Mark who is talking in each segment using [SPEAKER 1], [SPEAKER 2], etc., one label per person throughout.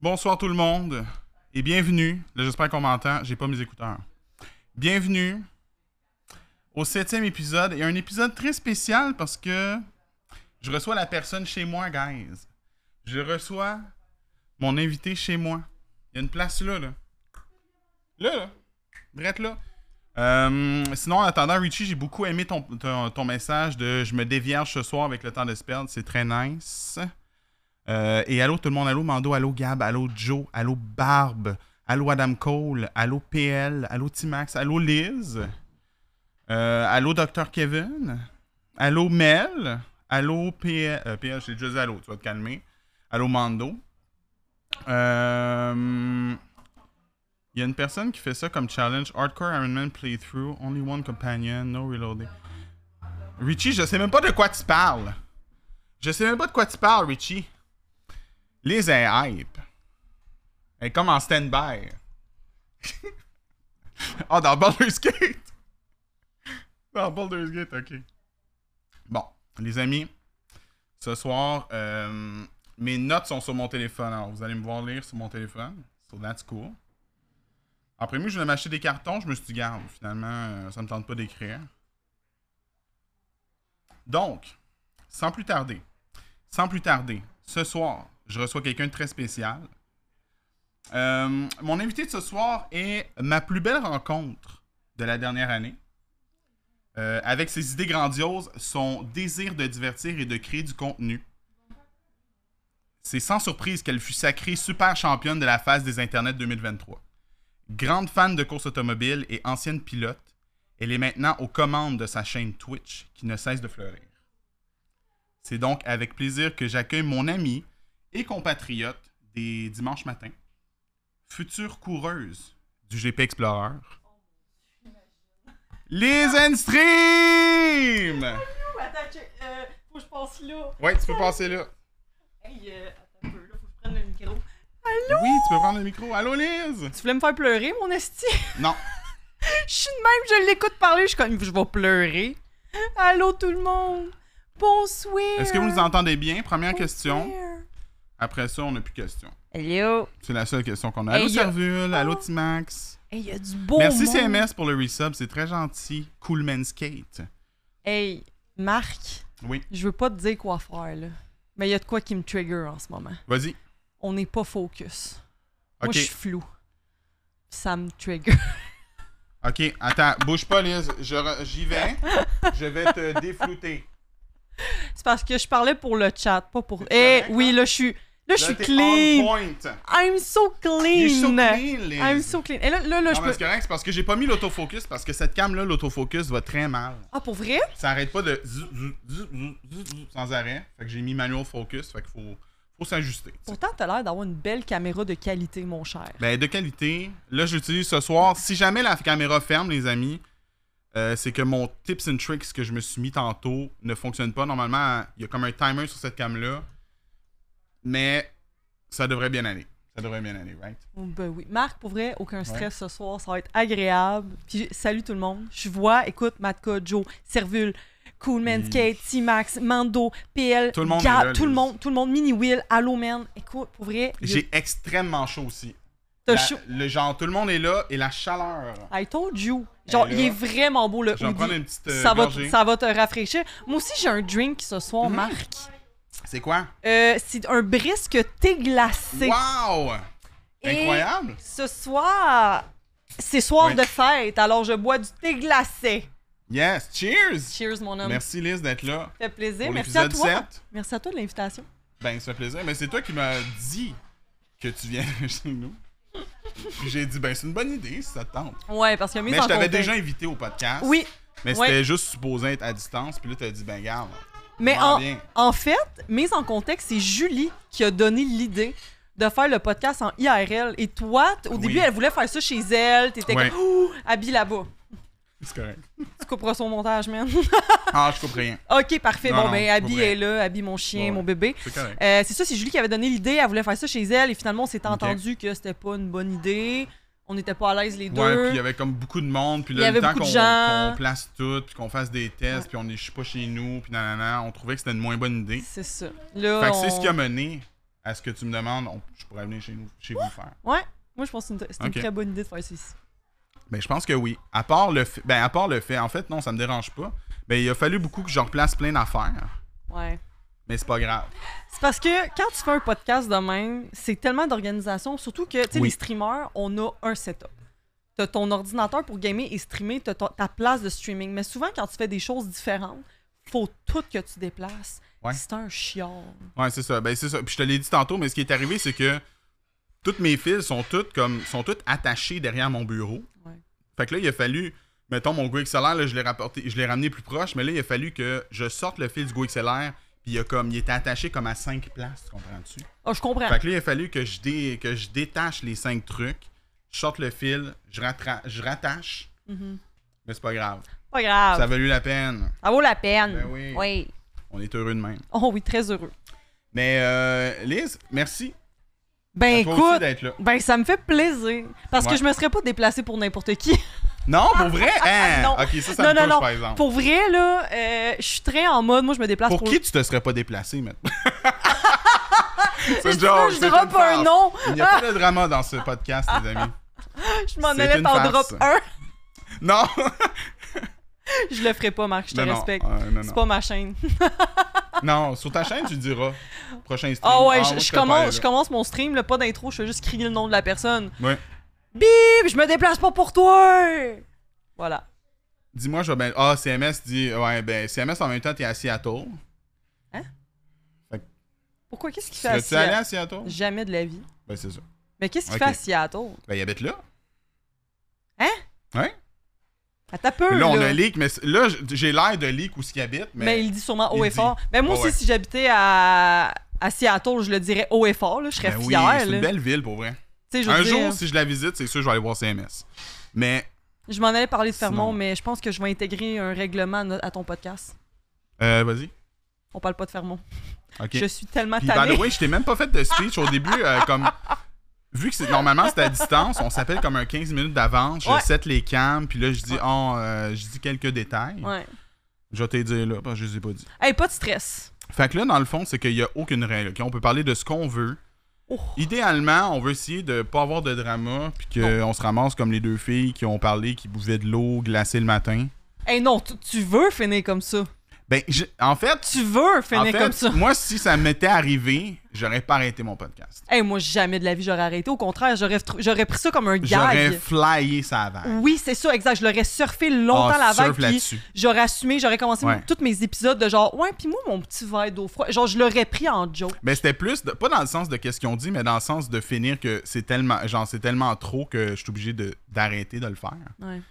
[SPEAKER 1] Bonsoir tout le monde et bienvenue. Là, j'espère qu'on m'entend. J'ai pas mes écouteurs. Bienvenue au septième épisode et un épisode très spécial parce que je reçois la personne chez moi, guys. Je reçois mon invité chez moi. Il y a une place là, là. Là, là. Drette là. Euh, sinon, en attendant, Richie, j'ai beaucoup aimé ton, ton- ton message de je me dévierge ce soir avec le temps de se perdre. C'est très nice. Euh, et allô tout le monde, allô Mando, allô Gab, allô Joe, allô Barbe, allô Adam Cole, allô PL, allô T-Max, allô Liz, euh, allô Dr Kevin, allô Mel, allô PL, euh, PL j'ai déjà dit allô, tu vas te calmer, allô Mando. Euh, Il y a une personne qui fait ça comme challenge, Hardcore Iron Man Playthrough, Only One Companion, No Reloading. Richie, je sais même pas de quoi tu parles. Je sais même pas de quoi tu parles, Richie. Liz est hype. Elle est comme en stand-by. Ah, dans Baldur's Gate! Dans Baldur's Gate, ok. Bon, les amis, ce soir, euh, mes notes sont sur mon téléphone. Alors, vous allez me voir lire sur mon téléphone. So that's cool. Après, moi, je voulais m'acheter des cartons. Je me suis dit, garde, finalement, euh, ça me tente pas d'écrire. Donc, sans plus tarder, sans plus tarder, ce soir, je reçois quelqu'un de très spécial. Euh, mon invité de ce soir est ma plus belle rencontre de la dernière année. Euh, avec ses idées grandioses, son désir de divertir et de créer du contenu. C'est sans surprise qu'elle fut sacrée super championne de la phase des Internets 2023. Grande fan de course automobile et ancienne pilote, elle est maintenant aux commandes de sa chaîne Twitch qui ne cesse de fleurir. C'est donc avec plaisir que j'accueille mon amie et compatriote des dimanches matins, future coureuse du GP Explorer, Liz Enstream!
[SPEAKER 2] Attends, check, euh, faut que je passe là.
[SPEAKER 1] Ouais, tu peux passer là.
[SPEAKER 2] Hey, euh, attends un peu, là, faut que je prenne le micro.
[SPEAKER 1] Oui, tu peux prendre le micro. Allô, Liz?
[SPEAKER 2] Tu voulais me faire pleurer, mon esti?
[SPEAKER 1] Non.
[SPEAKER 2] je suis de même, je l'écoute parler, je suis comme, je vais pleurer. Allô, tout le monde. Bonsoir.
[SPEAKER 1] Est-ce que vous nous entendez bien? Première
[SPEAKER 2] Bonsoir.
[SPEAKER 1] question. Après ça, on n'a plus de questions.
[SPEAKER 2] Hello.
[SPEAKER 1] C'est la seule question qu'on a. Allô,
[SPEAKER 2] Hey, yo.
[SPEAKER 1] Servule. Allô, T-Max.
[SPEAKER 2] Hey, y a du beau
[SPEAKER 1] Merci,
[SPEAKER 2] monde.
[SPEAKER 1] CMS, pour le resub. C'est très gentil. Cool Man's Kate.
[SPEAKER 2] Hey, Marc,
[SPEAKER 1] Oui,
[SPEAKER 2] je veux pas te dire quoi faire, là. Mais y a de quoi qui me trigger en ce moment.
[SPEAKER 1] vas-y.
[SPEAKER 2] On n'est pas focus. Moi,
[SPEAKER 1] OK.
[SPEAKER 2] je suis flou. Ça me trigger.
[SPEAKER 1] OK, attends, bouge pas, Liz. Je re- J'y vais. Je vais te déflouter.
[SPEAKER 2] C'est parce que je parlais pour le chat, pas pour.
[SPEAKER 1] C'est
[SPEAKER 2] Eh
[SPEAKER 1] correct,
[SPEAKER 2] oui,
[SPEAKER 1] hein?
[SPEAKER 2] là je suis, là je
[SPEAKER 1] Là,
[SPEAKER 2] suis
[SPEAKER 1] t'es on
[SPEAKER 2] clean.
[SPEAKER 1] point.
[SPEAKER 2] I'm so
[SPEAKER 1] You're
[SPEAKER 2] clean.
[SPEAKER 1] so clean, Liz.
[SPEAKER 2] I'm so clean. Et là, là, là, je
[SPEAKER 1] Non, mais
[SPEAKER 2] peux.
[SPEAKER 1] c'est correct, c'est parce que j'ai pas mis l'autofocus, parce que cette cam-là, l'autofocus va très mal.
[SPEAKER 2] Ah pour vrai?
[SPEAKER 1] Ça arrête pas de zou, zou, zou, zou, zou, zou, sans arrêt. Fait que j'ai mis manual focus, fait qu'il faut, faut s'ajuster. tu sais.
[SPEAKER 2] Pourtant t'as l'air d'avoir une belle caméra de qualité, mon cher.
[SPEAKER 1] Ben, de qualité. Là, je l'utilise ce soir. Si jamais la caméra ferme, les amis, euh, c'est que mon tips and tricks que je me suis mis tantôt ne fonctionne pas. Normalement, il y a comme un timer sur cette cam-là. Mais ça devrait bien aller. Ça devrait bien aller, right?
[SPEAKER 2] Oh, Ben oui. Marc, pour vrai, aucun stress ce soir, ça va être agréable. Puis salut tout le monde. Je vois, écoute, Matka, Joe, Servule, Coolman,
[SPEAKER 1] Oui.
[SPEAKER 2] Skate, T-Max, Mando, PL,
[SPEAKER 1] Tout le monde
[SPEAKER 2] Gab,
[SPEAKER 1] est là,
[SPEAKER 2] tout le
[SPEAKER 1] Liz.
[SPEAKER 2] monde, tout le monde, Mini Will, Allo Man. Écoute, pour vrai,
[SPEAKER 1] J'ai extrêmement chaud aussi.
[SPEAKER 2] t'as
[SPEAKER 1] La-
[SPEAKER 2] chaud.
[SPEAKER 1] Le genre, tout le monde est là et la chaleur.
[SPEAKER 2] I told you. Genre,
[SPEAKER 1] Elle est
[SPEAKER 2] il est
[SPEAKER 1] Eh là.
[SPEAKER 2] vraiment beau le
[SPEAKER 1] Je vais en prendre
[SPEAKER 2] hoodie.
[SPEAKER 1] une petite, euh,
[SPEAKER 2] ça, va
[SPEAKER 1] gorgée.
[SPEAKER 2] te, ça va te rafraîchir. Moi aussi, j'ai un drink ce soir,
[SPEAKER 1] Mhm.
[SPEAKER 2] Marc.
[SPEAKER 1] C'est quoi?
[SPEAKER 2] Euh, c'est un brisque thé glacé.
[SPEAKER 1] Wow!
[SPEAKER 2] Et
[SPEAKER 1] Incroyable!
[SPEAKER 2] Ce soir, c'est soir
[SPEAKER 1] Ouais.
[SPEAKER 2] de fête, alors je bois du thé glacé.
[SPEAKER 1] Yes! Cheers!
[SPEAKER 2] Cheers, mon homme.
[SPEAKER 1] Merci Liz d'être là
[SPEAKER 2] Ça fait plaisir.
[SPEAKER 1] pour
[SPEAKER 2] Merci à
[SPEAKER 1] l'épisode
[SPEAKER 2] toi.
[SPEAKER 1] 7.
[SPEAKER 2] Merci à toi de l'invitation.
[SPEAKER 1] Ben, ça fait plaisir. Mais c'est toi qui m'as dit que tu viens chez nous. Puis j'ai dit, ben, c'est une bonne idée si ça te tente.
[SPEAKER 2] Ouais, parce que mise
[SPEAKER 1] Mais
[SPEAKER 2] en
[SPEAKER 1] je t'avais
[SPEAKER 2] contexte-
[SPEAKER 1] déjà invité au podcast.
[SPEAKER 2] Oui,
[SPEAKER 1] Mais
[SPEAKER 2] ouais.
[SPEAKER 1] c'était juste supposé être à distance. Puis là, t'as dit, ben, garde.
[SPEAKER 2] Mais
[SPEAKER 1] Ah,
[SPEAKER 2] en,
[SPEAKER 1] bien.
[SPEAKER 2] en fait, mise en contexte, c'est Julie qui a donné l'idée de faire le podcast en IRL. Et toi, t- au
[SPEAKER 1] Oui.
[SPEAKER 2] début, elle voulait faire ça chez elle. T'étais
[SPEAKER 1] Ouais.
[SPEAKER 2] comme, ouh, habille là-bas.
[SPEAKER 1] C'est correct.
[SPEAKER 2] Tu couperas son montage, man.
[SPEAKER 1] Ah, je comprends rien.
[SPEAKER 2] ok, parfait.
[SPEAKER 1] Non,
[SPEAKER 2] bon,
[SPEAKER 1] non,
[SPEAKER 2] ben,
[SPEAKER 1] pas
[SPEAKER 2] Abby
[SPEAKER 1] vrai.
[SPEAKER 2] est là. Abby, mon chien,
[SPEAKER 1] Ouais,
[SPEAKER 2] mon
[SPEAKER 1] ouais.
[SPEAKER 2] bébé.
[SPEAKER 1] C'est correct.
[SPEAKER 2] Euh, c'est ça, c'est Julie qui avait donné l'idée. Elle voulait faire ça chez elle. Et finalement, on s'est
[SPEAKER 1] Ok.
[SPEAKER 2] entendu que c'était pas une bonne idée. On n'était pas à l'aise les deux.
[SPEAKER 1] Ouais, puis il y avait comme beaucoup de monde, puis
[SPEAKER 2] Il y
[SPEAKER 1] là,
[SPEAKER 2] avait
[SPEAKER 1] le temps
[SPEAKER 2] beaucoup
[SPEAKER 1] qu'on
[SPEAKER 2] de gens.
[SPEAKER 1] qu'on place tout, puis qu'on fasse des tests, puis on est je suis pas chez nous, puis nanana, on trouvait que c'était une moins bonne idée.
[SPEAKER 2] C'est ça. Là,
[SPEAKER 1] Fait que
[SPEAKER 2] on...
[SPEAKER 1] c'est ce qui a mené à ce que tu me demandes, on- je pourrais venir chez, nous, chez vous le faire.
[SPEAKER 2] Ouais. Moi, je pense que c'est une, c'est une
[SPEAKER 1] Ok.
[SPEAKER 2] très bonne idée de faire ça ici.
[SPEAKER 1] Ben, je pense que oui. À part le fait, ben, à part le fait, en fait, non, ça me dérange pas. Ben, il a fallu beaucoup que je replace plein d'affaires,
[SPEAKER 2] Ouais.
[SPEAKER 1] mais c'est pas grave.
[SPEAKER 2] C'est parce que quand tu fais un podcast de même, c'est tellement d'organisation, surtout que, tu sais,
[SPEAKER 1] Oui.
[SPEAKER 2] les streamers, on a un setup. T'as ton ordinateur pour gamer et streamer, t'as ton- ta place de streaming. Mais souvent, quand tu fais des choses différentes, faut tout que tu déplaces.
[SPEAKER 1] Ouais.
[SPEAKER 2] C'est un chiant.
[SPEAKER 1] Ouais, c'est ça. Ben, c'est ça. Puis je te l'ai dit tantôt, mais ce qui est arrivé, c'est que toutes mes fils sont toutes comme sont toutes attachées derrière mon bureau.
[SPEAKER 2] Ouais.
[SPEAKER 1] Fait que là, il a fallu, mettons mon GoXLR, là, je l'ai rapporté, je l'ai ramené plus proche, mais là, il a fallu que je sorte le fil du GoXLR, puis il a comme, il était attaché comme à cinq places, tu comprends-tu?
[SPEAKER 2] Ah, je comprends.
[SPEAKER 1] Fait que là, il a fallu que je, dé- que je détache les cinq trucs, je sorte le fil, je, rattra- je rattache,
[SPEAKER 2] Mhm.
[SPEAKER 1] mais c'est pas grave.
[SPEAKER 2] Pas grave.
[SPEAKER 1] Ça a
[SPEAKER 2] Ça...
[SPEAKER 1] valu la peine.
[SPEAKER 2] vaut la peine.
[SPEAKER 1] Ben oui.
[SPEAKER 2] oui.
[SPEAKER 1] On est heureux de même.
[SPEAKER 2] Oh oui, très heureux.
[SPEAKER 1] Mais euh, Liz, merci.
[SPEAKER 2] Ben
[SPEAKER 1] à toi aussi
[SPEAKER 2] écoute,
[SPEAKER 1] d'être là.
[SPEAKER 2] ben ça me fait plaisir. Parce
[SPEAKER 1] Ouais.
[SPEAKER 2] que je me serais pas déplacée pour n'importe qui.
[SPEAKER 1] Non, pour vrai? Hein?
[SPEAKER 2] Ah, Non.
[SPEAKER 1] Ok, ça, ça
[SPEAKER 2] non,
[SPEAKER 1] me
[SPEAKER 2] non,
[SPEAKER 1] touche,
[SPEAKER 2] non.
[SPEAKER 1] par exemple. Pour,
[SPEAKER 2] Pour vrai, là, euh, je suis très en mode, moi je me déplace pour.
[SPEAKER 1] qui tu te serais pas déplacé maintenant?
[SPEAKER 2] Je
[SPEAKER 1] c'est
[SPEAKER 2] dis pas, je
[SPEAKER 1] c'est
[SPEAKER 2] drop
[SPEAKER 1] une
[SPEAKER 2] un
[SPEAKER 1] farce.
[SPEAKER 2] nom.
[SPEAKER 1] Il n'y a pas de drama dans ce podcast, les amis.
[SPEAKER 2] Je m'en
[SPEAKER 1] C'est
[SPEAKER 2] allais
[SPEAKER 1] une
[SPEAKER 2] par drop
[SPEAKER 1] farce.
[SPEAKER 2] 1.
[SPEAKER 1] Non!
[SPEAKER 2] Je le ferai pas, Marc, je te
[SPEAKER 1] non, non,
[SPEAKER 2] respecte.
[SPEAKER 1] euh, non,
[SPEAKER 2] C'est
[SPEAKER 1] non.
[SPEAKER 2] pas ma chaîne.
[SPEAKER 1] Non, sur ta chaîne, tu diras. Prochain stream.
[SPEAKER 2] Ah ouais,
[SPEAKER 1] Ah,
[SPEAKER 2] je-
[SPEAKER 1] moi,
[SPEAKER 2] je,
[SPEAKER 1] serais pas allé
[SPEAKER 2] commence, je
[SPEAKER 1] là.
[SPEAKER 2] commence mon stream, là, pas d'intro, je fais juste crier le nom de la personne.
[SPEAKER 1] Ouais.
[SPEAKER 2] Bip, je me déplace pas pour toi! Voilà.
[SPEAKER 1] Dis-moi, je vais bien. Ah, CMS dit. Ouais, ben, CMS en même temps, t'es à Seattle.
[SPEAKER 2] Pourquoi? Qu'est-ce qu'il fait à
[SPEAKER 1] Serais-tu allé
[SPEAKER 2] Seattle?
[SPEAKER 1] à Seattle?
[SPEAKER 2] Jamais de la vie.
[SPEAKER 1] Ben, c'est ça.
[SPEAKER 2] Mais qu'est-ce qu'il
[SPEAKER 1] Ok.
[SPEAKER 2] fait à Seattle?
[SPEAKER 1] Ben, il habite là.
[SPEAKER 2] Hein? À ta Ah, peur,
[SPEAKER 1] là, on a leak, mais c- là, j- j'ai l'air de leak où ce qu'il habite, mais.
[SPEAKER 2] Mais... Ben, il dit sûrement haut
[SPEAKER 1] il
[SPEAKER 2] et
[SPEAKER 1] dit.
[SPEAKER 2] fort. Mais moi
[SPEAKER 1] Ah
[SPEAKER 2] aussi,
[SPEAKER 1] ouais.
[SPEAKER 2] si j'habitais à... à Seattle, je le dirais haut et fort, là, je serais
[SPEAKER 1] Ben oui,
[SPEAKER 2] fière.
[SPEAKER 1] c'est
[SPEAKER 2] là.
[SPEAKER 1] une belle ville pour vrai.
[SPEAKER 2] Tu sais, je veux
[SPEAKER 1] Un
[SPEAKER 2] dire,
[SPEAKER 1] jour, si je la visite, c'est sûr, je vais aller voir CMS. Mais
[SPEAKER 2] Je m'en allais parler de Fermont,
[SPEAKER 1] Sinon-
[SPEAKER 2] mais je pense que je vais intégrer un règlement à no- à ton podcast.
[SPEAKER 1] Euh, vas-y.
[SPEAKER 2] On parle pas de Fermont.
[SPEAKER 1] OK.
[SPEAKER 2] Je suis tellement
[SPEAKER 1] Puis, by
[SPEAKER 2] tannée.
[SPEAKER 1] the way, je t'ai même pas fait de speech au début. euh, comme Vu que c'est, normalement, c'est à distance, on s'appelle comme un 15 minutes d'avance. Je
[SPEAKER 2] Ouais.
[SPEAKER 1] set les cams, puis là, je dis, oh, euh, je dis quelques détails.
[SPEAKER 2] Ouais.
[SPEAKER 1] Je vais te les dire là, parce que je les ai pas dit.
[SPEAKER 2] Hey, pas de stress.
[SPEAKER 1] Fait que là, dans le fond, c'est qu'il y a aucune règle. ok? On peut parler de ce qu'on veut.
[SPEAKER 2] Oh.
[SPEAKER 1] Idéalement, on veut essayer de pas avoir de drama, puis qu'on se ramasse comme les deux filles qui ont parlé, qui bouvaient de l'eau glacée le matin.
[SPEAKER 2] Hey, non, tu, tu veux finir comme ça.
[SPEAKER 1] Ben, je- en fait,
[SPEAKER 2] Tu veux finir
[SPEAKER 1] en fait,
[SPEAKER 2] comme ça.
[SPEAKER 1] moi, si ça m'était arrivé, j'aurais pas arrêté mon podcast.
[SPEAKER 2] Hey, moi, jamais de la vie, j'aurais arrêté. Au contraire, j'aurais tr- j'aurais pris ça comme un
[SPEAKER 1] J'aurais
[SPEAKER 2] gag.
[SPEAKER 1] flyé sa vague.
[SPEAKER 2] Oui, c'est ça, exact. Je l'aurais surfé Mm. longtemps
[SPEAKER 1] Ah,
[SPEAKER 2] la vague.
[SPEAKER 1] surf
[SPEAKER 2] puis
[SPEAKER 1] là-dessus.
[SPEAKER 2] J'aurais assumé, j'aurais commencé
[SPEAKER 1] Ouais.
[SPEAKER 2] mon- tous mes épisodes de genre, ouais, puis moi, mon petit verre d'eau froide. Genre, je l'aurais pris en joke.
[SPEAKER 1] Mais Ben, c'était plus, de- pas dans le sens de qu'est-ce qu'ils ont dit, mais dans le sens de finir que c'est tellement, genre, c'est tellement trop que je suis obligé de- d'arrêter de, le faire,
[SPEAKER 2] Ouais.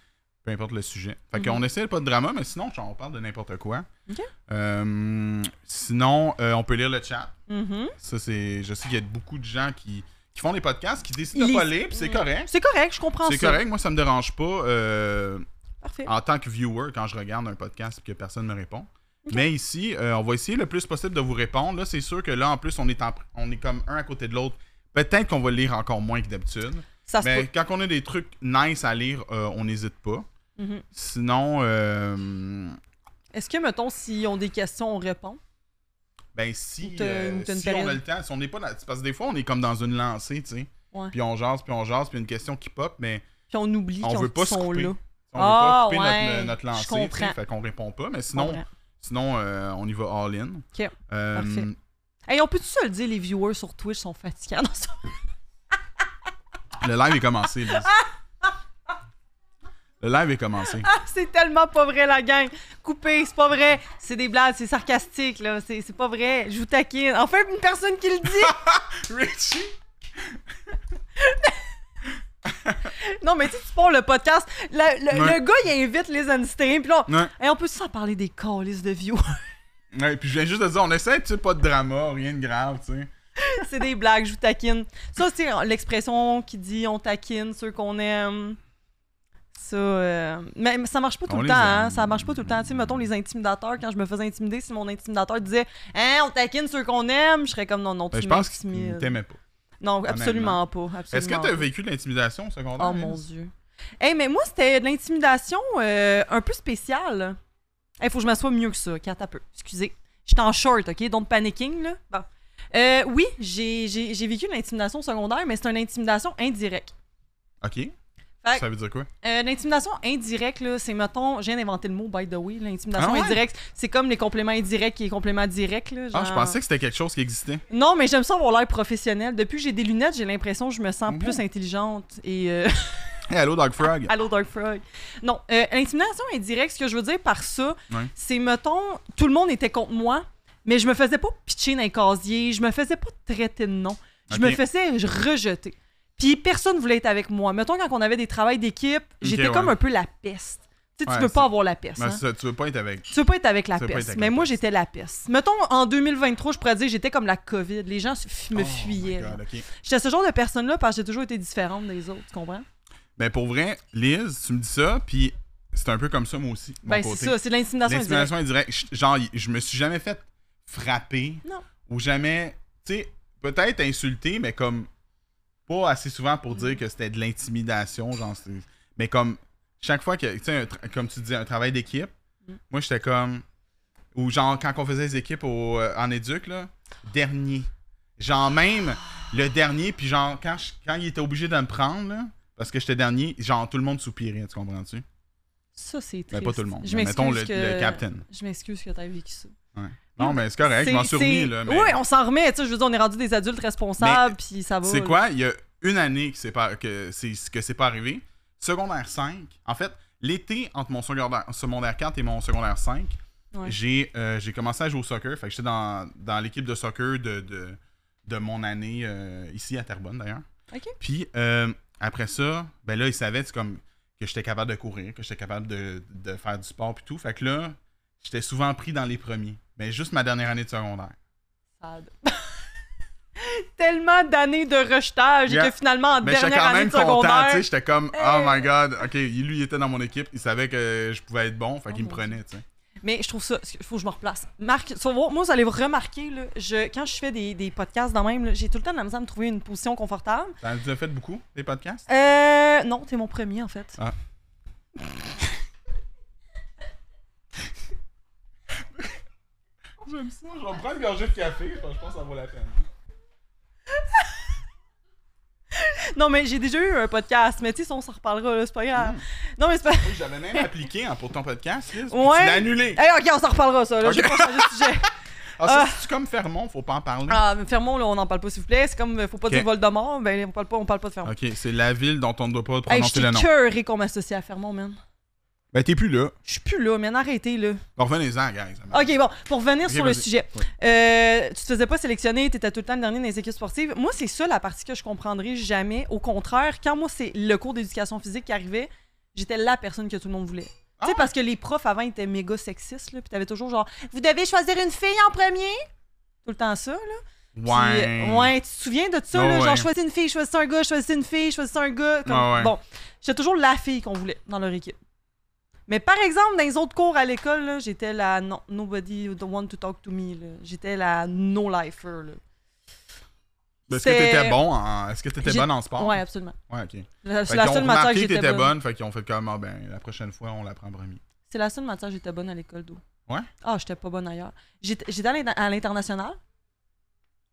[SPEAKER 1] peu importe le sujet. Fait qu'on essaie pas de drama, mais sinon, genre, on parle de n'importe quoi.
[SPEAKER 2] Mhm. Ok.
[SPEAKER 1] Euh, sinon, euh, on peut lire le chat.
[SPEAKER 2] Mhm.
[SPEAKER 1] Ça, c'est, je sais qu'il y a beaucoup de gens qui, qui font des podcasts, qui décident de
[SPEAKER 2] Ils
[SPEAKER 1] pas
[SPEAKER 2] lisent.
[SPEAKER 1] lire, puis c'est correct.
[SPEAKER 2] C'est correct, je comprends
[SPEAKER 1] C'est
[SPEAKER 2] ça.
[SPEAKER 1] correct, moi ça me dérange pas euh,
[SPEAKER 2] Parfait.
[SPEAKER 1] en tant que viewer quand je regarde un podcast et que personne ne me répond. Mais ici, euh, on va essayer le plus possible de vous répondre. Là, c'est sûr que là, en plus, on est, en- on est comme un à côté de l'autre. Peut-être qu'on va lire encore moins que d'habitude.
[SPEAKER 2] Ça se
[SPEAKER 1] Mais
[SPEAKER 2] peut.
[SPEAKER 1] quand on a des trucs nice à lire, euh, on n'hésite pas.
[SPEAKER 2] Mhm.
[SPEAKER 1] Sinon, euh,
[SPEAKER 2] Est-ce que, mettons, s'ils ont des questions, on répond?
[SPEAKER 1] ben si,
[SPEAKER 2] Ou t'as-
[SPEAKER 1] euh,
[SPEAKER 2] ou t'as une
[SPEAKER 1] si on a
[SPEAKER 2] période.
[SPEAKER 1] le temps, si on n'est pas dans- Parce que des fois, on est comme dans une lancée, tu sais.
[SPEAKER 2] Ouais.
[SPEAKER 1] Puis on jase, puis on jase, puis une question qui pop, mais
[SPEAKER 2] Puis on oublie
[SPEAKER 1] On
[SPEAKER 2] qu'on-
[SPEAKER 1] veut pas
[SPEAKER 2] qu'ils
[SPEAKER 1] se
[SPEAKER 2] sont
[SPEAKER 1] couper.
[SPEAKER 2] là.
[SPEAKER 1] on
[SPEAKER 2] Ah,
[SPEAKER 1] veut pas couper
[SPEAKER 2] ouais,
[SPEAKER 1] notre, euh, notre
[SPEAKER 2] je
[SPEAKER 1] lancée, tu sais,
[SPEAKER 2] comprends.
[SPEAKER 1] fait qu'on répond pas. Mais sinon,
[SPEAKER 2] Comprends.
[SPEAKER 1] Sinon, euh, on y va Euh, all-in.
[SPEAKER 2] Ok, parfait. Hey, on peut-tu se le dire, les viewers sur Twitch sont fatigants dans ça?
[SPEAKER 1] le live est commencé, Liz. Le live est commencé.
[SPEAKER 2] C'est tellement pas vrai, la gang! Coupez, c'est pas vrai! C'est des blagues, c'est sarcastique, là, c'est c'est pas vrai, je vous taquine. Enfin, une personne qui le dit!
[SPEAKER 1] Richie!
[SPEAKER 2] non, mais tu sais, tu pars le podcast, le, le-
[SPEAKER 1] Ouais.
[SPEAKER 2] le gars, il invite les Einstein, puis là, on...
[SPEAKER 1] Ouais.
[SPEAKER 2] Hey, on peut s'en parler des calices de viewers?
[SPEAKER 1] Ouais, puis je viens juste de dire, on essaie, tu sais, pas de drama, rien de grave, tu sais.
[SPEAKER 2] c'est des blagues, je vous taquine. Ça, c'est l'expression qui dit on taquine ceux qu'on aime. Ça, euh, mais mais ça marche pas tout
[SPEAKER 1] On
[SPEAKER 2] le
[SPEAKER 1] les
[SPEAKER 2] temps, hein.
[SPEAKER 1] aime.
[SPEAKER 2] Ça marche pas tout le temps. Tu sais, mettons les intimidateurs, quand je me faisais intimider, si mon intimidateur disait Hein, on taquine ceux qu'on aime, je serais comme non, non, tu
[SPEAKER 1] Ben, je pense qu'il
[SPEAKER 2] m'intimides.
[SPEAKER 1] t'aimait pas.
[SPEAKER 2] Non, absolument pas. Absolument
[SPEAKER 1] Est-ce que t'as
[SPEAKER 2] pas.
[SPEAKER 1] vécu de l'intimidation au secondaire?
[SPEAKER 2] Oh mon
[SPEAKER 1] Liz?
[SPEAKER 2] dieu. Hey, mais moi, c'était de l'intimidation euh, un peu spéciale. Hey, faut que je m'assoie mieux que ça. Cat un peu. Excusez. J'étais en short, OK? Donc panicking, là. Bon. Euh, oui, j'ai- j'ai j'ai vécu une intimidation secondaire, mais c'est une intimidation indirecte.
[SPEAKER 1] OK.
[SPEAKER 2] Fait-
[SPEAKER 1] Ça veut dire quoi?
[SPEAKER 2] Euh, l'intimidation indirecte, là, c'est, mettons, j'ai inventé le mot, by the way. L'intimidation
[SPEAKER 1] Ah ouais?
[SPEAKER 2] indirecte, c'est comme les compléments indirects et les compléments directs. là,
[SPEAKER 1] Ah, je
[SPEAKER 2] genre-
[SPEAKER 1] pensais que c'était quelque chose qui existait.
[SPEAKER 2] Non, mais j'aime ça avoir l'air professionnel. Depuis que j'ai des lunettes, j'ai l'impression que je me sens
[SPEAKER 1] Mhm.
[SPEAKER 2] plus intelligente et. euh,
[SPEAKER 1] Hey, allô, Dog Frog.
[SPEAKER 2] Allô, Dark Frog. Non, euh, l'intimidation indirecte, ce que je veux dire par ça,
[SPEAKER 1] Ouais.
[SPEAKER 2] c'est, mettons, tout le monde était contre moi, mais je me faisais pas pitcher dans les casiers, je me faisais pas traiter de nom. Je
[SPEAKER 1] Ok.
[SPEAKER 2] me faisais rejeter. Puis personne voulait être avec moi. Mettons, quand on avait des travails d'équipe, j'étais
[SPEAKER 1] ouais.
[SPEAKER 2] comme un peu la peste. Tu sais,
[SPEAKER 1] Ouais,
[SPEAKER 2] tu veux
[SPEAKER 1] c'est-
[SPEAKER 2] pas avoir la peste.
[SPEAKER 1] Mais
[SPEAKER 2] hein.
[SPEAKER 1] Ben, ça, tu veux pas être avec.
[SPEAKER 2] Tu veux pas être avec la
[SPEAKER 1] Tu veux pas être
[SPEAKER 2] peste.
[SPEAKER 1] avec
[SPEAKER 2] Mais
[SPEAKER 1] la
[SPEAKER 2] moi,
[SPEAKER 1] peste.
[SPEAKER 2] j'étais la peste. Mettons, en 2023, je pourrais dire que j'étais comme la COVID. Les gens se- me
[SPEAKER 1] Oh my
[SPEAKER 2] fuyaient.
[SPEAKER 1] God,
[SPEAKER 2] là.
[SPEAKER 1] OK.
[SPEAKER 2] J'étais ce genre de personne-là parce que j'ai toujours été différente des autres. Tu comprends?
[SPEAKER 1] Ben, pour vrai, Liz, tu me dis ça, puis c'est un peu comme ça, moi aussi. de mon
[SPEAKER 2] Ben, c'est
[SPEAKER 1] côté.
[SPEAKER 2] ça. C'est de l'intimidation indirecte.
[SPEAKER 1] L'intimidation indirecte. Je- Genre, y- je me suis jamais fait frapper.
[SPEAKER 2] Non.
[SPEAKER 1] Ou jamais, tu sais, peut-être insulté, mais comme pas assez souvent pour
[SPEAKER 2] Mm.
[SPEAKER 1] dire que c'était de l'intimidation. Genre, c'est- mais comme chaque fois que, tu sais, un tra- comme tu dis, un travail d'équipe,
[SPEAKER 2] Mm.
[SPEAKER 1] moi j'étais comme. Ou genre, quand on faisait les équipes au, euh, en éduc, là, dernier. Genre, même le dernier, puis genre, quand, je- quand il était obligé de me prendre, là, parce que j'étais dernier, genre, tout le monde soupirait, tu comprends-tu?
[SPEAKER 2] Ça, c'est triste.
[SPEAKER 1] Ben, pas tout le monde.
[SPEAKER 2] Je
[SPEAKER 1] mais mettons le,
[SPEAKER 2] m'excuse que-
[SPEAKER 1] le captain.
[SPEAKER 2] Je m'excuse que t'aies vécu ça.
[SPEAKER 1] Ouais. Non, mais c'est correct, je m'en
[SPEAKER 2] Mm. C'est-
[SPEAKER 1] suis remis,
[SPEAKER 2] c'est-
[SPEAKER 1] là. mais-
[SPEAKER 2] Oui, on s'en remet. Tu sais, je veux dire, on est rendu des adultes responsables, puis ça va.
[SPEAKER 1] C'est
[SPEAKER 2] là.
[SPEAKER 1] quoi? Il y a une année que c'est pas, que c'est, que c'est pas arrivé. Secondaire 5. En fait, l'été entre mon secondaire, secondaire 4 et mon secondaire 5,
[SPEAKER 2] Ouais.
[SPEAKER 1] j'ai, euh, j'ai commencé à jouer au soccer. Fait que j'étais dans, dans l'équipe de soccer de, de, de mon année euh, ici à Terrebonne d'ailleurs.
[SPEAKER 2] Ok.
[SPEAKER 1] Puis euh, après ça, ben là, ils savaient c'est comme, que j'étais capable de courir, que j'étais capable de, de faire du sport puis tout. Fait que là, j'étais souvent pris dans les premiers. Mais juste ma dernière année de secondaire.
[SPEAKER 2] Sad. Tellement d'années de rejetage et
[SPEAKER 1] Yeah.
[SPEAKER 2] que finalement, en
[SPEAKER 1] Mais j'étais
[SPEAKER 2] dernière
[SPEAKER 1] quand
[SPEAKER 2] année
[SPEAKER 1] même
[SPEAKER 2] de
[SPEAKER 1] content, tu
[SPEAKER 2] secondaire. Eh.
[SPEAKER 1] sais, j'étais comme oh my god, OK, lui il était dans mon équipe, il savait que je pouvais être bon, fait qu'il me
[SPEAKER 2] Oh mon
[SPEAKER 1] prenait, tu sais.
[SPEAKER 2] Mais je trouve ça. Il faut que je me replace. Marc, tu vas voir, moi, vous allez remarquer, là, je, quand je fais des, des podcasts dans même, là, j'ai tout le temps de la misère à me trouver une position confortable.
[SPEAKER 1] T'en as fait beaucoup des podcasts
[SPEAKER 2] Euh. Non, t'es mon premier, en fait.
[SPEAKER 1] Ah. Oh, J'aime ça, je vais me prendre une gorgée de café, je pense que ça vaut la peine.
[SPEAKER 2] Non, mais j'ai déjà eu un podcast, mais tu sais, ça, on s'en reparlera, là, c'est pas grave.
[SPEAKER 1] Mm.
[SPEAKER 2] Non, mais c'est pas.
[SPEAKER 1] Oui, J'avais même appliqué hein, pour ton podcast, Liz, puis
[SPEAKER 2] Ouais. Euh,
[SPEAKER 1] tu l'as annulé.
[SPEAKER 2] Hey, ok, on s'en reparlera, ça. Là.
[SPEAKER 1] Ok.
[SPEAKER 2] J'ai pas changé de sujet.
[SPEAKER 1] Ah, ça, c'est comme Fermont, faut pas en parler.
[SPEAKER 2] Ah, mais Fermont, là, on n'en parle pas, s'il vous plaît. C'est comme, euh, faut pas
[SPEAKER 1] Ok.
[SPEAKER 2] dire Voldemort, ben, on parle pas, on parle pas de Fermont.
[SPEAKER 1] OK, c'est la ville dont on ne doit pas
[SPEAKER 2] Hey,
[SPEAKER 1] prononcer
[SPEAKER 2] je
[SPEAKER 1] le nom.
[SPEAKER 2] suis curé qu'on m'associe à Fermont, man.
[SPEAKER 1] Ben t'es plus là.
[SPEAKER 2] Je suis plus là, man. Arrêtez, là.
[SPEAKER 1] Bon, Revenez-en, guys.
[SPEAKER 2] Ok, bon, pour revenir
[SPEAKER 1] Ok,
[SPEAKER 2] sur le
[SPEAKER 1] vas-y.
[SPEAKER 2] sujet. Euh, tu te faisais pas sélectionner, t'étais tout le temps le dernier dans les équipes sportives. Moi, c'est ça la partie que je comprendrai jamais. Au contraire, quand moi, c'est le cours d'éducation physique qui arrivait, j'étais la personne que tout le monde voulait.
[SPEAKER 1] Ah
[SPEAKER 2] tu sais, parce que les profs avant étaient méga sexistes, là, puis t'avais toujours genre, vous devez choisir une fille en premier. Tout le temps ça, là. Puis,
[SPEAKER 1] Ouais.
[SPEAKER 2] euh, ouais, tu te souviens de ça,
[SPEAKER 1] Oh,
[SPEAKER 2] là?
[SPEAKER 1] ouais.
[SPEAKER 2] Genre, choisis une fille, choisis un gars, choisis une fille, choisis un gars. Comme...
[SPEAKER 1] Ah, ouais.
[SPEAKER 2] Bon, j'étais toujours la fille qu'on voulait dans leur équipe. Mais par exemple, dans les autres cours à l'école, là, j'étais la non, nobody don't want to talk to me. là. J'étais la no-lifer. là.
[SPEAKER 1] Est-ce que
[SPEAKER 2] c'est-
[SPEAKER 1] t'étais bon en... Est-ce que t'étais
[SPEAKER 2] J'ai-
[SPEAKER 1] bonne en sport?
[SPEAKER 2] Ouais, absolument.
[SPEAKER 1] Ouais, ok.
[SPEAKER 2] La- C'est
[SPEAKER 1] Fait
[SPEAKER 2] la
[SPEAKER 1] qu'ils ont
[SPEAKER 2] seule matière que
[SPEAKER 1] remarqué que
[SPEAKER 2] j'étais
[SPEAKER 1] t'étais
[SPEAKER 2] bonne.
[SPEAKER 1] bonne, fait qu'ils ont fait comme, ah ben, la prochaine fois, on la prend en premier.
[SPEAKER 2] C'est la seule matière que j'étais bonne à l'école d'eau.
[SPEAKER 1] Ouais?
[SPEAKER 2] Ah, j'étais pas bonne ailleurs. J'étais j'étais à l'inter- à l'international.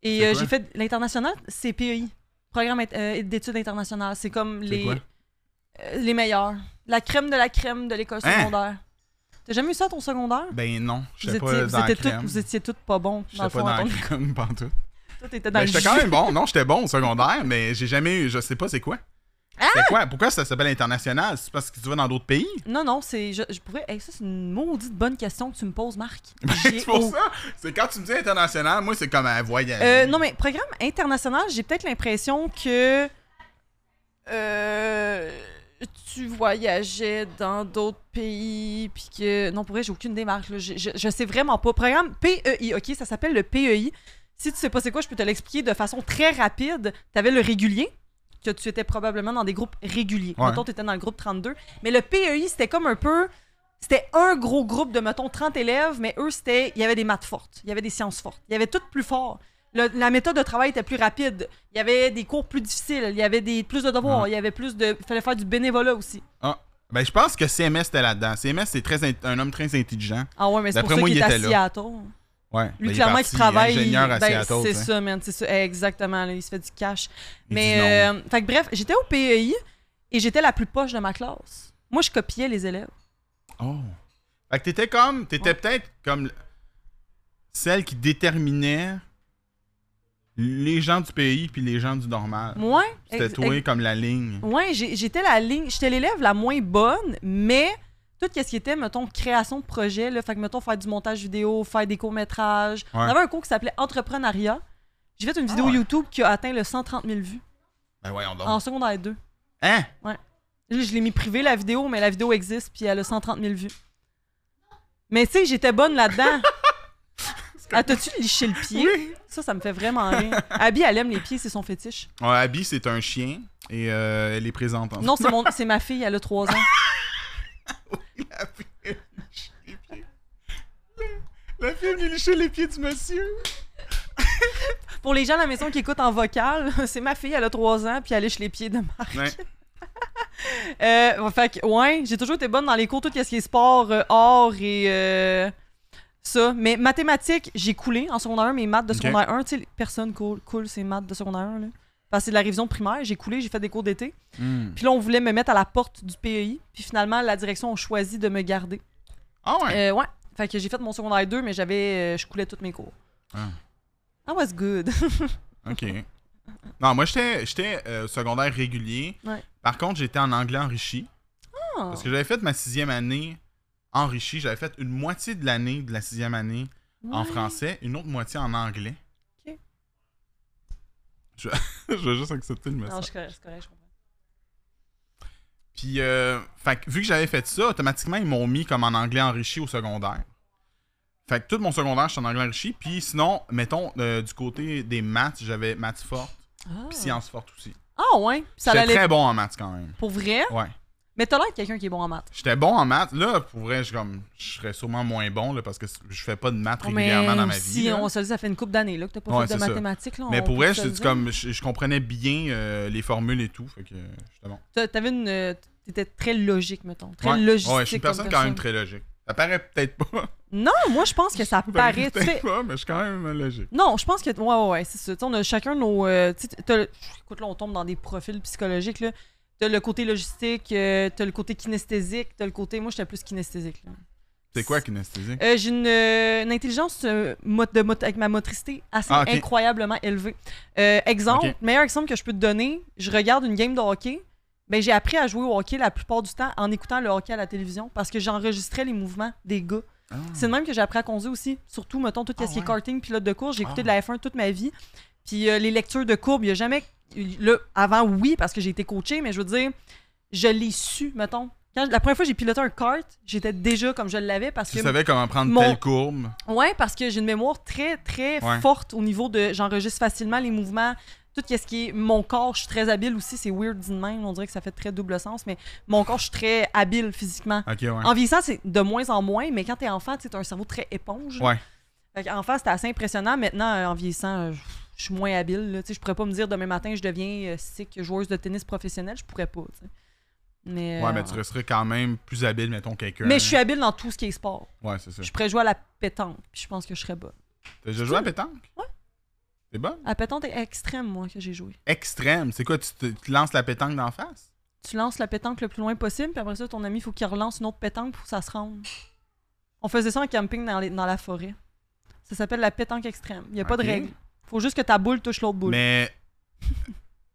[SPEAKER 2] Et
[SPEAKER 1] C'est
[SPEAKER 2] euh,
[SPEAKER 1] quoi?
[SPEAKER 2] j'ai fait l'international, c'est PEI. Programme int- euh, d'études internationales. C'est comme
[SPEAKER 1] C'est
[SPEAKER 2] les.
[SPEAKER 1] quoi?
[SPEAKER 2] Euh, les meilleurs. La crème de la crème de l'école
[SPEAKER 1] Hein?
[SPEAKER 2] secondaire. T'as jamais eu ça à ton secondaire?
[SPEAKER 1] Ben non,
[SPEAKER 2] Vous
[SPEAKER 1] j'étais
[SPEAKER 2] étiez,
[SPEAKER 1] pas
[SPEAKER 2] vous
[SPEAKER 1] dans la
[SPEAKER 2] étiez toutes,
[SPEAKER 1] crème.
[SPEAKER 2] vous étiez toutes pas bons, dans
[SPEAKER 1] J'étais
[SPEAKER 2] le
[SPEAKER 1] pas
[SPEAKER 2] fond.
[SPEAKER 1] dans
[SPEAKER 2] à
[SPEAKER 1] la
[SPEAKER 2] ton-
[SPEAKER 1] crème pantoute.
[SPEAKER 2] Toi, t'étais
[SPEAKER 1] Ben,
[SPEAKER 2] dans le
[SPEAKER 1] j'étais
[SPEAKER 2] jus.
[SPEAKER 1] quand même bon. Non, j'étais bon au secondaire, mais j'ai jamais eu, je sais pas c'est quoi.
[SPEAKER 2] Hein?
[SPEAKER 1] C'est quoi? Pourquoi ça s'appelle international? C'est parce que tu vas dans d'autres pays?
[SPEAKER 2] Non, non, c'est... Je, je pourrais... hey, ça, c'est une maudite bonne question que tu me poses, Marc. J'ai
[SPEAKER 1] Ben, C'est pour
[SPEAKER 2] au-
[SPEAKER 1] ça. C'est quand tu me dis international, moi, c'est comme un voyage.
[SPEAKER 2] Euh, non, mais programme international, j'ai peut-être l'impression que... euh, tu voyageais dans d'autres pays, puis que... Non, pour vrai, j'ai aucune démarche. là. Je, je, je sais vraiment pas. Programme PEI, OK? Ça s'appelle le E PEI. Si tu sais pas c'est quoi, je peux te l'expliquer de façon très rapide. Tu avais le régulier, que tu étais probablement dans des groupes réguliers.
[SPEAKER 1] Ouais.
[SPEAKER 2] Mettons, tu étais dans le groupe 32. Mais le PEI, c'était comme un peu... C'était un gros groupe de, mettons, 30 élèves, mais eux, c'était... Il y avait des maths fortes, il y avait des sciences fortes, il y avait tout plus fort. Le- la méthode de travail était plus rapide. Il y avait des cours plus difficiles, il y avait des, plus de devoirs,
[SPEAKER 1] Ouais.
[SPEAKER 2] il y avait plus de... Il fallait faire du bénévolat aussi.
[SPEAKER 1] Ah. Ben, je pense que CMS était là-dedans. CMS, c'est très in- un homme très intelligent.
[SPEAKER 2] Ah ouais, mais c'est pour
[SPEAKER 1] D'après
[SPEAKER 2] ça
[SPEAKER 1] moi,
[SPEAKER 2] qu'il
[SPEAKER 1] il
[SPEAKER 2] est à
[SPEAKER 1] était là.
[SPEAKER 2] Seattle.
[SPEAKER 1] Ouais. Ben,
[SPEAKER 2] Lui,
[SPEAKER 1] il est
[SPEAKER 2] clairement,
[SPEAKER 1] parti,
[SPEAKER 2] qui travaille.
[SPEAKER 1] ingénieur à
[SPEAKER 2] ben,
[SPEAKER 1] Seattle,
[SPEAKER 2] c'est
[SPEAKER 1] tu sais.
[SPEAKER 2] ça, man. C'est ça. Exactement. là, il se fait du cash.
[SPEAKER 1] Il dit non.
[SPEAKER 2] Mais, euh, fait que bref, j'étais au PEI et j'étais la plus poche de ma classe. Moi, je copiais les élèves.
[SPEAKER 1] Oh. Fait que t'étais comme. T'étais peut-être comme celle qui déterminait les gens du pays puis les gens du normal.
[SPEAKER 2] Moi,
[SPEAKER 1] C'était
[SPEAKER 2] ex-
[SPEAKER 1] toi comme la ligne.
[SPEAKER 2] Ouais, j'ai- j'étais la ligne, j'étais l'élève la moins bonne, mais tout ce qui était, mettons, création de projet, là, fait que, mettons, faire du montage vidéo, faire des courts-métrages. On
[SPEAKER 1] Ouais. Ah
[SPEAKER 2] avait un cours qui s'appelait Entrepreneuriat. J'ai fait une vidéo
[SPEAKER 1] ouais.
[SPEAKER 2] YouTube qui a atteint le 130 000 vues
[SPEAKER 1] Ben voyons donc.
[SPEAKER 2] en secondaire 2.
[SPEAKER 1] Hein?
[SPEAKER 2] Là, je l'ai mis privé, la vidéo, mais la vidéo existe, puis elle a 130 000 vues. Mais tu sais, j'étais bonne là-dedans. Ah, t'as-tu liché le pied? Ça, ça me fait vraiment rire. Abby, elle aime les pieds, c'est son fétiche.
[SPEAKER 1] Ouais, Abby, c'est un chien et euh, elle est présente en
[SPEAKER 2] Non, c'est mon- c'est ma fille, elle a 3 ans.
[SPEAKER 1] La fille, elle lichait les pieds. La la fille elle lichait les pieds du monsieur.
[SPEAKER 2] Pour les gens à la maison qui écoutent en vocal, c'est ma fille, elle a 3 ans, puis elle lèche les pieds de Marc.
[SPEAKER 1] Ouais.
[SPEAKER 2] Euh, fait que, ouais, j'ai toujours été bonne dans les cours, tout ce qui est sport, euh, art et euh, ça. Mais mathématiques, j'ai coulé en secondaire 1, mes maths de
[SPEAKER 1] Ok.
[SPEAKER 2] secondaire 1, tu sais, personne coule, coule ses maths de secondaire 1. Là. Parce que c'est de la révision primaire, j'ai coulé, j'ai fait des cours d'été.
[SPEAKER 1] Hmm.
[SPEAKER 2] Puis là, on voulait me mettre à la porte du PEI, puis finalement, la direction a choisi de me garder.
[SPEAKER 1] Ah ouais.
[SPEAKER 2] Euh, ouais. Fait que j'ai fait mon secondaire 2, mais j'avais, euh, je coulais tous mes cours.
[SPEAKER 1] Ah.
[SPEAKER 2] I was good. Euh.
[SPEAKER 1] OK. Non, moi, j'étais j'étais, euh, secondaire régulier.
[SPEAKER 2] Ouais.
[SPEAKER 1] Par contre, j'étais en anglais enrichi.
[SPEAKER 2] Ah.
[SPEAKER 1] Parce que j'avais fait ma sixième année enrichie. J'avais fait une moitié de l'année de la sixième année en
[SPEAKER 2] Ah, Ouais.
[SPEAKER 1] français, une autre moitié en anglais.
[SPEAKER 2] Ok.
[SPEAKER 1] Je, je vais juste accepter le
[SPEAKER 2] Non,
[SPEAKER 1] message.
[SPEAKER 2] je correct, je correct, je comprends.
[SPEAKER 1] Puis, euh, fait que vu que j'avais fait ça, automatiquement, ils m'ont mis comme en anglais enrichi au secondaire. Fait que tout mon secondaire, j'étais en anglais enrichi. Puis sinon, mettons, euh, du côté des maths, j'avais maths fortes,
[SPEAKER 2] Ah,
[SPEAKER 1] puis sciences fortes aussi.
[SPEAKER 2] Ah ouais, Puis ça
[SPEAKER 1] J'étais
[SPEAKER 2] allait
[SPEAKER 1] très bon en maths quand même.
[SPEAKER 2] pour vrai.
[SPEAKER 1] Ouais.
[SPEAKER 2] Mais t'as l'air de quelqu'un qui est bon en maths.
[SPEAKER 1] J'étais bon en maths. Là, pour vrai, je, comme, je serais sûrement moins bon là, parce que je fais pas de maths régulièrement
[SPEAKER 2] Oh, mais
[SPEAKER 1] dans ma
[SPEAKER 2] aussi,
[SPEAKER 1] vie. là.
[SPEAKER 2] on se le dit, ça fait une couple d'années là que t'as pas
[SPEAKER 1] Ouais,
[SPEAKER 2] fait
[SPEAKER 1] c'est
[SPEAKER 2] de
[SPEAKER 1] ça.
[SPEAKER 2] mathématiques là.
[SPEAKER 1] Mais
[SPEAKER 2] on
[SPEAKER 1] pour
[SPEAKER 2] peut
[SPEAKER 1] vrai,
[SPEAKER 2] se
[SPEAKER 1] je,
[SPEAKER 2] le
[SPEAKER 1] c'est
[SPEAKER 2] dire.
[SPEAKER 1] comme, je, je comprenais bien euh, les formules et tout. Fait que euh, j'étais bon.
[SPEAKER 2] T'as- T'avais une, euh, t'étais très logique mettons, très
[SPEAKER 1] ouais.
[SPEAKER 2] logistique.
[SPEAKER 1] Ouais, je suis une
[SPEAKER 2] comme
[SPEAKER 1] personne quand même très logique. Ça paraît peut-être pas.
[SPEAKER 2] Non, moi je pense que
[SPEAKER 1] Ça
[SPEAKER 2] ça paraît.
[SPEAKER 1] paraît
[SPEAKER 2] tu sais-
[SPEAKER 1] peut-être pas, mais je suis quand même logique.
[SPEAKER 2] Non, je pense que. Ouais, ouais, ouais, c'est ça. Tu sais, on a chacun nos. euh, tu sais, t'as le- écoute, là, on tombe dans des profils psychologiques. là. T'as le côté logistique, euh, t'as le côté kinesthésique, t'as le côté. Moi, j'étais plus kinesthésique. là.
[SPEAKER 1] C'est quoi kinesthésie?
[SPEAKER 2] Euh, j'ai une, euh, une intelligence euh, mot- de mot- avec ma motricité assez
[SPEAKER 1] Ah, ok.
[SPEAKER 2] incroyablement élevée. Euh, exemple,
[SPEAKER 1] Ok.
[SPEAKER 2] meilleur exemple que je peux te donner, je regarde une game de hockey. Ben, j'ai appris à jouer au hockey la plupart du temps en écoutant le hockey à la télévision parce que j'enregistrais les mouvements des gars.
[SPEAKER 1] Ah.
[SPEAKER 2] C'est de même que j'ai appris à conduire aussi. Surtout, mettons, tout ce
[SPEAKER 1] Ah,
[SPEAKER 2] qui est
[SPEAKER 1] ouais.
[SPEAKER 2] karting, pilote de course. J'ai écouté
[SPEAKER 1] Ah.
[SPEAKER 2] de la F1 toute ma vie. Puis euh, les lectures de courbes, il n'y a jamais. Là, avant, oui, parce que j'ai été coachée, mais je veux dire, je l'ai su, mettons. Quand, la première fois que j'ai piloté un kart, j'étais déjà comme je l'avais parce
[SPEAKER 1] Tu
[SPEAKER 2] que
[SPEAKER 1] savais comment prendre
[SPEAKER 2] mon-
[SPEAKER 1] telle courbe.
[SPEAKER 2] oui, parce que j'ai une mémoire très, très
[SPEAKER 1] Ouais.
[SPEAKER 2] forte au niveau de. J'enregistre facilement les mouvements. Tout ce qui est mon corps, je suis très habile aussi. C'est weird dit de même. On dirait que ça fait très double sens, mais mon corps, je suis très habile physiquement.
[SPEAKER 1] Ok, ouais.
[SPEAKER 2] En vieillissant, c'est de moins en moins, mais quand t'es enfant, tu as un cerveau très éponge.
[SPEAKER 1] Ouais.
[SPEAKER 2] enfant, c'était assez impressionnant. Maintenant, euh, en vieillissant, euh, je- je suis moins habile. là. Tu sais, Je pourrais pas me dire demain matin, je deviens euh, sick joueuse de tennis professionnelle. Je pourrais pas. tu sais. Mais,
[SPEAKER 1] Ouais,
[SPEAKER 2] euh,
[SPEAKER 1] mais tu resterais quand même plus habile, mettons, quelqu'un.
[SPEAKER 2] mais je suis habile dans tout ce qui est sport.
[SPEAKER 1] Ouais, c'est ça.
[SPEAKER 2] Je pourrais jouer à la pétanque, puis je pense que je serais bonne.
[SPEAKER 1] T'as déjà joué à pétanque?
[SPEAKER 2] Ouais.
[SPEAKER 1] C'est bon?
[SPEAKER 2] À pétanque extrême, moi, que j'ai joué.
[SPEAKER 1] Extrême. C'est quoi? Tu te, tu te lances la pétanque d'en face?
[SPEAKER 2] Tu lances la pétanque le plus loin possible, puis après ça, ton ami, il faut qu'il relance une autre pétanque pour que ça se rende. On faisait ça en camping dans, les- dans la forêt. Ça s'appelle la pétanque extrême. Il n'y a pas de
[SPEAKER 1] Ok.
[SPEAKER 2] règle. faut juste que ta boule touche l'autre boule.
[SPEAKER 1] Mais.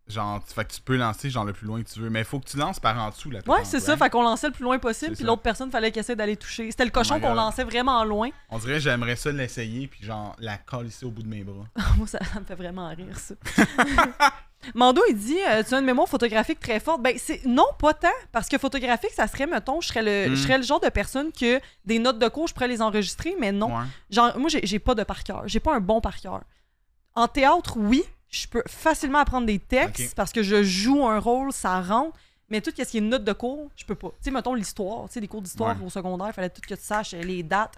[SPEAKER 1] genre, tu- fait que tu peux lancer genre le plus loin que tu veux, mais faut que tu lances par en dessous la
[SPEAKER 2] Ouais,
[SPEAKER 1] pétanque,
[SPEAKER 2] c'est ça. Fait qu'on lançait le plus loin possible,
[SPEAKER 1] C'est
[SPEAKER 2] puis
[SPEAKER 1] ça. Oh
[SPEAKER 2] l'autre personne, fallait qu'elle essaie d'aller toucher. C'était le cochon
[SPEAKER 1] my
[SPEAKER 2] qu'on
[SPEAKER 1] God.
[SPEAKER 2] lançait vraiment loin.
[SPEAKER 1] On dirait j'aimerais ça l'essayer puis genre la colisser au bout de mes bras.
[SPEAKER 2] Moi, ça, ça me fait vraiment rire, ça. Mando, il dit euh, Tu as une mémoire photographique très forte. Ben, c'est non, pas tant. Parce que photographique, ça serait, mettons, je serais le,
[SPEAKER 1] Mm.
[SPEAKER 2] je serais le genre de personne que des notes de cours, je pourrais les enregistrer, mais non.
[SPEAKER 1] Ouais.
[SPEAKER 2] Genre, moi, j'ai- j'ai pas de par cœur. J'ai pas un bon par cœur. En théâtre, oui, je peux facilement apprendre des textes
[SPEAKER 1] Ok.
[SPEAKER 2] parce que je joue un rôle, ça rentre. Mais tout ce qui est note de cours, je peux pas. Tu sais, mettons l'histoire. Tu sais, des cours d'histoire
[SPEAKER 1] Ouais.
[SPEAKER 2] au secondaire, il fallait tout que tu saches euh, les dates.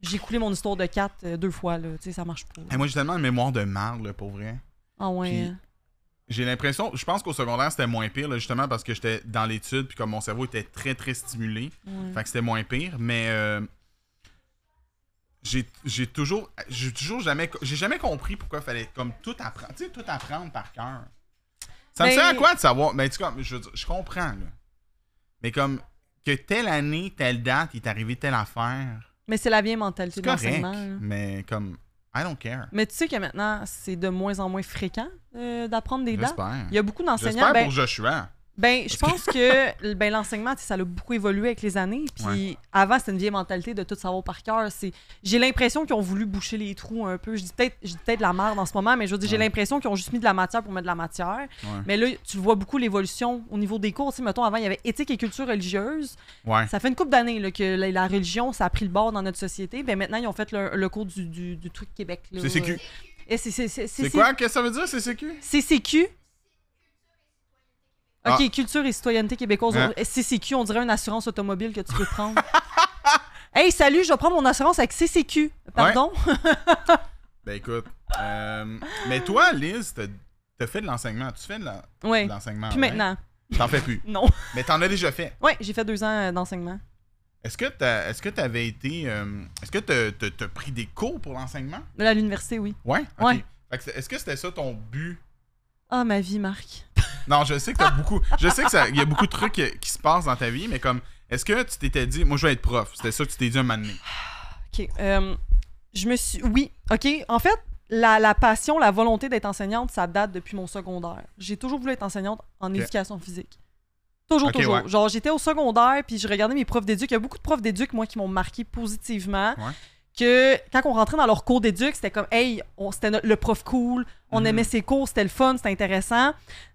[SPEAKER 2] J'ai coulé mon histoire de 4 deux fois, là. Tu sais, ça marche pas.
[SPEAKER 1] Hey, moi j'ai tellement une mémoire de marre là, pour vrai.
[SPEAKER 2] Ah ouais.
[SPEAKER 1] Puis- J'ai l'impression, je pense qu'au secondaire c'était moins pire là, justement parce que j'étais dans l'étude puis comme mon cerveau était très très stimulé,
[SPEAKER 2] Ouais.
[SPEAKER 1] fait que c'était moins pire. Mais euh, j'ai j'ai toujours j'ai toujours jamais j'ai jamais compris pourquoi il fallait comme tout apprendre tu sais tout apprendre par cœur ça me
[SPEAKER 2] Mais-
[SPEAKER 1] sert à quoi de savoir mais tu sais, comme je, veux dire, je comprends là mais comme que telle année telle date il est arrivé telle affaire
[SPEAKER 2] Mais c'est la vieille mentalité
[SPEAKER 1] c'est
[SPEAKER 2] de
[SPEAKER 1] correct
[SPEAKER 2] l'enseignement. là.
[SPEAKER 1] mais comme I don't care
[SPEAKER 2] Mais tu sais que maintenant, c'est de moins en moins fréquent euh, d'apprendre des dates.
[SPEAKER 1] j'espère
[SPEAKER 2] Il y a beaucoup d'enseignants.
[SPEAKER 1] j'espère
[SPEAKER 2] Ben,
[SPEAKER 1] pour Joshua
[SPEAKER 2] ben, je
[SPEAKER 1] Parce
[SPEAKER 2] pense que ben, l'enseignement, tu sais, ça a beaucoup évolué avec les années. Puis avant, c'était une vieille mentalité de tout savoir par cœur. C'est- J'ai l'impression qu'ils ont voulu boucher les trous un peu. Je dis peut-être je dis peut-être de la merde en ce moment, mais je veux dire, j'ai
[SPEAKER 1] Ouais.
[SPEAKER 2] l'impression qu'ils ont juste mis de la matière pour mettre de la matière.
[SPEAKER 1] Ouais.
[SPEAKER 2] Mais là, tu vois beaucoup l'évolution au niveau des cours. Tu sais, mettons, avant, il y avait éthique et culture religieuse.
[SPEAKER 1] ouais
[SPEAKER 2] Ça fait une couple d'années là, que la, la religion, ça a pris le bord dans notre société. Ben, maintenant, ils ont fait le, le cours du, du, du truc Québec. là.
[SPEAKER 1] CCQ.
[SPEAKER 2] Et c'est- c'est- c'est-
[SPEAKER 1] c'est quoi qu'est-ce que ça veut dire CCQ
[SPEAKER 2] CCQ.
[SPEAKER 1] Ah.
[SPEAKER 2] OK, culture et citoyenneté québécoise.
[SPEAKER 1] Hein.
[SPEAKER 2] On- CCQ, on dirait une assurance automobile que tu peux prendre. hey, salut, je vais prendre mon assurance avec CCQ. Pardon?
[SPEAKER 1] ben écoute euh, mais toi Liz t'as t'as fait de l'enseignement tu fais de la-
[SPEAKER 2] Ouais.
[SPEAKER 1] de l'enseignement
[SPEAKER 2] Puis
[SPEAKER 1] ouais.
[SPEAKER 2] maintenant,
[SPEAKER 1] t'en fais plus
[SPEAKER 2] non.
[SPEAKER 1] mais t'en as déjà fait
[SPEAKER 2] Ouais, j'ai fait deux ans euh, d'enseignement.
[SPEAKER 1] Est-ce que t'as- est-ce que tu avais été. euh, est-ce que tu as, pris des cours pour l'enseignement?
[SPEAKER 2] À l'université, oui.
[SPEAKER 1] Ouais.
[SPEAKER 2] Ouais.
[SPEAKER 1] est-ce que c'était ça ton but?
[SPEAKER 2] Ah, ma vie, Marc.
[SPEAKER 1] Non, je sais que t'as beaucoup. Je sais que ça- il y a beaucoup de trucs qui, qui se passent dans ta vie, mais comme. Est-ce que tu t'étais dit, moi je vais être prof? C'était ça que tu t'es dit un moment donné.
[SPEAKER 2] OK. euh, je me suis. Oui, OK. En fait, la, la passion, la volonté d'être enseignante, ça date depuis mon secondaire. J'ai toujours voulu être enseignante en
[SPEAKER 1] OK.
[SPEAKER 2] éducation physique. Toujours,
[SPEAKER 1] OK,
[SPEAKER 2] toujours.
[SPEAKER 1] ouais.
[SPEAKER 2] Genre, j'étais au secondaire, puis je regardais mes profs d'éduc. Il y a beaucoup de profs d'éduc, moi, qui m'ont marqué positivement.
[SPEAKER 1] Ouais.
[SPEAKER 2] Que quand on rentrait dans leur cours d'éduc, c'était comme, hey, on- c'était no- le prof cool, on
[SPEAKER 1] Mhm.
[SPEAKER 2] aimait ses cours, c'était le fun, c'était intéressant.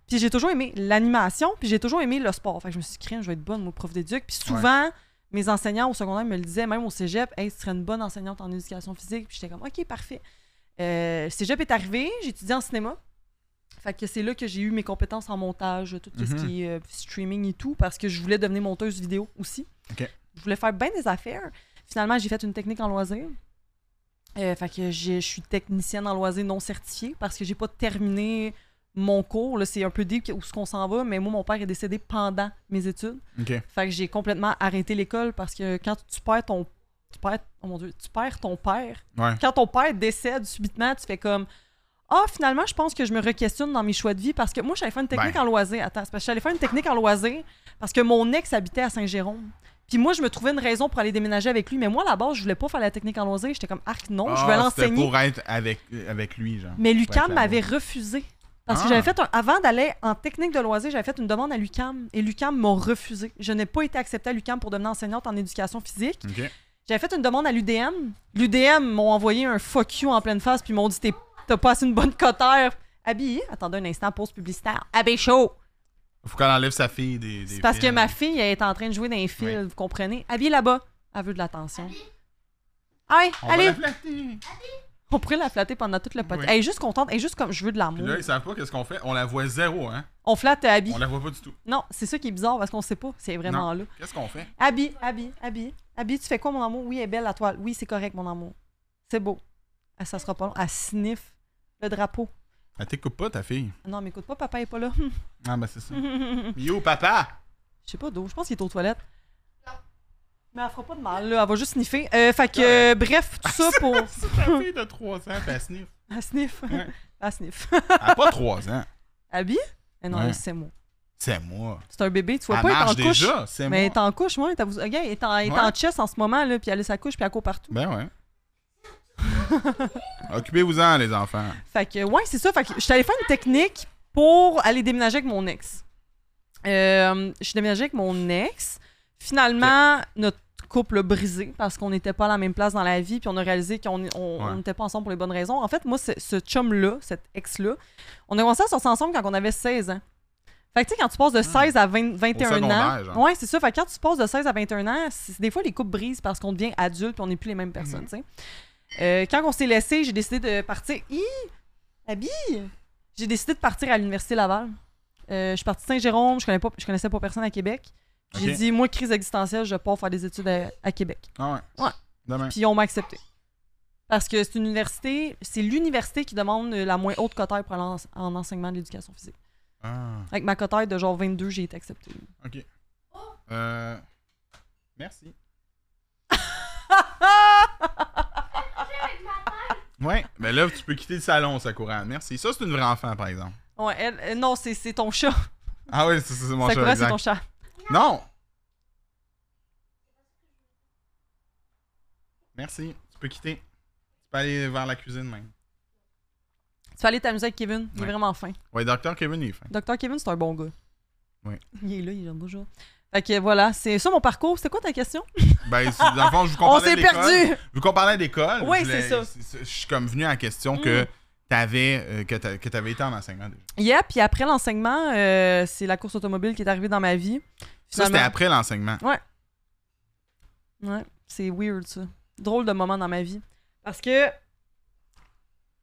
[SPEAKER 2] Puis j'ai toujours aimé l'animation, puis j'ai toujours aimé le sport. Fait que je me suis dit, Crime, je vais être bonne, moi, prof d'éduc. Puis souvent, mes enseignants au secondaire me le disaient, même au cégep, hey, tu serais une bonne enseignante en éducation physique. Puis j'étais comme, OK, parfait. Euh, le cégep est arrivé, j'ai étudié en cinéma. Fait que c'est là que j'ai eu mes compétences en montage, tout ce
[SPEAKER 1] Mhm.
[SPEAKER 2] qui est euh, streaming et tout, parce que je voulais devenir monteuse vidéo aussi.
[SPEAKER 1] OK.
[SPEAKER 2] Je voulais faire bien des affaires. Finalement, j'ai fait une technique en loisir. Euh, fait que j'ai- je suis technicienne en loisir non certifiée parce que j'ai pas terminé mon cours. Là, c'est un peu deep où ce qu'on s'en va, mais moi, mon père est décédé pendant mes études.
[SPEAKER 1] OK.
[SPEAKER 2] Fait que j'ai complètement arrêté l'école parce que quand tu perds ton tu perds, oh mon Dieu, tu perds ton père.
[SPEAKER 1] Ouais.
[SPEAKER 2] Quand ton père décède subitement, tu fais comme ah finalement je pense que je me re-questionne dans mes choix de vie parce que moi j'allais faire une technique
[SPEAKER 1] Ben.
[SPEAKER 2] en loisir. Attends, c'est parce que j'allais faire une technique en loisir parce que mon ex habitait à Saint-Jérôme. Puis moi je me trouvais une raison pour aller déménager avec lui, mais moi à la base je voulais pas faire la technique en loisir, j'étais comme arc non, je vais
[SPEAKER 1] Ah, C'était
[SPEAKER 2] l'enseigner.
[SPEAKER 1] pour être avec, avec lui, genre.
[SPEAKER 2] Mais
[SPEAKER 1] Ouais,
[SPEAKER 2] Lucam
[SPEAKER 1] clairement.
[SPEAKER 2] m'avait refusé. Parce que
[SPEAKER 1] Ah.
[SPEAKER 2] j'avais fait un- avant d'aller en technique de loisir, j'avais fait une demande à Lucam et Lucam m'a refusé. Je n'ai pas été acceptée à Lucam pour devenir enseignante en éducation physique.
[SPEAKER 1] OK.
[SPEAKER 2] J'avais fait une demande à l'UDM. L'UDM m'ont envoyé un fuck you en pleine face puis ils m'ont dit T'es- t'as pas assez une bonne cotère habillée. Attendez un instant, pause publicitaire. Abbé chaud.
[SPEAKER 1] Faut qu'elle enlève sa fille des. des
[SPEAKER 2] C'est parce que
[SPEAKER 1] films.
[SPEAKER 2] ma fille elle est en train de jouer dans les fils,
[SPEAKER 1] Oui.
[SPEAKER 2] vous comprenez Habillée là-bas, elle veut de l'attention. Ouais,
[SPEAKER 1] On va
[SPEAKER 2] allez,
[SPEAKER 1] la flatter.
[SPEAKER 2] on pourrait la flatter pendant toute le podcast.
[SPEAKER 1] Oui.
[SPEAKER 2] Elle est juste contente, elle est juste comme je veux de
[SPEAKER 1] Puis
[SPEAKER 2] l'amour.
[SPEAKER 1] là, ils savent pas qu'est-ce qu'on fait. On la voit zéro, hein.
[SPEAKER 2] On flatte euh, Abby.
[SPEAKER 1] On la voit pas du tout.
[SPEAKER 2] Non, c'est ça qui est bizarre parce qu'on sait pas. C'est vraiment là.
[SPEAKER 1] Qu'est-ce qu'on fait?
[SPEAKER 2] Abby, Abby, Abby. Abby, tu fais quoi, mon amour? Oui, elle est belle, la toile. Oui, c'est correct, mon amour. C'est beau. Ah, Ça sera pas long. Elle sniff le drapeau. Ah
[SPEAKER 1] Elle t'écoute pas, ta fille.
[SPEAKER 2] Non, mais écoute pas, papa est pas là.
[SPEAKER 1] Ah, ben c'est ça.
[SPEAKER 2] Je
[SPEAKER 1] Yo, papa!
[SPEAKER 2] sais pas d'où. Je pense qu'il est aux toilettes. Mais elle fera pas de mal, là. Elle va juste sniffer. Euh, fait que, euh, bref, tout ça pour.
[SPEAKER 1] C'est ta fille de 3 ans, puis elle sniff.
[SPEAKER 2] Elle sniff.
[SPEAKER 1] Ouais.
[SPEAKER 2] Elle sniff.
[SPEAKER 1] Elle a pas 3 ans.
[SPEAKER 2] Abby? Eh non,
[SPEAKER 1] Ouais.
[SPEAKER 2] elle, c'est moi.
[SPEAKER 1] C'est moi.
[SPEAKER 2] C'est un bébé. Tu vois
[SPEAKER 1] Elle
[SPEAKER 2] pas, elle est en
[SPEAKER 1] marche
[SPEAKER 2] couche.
[SPEAKER 1] déjà, c'est
[SPEAKER 2] Mais elle
[SPEAKER 1] moi.
[SPEAKER 2] est en couche, moi. T'as- Regarde, elle est en, elle est
[SPEAKER 1] Ouais.
[SPEAKER 2] en chess en ce moment, là. Puis elle a sa couche, puis elle court partout.
[SPEAKER 1] Ben ouais. Occupez-vous-en, les enfants.
[SPEAKER 2] Fait que, ouais, c'est ça. Fait que, je suis allée faire une technique pour aller déménager avec mon ex. Euh, je suis déménagée avec mon ex. Finalement, notre couple a brisé parce qu'on n'était pas à la même place dans la vie, puis on a réalisé qu'on n'était on,
[SPEAKER 1] Ouais.
[SPEAKER 2] on n'était pas ensemble pour les bonnes raisons. En fait, moi, ce, ce chum-là, cet ex-là, on a commencé à sortir ensemble quand on avait 16 ans. Fait que, tu sais, quand tu passes de 16 à 20 21 ans.
[SPEAKER 1] Ah. secondaire, genre.
[SPEAKER 2] Ouais, c'est ça. Fait que quand tu passes de 16 à 21 ans, c'est- des fois, les couples brisent parce qu'on devient adulte et on n'est plus les mêmes personnes,
[SPEAKER 1] Mhm.
[SPEAKER 2] tu sais. Euh, quand on s'est laissé, j'ai décidé de partir. Hi! Abby! J'ai décidé de partir à l'Université Laval. Euh, je suis partie de Saint-Jérôme, je, connais pas- je connaissais pas personne à Québec. J'ai
[SPEAKER 1] Ok.
[SPEAKER 2] dit, moi, crise existentielle, je pars faire des études à, à Québec.
[SPEAKER 1] Ah ouais.
[SPEAKER 2] Ouais.
[SPEAKER 1] Demain.
[SPEAKER 2] Puis on m'a accepté. Parce que c'est une université, c'est l'université qui demande euh, la moins haute cotère pour aller en, en enseignement de l'éducation physique.
[SPEAKER 1] Ah,
[SPEAKER 2] Avec ma cotère de genre 22, j'ai été acceptée.
[SPEAKER 1] ok. Euh. Merci. Ouais, ben là, tu peux quitter le salon, Sakura. Merci. Ça, c'est une vraie enfant, par exemple.
[SPEAKER 2] Ouais, elle- euh, non, c'est c'est ton chat.
[SPEAKER 1] Ah oui, c'est c'est mon chat,
[SPEAKER 2] Sakura, c'est
[SPEAKER 1] exact.
[SPEAKER 2] ton chat.
[SPEAKER 1] Non! Merci. Tu peux quitter. Tu peux aller vers la cuisine, même.
[SPEAKER 2] Tu vas aller t'amuser avec Kevin. Il est
[SPEAKER 1] Ouais.
[SPEAKER 2] vraiment fin.
[SPEAKER 1] Ouais, docteur Kevin, il est fin.
[SPEAKER 2] Docteur Kevin, c'est un bon gars.
[SPEAKER 1] Ouais.
[SPEAKER 2] Il est là, il est bonjour. Fait que voilà, c'est ça mon parcours. C'était quoi ta question?
[SPEAKER 1] Ben, c'est- dans le fond, je vous
[SPEAKER 2] On
[SPEAKER 1] comprenais
[SPEAKER 2] s'est perdu!
[SPEAKER 1] Vu qu'on parlait d'école,
[SPEAKER 2] Oui,
[SPEAKER 1] je voulais-
[SPEAKER 2] c'est ça. Mm.
[SPEAKER 1] Je suis comme venu à la question que t'avais euh, que t'a- que t'avais été en enseignement déjà.
[SPEAKER 2] Yeah, puis après l'enseignement, euh, c'est la course automobile qui est arrivée dans ma vie.
[SPEAKER 1] Ça, c'était
[SPEAKER 2] Finalement-
[SPEAKER 1] après l'enseignement.
[SPEAKER 2] Ouais, c'est weird ça. Drôle de moment dans ma vie. Parce que,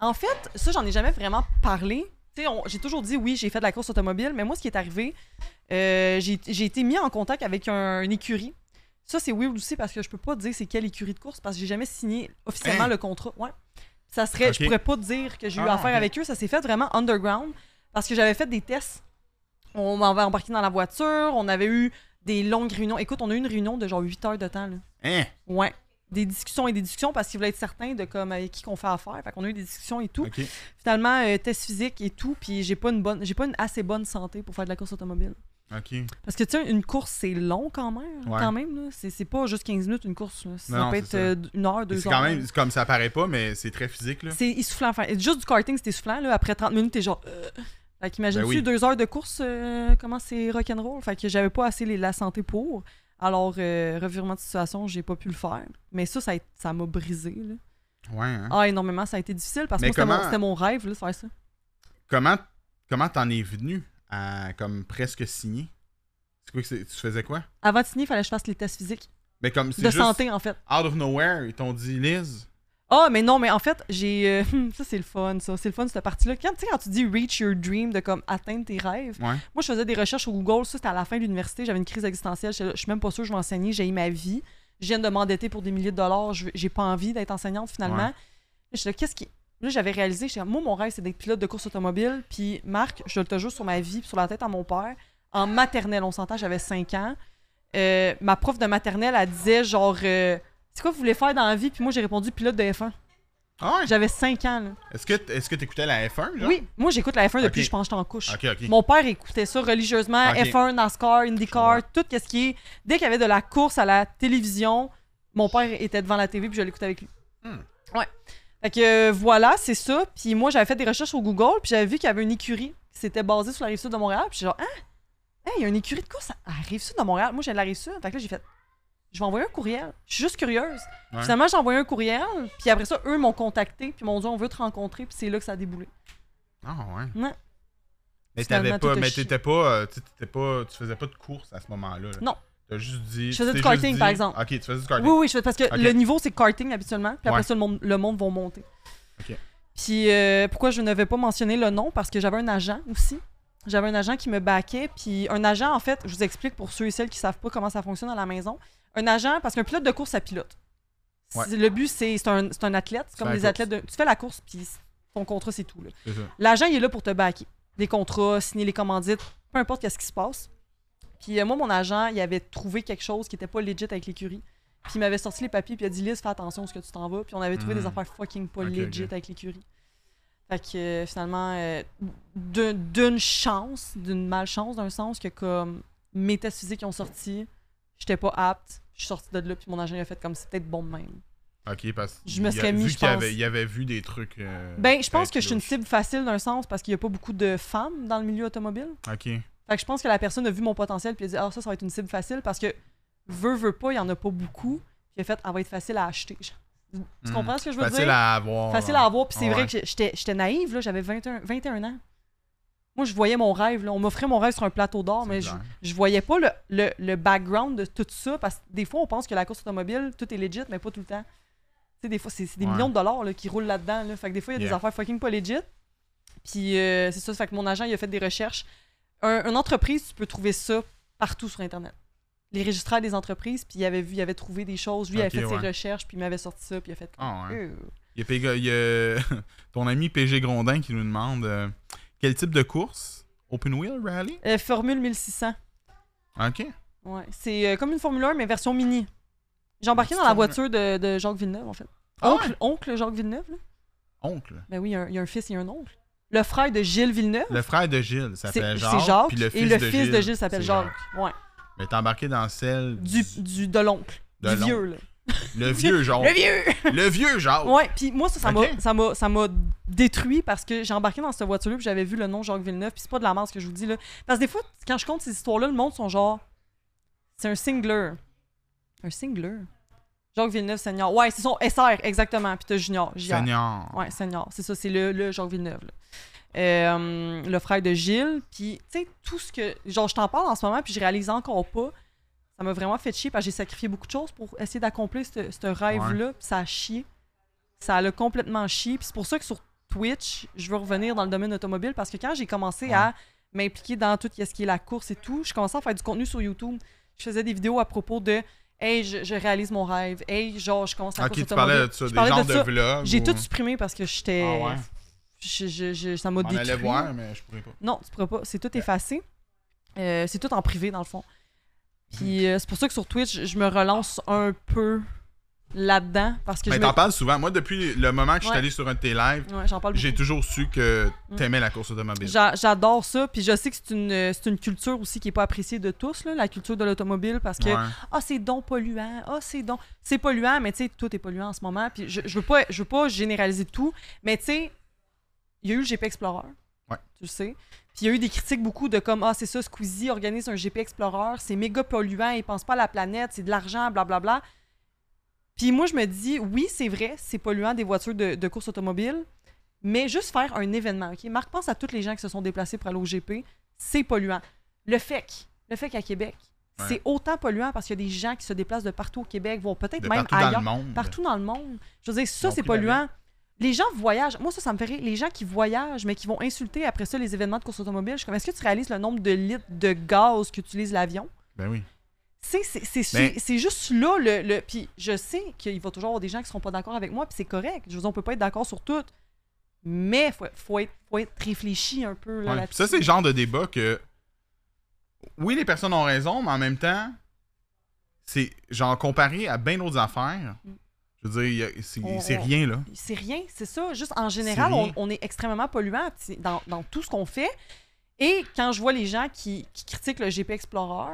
[SPEAKER 2] en fait, ça, j'en ai jamais vraiment parlé. Tu sais, on- j'ai toujours dit oui, j'ai fait de la course automobile, mais moi, ce qui est arrivé, euh, j'ai j'ai été mis en contact avec un, une écurie. Ça, c'est weird aussi parce que je peux pas te dire c'est quelle écurie de course parce que j'ai jamais signé officiellement
[SPEAKER 1] Hein?
[SPEAKER 2] le contrat. Ouais. Ça serait, je
[SPEAKER 1] Ok.
[SPEAKER 2] pourrais pas te dire que j'ai eu
[SPEAKER 1] Ah,
[SPEAKER 2] affaire
[SPEAKER 1] ok.
[SPEAKER 2] avec eux. Ça s'est fait vraiment underground parce que j'avais fait des tests. On m'avait embarqué dans la voiture, on avait eu des longues réunions. Écoute, on a eu une réunion de genre 8 heures de temps. Là.
[SPEAKER 1] Hein?
[SPEAKER 2] Ouais. Des discussions et des discussions parce qu'ils voulaient être certains de comme avec qui qu'on fait affaire. Fait qu'on a eu des discussions et tout.
[SPEAKER 1] OK.
[SPEAKER 2] Finalement, euh, test physique et tout, puis j'ai pas une bonne j'ai pas une assez bonne santé pour faire de la course automobile.
[SPEAKER 1] OK.
[SPEAKER 2] Parce que tu sais, une course c'est long quand même.
[SPEAKER 1] Ouais.
[SPEAKER 2] Quand même, là. C'est, c'est pas juste 15 minutes une course. là. Ça
[SPEAKER 1] Non,
[SPEAKER 2] peut
[SPEAKER 1] c'est
[SPEAKER 2] être
[SPEAKER 1] ça.
[SPEAKER 2] euh, une heure, deux
[SPEAKER 1] C'est
[SPEAKER 2] heures.
[SPEAKER 1] quand même, c'est comme ça paraît pas, mais c'est très physique, là.
[SPEAKER 2] C'est essoufflant. à faire. juste du karting, c'est essoufflant. Là. Après 30 minutes, t'es genre. euh. Fait qu'imagines-tu
[SPEAKER 1] Ben oui.
[SPEAKER 2] deux heures de course, euh, comment c'est rock'n'roll? Fait que j'avais pas assez les- la santé pour. Alors, euh, revirement de situation, j'ai pas pu le faire. Mais ça, ça, a été- ça m'a brisé. Là.
[SPEAKER 1] Ouais, hein?
[SPEAKER 2] Ah, énormément, ça a été difficile parce que
[SPEAKER 1] Mais
[SPEAKER 2] moi, c'était
[SPEAKER 1] comment-
[SPEAKER 2] mon- c'était mon, rêve là, de faire ça.
[SPEAKER 1] Comment comment t'en es venu à comme presque signer? C'est quoi que c'est- tu faisais quoi?
[SPEAKER 2] Avant de signer, il fallait que je fasse les tests physiques
[SPEAKER 1] Mais comme c'est
[SPEAKER 2] de
[SPEAKER 1] juste
[SPEAKER 2] santé, en fait.
[SPEAKER 1] out of nowhere, ils t'ont dit Liz.
[SPEAKER 2] Ah, mais non, mais en fait, j'ai. euh, hum, ça, c'est le fun, ça. C'est le fun, cette partie-là. Quand, tu sais, quand tu dis reach your dream, de comme atteindre tes rêves,
[SPEAKER 1] Ouais.
[SPEAKER 2] moi, je faisais des recherches sur Google. Ça, c'était à la fin de l'université. J'avais une crise existentielle. J'étais là, Je suis même pas sûre que je vais enseigner. J'ai eu ma vie. Je viens de m'endetter pour des milliers de dollars. Je- J'ai pas envie d'être enseignante, finalement.
[SPEAKER 1] Ouais.
[SPEAKER 2] J'étais là, qu'est-ce qui. Là, j'avais réalisé, j'étais comme, moi, mon rêve, c'est d'être pilote de course automobile. Puis, Marc, je te jure, sur ma vie, puis sur la tête à mon père, en maternelle, on s'entend, j'avais 5 ans. Euh, ma prof de maternelle, elle disait, genre, euh, c'est quoi vous voulez faire dans la vie? Puis moi, j'ai répondu pilote de F1.
[SPEAKER 1] Ah ouais?
[SPEAKER 2] J'avais 5 ans, là.
[SPEAKER 1] Est-ce que t- est-ce que t'écoutais la F1, genre?
[SPEAKER 2] Oui, moi, j'écoute la F1 depuis,
[SPEAKER 1] Ok.
[SPEAKER 2] je pense, que j'étais en couche.
[SPEAKER 1] OK, OK.
[SPEAKER 2] Mon père écoutait ça religieusement,
[SPEAKER 1] Ok.
[SPEAKER 2] F1, NASCAR, IndyCar,
[SPEAKER 1] Ouais.
[SPEAKER 2] tout ce qui est. Dès qu'il y avait de la course à la télévision, mon père était devant la télé puis je l'écoutais avec lui.
[SPEAKER 1] Hmm.
[SPEAKER 2] Ouais. Fait que euh, voilà, c'est ça. Puis moi, j'avais fait des recherches sur Google, puis j'avais vu qu'il y avait une écurie qui s'était basée sur la rive sud de Montréal. Puis j'ai genre, hein? Hey, il y a une écurie de course à la rive sud de Montréal. Moi, j'ai de la rive sud. Fait que là, j'ai fait, je vais envoyer un courriel. Je suis juste curieuse.
[SPEAKER 1] Ouais.
[SPEAKER 2] Finalement, j'ai envoyé un courriel, puis après ça, eux m'ont contacté, puis m'ont dit, on veut te rencontrer, puis c'est là que ça a déboulé.
[SPEAKER 1] Ah ouais.
[SPEAKER 2] Ouais.
[SPEAKER 1] Mais
[SPEAKER 2] Finalement,
[SPEAKER 1] t'avais pas,
[SPEAKER 2] tout a
[SPEAKER 1] mais
[SPEAKER 2] chié.
[SPEAKER 1] t'étais pas, euh, tu- t'étais pas, tu faisais pas de course à ce moment-là. là.
[SPEAKER 2] Non.
[SPEAKER 1] T'as juste dit.
[SPEAKER 2] Je faisais
[SPEAKER 1] tu
[SPEAKER 2] du
[SPEAKER 1] t'es juste
[SPEAKER 2] karting,
[SPEAKER 1] dit-
[SPEAKER 2] par exemple.
[SPEAKER 1] Ok, tu faisais du karting.
[SPEAKER 2] Oui, oui, je fais- parce que
[SPEAKER 1] Ok.
[SPEAKER 2] le niveau, c'est karting habituellement. Puis après
[SPEAKER 1] Ouais.
[SPEAKER 2] ça, le monde, le monde va monter.
[SPEAKER 1] Ok.
[SPEAKER 2] Puis euh, pourquoi je n'avais pas mentionné le nom? Parce que j'avais un agent aussi. J'avais un agent qui me baquait. Puis un agent, en fait, je vous explique pour ceux et celles qui savent pas comment ça fonctionne à la maison. Un agent, parce qu'un pilote de course, ça pilote.
[SPEAKER 1] Ouais.
[SPEAKER 2] C'est- Le but, c'est c'est un, c'est un athlète. C'est
[SPEAKER 1] Tu
[SPEAKER 2] comme
[SPEAKER 1] fais la
[SPEAKER 2] les athlètes. de- tu fais la course, puis ton contrat, c'est tout. là.
[SPEAKER 1] C'est ça.
[SPEAKER 2] L'agent, il est là pour te baquer. Des contrats, signer les commandites, peu importe qu'est-ce qui se passe. Puis euh, moi, mon agent, il avait trouvé quelque chose qui était pas legit avec l'écurie. Puis il m'avait sorti les papiers, puis il a dit Liz, fais attention à ce que tu t'en vas. Puis on avait trouvé
[SPEAKER 1] Mhm.
[SPEAKER 2] des affaires fucking pas
[SPEAKER 1] Ok,
[SPEAKER 2] legit
[SPEAKER 1] ok.
[SPEAKER 2] avec l'écurie. Fait que euh, finalement, euh, d'un- d'une chance, d'une malchance, d'un sens que comme mes tests physiques ont sorti, j'étais pas apte, je suis sortie de là, puis mon agent il a fait comme c'est peut-être bon de même.
[SPEAKER 1] Euh, Ok, parce que
[SPEAKER 2] Je me
[SPEAKER 1] il a-
[SPEAKER 2] serais mis,
[SPEAKER 1] vu
[SPEAKER 2] je
[SPEAKER 1] qu'il
[SPEAKER 2] pense.
[SPEAKER 1] avait, il avait vu des trucs. euh,
[SPEAKER 2] Ben, je pense
[SPEAKER 1] peut-être
[SPEAKER 2] que je suis une cible facile d'un sens parce qu'il y a pas beaucoup de femmes dans le milieu automobile.
[SPEAKER 1] Ok.
[SPEAKER 2] Fait que je pense que la personne a vu mon potentiel puis a dit Ah, ça, ça va être une cible facile parce que veut, veut pas, il y en a pas beaucoup. Puis elle a fait Elle va être facile à acheter. Tu
[SPEAKER 1] Hmm.
[SPEAKER 2] comprends ce que je veux
[SPEAKER 1] Facile
[SPEAKER 2] dire?
[SPEAKER 1] à avoir. hein.
[SPEAKER 2] facile
[SPEAKER 1] là.
[SPEAKER 2] à avoir. Puis c'est
[SPEAKER 1] Ouais.
[SPEAKER 2] vrai que j'ai- j'étais j'étais naïve, là, j'avais 21, 21 ans. Moi, je voyais mon rêve. là. On m'offrait mon rêve sur un plateau d'or,
[SPEAKER 1] C'est
[SPEAKER 2] mais je,
[SPEAKER 1] clair.
[SPEAKER 2] je voyais pas le, le, le background de tout ça parce que des fois, on pense que la course automobile, tout est legit, mais pas tout le temps. Tu sais, des fois, c'est c'est des
[SPEAKER 1] Ouais.
[SPEAKER 2] millions de dollars là, qui roulent là-dedans. là. Fait que des fois, il y a des
[SPEAKER 1] Yeah.
[SPEAKER 2] affaires fucking pas legit. Puis euh, c'est ça, fait que mon agent, il a fait des recherches. Un- une entreprise, tu peux trouver ça partout sur Internet. Les registraires des entreprises, puis il avait vu, il avait trouvé des choses. Lui, il avait
[SPEAKER 1] Ok,
[SPEAKER 2] fait ses
[SPEAKER 1] ouais.
[SPEAKER 2] recherches, puis il m'avait sorti ça, puis il a fait.
[SPEAKER 1] Ah ouais.
[SPEAKER 2] Euh.
[SPEAKER 1] Il y a, Péga- il y a ton ami PG Grondin qui nous demande euh, quel type de course Open Wheel Rally
[SPEAKER 2] Euh, Formule 1600.
[SPEAKER 1] Ok.
[SPEAKER 2] Ouais. C'est euh, comme une Formule 1, mais version mini. J'ai embarqué dans la voiture de, de Jacques Villeneuve, en fait.
[SPEAKER 1] Ah
[SPEAKER 2] oncle, oncle Jacques Villeneuve, là.
[SPEAKER 1] Oncle.
[SPEAKER 2] Ben oui, il y, a un- il y a un fils et un oncle. Le frère de Gilles Villeneuve,
[SPEAKER 1] Le frère de Gilles
[SPEAKER 2] c'est
[SPEAKER 1] s'appelle
[SPEAKER 2] c'est
[SPEAKER 1] Jacques.
[SPEAKER 2] Jacques.
[SPEAKER 1] puis le fils
[SPEAKER 2] et le
[SPEAKER 1] de
[SPEAKER 2] fils
[SPEAKER 1] Gilles,
[SPEAKER 2] de Gilles s'appelle
[SPEAKER 1] c'est
[SPEAKER 2] Jacques. Ouais.
[SPEAKER 1] Mais t'es embarqué dans celle
[SPEAKER 2] Du, du, de l'oncle.
[SPEAKER 1] De
[SPEAKER 2] Du
[SPEAKER 1] l'oncle.
[SPEAKER 2] vieux, là.
[SPEAKER 1] Le vieux Jacques.
[SPEAKER 2] Le vieux!
[SPEAKER 1] Le vieux Jacques.
[SPEAKER 2] Ouais, puis moi, ça, ça m'a-
[SPEAKER 1] Ok.
[SPEAKER 2] ça m'a ça m'a détruit parce que j'ai embarqué dans cette voiture-là puis j'avais vu le nom Jacques Villeneuve, puis c'est pas de la merde ce que je vous dis, là. Parce que des fois, quand je compte ces histoires-là, le monde sont genre... C'est un singler. Un singler? Jacques Villeneuve senior. Ouais, c'est son SR, exactement, puis t'as junior. JR.
[SPEAKER 1] Seigneur.
[SPEAKER 2] Ouais, senior. C'est ça, c'est le, le Jacques Villeneuve. là. Euh, le frère de Gilles. Puis, tu sais, tout ce que. Genre, je t'en parle en ce moment, puis je réalise encore pas. Ça m'a vraiment fait chier, parce que j'ai sacrifié beaucoup de choses pour essayer d'accomplir ce ce rêve-là. Puis ça a chié. Ça l'a complètement chié. Puis c'est pour ça que sur Twitch, je veux revenir dans le domaine automobile, parce que quand j'ai commencé
[SPEAKER 1] Ouais.
[SPEAKER 2] à m'impliquer dans tout ce qui est la course et tout, je commençais à faire du contenu sur YouTube. Je faisais des vidéos à propos de. Hey, je, je réalise mon rêve. Hey, genre, je commence à
[SPEAKER 1] Ah, Ok,
[SPEAKER 2] course
[SPEAKER 1] tu
[SPEAKER 2] automobile.
[SPEAKER 1] parlais de ça,
[SPEAKER 2] Je
[SPEAKER 1] des
[SPEAKER 2] parlais
[SPEAKER 1] genres
[SPEAKER 2] de
[SPEAKER 1] de,
[SPEAKER 2] ça.
[SPEAKER 1] vlogs.
[SPEAKER 2] J'ai
[SPEAKER 1] ou-
[SPEAKER 2] tout supprimé parce que j'étais.
[SPEAKER 1] Ah ouais.
[SPEAKER 2] je- je- je- ça m'a
[SPEAKER 1] On allait
[SPEAKER 2] détruit.
[SPEAKER 1] voir, mais je pourrais pas.
[SPEAKER 2] Non, tu pourras pas. C'est tout effacé. Euh, c'est tout en privé, dans le fond.
[SPEAKER 1] Hmm.
[SPEAKER 2] Puis euh, c'est pour ça que sur Twitch, je- je me relance un peu là-dedans parce que
[SPEAKER 1] Mais
[SPEAKER 2] je.
[SPEAKER 1] t'en
[SPEAKER 2] me-
[SPEAKER 1] parles souvent. Moi, depuis le moment que je suis
[SPEAKER 2] Ouais.
[SPEAKER 1] allé sur un de tes lives,
[SPEAKER 2] Ouais, j'en parle
[SPEAKER 1] j'ai
[SPEAKER 2] beaucoup.
[SPEAKER 1] toujours su que
[SPEAKER 2] Mm.
[SPEAKER 1] t'aimais la course automobile.
[SPEAKER 2] J'a- J'adore ça, puis je sais que c'est une, euh, c'est une culture aussi qui est pas appréciée de tous, là, la culture de l'automobile, parce que
[SPEAKER 1] Ouais.
[SPEAKER 2] ah c'est donc polluant, ah c'est donc c'est polluant, mais tu sais tout est polluant en ce moment. Puis je, je veux pas je veux pas généraliser tout, mais tu sais il y a eu le GP Explorer.
[SPEAKER 1] Ouais.
[SPEAKER 2] Tu le sais. Puis il y a eu des critiques beaucoup de comme ah c'est ça Squeezie organise un GP Explorer, c'est méga polluant, il pense pas à la planète, c'est de l'argent, blablabla. Bla, bla. Puis moi je me dis oui c'est vrai c'est polluant des voitures de, de course automobile, mais juste faire un événement, ok. Marc pense à toutes les gens qui se sont déplacés pour aller au GP, c'est polluant. Le FEC, le FEC à Québec,
[SPEAKER 1] Ouais.
[SPEAKER 2] c'est autant polluant parce qu'il y a des gens qui se déplacent de partout au Québec, vont peut-être
[SPEAKER 1] De
[SPEAKER 2] même
[SPEAKER 1] partout dans
[SPEAKER 2] ailleurs,
[SPEAKER 1] le monde.
[SPEAKER 2] partout dans le monde. Je veux dire,
[SPEAKER 1] Ils
[SPEAKER 2] ça,
[SPEAKER 1] ont
[SPEAKER 2] c'est
[SPEAKER 1] pris l'avion.
[SPEAKER 2] polluant. Les gens voyagent. Moi, ça, ça me fait rire. Les gens qui voyagent, mais qui vont insulter après ça les événements de course automobile, je suis comme, est-ce que tu réalises le nombre de litres de gaz qu'utilise l'avion?
[SPEAKER 1] Ben oui.
[SPEAKER 2] C'est- C'est c'est su-
[SPEAKER 1] Mais-
[SPEAKER 2] c'est juste là le. le- Puis je sais qu'il va toujours avoir des gens qui seront pas d'accord avec moi, puis c'est correct. Je veux dire, on peut pas être d'accord sur tout. Mais faut, faut, être, faut être réfléchi un peu. Là,
[SPEAKER 1] Ouais.
[SPEAKER 2] là-dessus.
[SPEAKER 1] Ça, c'est le genre de débat que. Oui, les personnes ont raison, mais en même temps, c'est genre comparé à bien d'autres affaires.
[SPEAKER 2] Mm.
[SPEAKER 1] Je veux dire, il y a- c'est-
[SPEAKER 2] On-
[SPEAKER 1] c'est
[SPEAKER 2] on-
[SPEAKER 1] rien, là.
[SPEAKER 2] C'est rien, c'est ça. Juste en général, on,
[SPEAKER 1] rien.
[SPEAKER 2] on est extrêmement polluant t- dans, dans tout ce qu'on fait. Et quand je vois les gens qui, qui critiquent le GP Explorer,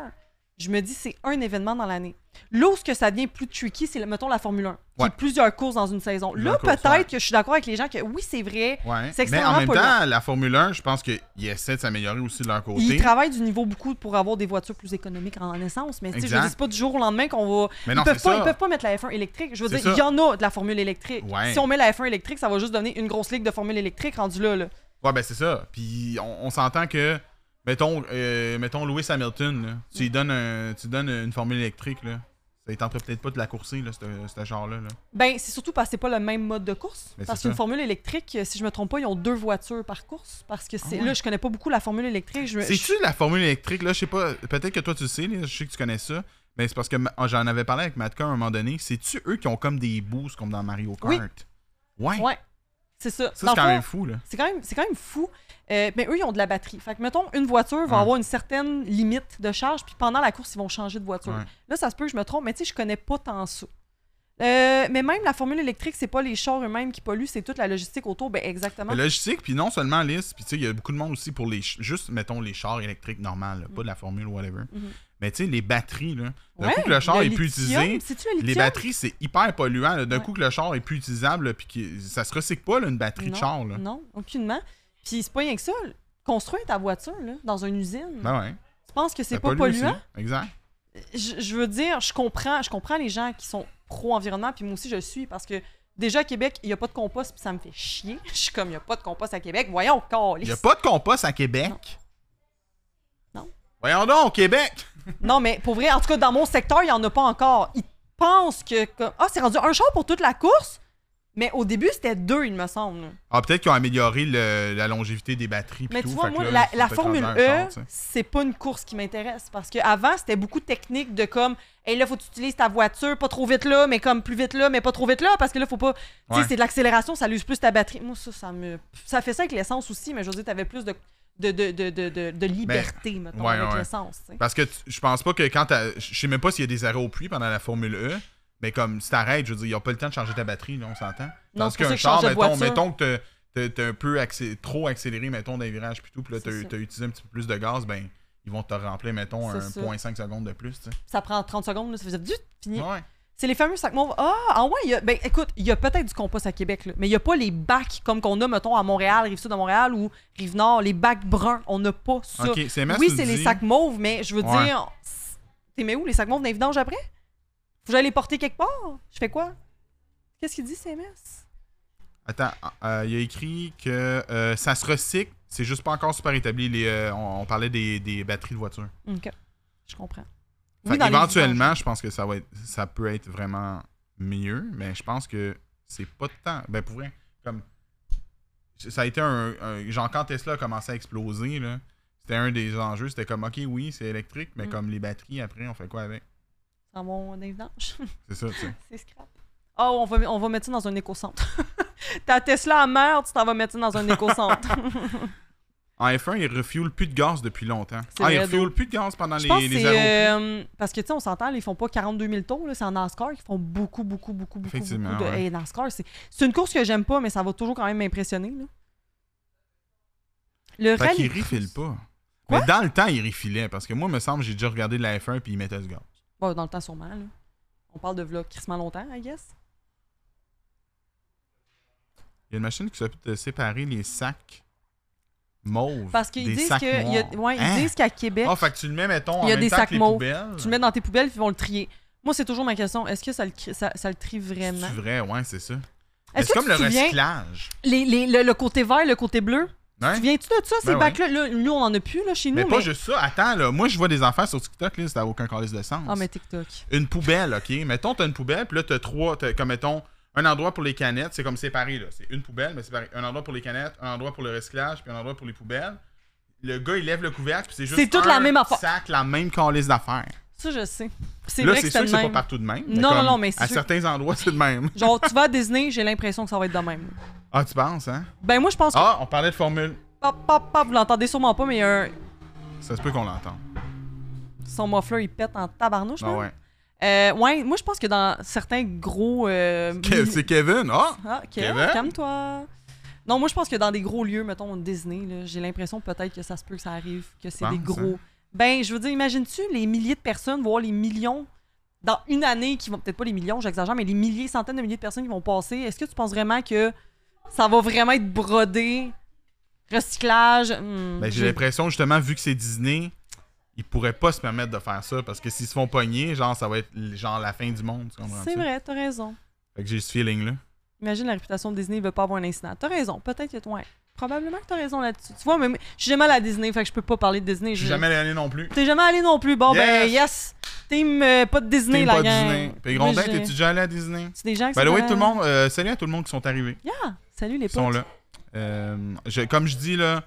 [SPEAKER 2] je me dis c'est un événement dans l'année. Là où ce que ça devient plus tricky, c'est mettons la Formule 1, qui
[SPEAKER 1] Ouais.
[SPEAKER 2] est plusieurs courses dans une saison. Là
[SPEAKER 1] Plusieurs courses,
[SPEAKER 2] peut-être
[SPEAKER 1] ouais.
[SPEAKER 2] que je suis d'accord avec les gens que oui, c'est vrai.
[SPEAKER 1] Ouais.
[SPEAKER 2] C'est
[SPEAKER 1] Mais en
[SPEAKER 2] extrêmement
[SPEAKER 1] même
[SPEAKER 2] polluant.
[SPEAKER 1] temps, la Formule 1, je pense qu'ils essaient de s'améliorer aussi de leur
[SPEAKER 2] Ils
[SPEAKER 1] côté.
[SPEAKER 2] travaillent du niveau beaucoup pour avoir des voitures plus économiques en essence, mais tu sais, je veux
[SPEAKER 1] Exact.
[SPEAKER 2] dire, c'est pas du jour au lendemain qu'on va.
[SPEAKER 1] Mais non,
[SPEAKER 2] ils,
[SPEAKER 1] c'est
[SPEAKER 2] peuvent pas,
[SPEAKER 1] ça.
[SPEAKER 2] ils peuvent pas mettre la F1 électrique. Je veux
[SPEAKER 1] C'est
[SPEAKER 2] dire, il y en a de la formule électrique.
[SPEAKER 1] Ouais.
[SPEAKER 2] Si on met la F1 électrique, ça va juste donner une grosse ligue de formule électrique rendue là. là.
[SPEAKER 1] Ouais, ben c'est ça. Puis on, on s'entend que, mettons, euh, mettons Lewis Hamilton, là, tu lui donnes, un- tu lui donnes une formule électrique, là. Ça ne tenterait peut-être pas de la courser, là, ce- ce genre-là. là.
[SPEAKER 2] Ben, c'est surtout parce que c'est pas le même mode de course.
[SPEAKER 1] Mais
[SPEAKER 2] parce
[SPEAKER 1] Ben, c'est
[SPEAKER 2] qu'une
[SPEAKER 1] ça.
[SPEAKER 2] formule électrique, euh, si je me trompe pas, ils ont deux voitures par course. Parce que
[SPEAKER 1] Ah
[SPEAKER 2] c'est
[SPEAKER 1] ouais.
[SPEAKER 2] là, je connais pas beaucoup la formule électrique. Je, me- je-
[SPEAKER 1] C'est-tu la formule électrique, là? Je sais pas. Peut-être que toi, tu le sais, là, je sais que tu connais ça. Mais c'est parce que ma- oh, j'en avais parlé avec Matka à un moment donné. C'est-tu eux qui ont comme des boosts comme dans Mario Kart?
[SPEAKER 2] Oui.
[SPEAKER 1] Ouais.
[SPEAKER 2] Ouais. C'est ça.
[SPEAKER 1] Ça, c'est
[SPEAKER 2] Dans le
[SPEAKER 1] quand
[SPEAKER 2] fond,
[SPEAKER 1] même fou, là.
[SPEAKER 2] C'est quand même, c'est quand même fou. Euh, mais eux, ils ont de la batterie. Fait que, mettons, une voiture va
[SPEAKER 1] Ouais.
[SPEAKER 2] avoir une certaine limite de charge, puis pendant la course, ils vont changer de voiture.
[SPEAKER 1] Ouais.
[SPEAKER 2] Là, ça se peut que je me trompe, mais tu sais, je connais pas tant ça. Euh, mais même la formule électrique, c'est pas les chars eux-mêmes qui polluent, c'est toute la logistique autour. Ben, exactement.
[SPEAKER 1] La logistique, puis non seulement lisse, puis tu sais, il y a beaucoup de monde aussi pour les. ch- Juste, mettons, les chars électriques normales, là, pas de la formule, whatever.
[SPEAKER 2] Mhm.
[SPEAKER 1] Mais tu sais, les batteries, là. D'un
[SPEAKER 2] Ouais,
[SPEAKER 1] coup que le char est plus
[SPEAKER 2] lithium,
[SPEAKER 1] utilisé,
[SPEAKER 2] C'est-tu le
[SPEAKER 1] les
[SPEAKER 2] lithium?
[SPEAKER 1] batteries, c'est hyper polluant. là. D'un
[SPEAKER 2] Ouais.
[SPEAKER 1] coup que le char est plus utilisable, là, puis que ça se recycle pas, là, une batterie de
[SPEAKER 2] Non,
[SPEAKER 1] char, là.
[SPEAKER 2] Non, aucunement. Puis c'est pas rien que ça. Construire ta voiture là, dans une usine,
[SPEAKER 1] Ben ouais.
[SPEAKER 2] tu penses que c'est
[SPEAKER 1] Ça
[SPEAKER 2] pas
[SPEAKER 1] pollue aussi. hein.
[SPEAKER 2] polluant?
[SPEAKER 1] Exact.
[SPEAKER 2] je, je veux dire, je comprends, je comprends les gens qui sont pro-environnement, puis moi aussi je le suis, parce que déjà à Québec, il n'y a pas de compost, puis ça me fait chier. Je suis comme, il n'y a pas de compost à Québec, voyons,
[SPEAKER 1] Il
[SPEAKER 2] calice.
[SPEAKER 1] n'y a pas de compost à Québec.
[SPEAKER 2] Non. Non.
[SPEAKER 1] Voyons donc, au Québec!
[SPEAKER 2] Non, mais pour vrai, en tout cas, dans mon secteur, il n'y en a pas encore. Ils pensent que. comme, Ah, c'est rendu un char pour toute la course, mais au début, c'était deux, il me semble.
[SPEAKER 1] Ah, peut-être qu'ils ont amélioré le- la longévité des batteries. pis
[SPEAKER 2] Mais
[SPEAKER 1] tout,
[SPEAKER 2] tu vois,
[SPEAKER 1] fait que
[SPEAKER 2] moi,
[SPEAKER 1] là,
[SPEAKER 2] la,
[SPEAKER 1] c'est
[SPEAKER 2] la
[SPEAKER 1] peut-être
[SPEAKER 2] Formule
[SPEAKER 1] rendu un
[SPEAKER 2] E,
[SPEAKER 1] char, tu sais.
[SPEAKER 2] c'est pas une course qui m'intéresse. Parce qu'avant, c'était beaucoup technique de comme, et là, faut que tu utilises ta voiture, pas trop vite là, mais comme plus vite là, mais pas trop vite là, parce que là, faut pas. Tu
[SPEAKER 1] Ouais.
[SPEAKER 2] sais, c'est de l'accélération, ça l'use plus ta batterie. Moi, ça, ça me. Ça fait ça avec l'essence aussi, mais je veux dire, t'avais plus de, de, de, de, de, de- de liberté, mettons,
[SPEAKER 1] Ben, ouais,
[SPEAKER 2] avec
[SPEAKER 1] ouais.
[SPEAKER 2] l'essence. tu sais.
[SPEAKER 1] Parce que tu- je pense pas que quand t'as. Je sais même pas s'il y a des arrêts au puits pendant la Formule E. Mais comme si t'arrêtes, je veux dire, ils n'ont pas le temps de changer ta batterie, là, on s'entend.
[SPEAKER 2] Non,
[SPEAKER 1] Parce
[SPEAKER 2] c'est pour ça
[SPEAKER 1] qu'un
[SPEAKER 2] que
[SPEAKER 1] char,
[SPEAKER 2] changer de
[SPEAKER 1] mettons,
[SPEAKER 2] voiture.
[SPEAKER 1] mettons que t'as- t'as- t'as un peu accé- trop accéléré, mettons, dans les virages, puis tout, puis là,
[SPEAKER 2] C'est ça.
[SPEAKER 1] t'as as utilisé un petit peu plus de gaz, ben, ils vont te remplir, mettons,
[SPEAKER 2] C'est ça.
[SPEAKER 1] 1,5 secondes de plus, tu sais.
[SPEAKER 2] Ça prend 30 secondes, là, ça faisait du fini.
[SPEAKER 1] Ouais.
[SPEAKER 2] C'est les fameux sacs mauves. Ah, ah ouais, il y a- ben écoute, il y a peut-être du compost à Québec, là, mais il n'y a pas les bacs comme qu'on a, mettons, à Montréal, Rive-Sud de Montréal ou Rive-Nord, les bacs bruns. On n'a pas ça.
[SPEAKER 1] Ok, c'est MS,
[SPEAKER 2] oui,
[SPEAKER 1] tu
[SPEAKER 2] c'est
[SPEAKER 1] dis-
[SPEAKER 2] les sacs mauves, mais je veux
[SPEAKER 1] Ouais.
[SPEAKER 2] dire, c'est- t'es mais où les sacs mauves dans les vidanges après? Faut que j'aille les porter quelque part? Je fais quoi? Qu'est-ce qu'il dit, CMS?
[SPEAKER 1] Attends, euh, il a écrit que euh, ça se recycle, c'est juste pas encore super établi. Les, euh, on, on parlait des, des batteries de voiture.
[SPEAKER 2] Ok, je comprends.
[SPEAKER 1] Fait
[SPEAKER 2] Oui, dans les
[SPEAKER 1] éventuellement, je pense que ça va être, ça peut être vraiment mieux, mais je pense que c'est pas de temps. Ben pour vrai, comme ça a été un, un- genre quand Tesla a commencé à exploser là, c'était un des enjeux, c'était comme OK, oui, c'est électrique, mais
[SPEAKER 2] Mm.
[SPEAKER 1] comme les batteries après, on fait quoi avec
[SPEAKER 2] vidanges. Dans mon dans les vidanges.
[SPEAKER 1] C'est ça, tu sais.
[SPEAKER 2] C'est scrap. Oh, on va, on va mettre ça dans un éco-centre. Ta Tesla à merde, tu t'en vas mettre ça dans un éco-centre.
[SPEAKER 1] En F1, ils refuelent plus de gaz depuis longtemps.
[SPEAKER 2] C'est
[SPEAKER 1] Ah, ils
[SPEAKER 2] vrai,
[SPEAKER 1] refuelent plus de gaz pendant
[SPEAKER 2] Je
[SPEAKER 1] les,
[SPEAKER 2] pense que
[SPEAKER 1] les
[SPEAKER 2] c'est.
[SPEAKER 1] aéroports.
[SPEAKER 2] euh, parce que, tu sais, on s'entend, là, ils font pas 42 000 tours, là, c'est en NASCAR qu'ils font beaucoup, beaucoup, beaucoup, beaucoup.
[SPEAKER 1] Effectivement,
[SPEAKER 2] beaucoup de...
[SPEAKER 1] ouais.
[SPEAKER 2] Hey, NASCAR, c'est c'est une course que j'aime pas, mais ça va toujours quand même m'impressionner. là. Le
[SPEAKER 1] Fait qu'ils
[SPEAKER 2] rallye.
[SPEAKER 1] refilent pas.
[SPEAKER 2] Quoi?
[SPEAKER 1] Mais dans le temps, ils refilaient. Parce que moi, me semble, j'ai déjà regardé de la F1 puis ils mettaient ce gaz.
[SPEAKER 2] Bon, dans le temps, sûrement. Là. On parle de vlog crissement longtemps, I guess.
[SPEAKER 1] Il y a une machine qui s'occupe de séparer les sacs mauves.
[SPEAKER 2] Parce
[SPEAKER 1] des
[SPEAKER 2] qu'ils disent
[SPEAKER 1] sacs
[SPEAKER 2] que- il y a-
[SPEAKER 1] noirs.
[SPEAKER 2] ouais, ils
[SPEAKER 1] Hein?
[SPEAKER 2] disent qu'à Québec,
[SPEAKER 1] Ah, fait que tu le mets, mettons, en
[SPEAKER 2] Il y a
[SPEAKER 1] même
[SPEAKER 2] des
[SPEAKER 1] temps
[SPEAKER 2] sacs
[SPEAKER 1] que les
[SPEAKER 2] mauves.
[SPEAKER 1] poubelles.
[SPEAKER 2] tu le mets dans tes poubelles, puis ils vont le trier. Moi, c'est toujours ma question. Est-ce que ça le, cri- ça, ça le trie vraiment?
[SPEAKER 1] C'est vrai, ouais, c'est ça. Mais
[SPEAKER 2] Est-ce
[SPEAKER 1] C'est
[SPEAKER 2] que
[SPEAKER 1] comme
[SPEAKER 2] tu
[SPEAKER 1] le
[SPEAKER 2] te souviens,
[SPEAKER 1] recyclage.
[SPEAKER 2] les- les- le, le côté vert, le côté bleu?
[SPEAKER 1] Hein?
[SPEAKER 2] Tu viens-tu de ça, ces
[SPEAKER 1] Ben ouais.
[SPEAKER 2] bacs-là? Là, nous, on en a plus, là, chez
[SPEAKER 1] Mais
[SPEAKER 2] nous.
[SPEAKER 1] pas juste ça. Attends, là. Moi, je vois des affaires sur TikTok, là, ça n'a aucun calice de sens.
[SPEAKER 2] Ah, mais TikTok.
[SPEAKER 1] Une poubelle, OK? Mettons, t'as une poubelle, puis là, t'as trois, t'as, comme mettons, un endroit pour les canettes, c'est comme séparé, là. C'est une poubelle, mais séparé. Un endroit pour les canettes, un endroit pour le recyclage, puis un endroit pour les poubelles. Le gars, il lève le couvercle, puis c'est juste
[SPEAKER 2] C'est toute
[SPEAKER 1] un
[SPEAKER 2] la même affaire.
[SPEAKER 1] sac, la même calice d'affaires.
[SPEAKER 2] Ça, je sais. C'est
[SPEAKER 1] Là,
[SPEAKER 2] vrai que
[SPEAKER 1] c'est sûr que
[SPEAKER 2] c'est le
[SPEAKER 1] c'est pas
[SPEAKER 2] même.
[SPEAKER 1] partout de même. mais
[SPEAKER 2] Non, non,
[SPEAKER 1] comme
[SPEAKER 2] non, mais c'est
[SPEAKER 1] À
[SPEAKER 2] sûr.
[SPEAKER 1] certains endroits, c'est de même.
[SPEAKER 2] Genre, tu vas à Disney, j'ai l'impression que ça va être de même.
[SPEAKER 1] Ah, tu penses, hein?
[SPEAKER 2] Ben, moi, je pense que.
[SPEAKER 1] Ah, on parlait de formule.
[SPEAKER 2] Pop, pop, pop, vous l'entendez sûrement pas, mais il y a un-
[SPEAKER 1] Ça se peut qu'on l'entende.
[SPEAKER 2] son muffler, il pète en tabarnouche.
[SPEAKER 1] Ah
[SPEAKER 2] man.
[SPEAKER 1] ouais.
[SPEAKER 2] Euh, ouais, moi, je pense que dans certains gros. euh,
[SPEAKER 1] Ke-
[SPEAKER 2] mi-
[SPEAKER 1] C'est Kevin. Ah!
[SPEAKER 2] Ah, ok,
[SPEAKER 1] Kevin?
[SPEAKER 2] calme-toi. Non, moi, je pense que dans des gros lieux, mettons Disney, là, j'ai l'impression peut-être que ça se peut que ça arrive, que c'est des
[SPEAKER 1] Pense,
[SPEAKER 2] gros. Ben, je veux dire, imagines-tu les milliers de personnes, voire les millions, dans une année, qui vont peut-être pas les millions, j'exagère, mais les milliers, centaines de milliers de personnes qui vont passer, est-ce que tu penses vraiment que ça va vraiment être brodé? Recyclage? hmm,
[SPEAKER 1] Ben, j'ai
[SPEAKER 2] je-
[SPEAKER 1] l'impression, justement, vu que c'est Disney, ils pourraient pas se permettre de faire ça parce que s'ils se font pogner, genre, ça va être genre la fin du monde. Tu comprends
[SPEAKER 2] C'est vrai, t'as raison.
[SPEAKER 1] Fait que j'ai ce feeling-là.
[SPEAKER 2] Imagine la réputation de Disney, il veut pas avoir un incident. T'as raison, peut-être que toi. Probablement que t'as raison là-dessus. Tu vois, mais mais je suis jamais allée à Disney, fait que je peux pas parler de Disney.
[SPEAKER 1] Je suis
[SPEAKER 2] Je-
[SPEAKER 1] jamais allé non plus.
[SPEAKER 2] T'es jamais allé non plus. Bon, ben,
[SPEAKER 1] Yes!
[SPEAKER 2] yes! Team euh, pas de Disney,
[SPEAKER 1] T'es
[SPEAKER 2] la
[SPEAKER 1] pas
[SPEAKER 2] gang.
[SPEAKER 1] Disney. Puis
[SPEAKER 2] Moi,
[SPEAKER 1] Grondin,
[SPEAKER 2] j'ai-
[SPEAKER 1] t'es-tu déjà allé à Disney?
[SPEAKER 2] C'est des gens qui
[SPEAKER 1] Ben
[SPEAKER 2] sont
[SPEAKER 1] oui,
[SPEAKER 2] à-
[SPEAKER 1] tout le monde. euh, salut à tout le monde qui sont arrivés.
[SPEAKER 2] Yeah! Salut les
[SPEAKER 1] Ils sont
[SPEAKER 2] potes.
[SPEAKER 1] là. Euh, je- comme je dis, là,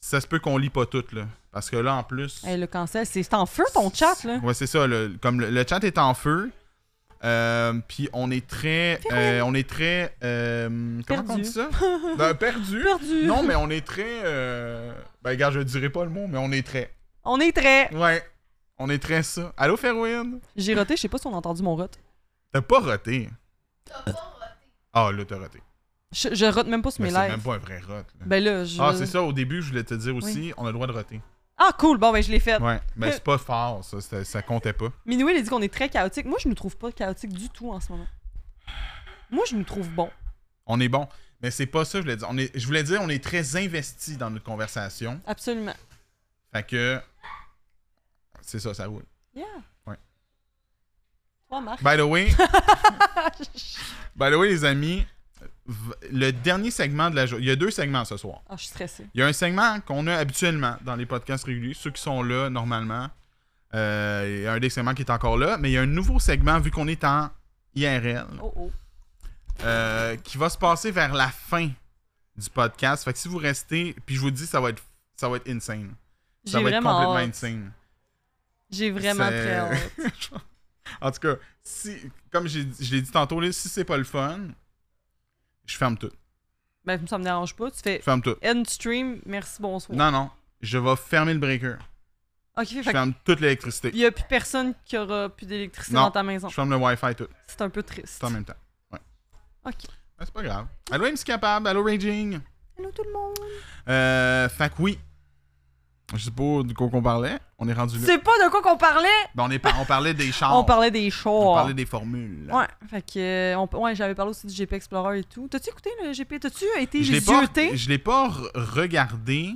[SPEAKER 1] ça se peut qu'on lit pas toutes, là. Parce que là, en plus.
[SPEAKER 2] Hey, Eh, le cancel, c'est c'est en feu ton chat, là.
[SPEAKER 1] Ouais, c'est ça. le- comme le, le chat est en feu, euh, puis on est très, euh, on est très, euh, comment
[SPEAKER 2] Perdu.
[SPEAKER 1] on dit ça Ben, Perdu.
[SPEAKER 2] Perdu!
[SPEAKER 1] Non, mais on est très, euh, ben gars, je dirais pas le mot, mais on est très.
[SPEAKER 2] On est très.
[SPEAKER 1] Ouais, on est très ça. Allô, Fairwind.
[SPEAKER 2] J'ai roté, je sais pas si on a entendu mon rot.
[SPEAKER 1] T'as pas roté. T'as pas roté. Ah là, t'as roté.
[SPEAKER 2] Je, je rote même pas sur
[SPEAKER 1] Mais
[SPEAKER 2] mes
[SPEAKER 1] Ben, c'est
[SPEAKER 2] lives.
[SPEAKER 1] même pas un vrai rot. là.
[SPEAKER 2] Ben là, je.
[SPEAKER 1] Ah, c'est ça. Au début, je voulais te dire aussi, on a le droit de roter.
[SPEAKER 2] Ah, cool, bon, ben je l'ai fait.
[SPEAKER 1] Ouais, mais c'est pas fort, ça, ça, ça comptait pas.
[SPEAKER 2] Minoué, il dit qu'on est très chaotique. Moi, je nous trouve pas chaotique du tout en ce moment. Moi, je nous trouve bon.
[SPEAKER 1] On est bon. Mais c'est pas ça, que je voulais dire. On est, je voulais dire, on est très investi dans notre conversation.
[SPEAKER 2] Absolument.
[SPEAKER 1] Fait que. C'est ça, ça roule.
[SPEAKER 2] Yeah.
[SPEAKER 1] Ouais.
[SPEAKER 2] Toi, Marc.
[SPEAKER 1] By the way. by the way, les amis, v- le dernier segment de la journée. Il y a deux segments ce soir.
[SPEAKER 2] Ah, je suis stressée.
[SPEAKER 1] Il y a un segment qu'on a habituellement dans les podcasts réguliers, ceux qui sont là normalement. Euh, Il y a un des segments qui est encore là, mais il y a un nouveau segment vu qu'on est en IRL
[SPEAKER 2] Oh oh.
[SPEAKER 1] euh, qui va se passer vers la fin du podcast. Fait que si vous restez, puis je vous dis, ça va être, ça va être insane. Ça
[SPEAKER 2] J'ai
[SPEAKER 1] va être
[SPEAKER 2] vraiment.
[SPEAKER 1] complètement
[SPEAKER 2] hâte.
[SPEAKER 1] insane.
[SPEAKER 2] J'ai vraiment
[SPEAKER 1] C'est-
[SPEAKER 2] très hâte.
[SPEAKER 1] en tout cas, si, comme j'ai- je l'ai dit tantôt, là, si c'est pas le fun, je ferme tout.
[SPEAKER 2] Ben, ça me dérange pas. Tu fais
[SPEAKER 1] Je ferme tout.
[SPEAKER 2] end stream, merci, bonsoir.
[SPEAKER 1] Non, non. Je vais fermer le breaker.
[SPEAKER 2] Ok, fait
[SPEAKER 1] Je
[SPEAKER 2] que
[SPEAKER 1] ferme toute l'électricité.
[SPEAKER 2] il y a plus personne qui aura plus d'électricité
[SPEAKER 1] Non.
[SPEAKER 2] dans ta maison.
[SPEAKER 1] Je ferme le Wi-Fi tout.
[SPEAKER 2] C'est un peu triste.
[SPEAKER 1] C'est en même temps. Ouais.
[SPEAKER 2] Ok.
[SPEAKER 1] Mais c'est pas grave. Allô, MC Capable. Allô, Raging.
[SPEAKER 2] Allô tout le monde.
[SPEAKER 1] Euh, fait que oui. Je sais pas de quoi qu'on parlait. On est rendu là.
[SPEAKER 2] C'est pas de quoi qu'on parlait.
[SPEAKER 1] Ben, on, est par- on parlait des chars.
[SPEAKER 2] On parlait des chars.
[SPEAKER 1] Ah. On parlait des formules.
[SPEAKER 2] Ouais, fait que euh, on peut- ouais, j'avais parlé aussi du GP Explorer et tout. T'as-tu écouté le GP T'as-tu été
[SPEAKER 1] Je l'ai pas,
[SPEAKER 2] zioté?
[SPEAKER 1] je l'ai pas re- regardé,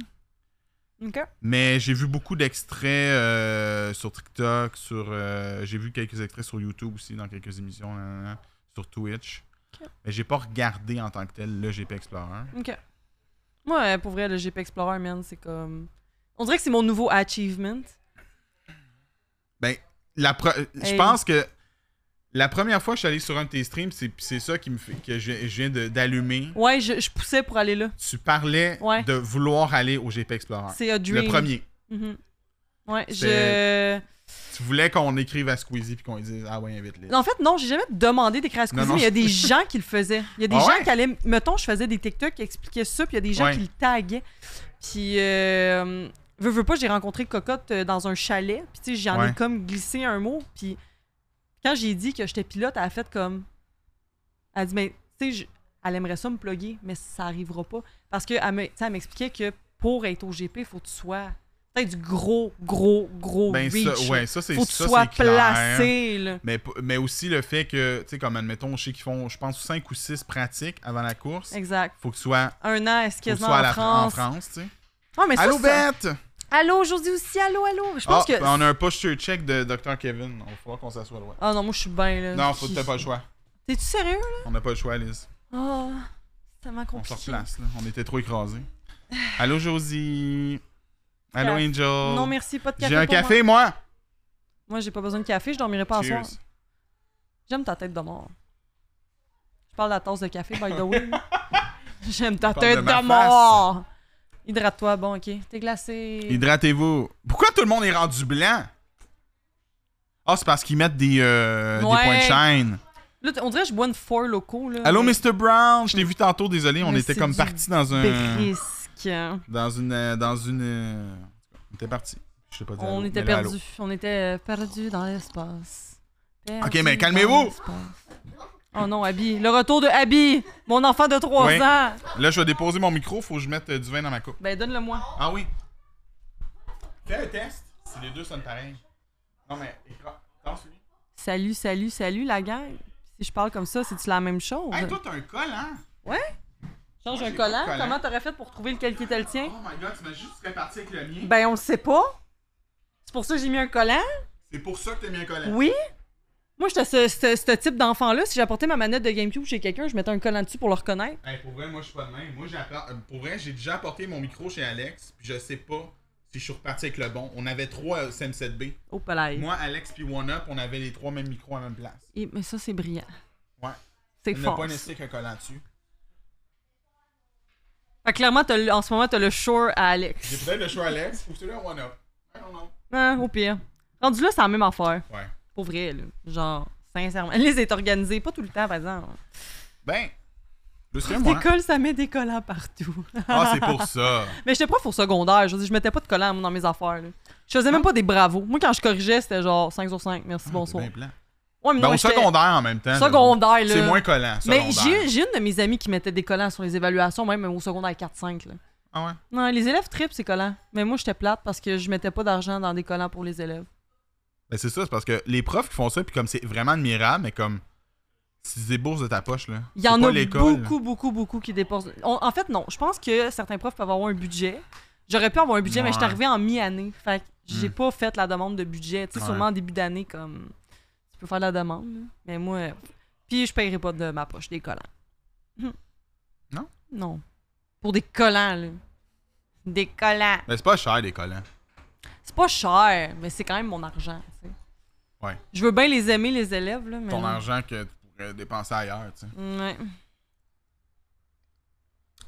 [SPEAKER 2] Ok.
[SPEAKER 1] mais j'ai vu beaucoup d'extraits euh, sur TikTok, sur euh, j'ai vu quelques extraits sur YouTube aussi dans quelques émissions, nan, nan, nan, sur Twitch.
[SPEAKER 2] Ok.
[SPEAKER 1] Mais j'ai pas regardé en tant que tel le GP Explorer.
[SPEAKER 2] Ok. Ouais, pour vrai, le GP Explorer, man, c'est comme. On dirait que c'est mon nouveau achievement.
[SPEAKER 1] Ben, la pre- je
[SPEAKER 2] Hey.
[SPEAKER 1] pense que la première fois que je suis allé sur un de tes streams, c'est c'est ça qui me fait que je, je viens de- d'allumer.
[SPEAKER 2] Ouais, je, je poussais pour aller là.
[SPEAKER 1] Tu parlais
[SPEAKER 2] Ouais.
[SPEAKER 1] de vouloir aller au GP Explorer.
[SPEAKER 2] C'est a dream.
[SPEAKER 1] Le premier.
[SPEAKER 2] Mhm. Ouais, je.
[SPEAKER 1] C'est- Tu voulais qu'on écrive à Squeezie puis qu'on lui dise Ah ouais, invite-les.
[SPEAKER 2] En fait, non, j'ai jamais demandé d'écrire à Squeezie,
[SPEAKER 1] Non, non.
[SPEAKER 2] mais il y a des gens qui le faisaient. Il y a des
[SPEAKER 1] Ah
[SPEAKER 2] gens
[SPEAKER 1] ouais?
[SPEAKER 2] qui allaient. Mettons, je faisais des TikTok qui expliquaient ça, puis il y a des gens
[SPEAKER 1] Ouais.
[SPEAKER 2] qui le taguaient. Puis, euh, veux, veux pas, j'ai rencontré Cocotte euh, dans un chalet, puis tu sais, j'en ai
[SPEAKER 1] Ouais.
[SPEAKER 2] comme glissé un mot, puis quand j'ai dit que j'étais pilote, elle a fait comme. Elle a dit, mais tu sais, je- elle aimerait ça me plugger, mais ça arrivera pas. Parce qu'elle m'expliquait que pour être au GP, il faut que tu sois. Peut-être du gros, gros, gros
[SPEAKER 1] Ben,
[SPEAKER 2] reach.
[SPEAKER 1] ça,
[SPEAKER 2] là.
[SPEAKER 1] ouais, ça, c'est
[SPEAKER 2] Oh faut que tu
[SPEAKER 1] ça,
[SPEAKER 2] sois
[SPEAKER 1] c'est clair.
[SPEAKER 2] placé, là.
[SPEAKER 1] Mais, p- mais aussi le fait que, tu sais, comme admettons, je sais qu'ils font, je pense, 5 ou 6 pratiques avant la course.
[SPEAKER 2] Exact.
[SPEAKER 1] Faut que tu sois, faut
[SPEAKER 2] un an est-ce
[SPEAKER 1] que tu
[SPEAKER 2] quasiment
[SPEAKER 1] sois à
[SPEAKER 2] en
[SPEAKER 1] la- en
[SPEAKER 2] France.
[SPEAKER 1] France, tu sais.
[SPEAKER 2] Ah, mais ça,
[SPEAKER 1] Allô,
[SPEAKER 2] ça-
[SPEAKER 1] Bête!
[SPEAKER 2] Allô, Josie aussi, allô, allô. Je pense
[SPEAKER 1] Ah,
[SPEAKER 2] que.
[SPEAKER 1] On a un posture check de Dr. Kevin. On va falloir qu'on s'assoie loin.
[SPEAKER 2] Ah non, moi je suis bien là.
[SPEAKER 1] Non, faut
[SPEAKER 2] Puis-
[SPEAKER 1] t'as pas le choix.
[SPEAKER 2] T'es-tu sérieux là?
[SPEAKER 1] On n'a pas le choix, Liz.
[SPEAKER 2] Oh, c'est tellement
[SPEAKER 1] On se
[SPEAKER 2] compliqué.
[SPEAKER 1] replace, là. On était trop écrasés. Allô, Josie. Allô,
[SPEAKER 2] Café.
[SPEAKER 1] Angel.
[SPEAKER 2] Non, merci, pas de café.
[SPEAKER 1] J'ai un
[SPEAKER 2] pour moi.
[SPEAKER 1] café, moi.
[SPEAKER 2] Moi, j'ai pas besoin de café, je dormirai pas en soir.
[SPEAKER 1] Cheers.
[SPEAKER 2] J'aime ta tête de mort. Je parle de la tasse de café, by the way. J'aime ta
[SPEAKER 1] parle de
[SPEAKER 2] tête de,
[SPEAKER 1] ma
[SPEAKER 2] mort. Hydrate-toi, bon, ok. T'es glacé.
[SPEAKER 1] Hydratez-vous. Pourquoi tout le monde est rendu blanc? Ah, c'est parce qu'ils mettent des, euh, des
[SPEAKER 2] Ouais.
[SPEAKER 1] points de chaîne.
[SPEAKER 2] Là, t- on dirait que je bois une four loco là.
[SPEAKER 1] Allô,
[SPEAKER 2] mais-
[SPEAKER 1] Mr. Brown, je l'ai vu tantôt, désolé, on
[SPEAKER 2] Mais
[SPEAKER 1] était
[SPEAKER 2] c'est
[SPEAKER 1] comme
[SPEAKER 2] du
[SPEAKER 1] parti dans un.
[SPEAKER 2] Brisque.
[SPEAKER 1] Dans une. euh, Dans une. euh, On était parti. Je sais pas dire
[SPEAKER 2] On
[SPEAKER 1] allô,
[SPEAKER 2] était
[SPEAKER 1] mais là, allô.
[SPEAKER 2] perdu, on était perdu dans l'espace.
[SPEAKER 1] Ok, mais
[SPEAKER 2] Perdus
[SPEAKER 1] calmez-vous.
[SPEAKER 2] dans l'espace. Oh non, Abby, le retour de Abby, mon enfant de 3
[SPEAKER 1] Oui.
[SPEAKER 2] ans.
[SPEAKER 1] Là, je vais déposer mon micro, faut que je mette euh, du vin dans ma coupe.
[SPEAKER 2] Ben donne-le moi.
[SPEAKER 1] Ah oui. Fais un test si les deux sonnent pareil. Non, mais. écra- dans celui-
[SPEAKER 2] Salut, salut, salut la gang. Si je parle comme ça, c'est-tu la même chose
[SPEAKER 1] Hey, toi, t'as un col, hein?
[SPEAKER 2] Change
[SPEAKER 1] moi,
[SPEAKER 2] un
[SPEAKER 1] j'ai pas de
[SPEAKER 2] collant,
[SPEAKER 1] collant.
[SPEAKER 2] comment t'aurais fait pour trouver lequel qui était le tien
[SPEAKER 1] Oh my god, tu m'as juste réparti avec le mien.
[SPEAKER 2] Ben on le sait pas. C'est pour ça que j'ai mis un collant
[SPEAKER 1] C'est pour ça que t'as mis un collant.
[SPEAKER 2] Oui. Moi, j'étais ce, ce- ce type d'enfant-là. Si j'apportais ma manette de GameCube chez quelqu'un, je mettais un collant dessus pour le reconnaître.
[SPEAKER 1] Hey, pour vrai, moi, je suis pas de même. Moi, j'apporte- euh, pour vrai, j'ai déjà apporté mon micro chez Alex, puis je sais pas si je suis reparti avec le bon. On avait trois euh, SM7B.
[SPEAKER 2] Oh, palais.
[SPEAKER 1] Moi, Alex puis OneUp, on avait les trois mêmes micros à la même place.
[SPEAKER 2] Et- mais ça, c'est brillant.
[SPEAKER 1] Ouais.
[SPEAKER 2] C'est
[SPEAKER 1] On n'a
[SPEAKER 2] fort.
[SPEAKER 1] pas nécessaire qu'un collant dessus.
[SPEAKER 2] Fait que clairement, t'as le- en ce moment, t'as le shore à
[SPEAKER 1] J'ai
[SPEAKER 2] Alex.
[SPEAKER 1] peut-être le choix Alex ou celui-là OneUp. I don't know.
[SPEAKER 2] Hein, au pire. Rendu là, c'est la même affaire.
[SPEAKER 1] Ouais.
[SPEAKER 2] Pour vrai, là. Genre, sincèrement. Les est organisée. Pas tout le temps, par exemple.
[SPEAKER 1] Ben,
[SPEAKER 2] Ah,
[SPEAKER 1] le c'est moi.
[SPEAKER 2] T'écoles, ça met des collants partout.
[SPEAKER 1] Ah, c'est pour ça.
[SPEAKER 2] Mais j'étais prof au secondaire. Je veux dire, je mettais pas de collants moi, dans mes affaires. là. Je faisais même pas des bravos. Moi, quand je corrigeais, c'était genre 5 sur 5. Merci, bonsoir.
[SPEAKER 1] Ben, plan.
[SPEAKER 2] Ouais, mais
[SPEAKER 1] Ben,
[SPEAKER 2] non,
[SPEAKER 1] au
[SPEAKER 2] j'étais-
[SPEAKER 1] secondaire en même temps. là.
[SPEAKER 2] Secondaire, là.
[SPEAKER 1] C'est moins collant.
[SPEAKER 2] Mais
[SPEAKER 1] secondaire.
[SPEAKER 2] j'ai j'ai une de mes amies qui mettait des collants sur les évaluations, même au secondaire 4-5. là.
[SPEAKER 1] Ah ouais.
[SPEAKER 2] Non, les élèves tripent ces collants. Mais moi, j'étais plate parce que je mettais pas d'argent dans des collants pour les élèves.
[SPEAKER 1] Ben, c'est ça, c'est parce que les profs qui font ça, puis comme c'est vraiment admirable, mais comme. Si tu débourses de ta poche, là.
[SPEAKER 2] Il
[SPEAKER 1] c'est
[SPEAKER 2] y en
[SPEAKER 1] pas
[SPEAKER 2] a
[SPEAKER 1] l'école.
[SPEAKER 2] beaucoup, beaucoup, beaucoup qui dépensent. On- en fait, non. Je pense que certains profs peuvent avoir un budget. J'aurais pu avoir un budget, mais
[SPEAKER 1] Ouais.
[SPEAKER 2] je suis arrivée en mi-année. Fait que j'ai
[SPEAKER 1] Hmm.
[SPEAKER 2] pas fait la demande de budget. Tu sais,
[SPEAKER 1] Ouais.
[SPEAKER 2] sûrement en début d'année, comme. Tu peux faire la demande. là. Mais moi. euh, Puis je paierai pas de ma poche des collants. Hmm.
[SPEAKER 1] Non?
[SPEAKER 2] Non. Pour des collants, là. Des collants.
[SPEAKER 1] Mais c'est pas cher, des collants.
[SPEAKER 2] C'est pas cher, mais c'est quand même mon argent. tu sais.
[SPEAKER 1] Ouais.
[SPEAKER 2] Je veux bien les aimer, les élèves, là, mais.
[SPEAKER 1] Ton
[SPEAKER 2] non.
[SPEAKER 1] argent que tu pourrais dépenser ailleurs, tu sais.
[SPEAKER 2] Ouais.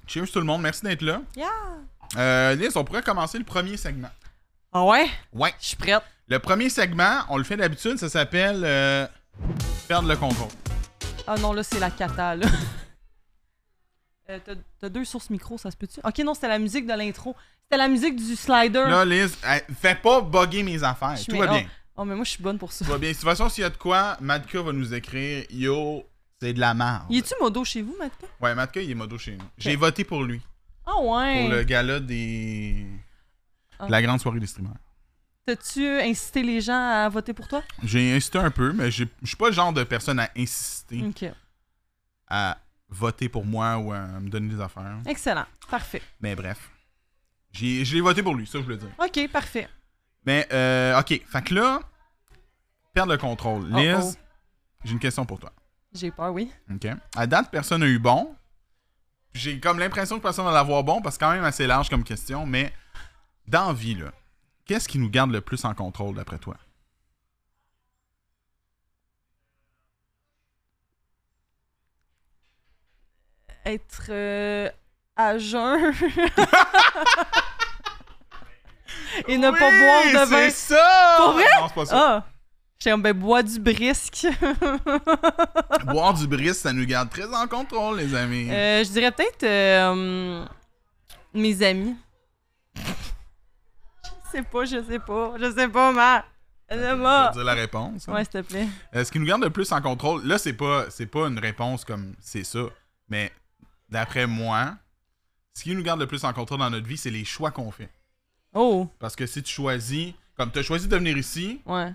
[SPEAKER 1] Cheers tout le monde, merci d'être là.
[SPEAKER 2] Yeah.
[SPEAKER 1] Euh, Liz, on pourrait commencer le premier segment.
[SPEAKER 2] Ah ouais?
[SPEAKER 1] Ouais.
[SPEAKER 2] Je suis prête.
[SPEAKER 1] Le premier segment, on le fait d'habitude, ça s'appelle euh, Perdre le contrôle.
[SPEAKER 2] Ah non, là, c'est la cata, là. Euh, t'as- T'as deux sources micro, ça se peut-tu? Ok, non, c'était la musique de l'intro. C'était la musique du slider.
[SPEAKER 1] Là, Liz, hey, fais pas bugger mes affaires.
[SPEAKER 2] Hein. Je
[SPEAKER 1] Tout
[SPEAKER 2] mets-
[SPEAKER 1] va bien.
[SPEAKER 2] Oh, mais moi, je suis bonne pour ça.
[SPEAKER 1] Tout va bien. De toute façon, s'il y a de quoi, Madka va nous écrire Yo, c'est de la merde.
[SPEAKER 2] Y est-tu modo chez vous, Matka?
[SPEAKER 1] Ouais, Madka, il est modo chez nous. J'ai voté pour lui.
[SPEAKER 2] Ah ouais!
[SPEAKER 1] Pour le gala des.
[SPEAKER 2] Ah.
[SPEAKER 1] de La grande soirée des streamers.
[SPEAKER 2] T'as-tu incité les gens à voter pour toi?
[SPEAKER 1] J'ai incité un peu, mais j'ai- je suis pas le genre de personne à insister
[SPEAKER 2] Ok.
[SPEAKER 1] à voter pour moi ou à me donner des affaires.
[SPEAKER 2] Excellent. Parfait.
[SPEAKER 1] Mais bref. J'ai- Je l'ai voté pour lui, ça je voulais dire.
[SPEAKER 2] Ok, parfait.
[SPEAKER 1] Mais, euh, ok. Fait que là, perdre le contrôle.
[SPEAKER 2] Oh,
[SPEAKER 1] Liz,
[SPEAKER 2] oh.
[SPEAKER 1] j'ai une question pour toi.
[SPEAKER 2] J'ai peur, oui.
[SPEAKER 1] OK. À date, personne n'a eu bon. J'ai comme l'impression que personne va l'avoir bon parce que c'est quand même assez large comme question, mais dans vie, là, qu'est-ce qui nous garde le plus en contrôle d'après toi?
[SPEAKER 2] Être euh, à jeun. Et ne pas
[SPEAKER 1] Oui,
[SPEAKER 2] boire de vin.
[SPEAKER 1] C'est ça!
[SPEAKER 2] Pour vrai?
[SPEAKER 1] Non, c'est pas ça.
[SPEAKER 2] Ah! J'ai un ben bois du brisque.
[SPEAKER 1] Boire du bris, ça nous garde très en contrôle, les amis.
[SPEAKER 2] Euh, je dirais peut-être euh, mes amis. je sais pas, je sais pas. Je sais pas, ma.
[SPEAKER 1] Je
[SPEAKER 2] Anna-ma.
[SPEAKER 1] vais dire la réponse. hein.
[SPEAKER 2] Ouais, s'il te plaît.
[SPEAKER 1] Euh, ce qui nous garde le plus en contrôle, là, c'est pas, c'est pas une réponse comme c'est ça, mais d'après moi, ce qui nous garde le plus en contrôle dans notre vie, c'est les choix qu'on fait.
[SPEAKER 2] Oh,
[SPEAKER 1] Parce que si tu choisis, comme tu as choisi de venir ici,
[SPEAKER 2] ouais,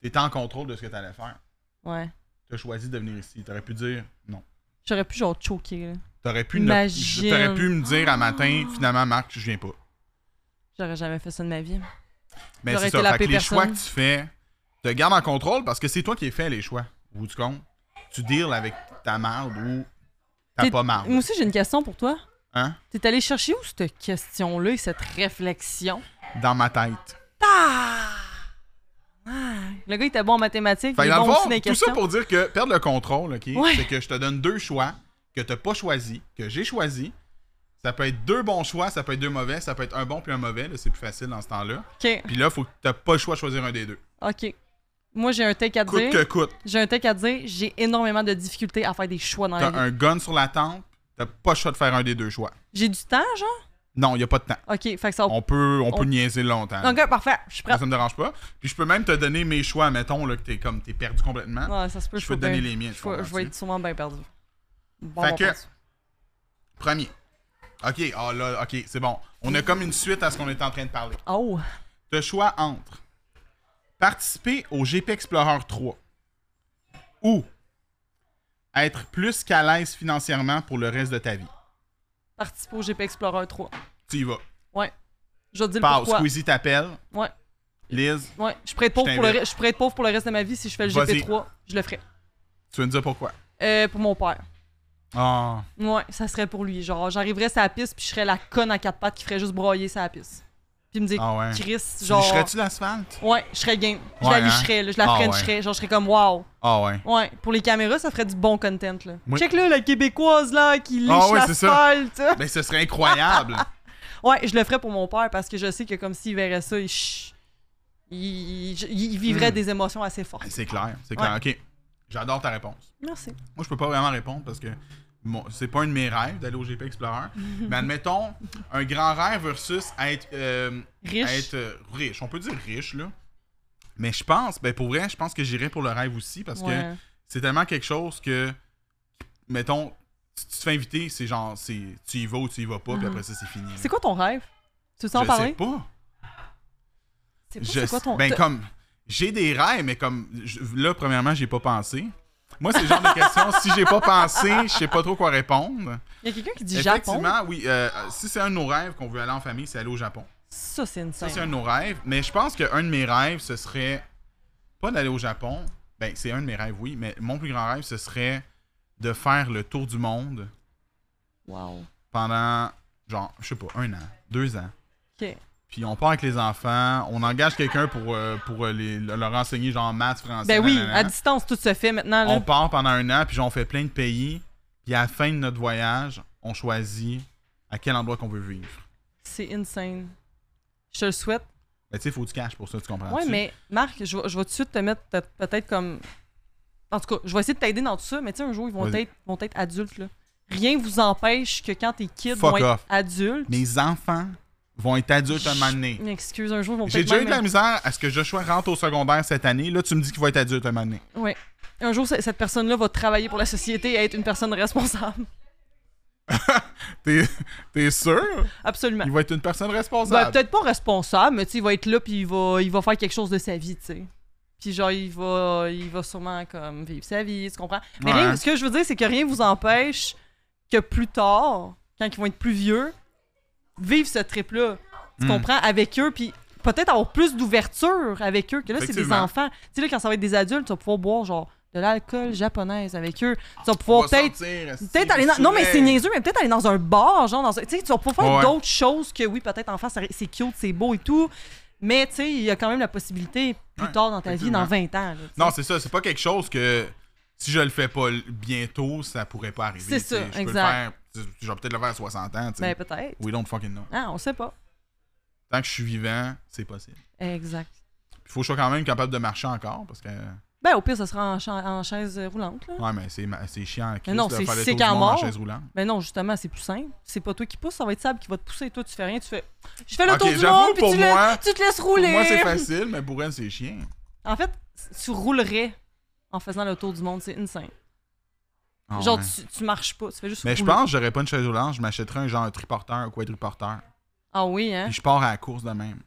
[SPEAKER 1] tu étais en contrôle de ce que tu allais faire.
[SPEAKER 2] ouais.
[SPEAKER 1] Tu as choisi de venir ici. Tu aurais pu dire non.
[SPEAKER 2] J'aurais pu genre choquer, là.
[SPEAKER 1] Tu aurais pu, ne-
[SPEAKER 2] Imagine.
[SPEAKER 1] t'aurais pu me dire à matin, finalement, Marc, je viens pas.
[SPEAKER 2] J'aurais jamais fait ça de ma vie.
[SPEAKER 1] Mais
[SPEAKER 2] J'aurais
[SPEAKER 1] c'est
[SPEAKER 2] été la
[SPEAKER 1] ça. Fait que
[SPEAKER 2] paix
[SPEAKER 1] les choix que
[SPEAKER 2] personne.
[SPEAKER 1] tu fais, te gardes en contrôle parce que c'est toi qui as fait les choix. Au bout du compte, tu deals avec ta marde ou t'as
[SPEAKER 2] T'es-
[SPEAKER 1] pas marde.
[SPEAKER 2] Moi aussi, j'ai une question pour toi.
[SPEAKER 1] Hein?
[SPEAKER 2] T'es allé chercher où cette question-là et cette réflexion?
[SPEAKER 1] Dans ma tête.
[SPEAKER 2] Ah! Ah! Le gars, il était bon en mathématiques,
[SPEAKER 1] Fait
[SPEAKER 2] il
[SPEAKER 1] que
[SPEAKER 2] est
[SPEAKER 1] dans
[SPEAKER 2] bon
[SPEAKER 1] le
[SPEAKER 2] aussi
[SPEAKER 1] fond,
[SPEAKER 2] dans les
[SPEAKER 1] tout ça
[SPEAKER 2] questions.
[SPEAKER 1] pour dire que perdre le contrôle, OK,
[SPEAKER 2] Ouais.
[SPEAKER 1] c'est que je te donne deux choix que t'as pas choisi, que j'ai choisi. Ça peut être deux bons choix, ça peut être deux mauvais, ça peut être un bon puis un mauvais, là, c'est plus facile dans ce temps-là.
[SPEAKER 2] OK,
[SPEAKER 1] Puis là, faut que t'as pas le choix de choisir un des deux.
[SPEAKER 2] OK. Moi, j'ai un tech à
[SPEAKER 1] Coûte
[SPEAKER 2] dire.
[SPEAKER 1] que coûte.
[SPEAKER 2] J'ai un tech à dire. J'ai énormément de difficultés à faire des choix dans la
[SPEAKER 1] T'as
[SPEAKER 2] vie.
[SPEAKER 1] un gun sur la tempe, t'as pas le choix de faire un des deux choix.
[SPEAKER 2] J'ai du temps, genre?
[SPEAKER 1] Non, y a pas de temps.
[SPEAKER 2] OK, fait que ça...
[SPEAKER 1] On peut, on
[SPEAKER 2] On-
[SPEAKER 1] peut niaiser longtemps.
[SPEAKER 2] Donc, parfait, je suis
[SPEAKER 1] Moi,
[SPEAKER 2] prête.
[SPEAKER 1] ça me dérange pas. Puis je peux même te donner mes choix, mettons, là, que t'es comme t'es perdu complètement.
[SPEAKER 2] Ouais, Ah, ça se peut,
[SPEAKER 1] je peux te
[SPEAKER 2] vais
[SPEAKER 1] donner
[SPEAKER 2] bien-
[SPEAKER 1] les miens, tu
[SPEAKER 2] Je vais- je vais
[SPEAKER 1] comprends-tu?
[SPEAKER 2] être sûrement bien perdu. Bon,
[SPEAKER 1] Fait
[SPEAKER 2] bon
[SPEAKER 1] que-
[SPEAKER 2] perdu.
[SPEAKER 1] Premier. OK, ah là, OK, c'est bon. On a comme une suite à ce qu'on est en train de parler.
[SPEAKER 2] Oh!
[SPEAKER 1] T'as choix entre participer au GP Explorer 3 ou être plus qu'à l'aise financièrement pour le reste de ta vie.
[SPEAKER 2] Participer au GP Explorer 3.
[SPEAKER 1] Tu y vas.
[SPEAKER 2] Ouais. Je vais te dire
[SPEAKER 1] Pause.
[SPEAKER 2] pourquoi.
[SPEAKER 1] Squeezie t'appelle.
[SPEAKER 2] Ouais.
[SPEAKER 1] Liz,
[SPEAKER 2] Ouais, je pourrais être pauvre
[SPEAKER 1] Je
[SPEAKER 2] pour le,
[SPEAKER 1] t'invite.
[SPEAKER 2] re- je pourrais être pauvre pour le reste de ma vie si je fais le
[SPEAKER 1] Vas-y.
[SPEAKER 2] GP3, je le ferais.
[SPEAKER 1] tu veux nous dire pourquoi?
[SPEAKER 2] Euh, pour mon père.
[SPEAKER 1] Ah,
[SPEAKER 2] Ouais, ça serait pour lui. Genre, j'arriverais sa piste puis je serais la conne à quatre pattes qui ferait juste broyer sa piste. Puis me dire
[SPEAKER 1] ah ouais.
[SPEAKER 2] Chris,
[SPEAKER 1] Tu
[SPEAKER 2] genre
[SPEAKER 1] licherais-tu l'asphalte?
[SPEAKER 2] Ouais, je serais game. Je
[SPEAKER 1] Ouais,
[SPEAKER 2] la
[SPEAKER 1] hein?
[SPEAKER 2] licherais, là, je la
[SPEAKER 1] Ah,
[SPEAKER 2] frencherais, genre je serais comme wow.
[SPEAKER 1] Ah ouais.
[SPEAKER 2] Ouais, pour les caméras, ça ferait du bon content là.
[SPEAKER 1] Oui.
[SPEAKER 2] Check là la québécoise là qui liche
[SPEAKER 1] Ah ouais, c'est ça.
[SPEAKER 2] l'asphalte.
[SPEAKER 1] Ben, ce serait incroyable.
[SPEAKER 2] Ouais, je le ferais pour mon père parce que je sais que comme s'il verrait ça, il ch- il, il- il vivrait
[SPEAKER 1] Hmm.
[SPEAKER 2] des émotions assez fortes.
[SPEAKER 1] Ben, c'est clair, c'est clair. OK. J'adore ta réponse.
[SPEAKER 2] Merci.
[SPEAKER 1] Moi, je peux pas vraiment répondre parce que mon- c'est pas un de mes rêves d'aller au GP Explorer. Mais admettons, un grand rêve versus être euh,
[SPEAKER 2] Riche.
[SPEAKER 1] être euh, riche. On peut dire riche, là. Mais je pense, ben pour vrai, je pense que j'irais pour le rêve aussi parce que
[SPEAKER 2] Ouais.
[SPEAKER 1] c'est tellement quelque chose que, mettons, si tu te fais inviter, c'est genre, c'est tu y vas ou tu y vas pas, puis après ça, c'est fini.
[SPEAKER 2] Mhm. C'est quoi ton rêve? Tu veux en
[SPEAKER 1] je sais
[SPEAKER 2] parler?
[SPEAKER 1] pas.
[SPEAKER 2] C'est quoi-
[SPEAKER 1] Je
[SPEAKER 2] c'est quoi
[SPEAKER 1] sais-
[SPEAKER 2] ton
[SPEAKER 1] ben
[SPEAKER 2] t'as-
[SPEAKER 1] comme, j'ai des rêves, mais comme, je- là, premièrement, j'ai pas pensé. Moi, c'est le genre de question, si j'ai pas pensé, je sais pas trop quoi répondre.
[SPEAKER 2] Il y a quelqu'un qui dit Japon.
[SPEAKER 1] Effectivement, oui, euh, si c'est un de nos rêves qu'on veut aller en famille, c'est aller au Japon.
[SPEAKER 2] Ça, c'est une
[SPEAKER 1] Ça, c'est un de
[SPEAKER 2] scène.
[SPEAKER 1] nos rêves. Mais je pense qu'un de mes rêves, ce serait pas d'aller au Japon. Ben, c'est un de mes rêves, oui. Mais mon plus grand rêve, ce serait de faire le tour du monde
[SPEAKER 2] Wow.
[SPEAKER 1] pendant, genre, je sais pas, un an, deux ans.
[SPEAKER 2] Ok.
[SPEAKER 1] Puis on part avec les enfants, on engage quelqu'un pour, euh, pour euh, les- leur enseigner, genre, maths, français.
[SPEAKER 2] Ben oui,
[SPEAKER 1] nanana.
[SPEAKER 2] à distance, tout se fait maintenant.
[SPEAKER 1] hein? On
[SPEAKER 2] Là.
[SPEAKER 1] part pendant un an, puis genre, on fait plein de pays. Puis à la fin de notre voyage, on choisit à quel endroit qu'on veut vivre.
[SPEAKER 2] C'est insane. Je te le souhaite.
[SPEAKER 1] Mais tu sais, il faut du cash pour ça, tu comprends?
[SPEAKER 2] Ouais, mais Marc, je vais je vais tout de suite te mettre peut- peut-être comme. En tout cas, je vais essayer de t'aider dans tout ça, mais tu sais, un jour, ils vont
[SPEAKER 1] Vas-y.
[SPEAKER 2] être, vont être adultes. Là. rien vous empêche que quand t'es kid,
[SPEAKER 1] Fuck
[SPEAKER 2] vont être
[SPEAKER 1] off.
[SPEAKER 2] adulte.
[SPEAKER 1] Mes enfants vont être adultes un moment donné.
[SPEAKER 2] Je m'excuse, un jour, ils vont
[SPEAKER 1] J'ai
[SPEAKER 2] peut-être
[SPEAKER 1] déjà eu
[SPEAKER 2] même-
[SPEAKER 1] de la misère à ce que Joshua rentre au secondaire cette année. Là, tu me dis qu'il va être adulte un moment donné.
[SPEAKER 2] Ouais. Un jour, ce- cette personne-là va travailler pour la société et être une personne responsable.
[SPEAKER 1] T'es t'es sûr?
[SPEAKER 2] Absolument.
[SPEAKER 1] Il va être une personne
[SPEAKER 2] Ben,
[SPEAKER 1] responsable.
[SPEAKER 2] peut-être pas responsable, mais tu sais, il va être là puis il va, il va faire quelque chose de sa vie, tu sais. Puis genre, il va, il va sûrement comme vivre sa vie, tu comprends? Mais
[SPEAKER 1] Ouais.
[SPEAKER 2] rien- ce que je veux dire, c'est que rien vous empêche que plus tard, quand ils vont être plus vieux, vivre ce trip-là. Tu
[SPEAKER 1] Hmm.
[SPEAKER 2] comprends? Avec eux, puis peut-être avoir plus d'ouverture avec eux, que là, c'est des
[SPEAKER 1] Effectivement.
[SPEAKER 2] enfants. Tu sais, là, quand ça va être des adultes, tu vas pouvoir boire genre de l'alcool japonaise avec eux. Tu vas pouvoir peut-être Peut-être aller dans... Non, mais c'est niaiseux, mais peut-être aller dans un bar, genre, dans un... Tu sais, tu vas pouvoir faire
[SPEAKER 1] Ouais.
[SPEAKER 2] d'autres choses que, oui, peut-être en face, ça- c'est cute, c'est beau et tout, mais, tu sais, il y a quand même la possibilité, plus
[SPEAKER 1] Ouais,
[SPEAKER 2] tard dans ta vie,
[SPEAKER 1] effectivement.
[SPEAKER 2] dans 20 ans, là, tu sais.
[SPEAKER 1] Non, c'est ça. C'est pas quelque chose que si je le fais pas l- bientôt, ça pourrait pas arriver.
[SPEAKER 2] C'est
[SPEAKER 1] tu sais.
[SPEAKER 2] ça,
[SPEAKER 1] Je peux le
[SPEAKER 2] exact.
[SPEAKER 1] faire- Je vais peut-être le faire à 60 ans. tu sais.
[SPEAKER 2] Ben, peut-être.
[SPEAKER 1] We don't fucking know.
[SPEAKER 2] Ah, on sait pas.
[SPEAKER 1] Tant que je suis vivant, c'est possible.
[SPEAKER 2] Exact.
[SPEAKER 1] Il faut que je sois quand même capable de marcher encore parce que. Ouais,
[SPEAKER 2] Ben, au pire, ça sera en, cha- en chaise roulante, là.
[SPEAKER 1] mais c'est ma- c'est chiant. Christ,
[SPEAKER 2] Mais non,
[SPEAKER 1] de
[SPEAKER 2] c'est
[SPEAKER 1] faire le
[SPEAKER 2] sick
[SPEAKER 1] tour du
[SPEAKER 2] à
[SPEAKER 1] monde en
[SPEAKER 2] mort.
[SPEAKER 1] chaise roulante.
[SPEAKER 2] Ben non, justement, c'est plus simple. C'est pas toi qui pousse, ça va être Sable qui va te pousser. Toi, tu fais rien, tu fais... Je fais le
[SPEAKER 1] Ok,
[SPEAKER 2] tour du
[SPEAKER 1] j'avoue,
[SPEAKER 2] monde, puis
[SPEAKER 1] pour
[SPEAKER 2] tu, le-
[SPEAKER 1] moi-
[SPEAKER 2] tu te laisses
[SPEAKER 1] Pour
[SPEAKER 2] rouler.
[SPEAKER 1] moi, c'est facile, mais pour elle, c'est chiant.
[SPEAKER 2] En fait, tu roulerais en faisant le tour du monde, c'est insane.
[SPEAKER 1] Ah,
[SPEAKER 2] genre,
[SPEAKER 1] ouais.
[SPEAKER 2] tu, tu marches pas, tu fais juste
[SPEAKER 1] Mais je
[SPEAKER 2] rouler.
[SPEAKER 1] pense que j'aurais pas une chaise roulante, je m'achèterais un genre un triporteur, un quadriporteur.
[SPEAKER 2] Ah oui, hein?
[SPEAKER 1] Puis je pars à la course de même.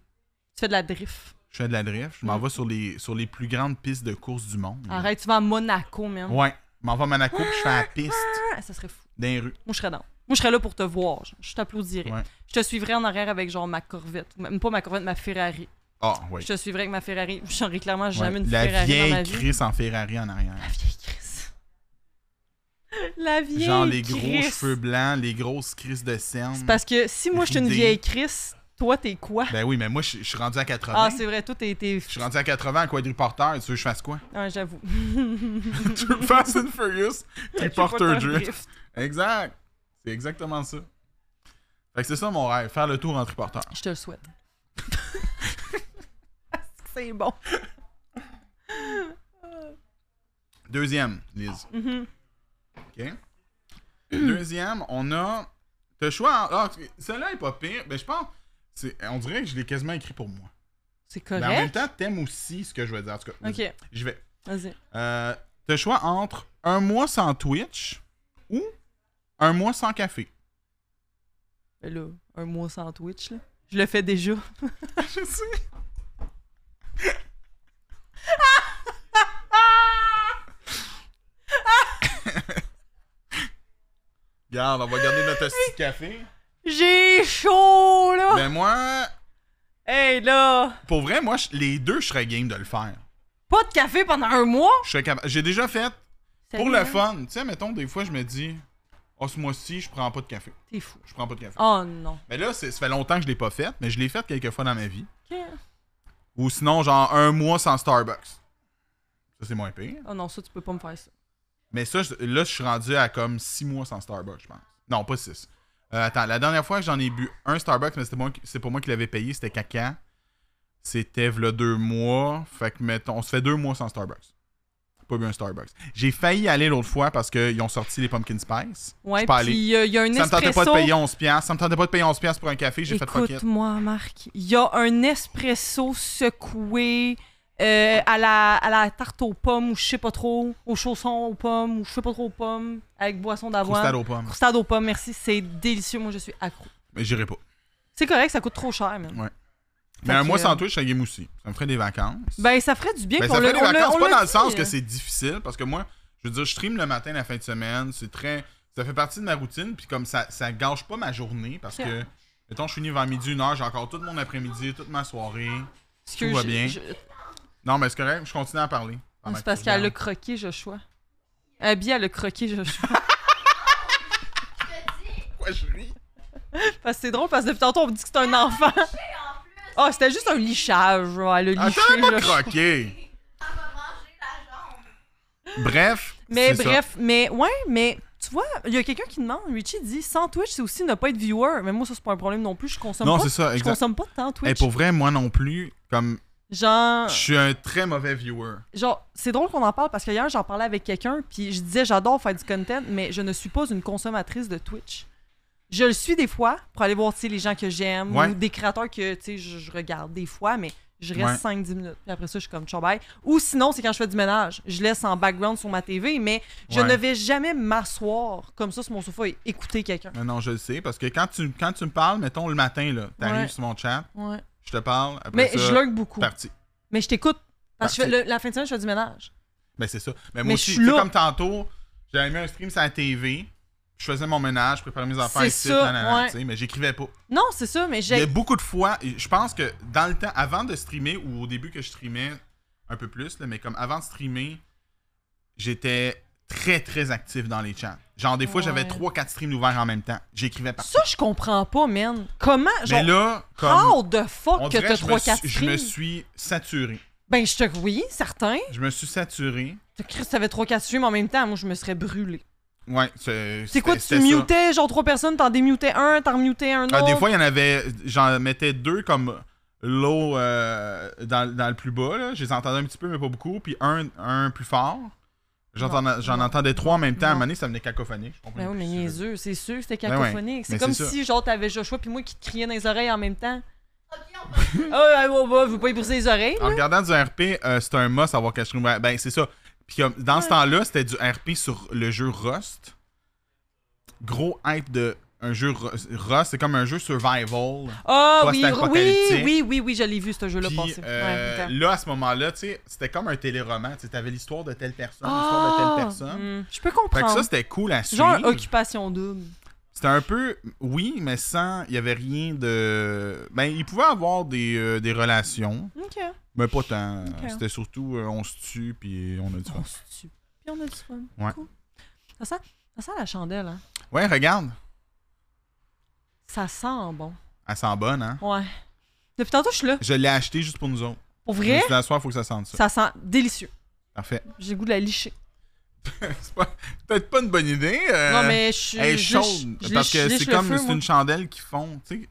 [SPEAKER 2] Tu fais de la drift.
[SPEAKER 1] Je fais de la drift, je m'en
[SPEAKER 2] Mm.
[SPEAKER 1] vais sur les, sur les plus grandes pistes de course du monde.
[SPEAKER 2] Arrête, tu vas à Monaco, man.
[SPEAKER 1] Ouais. Je m'en vais à Monaco, puis je fais la piste
[SPEAKER 2] Ah, ça serait fou.
[SPEAKER 1] dans les rues.
[SPEAKER 2] Moi, je serais dans. Moi, je serais là pour te voir. genre. Je t'applaudirais.
[SPEAKER 1] Ouais.
[SPEAKER 2] Je te suivrais en arrière avec genre ma Corvette. Ou Même pas ma Corvette, ma Ferrari.
[SPEAKER 1] Ah, oui.
[SPEAKER 2] Je te suivrais avec ma Ferrari. J'aurais clairement jamais
[SPEAKER 1] Ouais.
[SPEAKER 2] une
[SPEAKER 1] La
[SPEAKER 2] Ferrari dans ma
[SPEAKER 1] vieille
[SPEAKER 2] vie.
[SPEAKER 1] Chris en Ferrari en arrière.
[SPEAKER 2] La vieille Chris. La vieille
[SPEAKER 1] Genre les gros
[SPEAKER 2] Chris.
[SPEAKER 1] cheveux blancs, les grosses crises de cernes.
[SPEAKER 2] C'est parce que si moi, je suis une
[SPEAKER 1] Des-
[SPEAKER 2] vieille Chris, toi, t'es quoi?
[SPEAKER 1] Ben oui, mais moi, je je suis rendu à 80.
[SPEAKER 2] Ah, c'est vrai, toi, t'es. t'es-
[SPEAKER 1] Je suis rendu à 80 en quadriporteur. Tu veux que je fasse quoi?
[SPEAKER 2] Ah, j'avoue.
[SPEAKER 1] tu veux Fast and Furious, triporteur
[SPEAKER 2] Porter
[SPEAKER 1] drift. Exact. C'est exactement ça. Fait que c'est ça mon rêve, faire le tour en triporteur.
[SPEAKER 2] Je te le souhaite. c'est bon.
[SPEAKER 1] Ben Deuxième, Liz.
[SPEAKER 2] Mhm.
[SPEAKER 1] OK. Deuxième, on a. T'as le choix. en- Ah, celle-là est pas pire. Ben, je pense. c'est- On dirait que je l'ai quasiment écrit pour moi.
[SPEAKER 2] C'est
[SPEAKER 1] Mais en même
[SPEAKER 2] correct.
[SPEAKER 1] temps, t'aimes aussi ce que je vais dire. En tout cas, vas-y.
[SPEAKER 2] ok,
[SPEAKER 1] je vais.
[SPEAKER 2] vas-y.
[SPEAKER 1] Euh, T'as le choix entre un mois sans Twitch ou un mois sans café.
[SPEAKER 2] Ben là, un mois sans Twitch, là. Je le fais déjà.
[SPEAKER 1] je sais. Regarde, on va garder notre petit café.
[SPEAKER 2] J'ai chaud, là!
[SPEAKER 1] Mais moi,
[SPEAKER 2] Hey, là!
[SPEAKER 1] pour vrai, moi, je- les deux, je serais game de le faire.
[SPEAKER 2] Pas de café pendant un mois?
[SPEAKER 1] Je serais capable. J'ai déjà fait pour
[SPEAKER 2] Salut,
[SPEAKER 1] le
[SPEAKER 2] hein.
[SPEAKER 1] fun. Tu sais, mettons, des fois, je me dis, oh, ce mois-ci, je prends pas de café.
[SPEAKER 2] T'es fou.
[SPEAKER 1] Je prends pas de café.
[SPEAKER 2] Oh non.
[SPEAKER 1] Mais là, c'est- ça fait longtemps que je l'ai pas fait, mais je l'ai fait quelques fois dans ma vie.
[SPEAKER 2] Ok.
[SPEAKER 1] Ou sinon, genre, un mois sans Starbucks. Ça, c'est moins pire.
[SPEAKER 2] Oh non, ça, tu peux pas me faire ça.
[SPEAKER 1] Mais ça, je- là, je suis rendu à comme 6 mois sans Starbucks, je pense. Non, pas 6. attends, la dernière fois que j'en ai bu un Starbucks, mais c'était moi qui- c'est pour moi qui l'avais payé, c'était caca. C'était v'là deux mois. Fait que, mettons, on se fait deux mois sans Starbucks. Pas bu un Starbucks. J'ai failli aller l'autre fois parce qu'ils ont sorti les pumpkin spice. Je
[SPEAKER 2] Ouais,
[SPEAKER 1] suis pas
[SPEAKER 2] puis
[SPEAKER 1] allé.
[SPEAKER 2] il y, a- il y a un
[SPEAKER 1] Ça me tentait
[SPEAKER 2] espresso.
[SPEAKER 1] pas de payer 11$. piastres. Ça me tentait pas de payer 11$ piastres pour un café. J'ai fait fuck it.
[SPEAKER 2] Écoute-moi, Marc. Il y a un espresso secoué euh, à, la, à la tarte aux pommes ou je sais pas trop, aux chaussons aux pommes ou je sais pas trop aux pommes, avec boisson
[SPEAKER 1] Croustade
[SPEAKER 2] d'avoine.
[SPEAKER 1] aux pommes.
[SPEAKER 2] Croustade aux pommes, merci. C'est délicieux. Moi, je suis accro.
[SPEAKER 1] Mais j'irai pas.
[SPEAKER 2] C'est correct, ça coûte trop cher, même.
[SPEAKER 1] Mais un
[SPEAKER 2] que- euh,
[SPEAKER 1] mois sans Twitch, je serais game aussi. Ça me ferait des vacances.
[SPEAKER 2] Ben, ça ferait du bien
[SPEAKER 1] Ben,
[SPEAKER 2] qu'on
[SPEAKER 1] ça
[SPEAKER 2] le
[SPEAKER 1] fait des
[SPEAKER 2] on le-
[SPEAKER 1] vacances,
[SPEAKER 2] on
[SPEAKER 1] pas
[SPEAKER 2] le
[SPEAKER 1] dans le
[SPEAKER 2] dit. euh. hein.
[SPEAKER 1] sens que c'est difficile, parce que moi, je veux dire, je stream le matin, la fin de semaine, c'est très... Ça fait partie de ma routine, puis comme ça, ça gâche pas ma journée, parce que, mettons, je finis vers midi, une heure, j'ai encore tout mon après-midi, toute ma soirée.
[SPEAKER 2] Parce que
[SPEAKER 1] Tout va
[SPEAKER 2] je-
[SPEAKER 1] bien. Ah, ben,
[SPEAKER 2] je-
[SPEAKER 1] Non, mais c'est correct, je continue à parler. pendant
[SPEAKER 2] Ah, C'est
[SPEAKER 1] que
[SPEAKER 2] parce
[SPEAKER 1] tu
[SPEAKER 2] qu'elle a
[SPEAKER 1] regardes.
[SPEAKER 2] croqué, Joshua. Abby, elle a croqué, Joshua.
[SPEAKER 1] Pourquoi je ris?
[SPEAKER 2] parce que c'est drôle, parce que depuis tantôt, on me dit que c'est un enfant. Ah, c'était juste un lichage, genre. Elle a
[SPEAKER 1] Attends,
[SPEAKER 2] liché,
[SPEAKER 1] elle m'a
[SPEAKER 2] Joshua.
[SPEAKER 1] croqué! Bref,
[SPEAKER 2] Mais
[SPEAKER 1] c'est ça.
[SPEAKER 2] bref, mais ouais, mais tu vois, il y a quelqu'un qui demande, Richie dit, sans Twitch, c'est aussi ne pas être viewer. Mais moi, ça, c'est pas un problème non plus. Je consomme
[SPEAKER 1] Non,
[SPEAKER 2] pas.
[SPEAKER 1] c'est ça,
[SPEAKER 2] Je
[SPEAKER 1] exact.
[SPEAKER 2] consomme pas de temps
[SPEAKER 1] Et
[SPEAKER 2] Twitch.
[SPEAKER 1] pour vrai, moi non plus, comme
[SPEAKER 2] Genre,
[SPEAKER 1] Je suis un très mauvais viewer.
[SPEAKER 2] genre c'est drôle qu'on en parle parce qu'hier, j'en parlais avec quelqu'un, puis je disais, j'adore faire du content, mais je ne suis pas une consommatrice de Twitch. Je le suis des fois pour aller voir tu sais, les gens que j'aime
[SPEAKER 1] Ouais.
[SPEAKER 2] ou des créateurs que tu sais, je, je regarde des fois, mais je
[SPEAKER 1] Ouais.
[SPEAKER 2] reste 5-10 minutes. Puis après ça, je suis comme bye. Ou sinon, c'est quand je fais du ménage. Je laisse en background sur ma TV, mais je
[SPEAKER 1] Ouais.
[SPEAKER 2] ne vais jamais m'asseoir comme ça sur mon sofa et écouter quelqu'un.
[SPEAKER 1] Mais non, je le sais, parce que quand tu, quand tu me parles, mettons le matin, là, t'arrives
[SPEAKER 2] Ouais.
[SPEAKER 1] sur mon chat,
[SPEAKER 2] Ouais.
[SPEAKER 1] je te parle,
[SPEAKER 2] Mais
[SPEAKER 1] après ça,
[SPEAKER 2] je lurgue beaucoup.
[SPEAKER 1] parti.
[SPEAKER 2] Mais je t'écoute. Parce que je
[SPEAKER 1] Parti.
[SPEAKER 2] fais le- la fin de semaine, je fais du ménage.
[SPEAKER 1] Mais Ben, c'est ça. Mais moi
[SPEAKER 2] Mais je
[SPEAKER 1] aussi,
[SPEAKER 2] suis
[SPEAKER 1] tu sais,
[SPEAKER 2] là.
[SPEAKER 1] comme tantôt, j'avais mis un stream sur la TV, je faisais mon ménage, je préparais mes affaires
[SPEAKER 2] C'est
[SPEAKER 1] ici,
[SPEAKER 2] ça,
[SPEAKER 1] nanana,
[SPEAKER 2] ouais.
[SPEAKER 1] tu sais, mais j'écrivais pas.
[SPEAKER 2] Non, c'est ça, mais
[SPEAKER 1] Il y a
[SPEAKER 2] j'ai.
[SPEAKER 1] beaucoup de fois, et je pense que dans le temps, avant de streamer, ou au début que je streamais un peu plus, là, mais comme avant de streamer, j'étais très très actif dans les chats. Genre des fois
[SPEAKER 2] Ouais.
[SPEAKER 1] j'avais 3-4 streams ouverts en même temps. J'écrivais par
[SPEAKER 2] Ça, je comprends pas, man. Comment, genre,
[SPEAKER 1] Mais là, comme
[SPEAKER 2] how the fuck
[SPEAKER 1] on
[SPEAKER 2] que
[SPEAKER 1] dirait,
[SPEAKER 2] t'as
[SPEAKER 1] je, me
[SPEAKER 2] 3-4
[SPEAKER 1] suis, je me
[SPEAKER 2] streams?
[SPEAKER 1] suis saturé.
[SPEAKER 2] Ben, je te. Oui, certain.
[SPEAKER 1] Je me suis saturé.
[SPEAKER 2] Tu Christ, t'avais 3-4 streams en même temps, moi, je me serais brûlé.
[SPEAKER 1] Ouais, c'est
[SPEAKER 2] C'est quoi, tu
[SPEAKER 1] c'était ça.
[SPEAKER 2] mutais, genre, trois personnes, t'en démutais un, t'en mutais un autre.
[SPEAKER 1] Ah, des fois, il y en avait. J'en mettais deux comme l'eau euh, dans, dans le plus bas. Là. Je les entendais un petit peu, mais pas beaucoup. Puis un, un plus fort. J'entendais-
[SPEAKER 2] Non,
[SPEAKER 1] J'en
[SPEAKER 2] non.
[SPEAKER 1] entendais trois en même temps. À un
[SPEAKER 2] Non.
[SPEAKER 1] moment donné, ça venait cacophonique. Je comprenais
[SPEAKER 2] Ben oui, mais
[SPEAKER 1] plus ce que-
[SPEAKER 2] niaiseux, c'est sûr que c'était
[SPEAKER 1] Ben ouais,
[SPEAKER 2] cacophonique. C'est
[SPEAKER 1] mais
[SPEAKER 2] comme
[SPEAKER 1] c'est ça.
[SPEAKER 2] si, genre, t'avais Joshua puis moi qui te criais dans les oreilles en même temps. Oh, ouais, ouais, ouais, vous pas y briser les oreilles.
[SPEAKER 1] En regardant du RP, euh, c'était un must avoir caché une- Ben, c'est ça. Puis comme, dans ce
[SPEAKER 2] Ouais.
[SPEAKER 1] temps-là, c'était du RP sur le jeu Rust. Gros hype de. Un jeu Ru- Rust, c'est comme un jeu survival.
[SPEAKER 2] Ah
[SPEAKER 1] Toi,
[SPEAKER 2] oui,
[SPEAKER 1] c'était
[SPEAKER 2] oui, oui,
[SPEAKER 1] apocalyptique.
[SPEAKER 2] oui, oui, je l'ai vu, ce jeu-là
[SPEAKER 1] Puis,
[SPEAKER 2] passer.
[SPEAKER 1] euh,
[SPEAKER 2] Ouais, putain.
[SPEAKER 1] là, à ce moment-là, tu sais, c'était comme un téléroman. Tu avais l'histoire de telle personne, l'histoire de telle personne.
[SPEAKER 2] hmm, Je peux
[SPEAKER 1] Fait que
[SPEAKER 2] comprendre.
[SPEAKER 1] ça, c'était cool à suivre.
[SPEAKER 2] Ah! Genre occupation double.
[SPEAKER 1] C'était un peu, oui, mais sans, il n'y avait rien de... Ben, il pouvait avoir des, euh, des relations,
[SPEAKER 2] OK.
[SPEAKER 1] mais pas tant.
[SPEAKER 2] Ok.
[SPEAKER 1] C'était surtout, euh, on se tue, puis on a du fun.
[SPEAKER 2] On se tue. Puis on a du fun.
[SPEAKER 1] Ah. Ouais.
[SPEAKER 2] Cool. Ça sent, ça sent la chandelle, hein.
[SPEAKER 1] Ouais, regarde,
[SPEAKER 2] Ça sent bon.
[SPEAKER 1] elle sent bonne, hein?
[SPEAKER 2] Ouais. Depuis tantôt, je suis là.
[SPEAKER 1] Je l'ai acheté juste pour nous autres.
[SPEAKER 2] Pour
[SPEAKER 1] Je me
[SPEAKER 2] vrai,
[SPEAKER 1] suis dit, la soir, faut que ça sente ça.
[SPEAKER 2] ça sent délicieux.
[SPEAKER 1] Parfait.
[SPEAKER 2] J'ai le goût de la licher.
[SPEAKER 1] c'est pas- peut-être pas une bonne idée. euh,
[SPEAKER 2] non, mais je suis.
[SPEAKER 1] Elle est
[SPEAKER 2] je
[SPEAKER 1] chaude,
[SPEAKER 2] liche- je
[SPEAKER 1] parce
[SPEAKER 2] liche-
[SPEAKER 1] que
[SPEAKER 2] je liche
[SPEAKER 1] c'est
[SPEAKER 2] le
[SPEAKER 1] comme,
[SPEAKER 2] feu,
[SPEAKER 1] c'est
[SPEAKER 2] moi.
[SPEAKER 1] une chandelle qui fond, tu sais. Une
[SPEAKER 2] Ouais.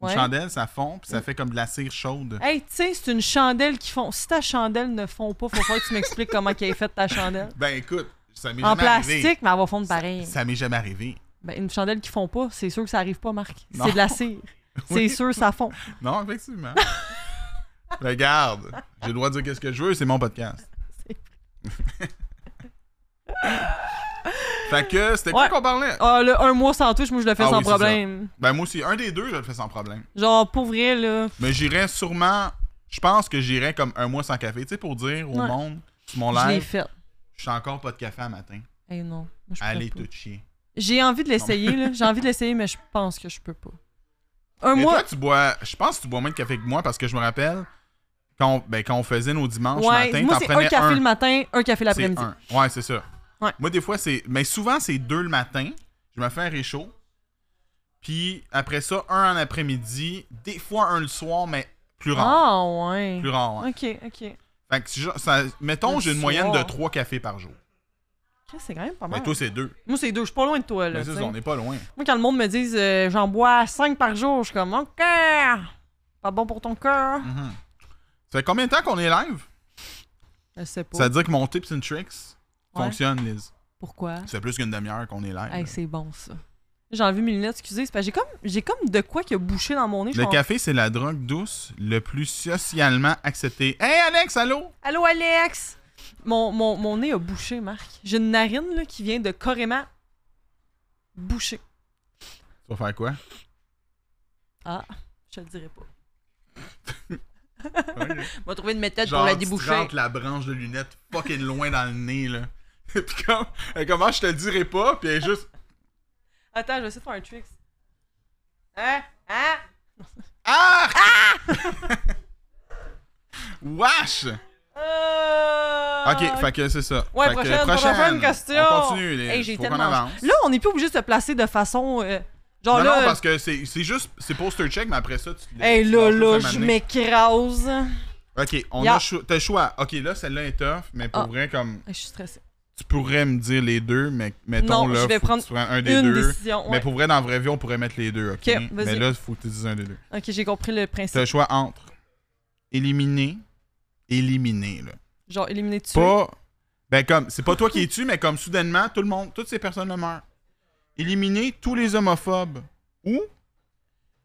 [SPEAKER 2] Mm. Ah.
[SPEAKER 1] chandelle, ça fond, puis ça fait comme de la cire chaude.
[SPEAKER 2] Hey, tu sais, c'est une chandelle qui fond. Si ta chandelle ne fond pas, faut pas que tu m'expliques comment qu'elle est faite ta chandelle.
[SPEAKER 1] Ben écoute, ça m'est
[SPEAKER 2] En
[SPEAKER 1] jamais
[SPEAKER 2] plastique,
[SPEAKER 1] arrivé.
[SPEAKER 2] mais elle va fondre pareil.
[SPEAKER 1] Ça m'est jamais arrivé.
[SPEAKER 2] Ben, une chandelle qui fond pas, c'est sûr que ça arrive pas, Marc.
[SPEAKER 1] Non.
[SPEAKER 2] C'est de la cire. C'est
[SPEAKER 1] Oui.
[SPEAKER 2] sûr, ça fond.
[SPEAKER 1] Non, effectivement. Regarde, j'ai le droit de dire qu'est-ce que je veux, c'est mon podcast.
[SPEAKER 2] C'est
[SPEAKER 1] fait que c'était quoi
[SPEAKER 2] Ouais.
[SPEAKER 1] qu'on parlait?
[SPEAKER 2] Ah, le un mois sans touche, moi, je le fais
[SPEAKER 1] Ah
[SPEAKER 2] sans
[SPEAKER 1] oui, c'est
[SPEAKER 2] problème.
[SPEAKER 1] Ben moi aussi, un des deux, je le fais sans problème.
[SPEAKER 2] Genre, pour vrai, là.
[SPEAKER 1] Mais j'irais sûrement, je pense que j'irais comme un mois sans café, tu sais, pour dire au
[SPEAKER 2] Ouais.
[SPEAKER 1] monde, sur mon
[SPEAKER 2] Je l'ai
[SPEAKER 1] live,
[SPEAKER 2] fait.
[SPEAKER 1] je suis encore pas de café à matin.
[SPEAKER 2] Eh non. moi, je pourrais
[SPEAKER 1] Allez,
[SPEAKER 2] pas.
[SPEAKER 1] tout chier.
[SPEAKER 2] J'ai envie de l'essayer, là. J'ai envie de l'essayer, mais je pense que je peux pas. Un
[SPEAKER 1] Mais
[SPEAKER 2] mois.
[SPEAKER 1] toi, tu bois, je pense que tu bois moins de café que moi parce que je me rappelle, quand on, ben, quand on faisait nos dimanches
[SPEAKER 2] ouais,
[SPEAKER 1] matin,
[SPEAKER 2] moi,
[SPEAKER 1] t'en
[SPEAKER 2] c'est
[SPEAKER 1] prenais
[SPEAKER 2] un café le matin, un café
[SPEAKER 1] C'est
[SPEAKER 2] l'après-midi.
[SPEAKER 1] un. Ouais, c'est ça.
[SPEAKER 2] Ouais.
[SPEAKER 1] Moi, des fois, c'est. Mais souvent, c'est deux le matin. Je me fais un réchaud. Puis après ça, un en après-midi. Des fois, un le soir, mais plus rare.
[SPEAKER 2] Ah, ouais.
[SPEAKER 1] Plus rare, ouais.
[SPEAKER 2] Ok, ok.
[SPEAKER 1] Fait que si je- ça- mettons,
[SPEAKER 2] Le
[SPEAKER 1] j'ai une moyenne de
[SPEAKER 2] soir.
[SPEAKER 1] trois cafés par jour.
[SPEAKER 2] Ok, C'est quand même pas
[SPEAKER 1] Mais
[SPEAKER 2] mal.
[SPEAKER 1] toi, c'est deux.
[SPEAKER 2] Moi, c'est deux. Je suis pas loin de toi, là.
[SPEAKER 1] Mais c'est
[SPEAKER 2] tu
[SPEAKER 1] ça,
[SPEAKER 2] sais.
[SPEAKER 1] on n'est pas loin.
[SPEAKER 2] Moi, quand le monde me dit euh, j'en bois cinq par jour, je suis comme OK. Pas bon pour ton cœur.
[SPEAKER 1] Mhm. Ça fait combien de temps qu'on est live?
[SPEAKER 2] Je sais pas.
[SPEAKER 1] Ça veut dire que mon tips and tricks
[SPEAKER 2] Ouais.
[SPEAKER 1] fonctionne, Liz.
[SPEAKER 2] Pourquoi?
[SPEAKER 1] Ça fait plus qu'une demi-heure qu'on est live.
[SPEAKER 2] Hey,
[SPEAKER 1] là.
[SPEAKER 2] c'est bon, ça. J'ai enlevé mes lunettes, excusez. c'est parce que J'ai comme, j'ai comme de quoi qui a bouché dans mon nez. je
[SPEAKER 1] le
[SPEAKER 2] pense.
[SPEAKER 1] café, c'est la drogue douce le plus socialement acceptée. Hey, Alex, allô?
[SPEAKER 2] Allô, Alex? Mon, mon, mon nez a bouché, Marc. J'ai une narine là, qui vient de carrément boucher.
[SPEAKER 1] Tu vas faire quoi?
[SPEAKER 2] Ah, je te le dirai pas.
[SPEAKER 1] Ok.
[SPEAKER 2] On va trouver une méthode
[SPEAKER 1] Genre,
[SPEAKER 2] pour la
[SPEAKER 1] tu te
[SPEAKER 2] déboucher.
[SPEAKER 1] rentres la branche de lunettes fucking loin dans le nez, là. puis comme, elle commence, je te le dirai pas, puis elle est juste,
[SPEAKER 2] Attends, je vais essayer de faire un trick. Hein? Hein?
[SPEAKER 1] ah! Wesh!
[SPEAKER 2] Euh,
[SPEAKER 1] Ah! Ok, fait que c'est ça.
[SPEAKER 2] Ouais,
[SPEAKER 1] Fait que
[SPEAKER 2] prochaine, prochaine question.
[SPEAKER 1] On continue, les.
[SPEAKER 2] Hey, j'ai
[SPEAKER 1] faut qu'on
[SPEAKER 2] tellement-
[SPEAKER 1] avance.
[SPEAKER 2] Là, on n'est plus obligé de se placer de façon. euh, genre
[SPEAKER 1] non,
[SPEAKER 2] là.
[SPEAKER 1] non, parce que c'est c'est juste, c'est poster check, mais après ça, tu.
[SPEAKER 2] Hey,
[SPEAKER 1] tu
[SPEAKER 2] là,
[SPEAKER 1] lâches
[SPEAKER 2] là,
[SPEAKER 1] ça,
[SPEAKER 2] je
[SPEAKER 1] m'amener.
[SPEAKER 2] m'écrase.
[SPEAKER 1] Ok, on
[SPEAKER 2] Yeah.
[SPEAKER 1] a cho- t'as le choix. Ok, là, celle-là est tough, mais pour
[SPEAKER 2] Ah.
[SPEAKER 1] vrai, comme,
[SPEAKER 2] Hey, Je suis stressée.
[SPEAKER 1] tu pourrais me dire les deux, mais mettons,
[SPEAKER 2] Non,
[SPEAKER 1] là,
[SPEAKER 2] je vais
[SPEAKER 1] faut que
[SPEAKER 2] prendre
[SPEAKER 1] tu prennes un des
[SPEAKER 2] Une
[SPEAKER 1] deux.
[SPEAKER 2] décision.
[SPEAKER 1] Mais
[SPEAKER 2] ouais.
[SPEAKER 1] pour vrai, dans la vraie vie, on pourrait mettre les deux, ok?
[SPEAKER 2] Ok, vas-y.
[SPEAKER 1] mais là, il faut que tu dises un des deux.
[SPEAKER 2] Ok, j'ai compris le
[SPEAKER 1] T'as
[SPEAKER 2] principe.
[SPEAKER 1] le choix entre éliminer éliminé. Là.
[SPEAKER 2] Genre, éliminer tout
[SPEAKER 1] Pas. Ben, comme, c'est pas toi qui es tu, mais comme soudainement, tout le monde, toutes ces personnes meurent. Éliminer tous les homophobes ou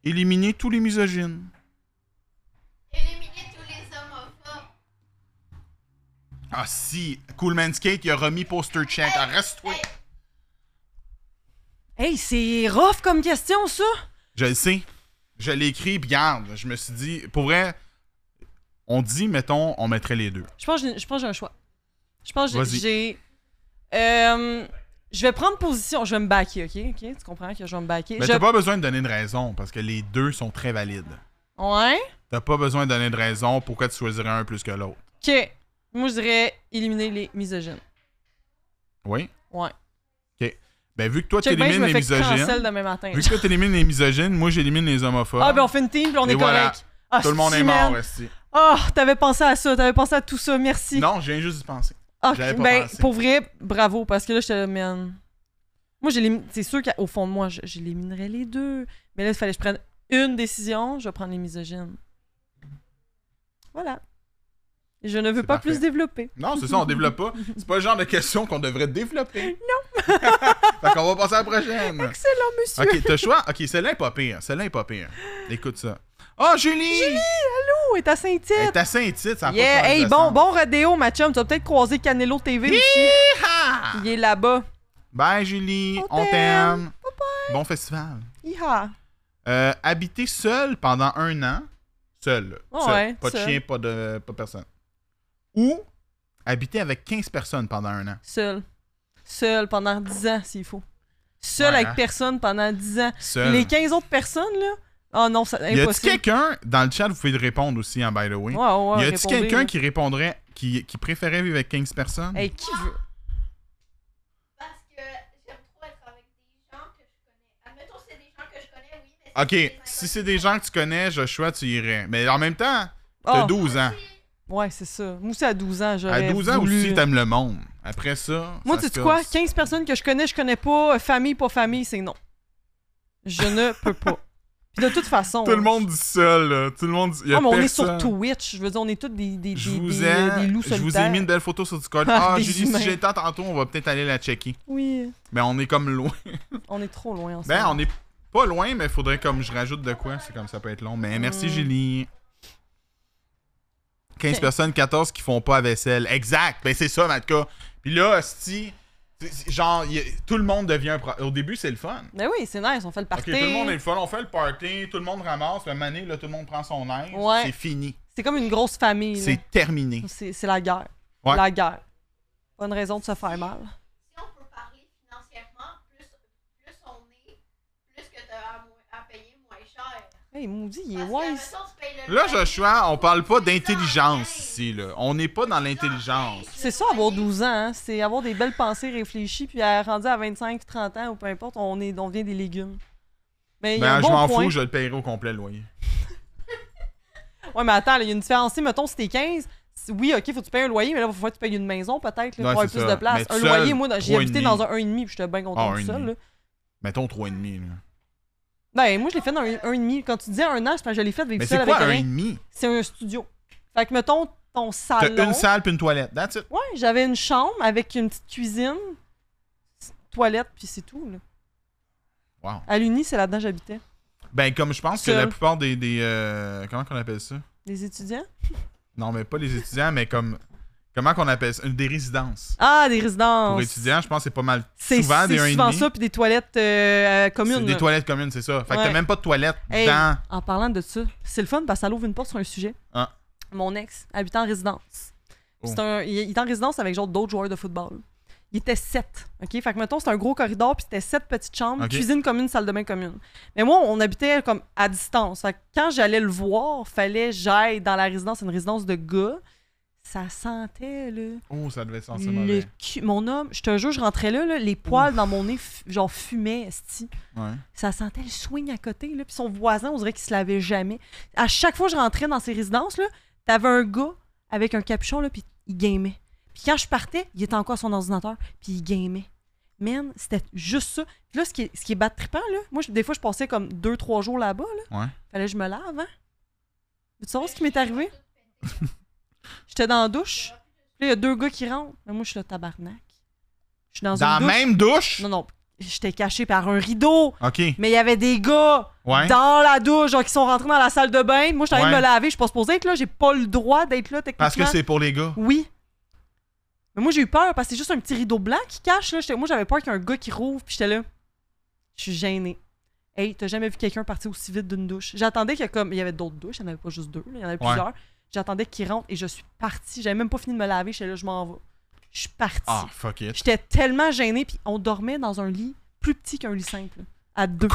[SPEAKER 1] éliminer tous les misogynes.
[SPEAKER 3] Éliminer tous les homophobes.
[SPEAKER 1] Ah si, Cool Man's Cake, il a remis poster check. Ah, reste-toi.
[SPEAKER 2] Hey, c'est rough comme question, ça!
[SPEAKER 1] Je le sais. Je l'ai écrit, puis garde. Je me suis dit, pour vrai, on dit, mettons, on mettrait les deux.
[SPEAKER 2] Je pense, que j'ai- je pense que j'ai un choix. Je pense que
[SPEAKER 1] Vas-y.
[SPEAKER 2] j'ai- j'ai. euh, je vais prendre position. Je vais me baquer, ok? ok? Tu comprends que je vais me baquer.
[SPEAKER 1] Mais
[SPEAKER 2] Je-
[SPEAKER 1] t'as Ben, pas besoin de donner de raison, parce que les deux sont très valides.
[SPEAKER 2] Ouais?
[SPEAKER 1] T'as pas besoin de donner de raison pourquoi tu choisirais un plus que l'autre.
[SPEAKER 2] Ok. Moi, je dirais éliminer les misogynes.
[SPEAKER 1] Oui?
[SPEAKER 2] Ouais.
[SPEAKER 1] Ben, vu que toi,
[SPEAKER 2] Check bien, je
[SPEAKER 1] t'élimines
[SPEAKER 2] me
[SPEAKER 1] les
[SPEAKER 2] fais cancel
[SPEAKER 1] misogynes...
[SPEAKER 2] demain matin.
[SPEAKER 1] Vu que toi, t'élimines les misogynes, moi, j'élimine les homophobes.
[SPEAKER 2] Ah, ben on fait une team, puis on
[SPEAKER 1] Et
[SPEAKER 2] est
[SPEAKER 1] voilà.
[SPEAKER 2] correct. Ah,
[SPEAKER 1] Tout le monde est
[SPEAKER 2] si,
[SPEAKER 1] mort,
[SPEAKER 2] man.
[SPEAKER 1] aussi.
[SPEAKER 2] Oh, t'avais pensé à ça, t'avais pensé à tout ça, merci.
[SPEAKER 1] Non, je viens juste d'y penser.
[SPEAKER 2] Ok,
[SPEAKER 1] j'avais pas
[SPEAKER 2] ben,
[SPEAKER 1] pensé.
[SPEAKER 2] pour vrai, bravo, parce que là, j'étais là, man. Moi, j'élimine- c'est sûr qu'au fond de moi, je- j'éliminerais les deux. Mais là, il fallait que je prenne une décision, je vais prendre les misogynes. Voilà. Et Je ne veux
[SPEAKER 1] C'est
[SPEAKER 2] pas
[SPEAKER 1] parfait.
[SPEAKER 2] plus développer.
[SPEAKER 1] Non, c'est ça, on développe pas. C'est pas le genre de question qu'on devrait développer. Non. fait qu'on va passer à la prochaine.
[SPEAKER 2] Excellent, monsieur.
[SPEAKER 1] Ok, t'as le choix. Ok, celle-là est pas pire. Celle-là est pas pire. Écoute ça. Oh, Julie!
[SPEAKER 2] Julie, allô, est à
[SPEAKER 1] Elle
[SPEAKER 2] Saint-Tite.
[SPEAKER 1] est à Saint-Tite, ça a pas
[SPEAKER 2] Yeah,
[SPEAKER 1] de
[SPEAKER 2] hey,
[SPEAKER 1] sens.
[SPEAKER 2] bon, bon rodéo, ma chum. Tu vas peut-être croiser Canelo TV aussi.
[SPEAKER 1] Hi-ha!
[SPEAKER 2] Il est là-bas.
[SPEAKER 1] Bye, Julie.
[SPEAKER 2] On
[SPEAKER 1] On
[SPEAKER 2] t'aime.
[SPEAKER 1] t'aime. Bon festival.
[SPEAKER 2] Iha.
[SPEAKER 1] Euh, habiter seul pendant un an. Seul.
[SPEAKER 2] Ouais,
[SPEAKER 1] Seul. Pas de
[SPEAKER 2] seul.
[SPEAKER 1] chien, pas de pas de personne. Ou habiter avec 15 personnes pendant un an.
[SPEAKER 2] Seul. Seul pendant 10 ans, s'il faut. Seul
[SPEAKER 1] Ouais, hein.
[SPEAKER 2] avec personne pendant 10 ans.
[SPEAKER 1] Seul.
[SPEAKER 2] Les 15 autres personnes, là. Oh non, ça
[SPEAKER 1] Y a-tu
[SPEAKER 2] impossible.
[SPEAKER 1] quelqu'un dans le chat, vous pouvez répondre aussi, en by the way.
[SPEAKER 2] Ouais, ouais,
[SPEAKER 1] y a-tu
[SPEAKER 2] répondez,
[SPEAKER 1] quelqu'un
[SPEAKER 2] là.
[SPEAKER 1] qui répondrait, qui, qui préférait vivre avec 15 personnes?
[SPEAKER 2] Hey, qui veut?
[SPEAKER 3] Parce que j'aime trop être avec des gens que je connais. Admettons, c'est des gens que je connais, oui. Mais
[SPEAKER 1] Ok, si c'est des gens que tu connais, Joshua, tu irais. Mais en même temps, t'as
[SPEAKER 2] Oh,
[SPEAKER 1] 12 ans.
[SPEAKER 2] Ouais, c'est ça. Moi, c'est à 12 ans,
[SPEAKER 1] À
[SPEAKER 2] j'aurais
[SPEAKER 1] 12 ans
[SPEAKER 2] voulu.
[SPEAKER 1] aussi, t'aimes le monde. Après ça.
[SPEAKER 2] Moi,
[SPEAKER 1] ça
[SPEAKER 2] tu
[SPEAKER 1] se
[SPEAKER 2] sais quoi?
[SPEAKER 1] casse.
[SPEAKER 2] 15 personnes que je connais, je connais pas. euh, Famille, pas famille, c'est non. Je ne peux pas. Puis de toute façon...
[SPEAKER 1] Tout le monde dit ça, là. Tout le monde dit. y a
[SPEAKER 2] Ah, mais on est sur
[SPEAKER 1] personne.
[SPEAKER 2] Twitch. Je veux dire, on est tous des, des,
[SPEAKER 1] Je
[SPEAKER 2] des-
[SPEAKER 1] vous
[SPEAKER 2] des,
[SPEAKER 1] ai,
[SPEAKER 2] euh, des loups
[SPEAKER 1] je
[SPEAKER 2] solitaires.
[SPEAKER 1] vous ai mis une belle photo sur Discord.
[SPEAKER 2] Ah,
[SPEAKER 1] Ah,
[SPEAKER 2] des
[SPEAKER 1] j'ai dit
[SPEAKER 2] humains.
[SPEAKER 1] si j'ai le temps tantôt, on va peut-être aller la checker.
[SPEAKER 2] Oui.
[SPEAKER 1] Mais on est comme loin.
[SPEAKER 2] On est trop loin ensemble.
[SPEAKER 1] Ben, on est pas loin, mais faudrait comme je rajoute de quoi. C'est comme ça peut être long. Mais merci, Julie. 15
[SPEAKER 2] Hmm. Ok.
[SPEAKER 1] personnes, 14 qui font pas la vaisselle. Exact. Ben, c'est ça, Matka. Puis là, si. Genre, y a- tout le monde devient un pro- Au début, c'est le fun.
[SPEAKER 2] Ben oui, c'est nice. On fait le
[SPEAKER 1] Ok,
[SPEAKER 2] party.
[SPEAKER 1] tout le monde est le fun. On fait le party, tout le monde ramasse. Le mané, là, tout le monde prend son aise.
[SPEAKER 2] Ouais.
[SPEAKER 1] C'est fini.
[SPEAKER 2] C'est comme une grosse famille. là.
[SPEAKER 1] C'est terminé.
[SPEAKER 2] C'est c'est la guerre.
[SPEAKER 1] Ouais.
[SPEAKER 2] La guerre. Bonne raison de se faire mal.
[SPEAKER 3] Si on peut parler financièrement, plus, plus on est, plus que t'as à, mo- à payer moins cher.
[SPEAKER 2] Hey, maudit, il est
[SPEAKER 3] Parce que,
[SPEAKER 2] wise.
[SPEAKER 3] admettons, tu payes le
[SPEAKER 1] Là,
[SPEAKER 3] loyer,
[SPEAKER 1] Joshua, on parle pas d'intelligence
[SPEAKER 3] 615.
[SPEAKER 1] ici, là. On n'est pas dans l'intelligence.
[SPEAKER 2] C'est ça, avoir 12 ans. hein. C'est avoir des belles pensées réfléchies, puis à- rendu à 25, 30 ans, ou peu importe, on, est, on devient des légumes. Mais il y a
[SPEAKER 1] Ben,
[SPEAKER 2] un
[SPEAKER 1] je
[SPEAKER 2] bon
[SPEAKER 1] m'en
[SPEAKER 2] point.
[SPEAKER 1] fous, je le paierai au complet, le loyer.
[SPEAKER 2] Ouais, mais attends, là, il y a une différence. Si, mettons, si t'es 15, si- oui, OK, faut que tu payes un loyer, mais là, il faut que tu payes une maison, peut-être, là, pour
[SPEAKER 1] Ouais,
[SPEAKER 2] avoir
[SPEAKER 1] c'est
[SPEAKER 2] plus
[SPEAKER 1] ça.
[SPEAKER 2] de place.
[SPEAKER 1] Mais
[SPEAKER 2] un
[SPEAKER 1] tout seul,
[SPEAKER 2] loyer, moi, dans- j'ai
[SPEAKER 1] trois et
[SPEAKER 2] habité
[SPEAKER 1] demi.
[SPEAKER 2] dans un 1,5, puis j'étais bien
[SPEAKER 1] Ah,
[SPEAKER 2] content
[SPEAKER 1] un
[SPEAKER 2] de ça.
[SPEAKER 1] et
[SPEAKER 2] Là.
[SPEAKER 1] demi. Mettons 3,5, là.
[SPEAKER 2] Ben, moi, je l'ai fait dans un 1,5. Quand tu dis un an, c'est parce que je l'ai fait vivre
[SPEAKER 1] Mais
[SPEAKER 2] seul
[SPEAKER 1] c'est quoi,
[SPEAKER 2] avec
[SPEAKER 1] un
[SPEAKER 2] rien.
[SPEAKER 1] et demi?
[SPEAKER 2] C'est un studio. Fait que, mettons, ton
[SPEAKER 1] T'as
[SPEAKER 2] salon.
[SPEAKER 1] une salle puis une toilette, that's it.
[SPEAKER 2] Ouais, j'avais une chambre avec une petite cuisine, s- toilette, puis c'est tout. Là.
[SPEAKER 1] Wow.
[SPEAKER 2] À l'Uni, c'est là-dedans que j'habitais.
[SPEAKER 1] Ben, comme je pense que
[SPEAKER 2] Seul.
[SPEAKER 1] la plupart des... des, euh, comment qu'on appelle ça?
[SPEAKER 2] Les étudiants?
[SPEAKER 1] Non, mais pas les étudiants, mais comme... Comment qu'on appelle ça? Une des résidences.
[SPEAKER 2] Ah, des résidences!
[SPEAKER 1] Pour étudiants, je pense que c'est pas mal
[SPEAKER 2] C'est
[SPEAKER 1] souvent
[SPEAKER 2] c'est
[SPEAKER 1] des 1,5.
[SPEAKER 2] souvent ça, puis des toilettes euh, euh, communes.
[SPEAKER 1] C'est des
[SPEAKER 2] là.
[SPEAKER 1] toilettes communes, c'est ça. Fait que
[SPEAKER 2] Ouais.
[SPEAKER 1] t'as même pas de toilette
[SPEAKER 2] Hey,
[SPEAKER 1] dans...
[SPEAKER 2] En parlant de ça, c'est le fun parce que ça l'ouvre une porte sur un sujet.
[SPEAKER 1] Ah.
[SPEAKER 2] Mon ex habitait en résidence.
[SPEAKER 1] Oh.
[SPEAKER 2] Puis c'est un- il, il est en résidence avec genre d'autres joueurs de football. Il était sept. OK? Fait que mettons, c'était un gros corridor, puis c'était sept petites chambres,
[SPEAKER 1] OK.
[SPEAKER 2] cuisine commune, salle de bain commune. Mais moi, on habitait comme à distance. Fait que quand j'allais le voir, fallait que j'aille dans la résidence, une résidence de gars. Ça sentait, là.
[SPEAKER 1] Oh, ça devait sentir
[SPEAKER 2] Le
[SPEAKER 1] mauvais.
[SPEAKER 2] cul. Mon homme, je te jure, je rentrais là, là, les poils dans mon nez, fu- genre fumaient, esti
[SPEAKER 1] Ouais.
[SPEAKER 2] ça sentait le swing à côté, là. Puis son voisin, on dirait qu'il se lavait jamais. À chaque fois que je rentrais dans ses résidences, là, t'avais un gars avec un capuchon, là, puis il gamait. Puis quand je partais, il était encore à son ordinateur, puis il gamait. Man, c'était juste ça. Puis là, ce qui est, ce qui est battrippant, là, moi, je- des fois, je passais comme deux, trois jours là-bas, là.
[SPEAKER 1] Ouais.
[SPEAKER 2] Fallait que je me lave, hein. Veux-tu savoir ce qui m'est arrivé? J'étais dans la douche. Puis là, il y a deux gars qui rentrent. Mais moi, je suis le tabarnak. Je suis dans,
[SPEAKER 1] Dans la
[SPEAKER 2] une
[SPEAKER 1] même
[SPEAKER 2] douche.
[SPEAKER 1] douche?
[SPEAKER 2] Non, non. J'étais caché par un rideau.
[SPEAKER 1] OK.
[SPEAKER 2] Mais il y avait des gars
[SPEAKER 1] Ouais.
[SPEAKER 2] dans la douche, genre qui sont rentrés dans la salle de bain. Moi, je suis en train de
[SPEAKER 1] Ouais.
[SPEAKER 2] me laver. Je suis pas supposée être là. J'ai pas le droit d'être là techniquement.
[SPEAKER 1] Parce que c'est pour les gars.
[SPEAKER 2] Oui. Mais moi, j'ai eu peur parce que c'est juste un petit rideau blanc qui cache. Là. J'étais- Moi, j'avais peur qu'il y ait un gars qui rouvre. Puis j'étais là. Je suis gênée. Hey, t'as jamais vu quelqu'un partir aussi vite d'une douche? J'attendais qu'il y, a comme... il y avait d'autres douches. Il n'y en avait pas juste deux. là, Il y en avait
[SPEAKER 1] Ouais.
[SPEAKER 2] plusieurs. J'attendais qu'il rentre et je suis partie. J'avais même pas fini de me laver. J'étais là, je m'en vais. Je suis partie.
[SPEAKER 1] Ah, fuck it.
[SPEAKER 2] J'étais tellement gênée, puis on dormait dans un lit plus petit qu'un lit simple, là, à deux.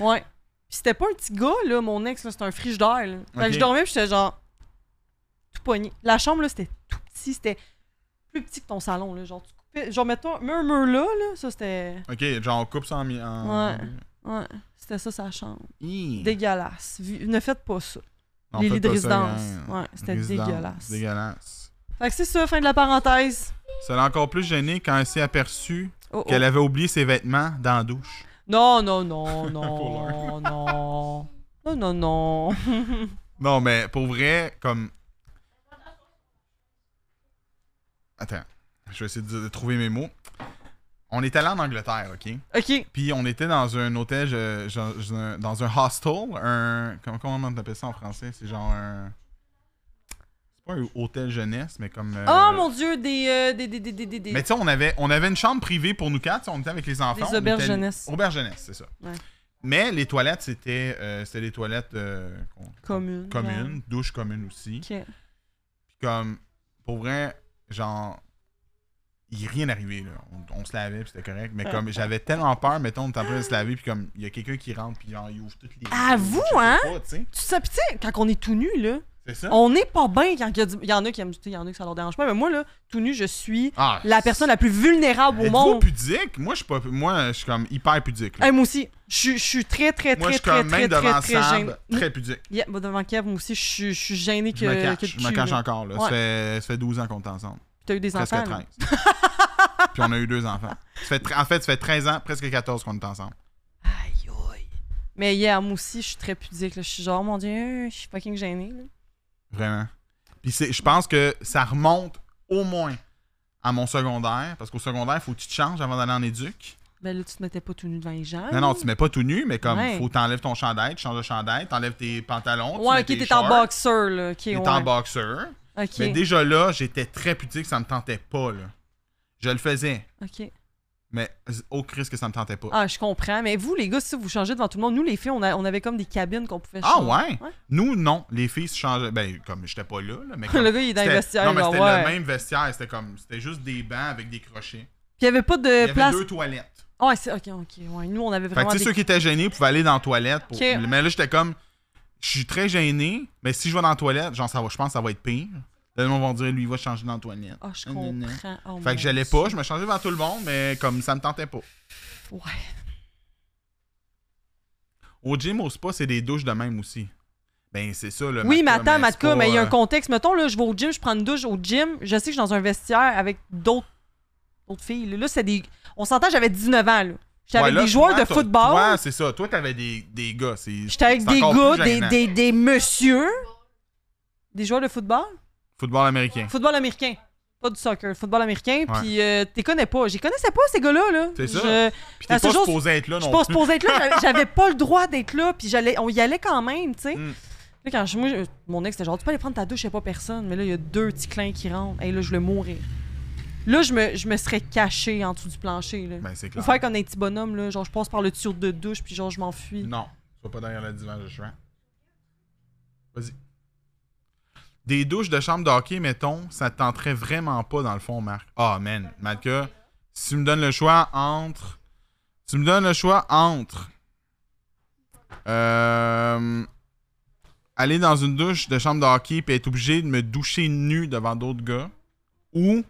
[SPEAKER 2] ouais. Puis c'était pas un petit gars, là, mon ex, là, c'était un frige d'air. là. Fait que
[SPEAKER 1] Ok.
[SPEAKER 2] je dormais, puis j'étais genre tout pogné. La chambre, là, c'était tout petit, c'était plus petit que ton salon, là. Genre, tu coupais, genre, mettons, mets un mur là, là, ça, c'était.
[SPEAKER 1] OK, genre, on coupe ça en... mi- en-
[SPEAKER 2] Ouais. Ouais, c'était ça, sa chambre.
[SPEAKER 1] Hi.
[SPEAKER 2] Dégueulasse. Vi- Ne faites pas ça.
[SPEAKER 1] Non,
[SPEAKER 2] les
[SPEAKER 1] faites
[SPEAKER 2] lits
[SPEAKER 1] pas
[SPEAKER 2] de
[SPEAKER 1] ça,
[SPEAKER 2] résidence.
[SPEAKER 1] hein.
[SPEAKER 2] Ouais, c'était
[SPEAKER 1] Résidence,
[SPEAKER 2] dégueulasse.
[SPEAKER 1] Dégueulasse.
[SPEAKER 2] Fait que c'est ça, fin de la parenthèse.
[SPEAKER 1] Ça l'a encore plus gêné quand elle s'est aperçue
[SPEAKER 2] Oh, oh.
[SPEAKER 1] qu'elle avait oublié ses vêtements dans la douche.
[SPEAKER 2] Non, non, non,
[SPEAKER 1] Pour
[SPEAKER 2] non, non. Non, non, non.
[SPEAKER 1] Non, mais pour vrai, comme. Attends, je vais essayer de, de trouver mes mots. On est allé en Angleterre, ok?
[SPEAKER 2] OK.
[SPEAKER 1] Puis on était dans un hôtel, je- je- je- dans un hostel, un. Comment, comment on appelle ça en français? C'est genre un. C'est pas un hôtel jeunesse, mais comme. euh,
[SPEAKER 2] Oh mon dieu, des. euh, des, des, des, des, des- des-
[SPEAKER 1] Mais tu sais, on avait, on avait une chambre privée pour nous quatre. tu sais, On était avec les enfants.
[SPEAKER 2] Des
[SPEAKER 1] on
[SPEAKER 2] auberges
[SPEAKER 1] était-
[SPEAKER 2] jeunesse.
[SPEAKER 1] Auberges jeunesse, c'est ça.
[SPEAKER 2] Ouais.
[SPEAKER 1] Mais les toilettes, c'était euh, c'était des toilettes euh, qu'on-
[SPEAKER 2] communes.
[SPEAKER 1] communes, douches communes aussi.
[SPEAKER 2] genre. Ok.
[SPEAKER 1] Puis comme, pour vrai, genre, il est rien arrivé, là. On, on se lavait, puis c'était correct. Mais
[SPEAKER 2] Ah.
[SPEAKER 1] comme, j'avais tellement peur, mettons, on était en train de se laver, puis comme, il y a quelqu'un qui rentre, puis genre, il ouvre toutes les...
[SPEAKER 2] À vous,
[SPEAKER 1] Je sais
[SPEAKER 2] hein?
[SPEAKER 1] pas, tu sais.
[SPEAKER 2] Tu sais, pis tu sais, quand on est tout nu, là,
[SPEAKER 1] C'est ça?
[SPEAKER 2] on n'est pas bien quand il y, a du- il y en a qui aiment, tu sais, il y en a qui ça leur dérange pas, mais moi, là, tout nu, je suis
[SPEAKER 1] Ah,
[SPEAKER 2] la personne la plus vulnérable au
[SPEAKER 1] Êtes-vous
[SPEAKER 2] monde.
[SPEAKER 1] pudique? Moi, je suis pas... Moi, je suis comme hyper pudique, là.
[SPEAKER 2] Hey, moi aussi, je suis- je suis très, très,
[SPEAKER 1] Moi, je
[SPEAKER 2] Euh, très,
[SPEAKER 1] suis
[SPEAKER 2] très,
[SPEAKER 1] comme,
[SPEAKER 2] très,
[SPEAKER 1] même
[SPEAKER 2] très,
[SPEAKER 1] devant
[SPEAKER 2] très
[SPEAKER 1] Sab,
[SPEAKER 2] gênée.
[SPEAKER 1] très pudique.
[SPEAKER 2] Yeah, bah, devant Kev, moi aussi, je suis- je suis gênée que.
[SPEAKER 1] Je me cache,
[SPEAKER 2] que
[SPEAKER 1] je me
[SPEAKER 2] tu-
[SPEAKER 1] cache encore, là. Ça,
[SPEAKER 2] Ouais.
[SPEAKER 1] fait, ça fait 12 ans qu'on est ensemble.
[SPEAKER 2] T'as eu des
[SPEAKER 1] Presque
[SPEAKER 2] enfants.
[SPEAKER 1] 13.
[SPEAKER 2] là.
[SPEAKER 1] puis on a eu deux enfants. Ça fait tre- en fait, ça fait 13 ans, presque 14 qu'on est ensemble.
[SPEAKER 2] Aïe, aïe. Mais yeah, moi aussi, je suis très pudique, là. Je suis genre, mon dieu, je suis fucking gênée, là.
[SPEAKER 1] Vraiment. Puis c'est- je pense que ça remonte au moins à mon secondaire, parce qu'au secondaire, il faut que tu te changes avant d'aller en éduc.
[SPEAKER 2] Ben là, tu te mettais pas tout nu devant les gens.
[SPEAKER 1] Non,
[SPEAKER 2] là.
[SPEAKER 1] non, tu mets pas tout nu, mais comme,
[SPEAKER 2] Ah Ouais.
[SPEAKER 1] faut que t'enlèves ton chandail, tu changes de chandail, t'enlèves tes pantalons, tu
[SPEAKER 2] Ouais,
[SPEAKER 1] mets
[SPEAKER 2] ok,
[SPEAKER 1] tes
[SPEAKER 2] t'es en
[SPEAKER 1] shorts,
[SPEAKER 2] boxeur, là. Ok,
[SPEAKER 1] t'es
[SPEAKER 2] ouais.
[SPEAKER 1] en boxeur.
[SPEAKER 2] Ok,
[SPEAKER 1] Mais déjà là, j'étais très pudique, ça me tentait pas, là. Je le faisais,
[SPEAKER 2] ok.
[SPEAKER 1] mais au Christ que ça me tentait pas.
[SPEAKER 2] Ah, je comprends. Mais vous, les gars, si vous changez devant tout le monde, nous, les filles, on, a- on avait comme des cabines qu'on pouvait
[SPEAKER 1] Ah
[SPEAKER 2] changer.
[SPEAKER 1] ouais?
[SPEAKER 2] Ouais.
[SPEAKER 1] Nous, non. Les filles se changeaient. Ben, comme j'étais pas là, là mais comme-
[SPEAKER 2] Le gars, il est dans les
[SPEAKER 1] c'était-
[SPEAKER 2] vestiaires,
[SPEAKER 1] Non, mais
[SPEAKER 2] genre,
[SPEAKER 1] c'était
[SPEAKER 2] ouais.
[SPEAKER 1] le même vestiaire. C'était comme. C'était juste des bancs avec des crochets.
[SPEAKER 2] Puis il y avait pas de
[SPEAKER 1] Il y avait
[SPEAKER 2] Euh, place.
[SPEAKER 1] deux toilettes.
[SPEAKER 2] Ouais, c'est. Ok, ok. Ouais. Nous, on avait
[SPEAKER 1] Fait que
[SPEAKER 2] vraiment.
[SPEAKER 1] tu sais,
[SPEAKER 2] des...
[SPEAKER 1] ceux qui étaient gênés pouvaient aller dans la toilette. Pour...
[SPEAKER 2] Ok.
[SPEAKER 1] Mais là, j'étais comme. Je suis très gêné, mais si je vais dans la toilette, genre, ça va, je pense que ça va être pire. Là, le monde va dire, lui, il va changer dans la toilette.
[SPEAKER 2] Ah, je
[SPEAKER 1] Nanana.
[SPEAKER 2] comprends. Oh,
[SPEAKER 1] Fait
[SPEAKER 2] mon
[SPEAKER 1] que j'allais pas, je me changeais devant tout le monde, mais comme ça me tentait pas.
[SPEAKER 2] Dieu. Ouais.
[SPEAKER 1] Au gym, au spa, c'est des douches de même aussi. Ben, c'est ça, le
[SPEAKER 2] Oui, mais
[SPEAKER 1] Matka,
[SPEAKER 2] attends,
[SPEAKER 1] c'est
[SPEAKER 2] Matka,
[SPEAKER 1] pas,
[SPEAKER 2] mais il y a un
[SPEAKER 1] euh,
[SPEAKER 2] contexte. Mettons, là, je vais au gym, je prends une douche au gym. Je sais que je suis dans un vestiaire avec d'autres d'autres filles. Là, c'est des. On s'entend, j'avais 19 ans, là. J'étais
[SPEAKER 1] Ouais,
[SPEAKER 2] avec
[SPEAKER 1] là,
[SPEAKER 2] des joueurs
[SPEAKER 1] toi,
[SPEAKER 2] de
[SPEAKER 1] t'as-
[SPEAKER 2] football.
[SPEAKER 1] Toi, c'est ça. Toi, t'avais des, des gars. c'est-
[SPEAKER 2] J'étais avec
[SPEAKER 1] c'est
[SPEAKER 2] des
[SPEAKER 1] encore
[SPEAKER 2] gars,
[SPEAKER 1] plus
[SPEAKER 2] des,
[SPEAKER 1] gênant.
[SPEAKER 2] des, des messieurs. Des joueurs de football?
[SPEAKER 1] Football américain.
[SPEAKER 2] Football américain. Pas du soccer, football américain.
[SPEAKER 1] Ouais.
[SPEAKER 2] Puis euh, t'es connais pas. J'y connaissais pas, ces gars-là. Là.
[SPEAKER 1] C'est ça.
[SPEAKER 2] Je,
[SPEAKER 1] Puis t'es
[SPEAKER 2] à ce
[SPEAKER 1] pas
[SPEAKER 2] jour,
[SPEAKER 1] supposé être là
[SPEAKER 2] je
[SPEAKER 1] non
[SPEAKER 2] suis pas
[SPEAKER 1] plus.
[SPEAKER 2] supposée être là. J'avais- J'avais pas le droit d'être là. Puis j'allais, on y allait quand même, tu sais.
[SPEAKER 1] Mm.
[SPEAKER 2] Là, quand je, moi, je- mon ex était genre, tu peux aller prendre ta douche, y'a pas personne. Mais là, il y a deux petits clins qui rentrent. Et là, je voulais mourir. Là, je me, je me serais cachée en dessous du plancher. Là.
[SPEAKER 1] Ben, c'est
[SPEAKER 2] Ou
[SPEAKER 1] clair.
[SPEAKER 2] faire comme un petit bonhomme, là. Genre, je passe par le tuyau de douche, puis genre, je m'enfuis.
[SPEAKER 1] Non, sois pas derrière le divan de chemin. Vas-y. Des douches de chambre d'hockey, mettons, ça te tenterait vraiment pas dans le fond, Marc. Ah, man. Matka, si tu me donnes le choix entre. Tu me donnes le choix entre. Euh, aller dans une douche de chambre d'hockey puis être obligé de me doucher nu devant d'autres gars. Ou.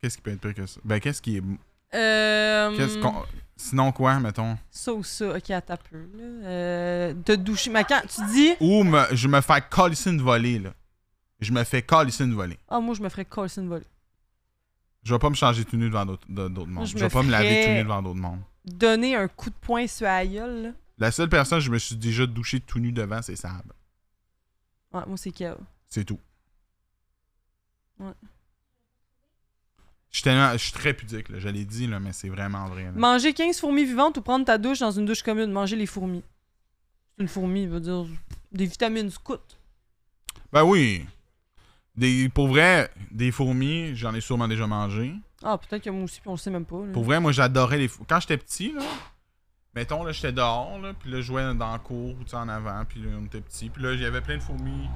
[SPEAKER 1] Qu'est-ce qui peut être pire que ça? Ben, qu'est-ce qui est.
[SPEAKER 2] Euh,
[SPEAKER 1] qu'est-ce qu'on- Sinon, quoi, mettons?
[SPEAKER 2] Ça ou ça, ok, attends un peu. Là. Euh, te doucher. Mais quand tu dis,
[SPEAKER 1] Ou me- je me fais colisser une volée, là. Je me fais colisser une volée.
[SPEAKER 2] ah, moi, je me ferais Carlson voler.
[SPEAKER 1] Je vais pas me changer tout nu devant d'autres de- d'autres mondes.
[SPEAKER 2] Je
[SPEAKER 1] Je,
[SPEAKER 2] me
[SPEAKER 1] vais pas me laver
[SPEAKER 2] ferais-
[SPEAKER 1] tout nu devant d'autres mondes.
[SPEAKER 2] Donner un coup de poing sur la gueule, là.
[SPEAKER 1] La seule personne que je me suis déjà douché tout nu devant, c'est Sab.
[SPEAKER 2] Ouais, moi, c'est Kev.
[SPEAKER 1] C'est tout.
[SPEAKER 2] Ouais.
[SPEAKER 1] Je suis, tellement- je suis très pudique, là. je l'ai dit, là, mais c'est vraiment vrai. là.
[SPEAKER 2] Manger 15 fourmis vivantes ou prendre ta douche dans une douche commune. Manger les fourmis. C'est une fourmi, il veut dire des vitamines scout.
[SPEAKER 1] Ben oui. Des, pour vrai, des fourmis, j'en ai sûrement déjà mangé.
[SPEAKER 2] Ah, peut-être que moi aussi, puis on le sait même pas. là.
[SPEAKER 1] Pour vrai, moi, j'adorais les fourmis. Quand j'étais petit, là, mettons, là, j'étais dehors, là, puis là, je jouais dans la cour, tu sais, en avant, puis là, on était petit. Puis là, il y avait plein de fourmis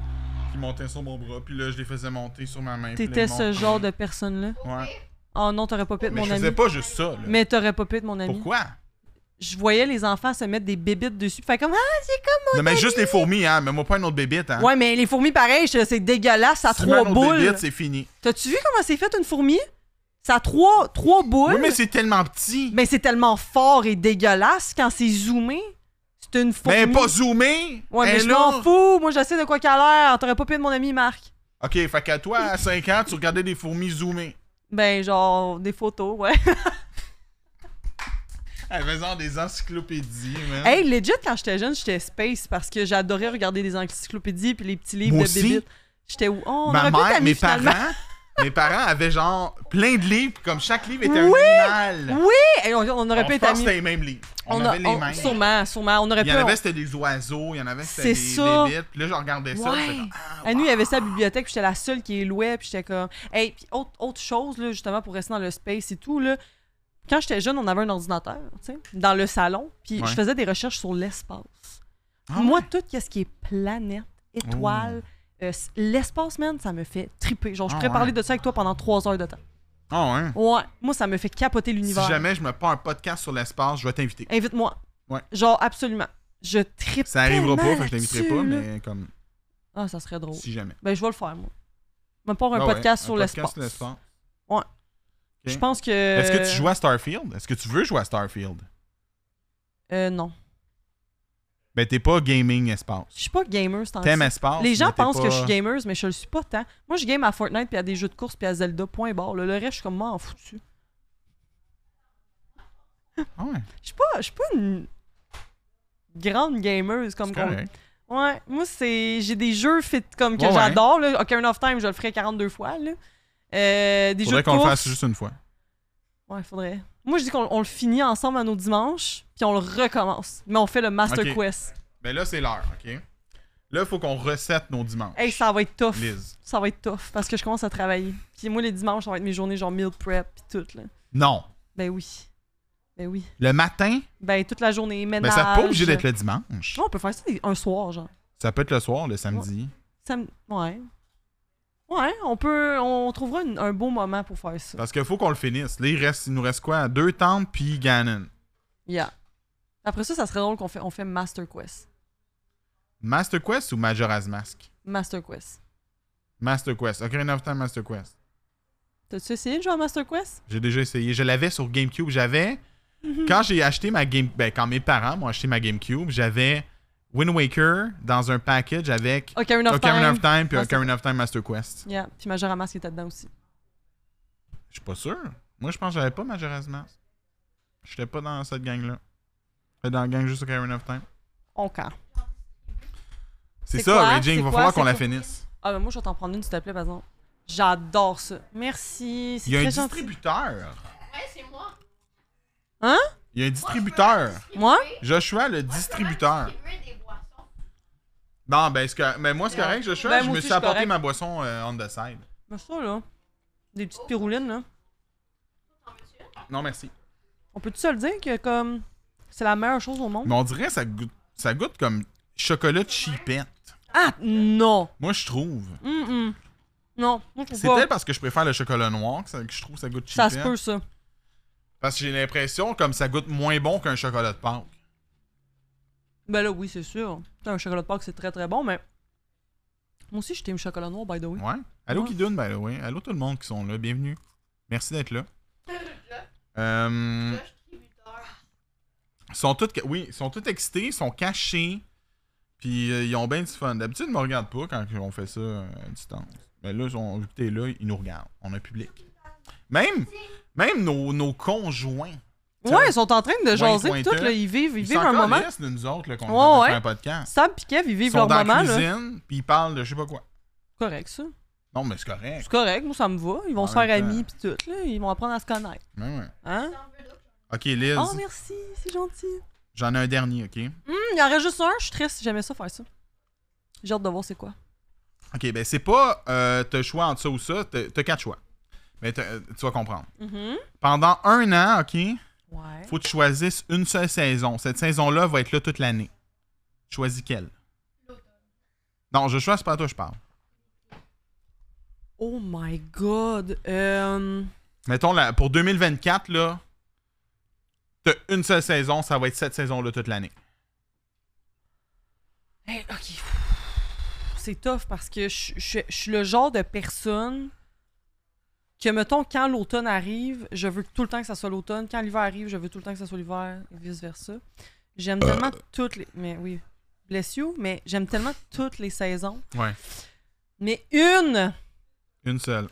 [SPEAKER 1] qui montaient sur mon bras, puis là, je les faisais monter sur ma main. puis là,
[SPEAKER 2] T'étais
[SPEAKER 1] ils
[SPEAKER 2] ce
[SPEAKER 1] montaient.
[SPEAKER 2] genre de personne-là.
[SPEAKER 1] Ouais.
[SPEAKER 2] Oh non, t'aurais pas pu être
[SPEAKER 1] Mais
[SPEAKER 2] mon
[SPEAKER 1] je
[SPEAKER 2] ami.
[SPEAKER 1] faisais pas juste ça, là.
[SPEAKER 2] Mais t'aurais pas pu être mon ami.
[SPEAKER 1] Pourquoi?
[SPEAKER 2] Je voyais les enfants se mettre des bébites dessus. Fait comme,
[SPEAKER 1] Hein?
[SPEAKER 2] ah,
[SPEAKER 1] Non, mais juste les fourmis, hein, mais moi, pas une autre bébite, hein.
[SPEAKER 2] ouais, mais les fourmis, pareil, je- c'est dégueulasse, ça a
[SPEAKER 1] Si tu mets
[SPEAKER 2] trois
[SPEAKER 1] une autre
[SPEAKER 2] boules.
[SPEAKER 1] bébite, c'est fini.
[SPEAKER 2] T'as-tu vu comment c'est fait une fourmi? Ça a trois, trois boules.
[SPEAKER 1] Oui, mais c'est tellement petit.
[SPEAKER 2] Mais c'est tellement fort et dégueulasse quand c'est zoomé. C'est une fourmi.
[SPEAKER 1] Mais pas zoomé.
[SPEAKER 2] Ouais, mais
[SPEAKER 1] Elle
[SPEAKER 2] je
[SPEAKER 1] là.
[SPEAKER 2] m'en fous. Moi, je sais de quoi qu'elle a l'air. T'aurais pas pu être mon ami, Marc.
[SPEAKER 1] Ok, fait qu'à toi, à 5 ans, tu regardais des fourmis zoomées.
[SPEAKER 2] Ben, genre, des photos, ouais.
[SPEAKER 1] Elles faisaient des encyclopédies, man.
[SPEAKER 2] hey, legit, quand j'étais jeune, j'étais space parce que j'adorais regarder des encyclopédies puis les petits livres
[SPEAKER 1] Moi
[SPEAKER 2] de
[SPEAKER 1] aussi.
[SPEAKER 2] bébites. J'étais où? Oh, on
[SPEAKER 1] Ma
[SPEAKER 2] aurait pu être
[SPEAKER 1] mère,
[SPEAKER 2] amis,
[SPEAKER 1] mes
[SPEAKER 2] finalement.
[SPEAKER 1] parents, mes parents avaient genre plein de livres, puis comme chaque livre était
[SPEAKER 2] Oui!
[SPEAKER 1] un animal.
[SPEAKER 2] Oui! Hey, on, on aurait pu
[SPEAKER 1] On pense
[SPEAKER 2] être
[SPEAKER 1] que
[SPEAKER 2] amis.
[SPEAKER 1] c'était les mêmes livres. On,
[SPEAKER 2] a-
[SPEAKER 1] avait les
[SPEAKER 2] on-
[SPEAKER 1] mêmes.
[SPEAKER 2] Sûrement, sûrement. On aurait
[SPEAKER 1] Il
[SPEAKER 2] pu. euh,
[SPEAKER 1] y en
[SPEAKER 2] on-
[SPEAKER 1] avait, c'était des oiseaux, il y en avait, c'était
[SPEAKER 2] C'est
[SPEAKER 1] des
[SPEAKER 2] ça.
[SPEAKER 1] bébites. Puis là, je regardais ça.
[SPEAKER 2] Ouais.
[SPEAKER 1] puis j'étais comme,
[SPEAKER 2] À nous, il y avait ça à la bibliothèque, puis j'étais la seule qui est louée, puis j'étais comme. Hey, puis autre, autre chose, là, justement, pour rester dans le space et tout, là. Quand j'étais jeune, on avait un ordinateur, tu sais, dans le salon, puis
[SPEAKER 1] Ouais.
[SPEAKER 2] je faisais des recherches sur l'espace.
[SPEAKER 1] Ah
[SPEAKER 2] Moi, tout ce qui est planète, étoile, euh, s- l'espace, man, ça me fait triper. Genre,
[SPEAKER 1] Oh.
[SPEAKER 2] je
[SPEAKER 1] Ah
[SPEAKER 2] pourrais
[SPEAKER 1] ouais.
[SPEAKER 2] parler de ça avec toi pendant trois heures de temps.
[SPEAKER 1] Ah ouais.
[SPEAKER 2] Ouais, moi, ça me fait capoter
[SPEAKER 1] Si
[SPEAKER 2] l'univers.
[SPEAKER 1] jamais je me prends un podcast sur l'espace, je vais t'inviter.
[SPEAKER 2] Invite-moi.
[SPEAKER 1] Ouais.
[SPEAKER 2] Genre, absolument. Je tripe.
[SPEAKER 1] Ça arrivera pas,
[SPEAKER 2] tellement
[SPEAKER 1] fait que je t'inviterai
[SPEAKER 2] là-dessus,
[SPEAKER 1] pas,
[SPEAKER 2] là.
[SPEAKER 1] mais comme
[SPEAKER 2] Ah, ça serait drôle.
[SPEAKER 1] si jamais.
[SPEAKER 2] Ben, je vais le faire, moi. Me pour un
[SPEAKER 1] Ah ouais,
[SPEAKER 2] podcast sur
[SPEAKER 1] un
[SPEAKER 2] l'espace. Euh.
[SPEAKER 1] sur l'espace.
[SPEAKER 2] Je pense que.
[SPEAKER 1] Est-ce que tu joues à Starfield? Est-ce que tu veux jouer à Starfield?
[SPEAKER 2] Euh, non.
[SPEAKER 1] Ben, t'es pas gaming espace.
[SPEAKER 2] Je suis pas gamer, Ah, c'est en
[SPEAKER 1] T'aimes
[SPEAKER 2] ça.
[SPEAKER 1] espace.
[SPEAKER 2] Les gens
[SPEAKER 1] mais t'es
[SPEAKER 2] pensent
[SPEAKER 1] pas-
[SPEAKER 2] que je suis gamer, mais je le suis pas tant. Moi, je game à Fortnite puis à des jeux de course puis à Zelda, point barre. là. Le reste, je suis comme moi en foutu.
[SPEAKER 1] Ah ouais,
[SPEAKER 2] Je suis pas, je suis pas une grande gameuse comme
[SPEAKER 1] c'est
[SPEAKER 2] qu'on-
[SPEAKER 1] correct.
[SPEAKER 2] Ouais, moi, c'est. J'ai des jeux fit comme que
[SPEAKER 1] Ouais, ouais.
[SPEAKER 2] j'adore. là. Ocarina of Time, je le ferai 42 fois. Là. Euh, des
[SPEAKER 1] Faudrait
[SPEAKER 2] jeux de
[SPEAKER 1] qu'on le
[SPEAKER 2] course.
[SPEAKER 1] fasse juste une fois.
[SPEAKER 2] Ouais, faudrait. Moi, je dis qu'on on le finit ensemble à nos dimanches, puis on le recommence. Mais on fait le Master
[SPEAKER 1] Ok.
[SPEAKER 2] Quest.
[SPEAKER 1] Ben là, c'est l'heure, OK? Là, faut qu'on recette nos dimanches.
[SPEAKER 2] Hey, ça va être tough.
[SPEAKER 1] Liz.
[SPEAKER 2] Ça va être tough parce que je commence à travailler. Puis moi, les dimanches, ça va être mes journées genre meal prep puis tout. Là.
[SPEAKER 1] Non.
[SPEAKER 2] Ben oui. Ben oui.
[SPEAKER 1] Le matin,
[SPEAKER 2] Ben toute la journée,
[SPEAKER 1] ben
[SPEAKER 2] ménage.
[SPEAKER 1] ça peut pas obligé d'être le dimanche.
[SPEAKER 2] Non, on peut faire ça des- un soir, genre.
[SPEAKER 1] Ça peut être le soir, le samedi.
[SPEAKER 2] Ça me- Ouais. Ouais, on peut. On trouvera une- un beau moment pour faire ça.
[SPEAKER 1] Parce qu'il faut qu'on le finisse. Là, il, reste, il nous reste quoi? Deux temples puis Ganon.
[SPEAKER 2] Yeah. Après ça, ça serait drôle qu'on fait, on fait Master Quest.
[SPEAKER 1] Master Quest ou Majora's Mask?
[SPEAKER 2] Master Quest.
[SPEAKER 1] Master Quest. Ocarina of Time Master Quest.
[SPEAKER 2] T'as-tu essayé de jouer à Master Quest?
[SPEAKER 1] J'ai déjà essayé. Je l'avais sur GameCube. J'avais.
[SPEAKER 2] Mhm.
[SPEAKER 1] Quand j'ai acheté ma Game. Ben, quand mes parents m'ont acheté ma GameCube, j'avais Wind Waker dans un package avec
[SPEAKER 2] Ocarina of
[SPEAKER 1] Ocarina
[SPEAKER 2] Time. Ah,
[SPEAKER 1] of Time puis
[SPEAKER 2] Master-
[SPEAKER 1] Ocarina of Time Master Quest.
[SPEAKER 2] Yeah. Puis Majora Mask était dedans aussi.
[SPEAKER 1] Je suis pas sûr. Moi, je pense que j'avais pas Majora's Mask. J'étais pas dans cette gang-là. J'étais dans la gang juste Ocarina of Time.
[SPEAKER 2] On camp.
[SPEAKER 1] C'est
[SPEAKER 2] C'est
[SPEAKER 1] ça,
[SPEAKER 2] quoi?
[SPEAKER 1] Raging. Il va
[SPEAKER 2] C'est quoi?
[SPEAKER 1] falloir
[SPEAKER 2] C'est
[SPEAKER 1] qu'on la
[SPEAKER 2] quoi?
[SPEAKER 1] finisse.
[SPEAKER 2] Ah, ben moi, je vais t'en prendre une, s'il te plaît, par exemple. J'adore ça. Merci. C'est
[SPEAKER 1] Il y a un
[SPEAKER 2] très gentil.
[SPEAKER 1] distributeur.
[SPEAKER 3] Ouais, c'est moi.
[SPEAKER 2] Hein?
[SPEAKER 1] Il y a un distributeur.
[SPEAKER 2] Moi?
[SPEAKER 1] Joshua, le distributeur. Non, ben, c'est que, mais moi, c'est correct, Joshua.
[SPEAKER 2] Ben,
[SPEAKER 1] je
[SPEAKER 2] moi
[SPEAKER 1] me suis
[SPEAKER 2] aussi, je suis
[SPEAKER 1] apporté
[SPEAKER 2] correct.
[SPEAKER 1] ma boisson euh, on the side.
[SPEAKER 2] Mais ça, là. Des petites piroulines, là.
[SPEAKER 1] Non, merci.
[SPEAKER 2] On peut-tu se le dire que, comme, c'est la meilleure chose au monde?
[SPEAKER 1] Mais on dirait que ça goûte, ça goûte comme chocolat cheapette.
[SPEAKER 2] Ah, non!
[SPEAKER 1] Moi, je trouve.
[SPEAKER 2] Hum, hum. Non, moi, je
[SPEAKER 1] C'est
[SPEAKER 2] trouve
[SPEAKER 1] peut-être
[SPEAKER 2] pas.
[SPEAKER 1] parce que je préfère le chocolat noir que, ça- que je trouve que ça goûte
[SPEAKER 2] Ça
[SPEAKER 1] cheapette.
[SPEAKER 2] se peut, ça.
[SPEAKER 1] Parce que j'ai l'impression comme ça goûte moins bon qu'un chocolat de Pâques.
[SPEAKER 2] Ben là, oui, c'est sûr. Putain, Un chocolat de Pâques, c'est très, très bon, mais... Moi aussi, j'étais le chocolat noir, by the way.
[SPEAKER 1] Ouais. Allô,
[SPEAKER 2] Ouais.
[SPEAKER 1] Kidoun, by the way. Allô, tout le monde qui sont là. Bienvenue. Merci d'être là. Euh, sont toutes, oui, sont toutes excités, sont cachés. Puis euh, ils ont bien du fun. D'habitude, ils me regardent pas quand on fait ça euh, à distance. Mais là, ils ont- vu que t'es là, ils nous regardent. On a un public. Même, même nos, nos conjoints
[SPEAKER 2] Ouais, ils sont en train de jaser
[SPEAKER 1] pointe.
[SPEAKER 2] pis tout, là. Ils vivent,
[SPEAKER 1] Ils
[SPEAKER 2] ils vivent
[SPEAKER 1] s'en
[SPEAKER 2] un moment.
[SPEAKER 1] calissent de nous autres là, qu'on
[SPEAKER 2] Ouais,
[SPEAKER 1] qu'on fait
[SPEAKER 2] ouais.
[SPEAKER 1] un podcast.
[SPEAKER 2] Sam pis Kev, ils
[SPEAKER 1] Ils
[SPEAKER 2] vivent
[SPEAKER 1] sont
[SPEAKER 2] leur
[SPEAKER 1] dans la
[SPEAKER 2] moment, là.
[SPEAKER 1] cuisine, puis ils parlent de je sais pas quoi.
[SPEAKER 2] Correct, ça.
[SPEAKER 1] Non, mais c'est correct.
[SPEAKER 2] C'est correct, moi, ça me va. Ils vont
[SPEAKER 1] En
[SPEAKER 2] se faire
[SPEAKER 1] même temps.
[SPEAKER 2] amis pis tout, là. Ils vont apprendre à se connaître.
[SPEAKER 1] Ouais, ouais.
[SPEAKER 2] Hein?
[SPEAKER 3] J'en veux d'autres.
[SPEAKER 1] Ok, Liz,
[SPEAKER 2] Oh, merci, c'est gentil.
[SPEAKER 1] j'en ai un dernier, ok?
[SPEAKER 2] Hum, il y en reste juste un, je suis triste, j'aimais ça faire ça. J'ai hâte de voir c'est quoi.
[SPEAKER 1] Ok, ben c'est pas euh, t'as le choix entre ça ou ça, t'as t'as quatre choix. Mais t'as- euh, tu vas comprendre.
[SPEAKER 2] Mhm.
[SPEAKER 1] Pendant un an, ok,
[SPEAKER 2] Ouais.
[SPEAKER 1] faut que tu choisisses une seule saison. Cette saison-là va être là toute l'année. Choisis quelle? Non, je choisis pas à toi, je parle.
[SPEAKER 2] Oh my god. Euh...
[SPEAKER 1] Mettons, là, pour 2024, là, t'as une seule saison, ça va être cette saison-là toute l'année.
[SPEAKER 2] hey, ok. C'est tough parce que je je- je suis le genre de personne que, mettons, quand l'automne arrive, je veux tout le temps que ça soit l'automne. Quand l'hiver arrive, je veux tout le temps que ça soit l'hiver et vice-versa. J'aime tellement toutes les. Mais oui, bless you, mais j'aime tellement toutes les saisons.
[SPEAKER 1] Ouais.
[SPEAKER 2] Mais une.
[SPEAKER 1] Une seule.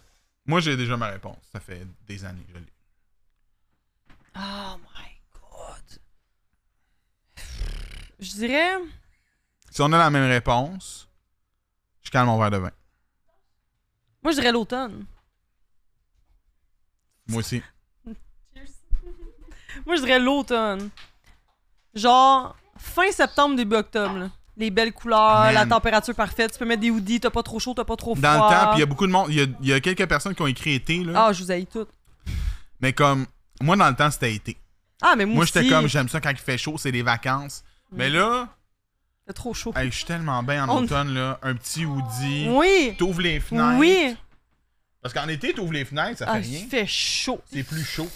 [SPEAKER 1] Moi, j'ai déjà ma réponse. Ça fait des années que je l'ai.
[SPEAKER 2] Oh my god. Je dirais.
[SPEAKER 1] Si on a la même réponse, je calme mon verre de vin.
[SPEAKER 2] Moi, je dirais l'automne.
[SPEAKER 1] Moi aussi.
[SPEAKER 2] Moi, je dirais l'automne. Genre, fin septembre, début octobre. là. Les belles couleurs,
[SPEAKER 1] Man.
[SPEAKER 2] la température parfaite. Tu peux mettre des hoodies, t'as pas trop chaud, t'as pas trop froid.
[SPEAKER 1] Dans le temps, puis il y a beaucoup de monde, il y a, il y a quelques personnes qui ont écrit été, là.
[SPEAKER 2] Ah, je vous haïs toutes.
[SPEAKER 1] Mais comme, moi, dans le temps, c'était été.
[SPEAKER 2] Ah, mais moi,
[SPEAKER 1] Moi,
[SPEAKER 2] aussi,
[SPEAKER 1] j'étais comme, j'aime ça quand il fait chaud, c'est des vacances. Mais là,
[SPEAKER 2] c'est trop chaud.
[SPEAKER 1] hey, je suis tellement bien en
[SPEAKER 2] On-
[SPEAKER 1] automne, là. Un petit hoodie.
[SPEAKER 2] Oui!
[SPEAKER 1] T'ouvres les fenêtres.
[SPEAKER 2] Oui!
[SPEAKER 1] Parce qu'en été, t'ouvres les fenêtres, ça fait
[SPEAKER 2] Ah,
[SPEAKER 1] rien.
[SPEAKER 2] il fait chaud.
[SPEAKER 1] C'est plus chaud.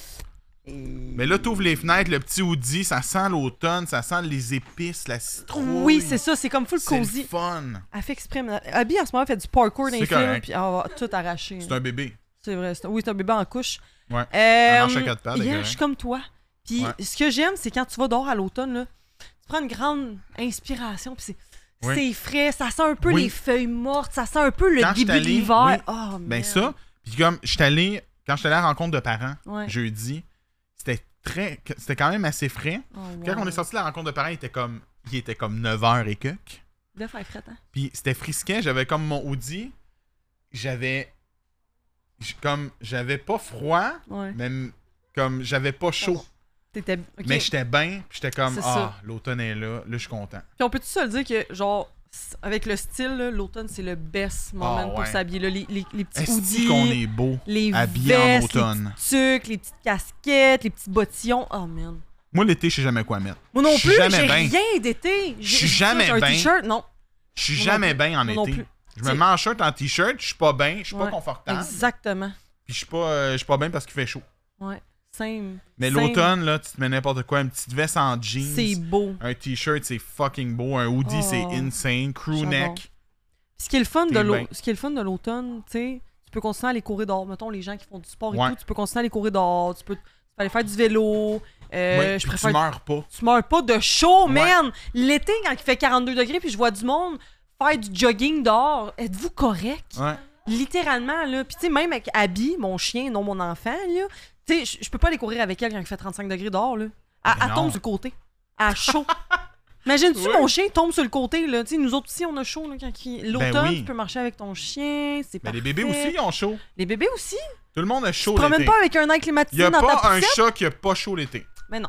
[SPEAKER 1] Mais là, t'ouvres les fenêtres, le petit hoodie, ça sent l'automne, ça sent les épices, la citrouille.
[SPEAKER 2] Oui, c'est ça, c'est comme full
[SPEAKER 1] C'est le
[SPEAKER 2] cozy.
[SPEAKER 1] fun.
[SPEAKER 2] Elle fait exprès. mais- Abby, en ce moment, fait du parkour dans
[SPEAKER 1] C'est
[SPEAKER 2] les films,
[SPEAKER 1] correct.
[SPEAKER 2] puis elle va tout arracher.
[SPEAKER 1] C'est un bébé.
[SPEAKER 2] C'est vrai. c'est un- Oui, c'est un bébé en couche.
[SPEAKER 1] Ouais.
[SPEAKER 2] Euh,
[SPEAKER 1] marche à quatre pattes,
[SPEAKER 2] yeah,
[SPEAKER 1] elle est
[SPEAKER 2] je suis comme toi. Puis
[SPEAKER 1] Ouais.
[SPEAKER 2] ce que j'aime, c'est quand tu vas dehors à l'automne, là, tu prends une grande inspiration, puis c'est.
[SPEAKER 1] Oui.
[SPEAKER 2] C'est frais, ça sent un peu
[SPEAKER 1] Oui.
[SPEAKER 2] les feuilles mortes, ça sent un peu le
[SPEAKER 1] Quand je suis
[SPEAKER 2] début de
[SPEAKER 1] allé,
[SPEAKER 2] l'hiver.
[SPEAKER 1] oui.
[SPEAKER 2] Oh,
[SPEAKER 1] Ben
[SPEAKER 2] man.
[SPEAKER 1] ça, puis comme j'étais allé, quand j'étais allé à la rencontre de parents
[SPEAKER 2] Ouais.
[SPEAKER 1] jeudi, c'était très, c'était quand même assez frais.
[SPEAKER 2] Oh,
[SPEAKER 1] Puis Quand
[SPEAKER 2] wow.
[SPEAKER 1] on est sorti de la rencontre de parents, il était comme, il était comme 9h et quelques.
[SPEAKER 2] Il devait faire fret, hein?
[SPEAKER 1] Puis c'était frisquet, j'avais comme mon hoodie, j'avais, j- comme j'avais pas froid,
[SPEAKER 2] Ouais.
[SPEAKER 1] même comme j'avais pas chaud,
[SPEAKER 2] T'étais. ok.
[SPEAKER 1] mais j'étais bien, puis j'étais comme
[SPEAKER 2] C'est
[SPEAKER 1] ah
[SPEAKER 2] ça.
[SPEAKER 1] l'automne est là, là je suis content.
[SPEAKER 2] Puis on peut-tu se le dire que, genre, c- avec le style, là, l'automne, c'est le best moment
[SPEAKER 1] Ah,
[SPEAKER 2] pour
[SPEAKER 1] ouais.
[SPEAKER 2] s'habiller. là. Les, les- les petits
[SPEAKER 1] Est-ce
[SPEAKER 2] hoodies,
[SPEAKER 1] qu'on est beau?
[SPEAKER 2] les
[SPEAKER 1] habillé en
[SPEAKER 2] vestes,
[SPEAKER 1] automne?
[SPEAKER 2] les petits tucs, les petites casquettes, les petits bottillons. Oh, man.
[SPEAKER 1] Moi l'été je sais jamais quoi mettre.
[SPEAKER 2] Moi non
[SPEAKER 1] Je suis
[SPEAKER 2] plus, j'ai
[SPEAKER 1] jamais ben.
[SPEAKER 2] rien d'été.
[SPEAKER 1] Je suis
[SPEAKER 2] J'ai-
[SPEAKER 1] jamais
[SPEAKER 2] j'ai un
[SPEAKER 1] ben.
[SPEAKER 2] t-shirt, non.
[SPEAKER 1] Je suis
[SPEAKER 2] Moi non
[SPEAKER 1] jamais
[SPEAKER 2] plus.
[SPEAKER 1] bien en
[SPEAKER 2] Moi non
[SPEAKER 1] été.
[SPEAKER 2] plus.
[SPEAKER 1] Je me
[SPEAKER 2] C'est-
[SPEAKER 1] mets en shirt, en t-shirt, je suis pas bien, je suis pas
[SPEAKER 2] Ouais.
[SPEAKER 1] confortable,
[SPEAKER 2] Exactement.
[SPEAKER 1] puis je suis pas, euh, je suis pas bien parce qu'il fait chaud.
[SPEAKER 2] Ouais. Same.
[SPEAKER 1] Mais
[SPEAKER 2] Same.
[SPEAKER 1] l'automne là, tu te mets n'importe quoi, une petite veste en
[SPEAKER 2] C'est
[SPEAKER 1] jeans,
[SPEAKER 2] beau.
[SPEAKER 1] un t-shirt c'est fucking beau, un hoodie
[SPEAKER 2] Oh.
[SPEAKER 1] c'est insane, crew
[SPEAKER 2] J'adore.
[SPEAKER 1] neck.
[SPEAKER 2] Ce qui est le fun de
[SPEAKER 1] T'es
[SPEAKER 2] l'au-
[SPEAKER 1] ben.
[SPEAKER 2] ce qui est le fun de l'automne, tu sais, tu peux continuer à aller courir dehors. Mettons les gens qui font du sport et
[SPEAKER 1] Ouais.
[SPEAKER 2] tout, tu peux continuer à aller courir dehors. Tu peux, tu peux aller faire du vélo. Euh,
[SPEAKER 1] Ouais, puis
[SPEAKER 2] je préfère.
[SPEAKER 1] tu meurs pas.
[SPEAKER 2] tu meurs pas de chaud,
[SPEAKER 1] Ouais.
[SPEAKER 2] man! L'été, quand il fait 42 degrés, puis je vois du monde faire du jogging dehors, êtes-vous correct?
[SPEAKER 1] Ouais.
[SPEAKER 2] Littéralement, là. Puis, tu sais, même avec Abby, mon chien, non mon enfant, là, tu sais, je- je peux pas aller courir avec elle quand il fait 35 degrés dehors, là. Elle,
[SPEAKER 1] Mais
[SPEAKER 2] elle
[SPEAKER 1] non.
[SPEAKER 2] tombe sur le côté. À chaud. Imagine-tu,
[SPEAKER 1] Oui.
[SPEAKER 2] mon chien tombe sur le côté, là. Tu sais, nous autres aussi, on a chaud, là, quand il- L'automne,
[SPEAKER 1] Ben oui.
[SPEAKER 2] tu peux marcher avec ton chien, c'est
[SPEAKER 1] Mais
[SPEAKER 2] parfait.
[SPEAKER 1] les bébés aussi ils ont chaud.
[SPEAKER 2] Les bébés aussi.
[SPEAKER 1] Tout le monde a
[SPEAKER 2] Tu
[SPEAKER 1] chaud
[SPEAKER 2] te promènes
[SPEAKER 1] l'été.
[SPEAKER 2] pas avec un air
[SPEAKER 1] Il y
[SPEAKER 2] climatisé
[SPEAKER 1] a
[SPEAKER 2] dans ta
[SPEAKER 1] pas un
[SPEAKER 2] poussette.
[SPEAKER 1] chat qui a pas chaud l'été.
[SPEAKER 2] Mais non.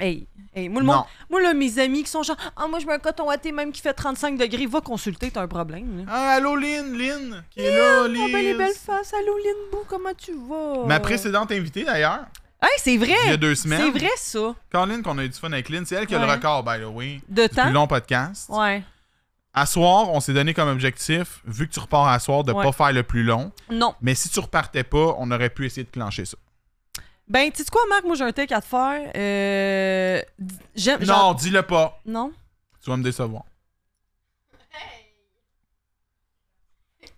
[SPEAKER 2] Hey, hey, moi, le monde,
[SPEAKER 1] Non.
[SPEAKER 2] Moi, là, mes amis qui sont genre, ah, moi, je mets un coton à thé même qui fait 35 degrés, va consulter, t'as un problème. Là.
[SPEAKER 1] Ah, allô Lynn, Lynn, qui est là, Lynn.
[SPEAKER 2] Oh, ben, les belles faces, allô, Lynn Boo, comment tu vas?
[SPEAKER 1] Ma précédente invitée d'ailleurs,
[SPEAKER 2] Hey, c'est
[SPEAKER 1] il y a
[SPEAKER 2] vrai!
[SPEAKER 1] deux
[SPEAKER 2] C'est
[SPEAKER 1] semaines.
[SPEAKER 2] vrai, ça.
[SPEAKER 1] Caroline, qu'on a eu du fun avec Lynn, c'est elle qui a le
[SPEAKER 2] Ouais.
[SPEAKER 1] record, by the way.
[SPEAKER 2] De
[SPEAKER 1] Du plus
[SPEAKER 2] temps.
[SPEAKER 1] long podcast.
[SPEAKER 2] Ouais.
[SPEAKER 1] À soir, on s'est donné comme objectif, vu que tu repars à soir, de
[SPEAKER 2] Ouais.
[SPEAKER 1] pas faire le plus long.
[SPEAKER 2] Non.
[SPEAKER 1] Mais si tu repartais pas, on aurait pu essayer de clencher ça.
[SPEAKER 2] Ben, tu sais quoi, Marc, moi, j'ai un tech à te faire. Euh. d- J'aime.
[SPEAKER 1] Non,
[SPEAKER 2] j'en-
[SPEAKER 1] dis-le pas.
[SPEAKER 2] Non.
[SPEAKER 1] Tu vas me décevoir.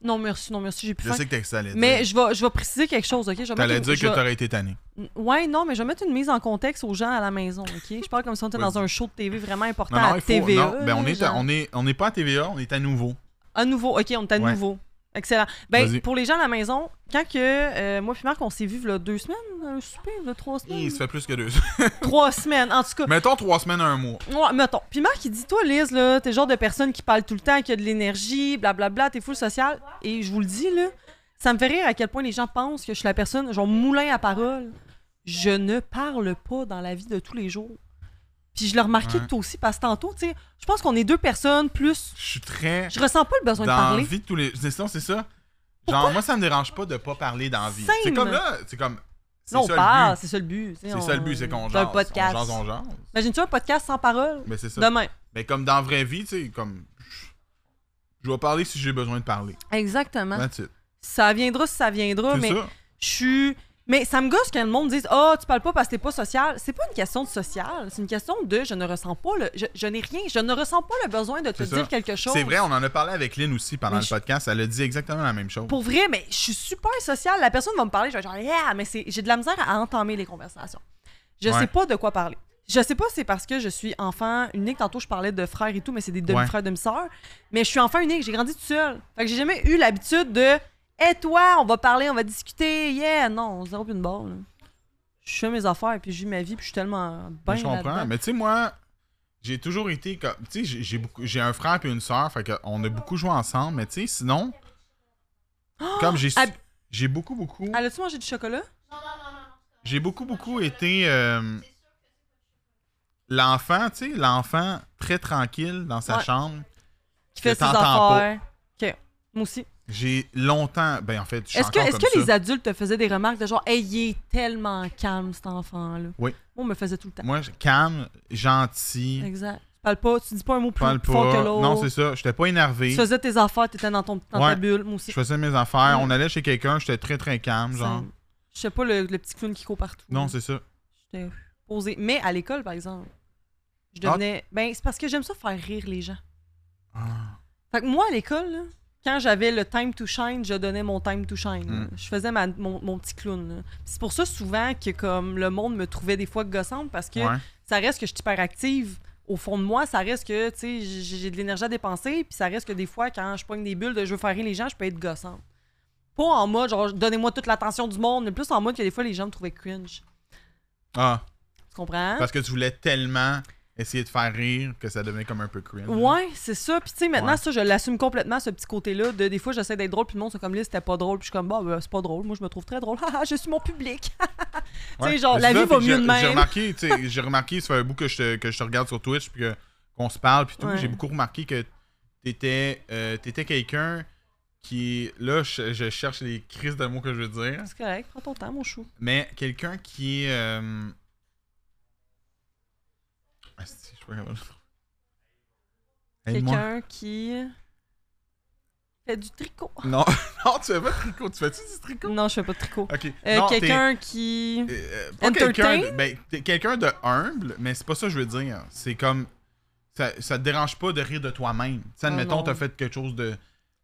[SPEAKER 2] Non, merci, non, merci, j'ai plus
[SPEAKER 1] Je
[SPEAKER 2] faim.
[SPEAKER 1] sais que t'as que ça allait
[SPEAKER 2] Mais
[SPEAKER 1] dire.
[SPEAKER 2] je vais, je vais préciser quelque chose, ok? Je vais
[SPEAKER 1] T'allais
[SPEAKER 2] mettre
[SPEAKER 1] dire
[SPEAKER 2] une-
[SPEAKER 1] que
[SPEAKER 2] je vais-
[SPEAKER 1] t'aurais été tanné.
[SPEAKER 2] Ouais, non, mais je vais mettre une mise en contexte aux gens à la maison, ok? Je parle comme si on était dans
[SPEAKER 1] Vas-y.
[SPEAKER 2] un show de TV vraiment important
[SPEAKER 1] Non, non,
[SPEAKER 2] à
[SPEAKER 1] il faut.
[SPEAKER 2] TVA.
[SPEAKER 1] non, ben on
[SPEAKER 2] là,
[SPEAKER 1] est,
[SPEAKER 2] genre.
[SPEAKER 1] à- on est, on est pas à TVA, on est à nouveau.
[SPEAKER 2] À nouveau, ok, on est à
[SPEAKER 1] Ouais.
[SPEAKER 2] nouveau. Excellent. Ben,
[SPEAKER 1] Vas-y.
[SPEAKER 2] pour les gens à la maison, quand que euh, moi puis Marc, on s'est vus là, deux semaines, un souper, là, trois semaines.
[SPEAKER 1] Il se fait plus que deux.
[SPEAKER 2] Trois semaines, en tout cas.
[SPEAKER 1] Mettons trois semaines à un mois.
[SPEAKER 2] Ouais, mettons. Puis Marc, il dit Toi, Lise, là, t'es le genre de personne qui parle tout le temps, qui a de l'énergie, blablabla, t'es full social. Et je vous le dis, là, ça me fait rire à quel point les gens pensent que je suis la personne, genre moulin à parole. Je ne parle pas dans la vie de tous les jours. Puis je l'ai remarqué
[SPEAKER 1] Ouais.
[SPEAKER 2] toi aussi, parce que tantôt, tu sais, je pense qu'on est deux personnes plus.
[SPEAKER 1] Je suis très
[SPEAKER 2] Je ressens pas le besoin
[SPEAKER 1] dans
[SPEAKER 2] de
[SPEAKER 1] la
[SPEAKER 2] parler.
[SPEAKER 1] vie de tous les. Sinon, c'est ça.
[SPEAKER 2] Pourquoi?
[SPEAKER 1] Genre, moi, ça me dérange pas de pas parler dans la vie. C'est
[SPEAKER 2] Same.
[SPEAKER 1] comme là, c'est comme. C'est
[SPEAKER 2] Là, on
[SPEAKER 1] ça, le
[SPEAKER 2] parle,
[SPEAKER 1] but.
[SPEAKER 2] c'est ça le but. tu sais,
[SPEAKER 1] C'est
[SPEAKER 2] on-
[SPEAKER 1] ça le but, c'est qu'on
[SPEAKER 2] C'est un
[SPEAKER 1] jase.
[SPEAKER 2] podcast.
[SPEAKER 1] On jase, on jase.
[SPEAKER 2] Imagine-tu un podcast sans parole
[SPEAKER 1] Mais c'est ça.
[SPEAKER 2] Demain.
[SPEAKER 1] Mais comme dans la vraie vie, tu sais, comme. Je vais parler si j'ai besoin de parler.
[SPEAKER 2] Exactement.
[SPEAKER 1] That's it.
[SPEAKER 2] Ça viendra si ça viendra,
[SPEAKER 1] C'est
[SPEAKER 2] mais
[SPEAKER 1] ça.
[SPEAKER 2] je suis. Mais ça me gosse quand le monde dise Ah, tu parles pas parce que t'es pas social. C'est pas une question de social, c'est une question de je ne ressens pas le. Je, je n'ai rien, je ne ressens pas le besoin de te
[SPEAKER 1] C'est
[SPEAKER 2] dire
[SPEAKER 1] ça.
[SPEAKER 2] quelque chose.
[SPEAKER 1] C'est vrai, on en a parlé avec Lynn aussi pendant
[SPEAKER 2] Mais
[SPEAKER 1] le
[SPEAKER 2] je-
[SPEAKER 1] podcast. Elle a dit exactement la même chose.
[SPEAKER 2] Pour vrai, mais je suis super sociale. La personne va me parler, je vais genre Yeah, mais c'est- j'ai de la misère à entamer les conversations. Je
[SPEAKER 1] Ouais.
[SPEAKER 2] sais pas de quoi parler. Je sais pas, c'est parce que je suis enfant unique. Tantôt, je parlais de frères et tout, mais c'est des demi-frères, demi-sœurs. Mais je suis enfant unique, j'ai grandi toute seule. Fait que j'ai jamais eu l'habitude de et toi, on va parler, on va discuter. Yeah, non, zéro plus une balle. là. Je fais mes affaires, puis je vis ma vie, puis je suis tellement bien.
[SPEAKER 1] je comprends.
[SPEAKER 2] là-dedans.
[SPEAKER 1] Mais tu sais, moi, j'ai toujours été comme. Tu sais, j'ai- j'ai beaucoup- j'ai un frère et une sœur, fait qu'on a beaucoup joué ensemble. Mais tu sais, sinon, comme j'ai su-
[SPEAKER 2] Oh! Ab-
[SPEAKER 1] j'ai beaucoup, beaucoup,
[SPEAKER 2] Elle a-tu mangé du chocolat?
[SPEAKER 3] Non, non, non, non, non.
[SPEAKER 1] j'ai beaucoup, beaucoup été euh, l'enfant, tu sais, l'enfant très tranquille dans sa
[SPEAKER 2] Ouais.
[SPEAKER 1] chambre.
[SPEAKER 2] Qui fait
[SPEAKER 1] Je
[SPEAKER 2] ses
[SPEAKER 1] t'entends pas.
[SPEAKER 2] affaires. Ok, moi aussi.
[SPEAKER 1] J'ai longtemps, ben en fait, je suis
[SPEAKER 2] Est-ce que,
[SPEAKER 1] encore
[SPEAKER 2] est-ce
[SPEAKER 1] comme
[SPEAKER 2] que
[SPEAKER 1] ça.
[SPEAKER 2] les adultes te faisaient des remarques de genre, hey, il est tellement calme cet enfant-là?
[SPEAKER 1] Oui.
[SPEAKER 2] Moi, on me le faisait tout le temps.
[SPEAKER 1] Moi, je- calme, gentil,
[SPEAKER 2] Exact. Tu parles pas, tu dis pas un mot
[SPEAKER 1] je
[SPEAKER 2] plus
[SPEAKER 1] parle
[SPEAKER 2] plus
[SPEAKER 1] pas.
[SPEAKER 2] fort que l'autre.
[SPEAKER 1] Non, c'est ça. J'étais pas énervé.
[SPEAKER 2] Tu faisais tes affaires, t'étais dans, ton, dans ta
[SPEAKER 1] Ouais.
[SPEAKER 2] bulle. Moi
[SPEAKER 1] Je
[SPEAKER 2] aussi.
[SPEAKER 1] faisais mes affaires.
[SPEAKER 2] Ouais.
[SPEAKER 1] On allait chez quelqu'un, j'étais très très calme, genre.
[SPEAKER 2] C'est- Je sais pas le, le petit clown qui court partout.
[SPEAKER 1] Non, c'est ça.
[SPEAKER 2] J'étais posée. Mais à l'école, par exemple, je
[SPEAKER 1] Ah.
[SPEAKER 2] devenais. Ben, c'est parce que j'aime ça faire rire les gens.
[SPEAKER 1] Ah.
[SPEAKER 2] Fait que moi, à l'école, là, quand j'avais le time to shine, je donnais mon time to shine. là.
[SPEAKER 1] Mm.
[SPEAKER 2] Je faisais ma- mon, mon petit clown. là. Puis C'est pour ça souvent que comme le monde me trouvait des fois gossante parce que
[SPEAKER 1] Ouais.
[SPEAKER 2] ça reste que je suis hyper active. Au fond de moi, ça reste que tu sais, j'ai j'ai de l'énergie à dépenser, puis ça reste que des fois, quand je pogne des bulles de je veux faire rire les gens, je peux être gossante. Pas en mode genre donnez-moi toute l'attention du monde, mais plus en mode que des fois les gens me trouvaient cringe.
[SPEAKER 1] Ah,
[SPEAKER 2] Tu comprends?
[SPEAKER 1] parce que tu voulais tellement essayer de faire rire que ça devenait comme un peu cringe.
[SPEAKER 2] Ouais, c'est ça. Puis tu sais, maintenant,
[SPEAKER 1] Ouais.
[SPEAKER 2] ça, je l'assume complètement, ce petit côté-là. De, des fois, j'essaie d'être drôle, puis le monde, c'est comme là, c'était pas drôle. Puis je suis comme, bah, ben, c'est pas drôle. Moi, je me trouve très drôle. Haha, je suis mon public.
[SPEAKER 1] Ouais.
[SPEAKER 2] Tu sais, genre,
[SPEAKER 1] Mais
[SPEAKER 2] la
[SPEAKER 1] c'est
[SPEAKER 2] vie
[SPEAKER 1] ça,
[SPEAKER 2] va
[SPEAKER 1] puis j'ai-
[SPEAKER 2] mieux de même.
[SPEAKER 1] J'ai remarqué, tu sais, j'ai remarqué, ça fait un bout que je te, que je te regarde sur Twitch, puis que- qu'on se parle, puis tout.
[SPEAKER 2] Ouais.
[SPEAKER 1] J'ai beaucoup remarqué que t'étais euh, t'étais quelqu'un qui. Là, je, je cherche les crises de mots que je veux dire,
[SPEAKER 2] C'est correct, prends ton temps, mon chou.
[SPEAKER 1] mais quelqu'un qui est. euh, Asti, je sais pas comment le trouver. Aide-moi.
[SPEAKER 2] Quelqu'un qui fait du tricot.
[SPEAKER 1] Non, non, tu fais pas de tricot. Tu fais-tu du tricot?
[SPEAKER 2] Non, je fais pas de tricot.
[SPEAKER 1] Ok.
[SPEAKER 2] Euh,
[SPEAKER 1] non, t'es-
[SPEAKER 2] quelqu'un qui.
[SPEAKER 1] Euh, pas
[SPEAKER 2] Entertain?
[SPEAKER 1] quelqu'un de, ben, t'es quelqu'un de humble, mais c'est pas ça que je veux dire. C'est comme. Ça, ça te dérange pas de rire de toi-même. Tu sais, admettons,
[SPEAKER 2] Ah non.
[SPEAKER 1] t'as fait quelque chose de,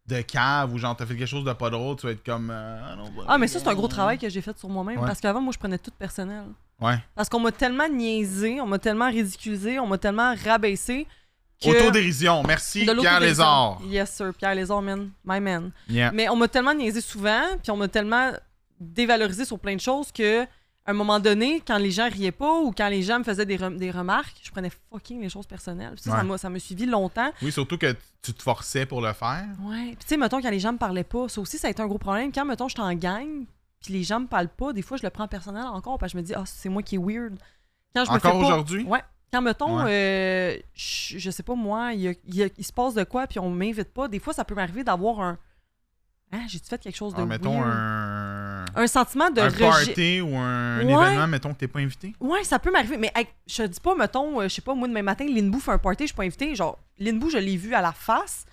[SPEAKER 1] de cave ou genre t'as fait quelque chose de pas drôle, tu vas être comme. euh, Ah, non, bah,
[SPEAKER 2] Ah, mais ça, c'est un gros
[SPEAKER 1] euh,
[SPEAKER 2] travail que j'ai fait sur moi-même.
[SPEAKER 1] Ouais.
[SPEAKER 2] Parce qu'avant, moi, je prenais tout personnel.
[SPEAKER 1] Ouais.
[SPEAKER 2] Parce qu'on m'a tellement niaisé, on m'a tellement ridiculisé, on m'a tellement rabaissé. Que...
[SPEAKER 1] Autodérision. Merci,
[SPEAKER 2] De
[SPEAKER 1] Pierre
[SPEAKER 2] l'autodérision.
[SPEAKER 1] Lézard.
[SPEAKER 2] Yes, sir. Pierre Lézard, man. My man.
[SPEAKER 1] Yeah.
[SPEAKER 2] Mais on m'a tellement niaisé souvent, puis on m'a tellement dévalorisé sur plein de choses que à un moment donné, quand les gens riaient pas ou quand les gens me faisaient des, rem- des remarques, je prenais fucking les choses personnelles. Puis ça, ça
[SPEAKER 1] Ouais.
[SPEAKER 2] m'a- ça m'a suivi longtemps.
[SPEAKER 1] Oui, surtout que t- tu te forçais pour le faire.
[SPEAKER 2] Ouais. Puis tu sais, mettons, quand les gens me parlaient pas, ça aussi, ça a été un gros problème. Quand, mettons, je t'en gagne, puis les gens me parlent pas, des fois, je le prends personnel encore, parce que je me dis, ah, c'est moi qui est weird. Quand je me fais
[SPEAKER 1] Encore
[SPEAKER 2] pas-
[SPEAKER 1] aujourd'hui.
[SPEAKER 2] Ouais. Quand, mettons, euh, je, je sais pas, moi, il, y a- il y a- il se passe de quoi, puis on m'invite pas, des fois, ça peut m'arriver d'avoir un. Ah, j'ai-tu fait quelque chose de
[SPEAKER 1] Ah, mettons
[SPEAKER 2] weird?
[SPEAKER 1] un.
[SPEAKER 2] Un sentiment de
[SPEAKER 1] un
[SPEAKER 2] rejet.
[SPEAKER 1] party ou un, un
[SPEAKER 2] Ouais.
[SPEAKER 1] événement, mettons que t'es pas invité.
[SPEAKER 2] Ouais, ça peut m'arriver, mais hey, je te dis pas, mettons, euh, je sais pas, moi, demain matin, Linbou fait un party, je suis pas invitée. Genre, Linbou, je l'ai vu à la face.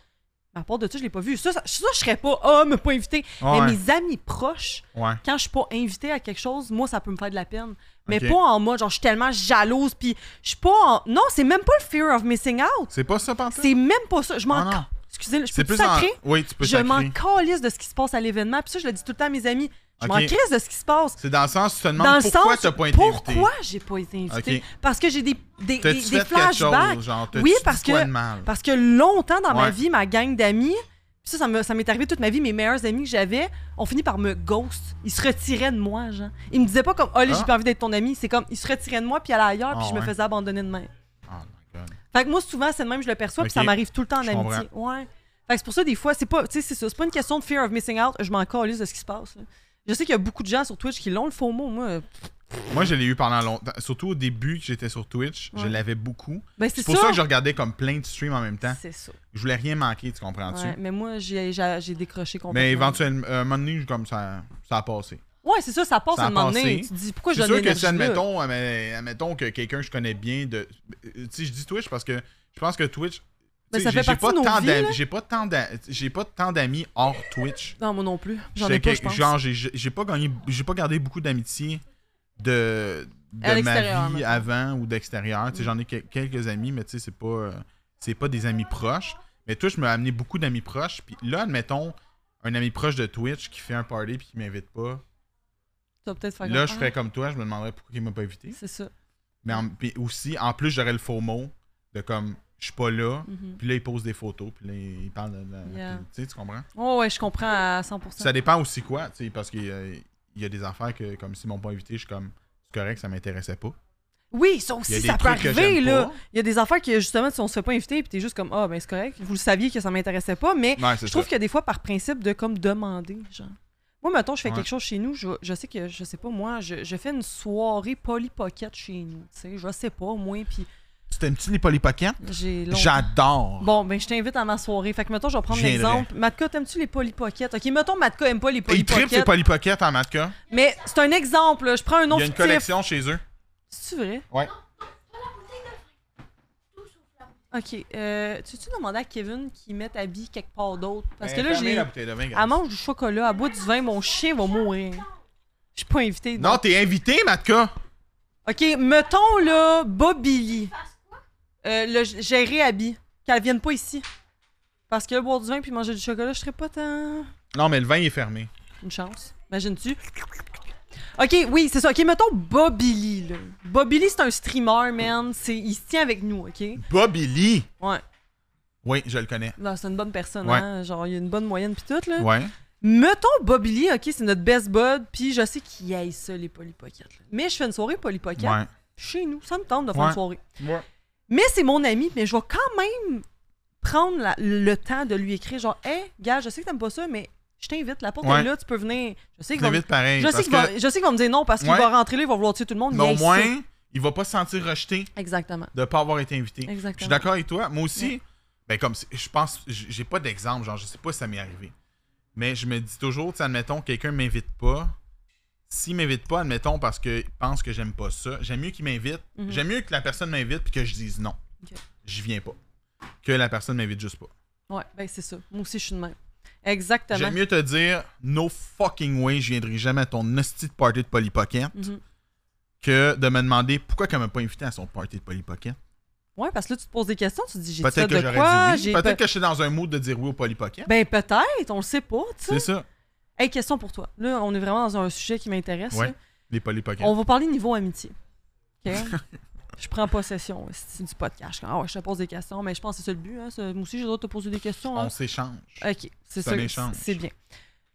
[SPEAKER 2] mais À part de ça, je l'ai pas vu. Ça, ça, ça, je serais pas homme, pas invité.
[SPEAKER 1] Ouais.
[SPEAKER 2] Mais mes amis proches,
[SPEAKER 1] ouais.
[SPEAKER 2] quand je suis pas invitée à quelque chose, moi, ça peut me faire de la peine. Mais
[SPEAKER 1] Ok.
[SPEAKER 2] pas en mode, genre, je suis tellement jalouse, puis je suis pas en. Non, c'est même pas le fear of missing out.
[SPEAKER 1] C'est pas ça, Pantin?
[SPEAKER 2] C'est même pas ça. Je m'en.
[SPEAKER 1] Ah, non.
[SPEAKER 2] Excusez, je
[SPEAKER 1] C'est
[SPEAKER 2] peux plus
[SPEAKER 1] plus en.
[SPEAKER 2] sacrer?
[SPEAKER 1] Oui, tu peux
[SPEAKER 2] Je m'en
[SPEAKER 1] sacrer.
[SPEAKER 2] calisse de ce qui se passe à l'événement. Puis ça, je le dis tout le temps à mes amis. Je m'en
[SPEAKER 1] Ok.
[SPEAKER 2] crisse de ce qui se passe.
[SPEAKER 1] C'est dans le sens, tu te
[SPEAKER 2] Dans le
[SPEAKER 1] demandes pourquoi
[SPEAKER 2] sens,
[SPEAKER 1] t'as pas été invité.
[SPEAKER 2] Pourquoi j'ai pas été invitée?
[SPEAKER 1] Ok.
[SPEAKER 2] Parce que j'ai des, des,
[SPEAKER 1] T'as-tu
[SPEAKER 2] des,
[SPEAKER 1] fait
[SPEAKER 2] des
[SPEAKER 1] quelque
[SPEAKER 2] flashbacks.
[SPEAKER 1] chose? Genre, t'as-tu
[SPEAKER 2] Oui,
[SPEAKER 1] dit
[SPEAKER 2] parce
[SPEAKER 1] quoi
[SPEAKER 2] que-
[SPEAKER 1] de mal?
[SPEAKER 2] Parce que longtemps dans ma
[SPEAKER 1] Ouais.
[SPEAKER 2] vie, ma gang d'amis, Puis ça, ça, me- ça m'est arrivé toute ma vie. Mes meilleurs amis que j'avais ont fini par me ghost. Ils se retiraient de moi, genre. Ils me disaient pas comme, oh là, j'ai
[SPEAKER 1] Ah.
[SPEAKER 2] pas envie d'être ton ami. C'est comme, ils se retiraient de moi, puis allaient ailleurs, puis
[SPEAKER 1] Ah
[SPEAKER 2] je me
[SPEAKER 1] ouais.
[SPEAKER 2] faisais abandonner de même.
[SPEAKER 1] Oh my god.
[SPEAKER 2] Fait que moi, souvent, c'est de même, je le perçois, puis
[SPEAKER 1] Ok.
[SPEAKER 2] ça m'arrive tout le temps en
[SPEAKER 1] Je
[SPEAKER 2] amitié. Ouais. Fait que c'est pour ça, des fois, c'est pas, tu sais, c'est ça. C'est pas une question de fear of missing out. Je m'en calisse de ce qui se passe. là. Je sais qu'il y a beaucoup de gens sur Twitch qui l'ont le faux mot. Moi,
[SPEAKER 1] Moi, je l'ai eu pendant longtemps. Surtout au début que j'étais sur Twitch, je
[SPEAKER 2] Ouais.
[SPEAKER 1] l'avais beaucoup.
[SPEAKER 2] ben, c'est
[SPEAKER 1] C'est pour ça. que je regardais comme plein de streams en même temps.
[SPEAKER 2] C'est ça.
[SPEAKER 1] Je voulais rien manquer, tu comprends-tu?
[SPEAKER 2] Ouais, mais moi, j'ai j'ai- j'ai décroché complètement.
[SPEAKER 1] Mais éventuellement, euh, un moment donné, comme ça, ça a passé.
[SPEAKER 2] Ouais, c'est ça, ça passe
[SPEAKER 1] Ça
[SPEAKER 2] à
[SPEAKER 1] a
[SPEAKER 2] un moment donné.
[SPEAKER 1] passé.
[SPEAKER 2] Tu te dis, pourquoi je
[SPEAKER 1] C'est sûr
[SPEAKER 2] donne
[SPEAKER 1] que
[SPEAKER 2] l'énergie
[SPEAKER 1] si,
[SPEAKER 2] là?
[SPEAKER 1] admettons, admet- admettons que quelqu'un que je connais bien de. euh, Tu sais, je dis Twitch parce que je pense que Twitch. tu
[SPEAKER 2] Mais
[SPEAKER 1] sais,
[SPEAKER 2] Ben, ça
[SPEAKER 1] j'ai-
[SPEAKER 2] fait
[SPEAKER 1] j'ai
[SPEAKER 2] partie de
[SPEAKER 1] pas,
[SPEAKER 2] nos
[SPEAKER 1] tant
[SPEAKER 2] vies,
[SPEAKER 1] d'am-
[SPEAKER 2] là.
[SPEAKER 1] j'ai pas tant d'a- j'ai pas tant d'amis hors Twitch.
[SPEAKER 2] Non, moi non plus. J'en
[SPEAKER 1] J'ai
[SPEAKER 2] ai pas,
[SPEAKER 1] que-
[SPEAKER 2] je pense.
[SPEAKER 1] Genre, j'ai- j'ai j'ai pas gagné, j'ai pas gardé beaucoup d'amitié de, de
[SPEAKER 2] À l'extérieur,
[SPEAKER 1] ma vie
[SPEAKER 2] mettons.
[SPEAKER 1] avant ou d'extérieur. Tu sais,
[SPEAKER 2] Mm.
[SPEAKER 1] J'en ai que- quelques amis, mais tu sais, c'est pas, euh, c'est pas des amis proches. Mais Twitch m'a amené beaucoup d'amis proches. Puis là, admettons, un ami proche de Twitch qui fait un party puis qui m'invite pas.
[SPEAKER 2] Tu vas peut-être faire
[SPEAKER 1] Là,
[SPEAKER 2] comme-
[SPEAKER 1] je
[SPEAKER 2] Ah,
[SPEAKER 1] ferais comme toi, je me demanderais pourquoi il m'a pas invité.
[SPEAKER 2] C'est ça.
[SPEAKER 1] Mais en- puis aussi, en plus, j'aurais le faux mot de comme, je suis pas là.
[SPEAKER 2] Mhm.
[SPEAKER 1] Puis là, il pose des photos, puis là, il parle de. de-
[SPEAKER 2] Yeah.
[SPEAKER 1] puis, tu sais, tu comprends?
[SPEAKER 2] Oh, ouais, je comprends à 100
[SPEAKER 1] Ça dépend aussi quoi, tu sais, parce qu'il y a- il y a des affaires que, comme s'ils m'ont pas invité, je suis comme, c'est correct, ça m'intéressait pas.
[SPEAKER 2] Oui,
[SPEAKER 1] Il
[SPEAKER 2] ça
[SPEAKER 1] y a
[SPEAKER 2] aussi,
[SPEAKER 1] des
[SPEAKER 2] ça peut
[SPEAKER 1] trucs que
[SPEAKER 2] arriver,
[SPEAKER 1] j'aime
[SPEAKER 2] là.
[SPEAKER 1] pas.
[SPEAKER 2] Il y a des affaires que, justement, si on se fait pas inviter, puis t'es juste comme, ah, ben c'est correct, vous le saviez que ça m'intéressait pas, mais
[SPEAKER 1] Ouais, c'est
[SPEAKER 2] je
[SPEAKER 1] ça.
[SPEAKER 2] trouve qu'il y a des fois, par principe, de comme demander, genre. Moi, mettons, je fais
[SPEAKER 1] Ouais.
[SPEAKER 2] quelque chose chez nous, je, je sais que, je sais pas, moi, je, je fais une soirée polypocket chez nous, tu sais, je sais pas, moi, puis
[SPEAKER 1] C'était une petite les Pocket.
[SPEAKER 2] j'ai longtemps-
[SPEAKER 1] J'adore.
[SPEAKER 2] Bon, ben je t'invite à ma soirée. Fait que mettons, je vais prendre
[SPEAKER 1] Je viendrai.
[SPEAKER 2] l'exemple. Matka, t'aimes-tu les polypockets? Ok, mettons, Matka aime pas les
[SPEAKER 1] Et ils trippent
[SPEAKER 2] polypockets.
[SPEAKER 1] ces Polly Pocket en matka.
[SPEAKER 2] Mais c'est un exemple, là. je prends un
[SPEAKER 1] Il
[SPEAKER 2] nom
[SPEAKER 1] y a une
[SPEAKER 2] fictif.
[SPEAKER 1] collection chez eux.
[SPEAKER 2] C'est vrai?
[SPEAKER 1] Ouais.
[SPEAKER 2] Ok. Euh, tu tu demandé à Kevin qu'il mette habit quelque part d'autre? Parce que
[SPEAKER 1] Ben,
[SPEAKER 2] là, je
[SPEAKER 1] fermez
[SPEAKER 2] l'ai.
[SPEAKER 1] la bouteille de vin,
[SPEAKER 2] Elle
[SPEAKER 1] guys.
[SPEAKER 2] mange du chocolat, elle boit du vin, mon chien va mourir. Je suis pas invitée.
[SPEAKER 1] Non,
[SPEAKER 2] donc.
[SPEAKER 1] t'es invité, Matka.
[SPEAKER 2] Ok, mettons là, Bobby Lee. Euh, le g- gérer habit. Qu'elle vienne pas ici. Parce que boire du vin puis manger du chocolat, je serais pas tant.
[SPEAKER 1] Non, mais le vin il est fermé.
[SPEAKER 2] Une chance. Imagines-tu? Ok, oui, c'est ça. Ok, mettons Bobby Lee, là. Bobby Lee, c'est un streamer, man. C'est- Il se tient avec nous, ok?
[SPEAKER 1] Bobby Lee.
[SPEAKER 2] Ouais.
[SPEAKER 1] Oui, je le connais.
[SPEAKER 2] Non, c'est une bonne personne,
[SPEAKER 1] Ouais.
[SPEAKER 2] hein? Genre, il a une bonne moyenne pis tout, là.
[SPEAKER 1] Ouais.
[SPEAKER 2] Mettons Bobby Lee, ok, c'est notre best bud, puis je sais qu'il aille ça, les polypockets. là. Mais je fais une soirée polypocket
[SPEAKER 1] Ouais.
[SPEAKER 2] chez nous. Ça me tente de faire
[SPEAKER 1] Ouais.
[SPEAKER 2] une soirée.
[SPEAKER 1] Ouais.
[SPEAKER 2] Mais c'est mon ami, mais je vais quand même prendre la- le temps de lui écrire, genre, hey, gars, je sais que t'aimes pas ça, mais je t'invite, la porte
[SPEAKER 1] Ouais.
[SPEAKER 2] est là, tu peux venir. Je sais
[SPEAKER 1] Je
[SPEAKER 2] qu'il va me
[SPEAKER 1] l'invite pareil.
[SPEAKER 2] Je sais
[SPEAKER 1] parce
[SPEAKER 2] qu'il
[SPEAKER 1] que-
[SPEAKER 2] va, je sais qu'il va me dire non parce qu'il
[SPEAKER 1] Ouais.
[SPEAKER 2] va rentrer là, il va vouloir tuer tout le monde.
[SPEAKER 1] Mais au
[SPEAKER 2] il haït ça.
[SPEAKER 1] moins, il va pas se sentir rejeté
[SPEAKER 2] Exactement.
[SPEAKER 1] de pas avoir été invité. Je suis
[SPEAKER 2] Exactement.
[SPEAKER 1] d'accord avec toi. Moi aussi, ben comme c'est- je pense, j- j'ai pas d'exemple, genre je sais pas si ça m'est arrivé. Mais je me dis toujours, tu sais, admettons, quelqu'un m'invite pas. S'il m'invite pas, admettons, parce qu'il pense que j'aime pas ça, j'aime mieux qu'il m'invite.
[SPEAKER 2] Mhm.
[SPEAKER 1] J'aime mieux que la personne m'invite puis que je dise non.
[SPEAKER 2] Ok.
[SPEAKER 1] J'y viens pas. Que la personne m'invite juste pas.
[SPEAKER 2] Ouais, ben c'est ça. Moi aussi, je suis de même. Exactement.
[SPEAKER 1] J'aime mieux te dire no fucking way, je viendrai jamais à ton hostie de party de Polly Pocket
[SPEAKER 2] Mhm.
[SPEAKER 1] que de me demander pourquoi qu'elle m'a pas invité à son party de Polly Pocket.
[SPEAKER 2] Ouais, parce que là, tu te poses des questions, tu te dis, j'ai fait
[SPEAKER 1] Peut-être que
[SPEAKER 2] de
[SPEAKER 1] j'aurais
[SPEAKER 2] quoi?
[SPEAKER 1] dit
[SPEAKER 2] J'ai
[SPEAKER 1] oui. Peut-être
[SPEAKER 2] pe-
[SPEAKER 1] que je suis dans un mood de dire oui au Polly Pocket.
[SPEAKER 2] Ben peut-être, on le sait pas, tu sais.
[SPEAKER 1] C'est ça.
[SPEAKER 2] Hey, question pour toi. Là, on est vraiment dans un sujet qui m'intéresse.
[SPEAKER 1] Ouais.
[SPEAKER 2] là.
[SPEAKER 1] Les polypockets.
[SPEAKER 2] On va parler niveau amitié. OK? je prends possession c'est du podcast. Ah ouais, je te pose des questions, mais je pense que c'est ça le but. Hein. ça. Moi aussi, j'ai le droit de te poser des questions. hein.
[SPEAKER 1] On s'échange.
[SPEAKER 2] Ok, c'est
[SPEAKER 1] C'est
[SPEAKER 2] ça.
[SPEAKER 1] un échange.
[SPEAKER 2] C'est bien.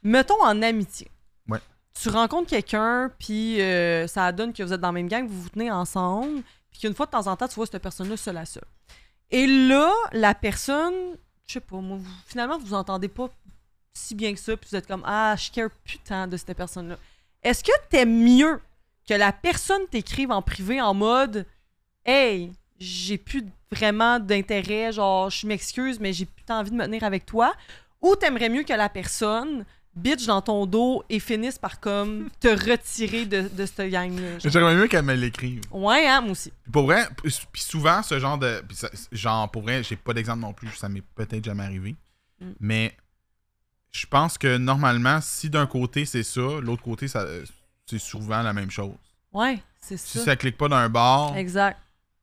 [SPEAKER 2] Mettons en amitié.
[SPEAKER 1] Ouais.
[SPEAKER 2] Tu rencontres quelqu'un, puis euh, ça donne que vous êtes dans la même gang, vous vous tenez ensemble, puis qu'une fois de temps en temps, tu vois cette personne-là seule à seule. Et là, la personne, je sais pas, moi, vous- finalement, vous vous entendez pas si bien que ça, puis vous êtes comme Ah, je care putain de cette personne-là. Est-ce que t'aimes mieux que la personne t'écrive en privé en mode Hey, j'ai plus vraiment d'intérêt, genre, je m'excuse, mais j'ai plus envie de me tenir avec toi? Ou t'aimerais mieux que la personne bitch dans ton dos et finisse par comme te retirer de, de cette gang-là? genre?
[SPEAKER 1] J'aimerais mieux qu'elle me l'écrive.
[SPEAKER 2] Ouais, hein, moi aussi.
[SPEAKER 1] Puis Pour vrai, p- puis souvent, ce genre de. puis ça- genre, pour vrai, j'ai pas d'exemple non plus, ça m'est peut-être jamais arrivé.
[SPEAKER 2] Mm.
[SPEAKER 1] Mais je pense que normalement, si d'un côté c'est ça, l'autre côté, ça, c'est souvent la même chose.
[SPEAKER 2] Ouais, c'est
[SPEAKER 1] Si
[SPEAKER 2] ça.
[SPEAKER 1] ça clique pas d'un bord,
[SPEAKER 2] Exact.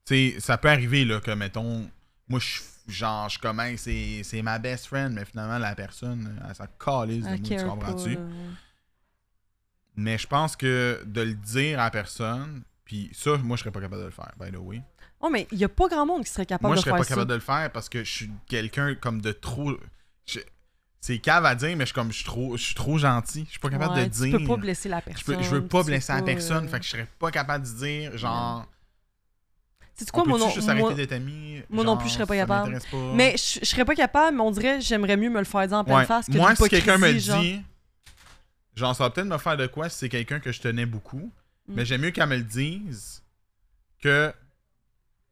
[SPEAKER 1] tu sais, ça peut arriver, là, que mettons. Moi, je genre, je commence, c'est c'est ma best friend, mais finalement, la personne, elle s'en calisse de moi,
[SPEAKER 2] Elle
[SPEAKER 1] tu
[SPEAKER 2] care pas,
[SPEAKER 1] comprends-tu?
[SPEAKER 2] là, ouais.
[SPEAKER 1] Mais je pense que de le dire à la personne, puis ça, moi, je serais pas capable de le faire, by the way.
[SPEAKER 2] Oh, mais il y a pas grand monde qui serait capable
[SPEAKER 1] Moi, je
[SPEAKER 2] de
[SPEAKER 1] serais
[SPEAKER 2] faire
[SPEAKER 1] pas
[SPEAKER 2] ça.
[SPEAKER 1] capable de le faire parce que je suis quelqu'un comme de trop. je- C'est cave à dire, mais je suis comme, je suis trop, je suis trop gentil. Je suis pas capable
[SPEAKER 2] Ouais,
[SPEAKER 1] de dire.
[SPEAKER 2] Tu peux pas blesser la
[SPEAKER 1] je,
[SPEAKER 2] personne.
[SPEAKER 1] peux- je veux pas
[SPEAKER 2] tu
[SPEAKER 1] blesser
[SPEAKER 2] peux
[SPEAKER 1] la
[SPEAKER 2] pas,
[SPEAKER 1] personne,
[SPEAKER 2] euh,
[SPEAKER 1] fait que je serais pas capable de dire, genre,
[SPEAKER 2] sais-tu
[SPEAKER 1] on
[SPEAKER 2] quoi, mon
[SPEAKER 1] peut-tu
[SPEAKER 2] nom?
[SPEAKER 1] juste
[SPEAKER 2] moi-
[SPEAKER 1] arrêter d'être amis?
[SPEAKER 2] moi non
[SPEAKER 1] Genre,
[SPEAKER 2] plus, je serais pas
[SPEAKER 1] ça
[SPEAKER 2] capable.
[SPEAKER 1] m'intéresse pas.
[SPEAKER 2] Mais je, je serais pas capable, mais on dirait j'aimerais mieux me le faire dire en pleine
[SPEAKER 1] Ouais.
[SPEAKER 2] face que
[SPEAKER 1] Moi,
[SPEAKER 2] de
[SPEAKER 1] si quelqu'un me dit,
[SPEAKER 2] l'hypocrisie, genre.
[SPEAKER 1] genre, ça va peut-être me faire de quoi si c'est quelqu'un que je tenais beaucoup,
[SPEAKER 2] Mm.
[SPEAKER 1] mais j'aime mieux qu'elle me le dise que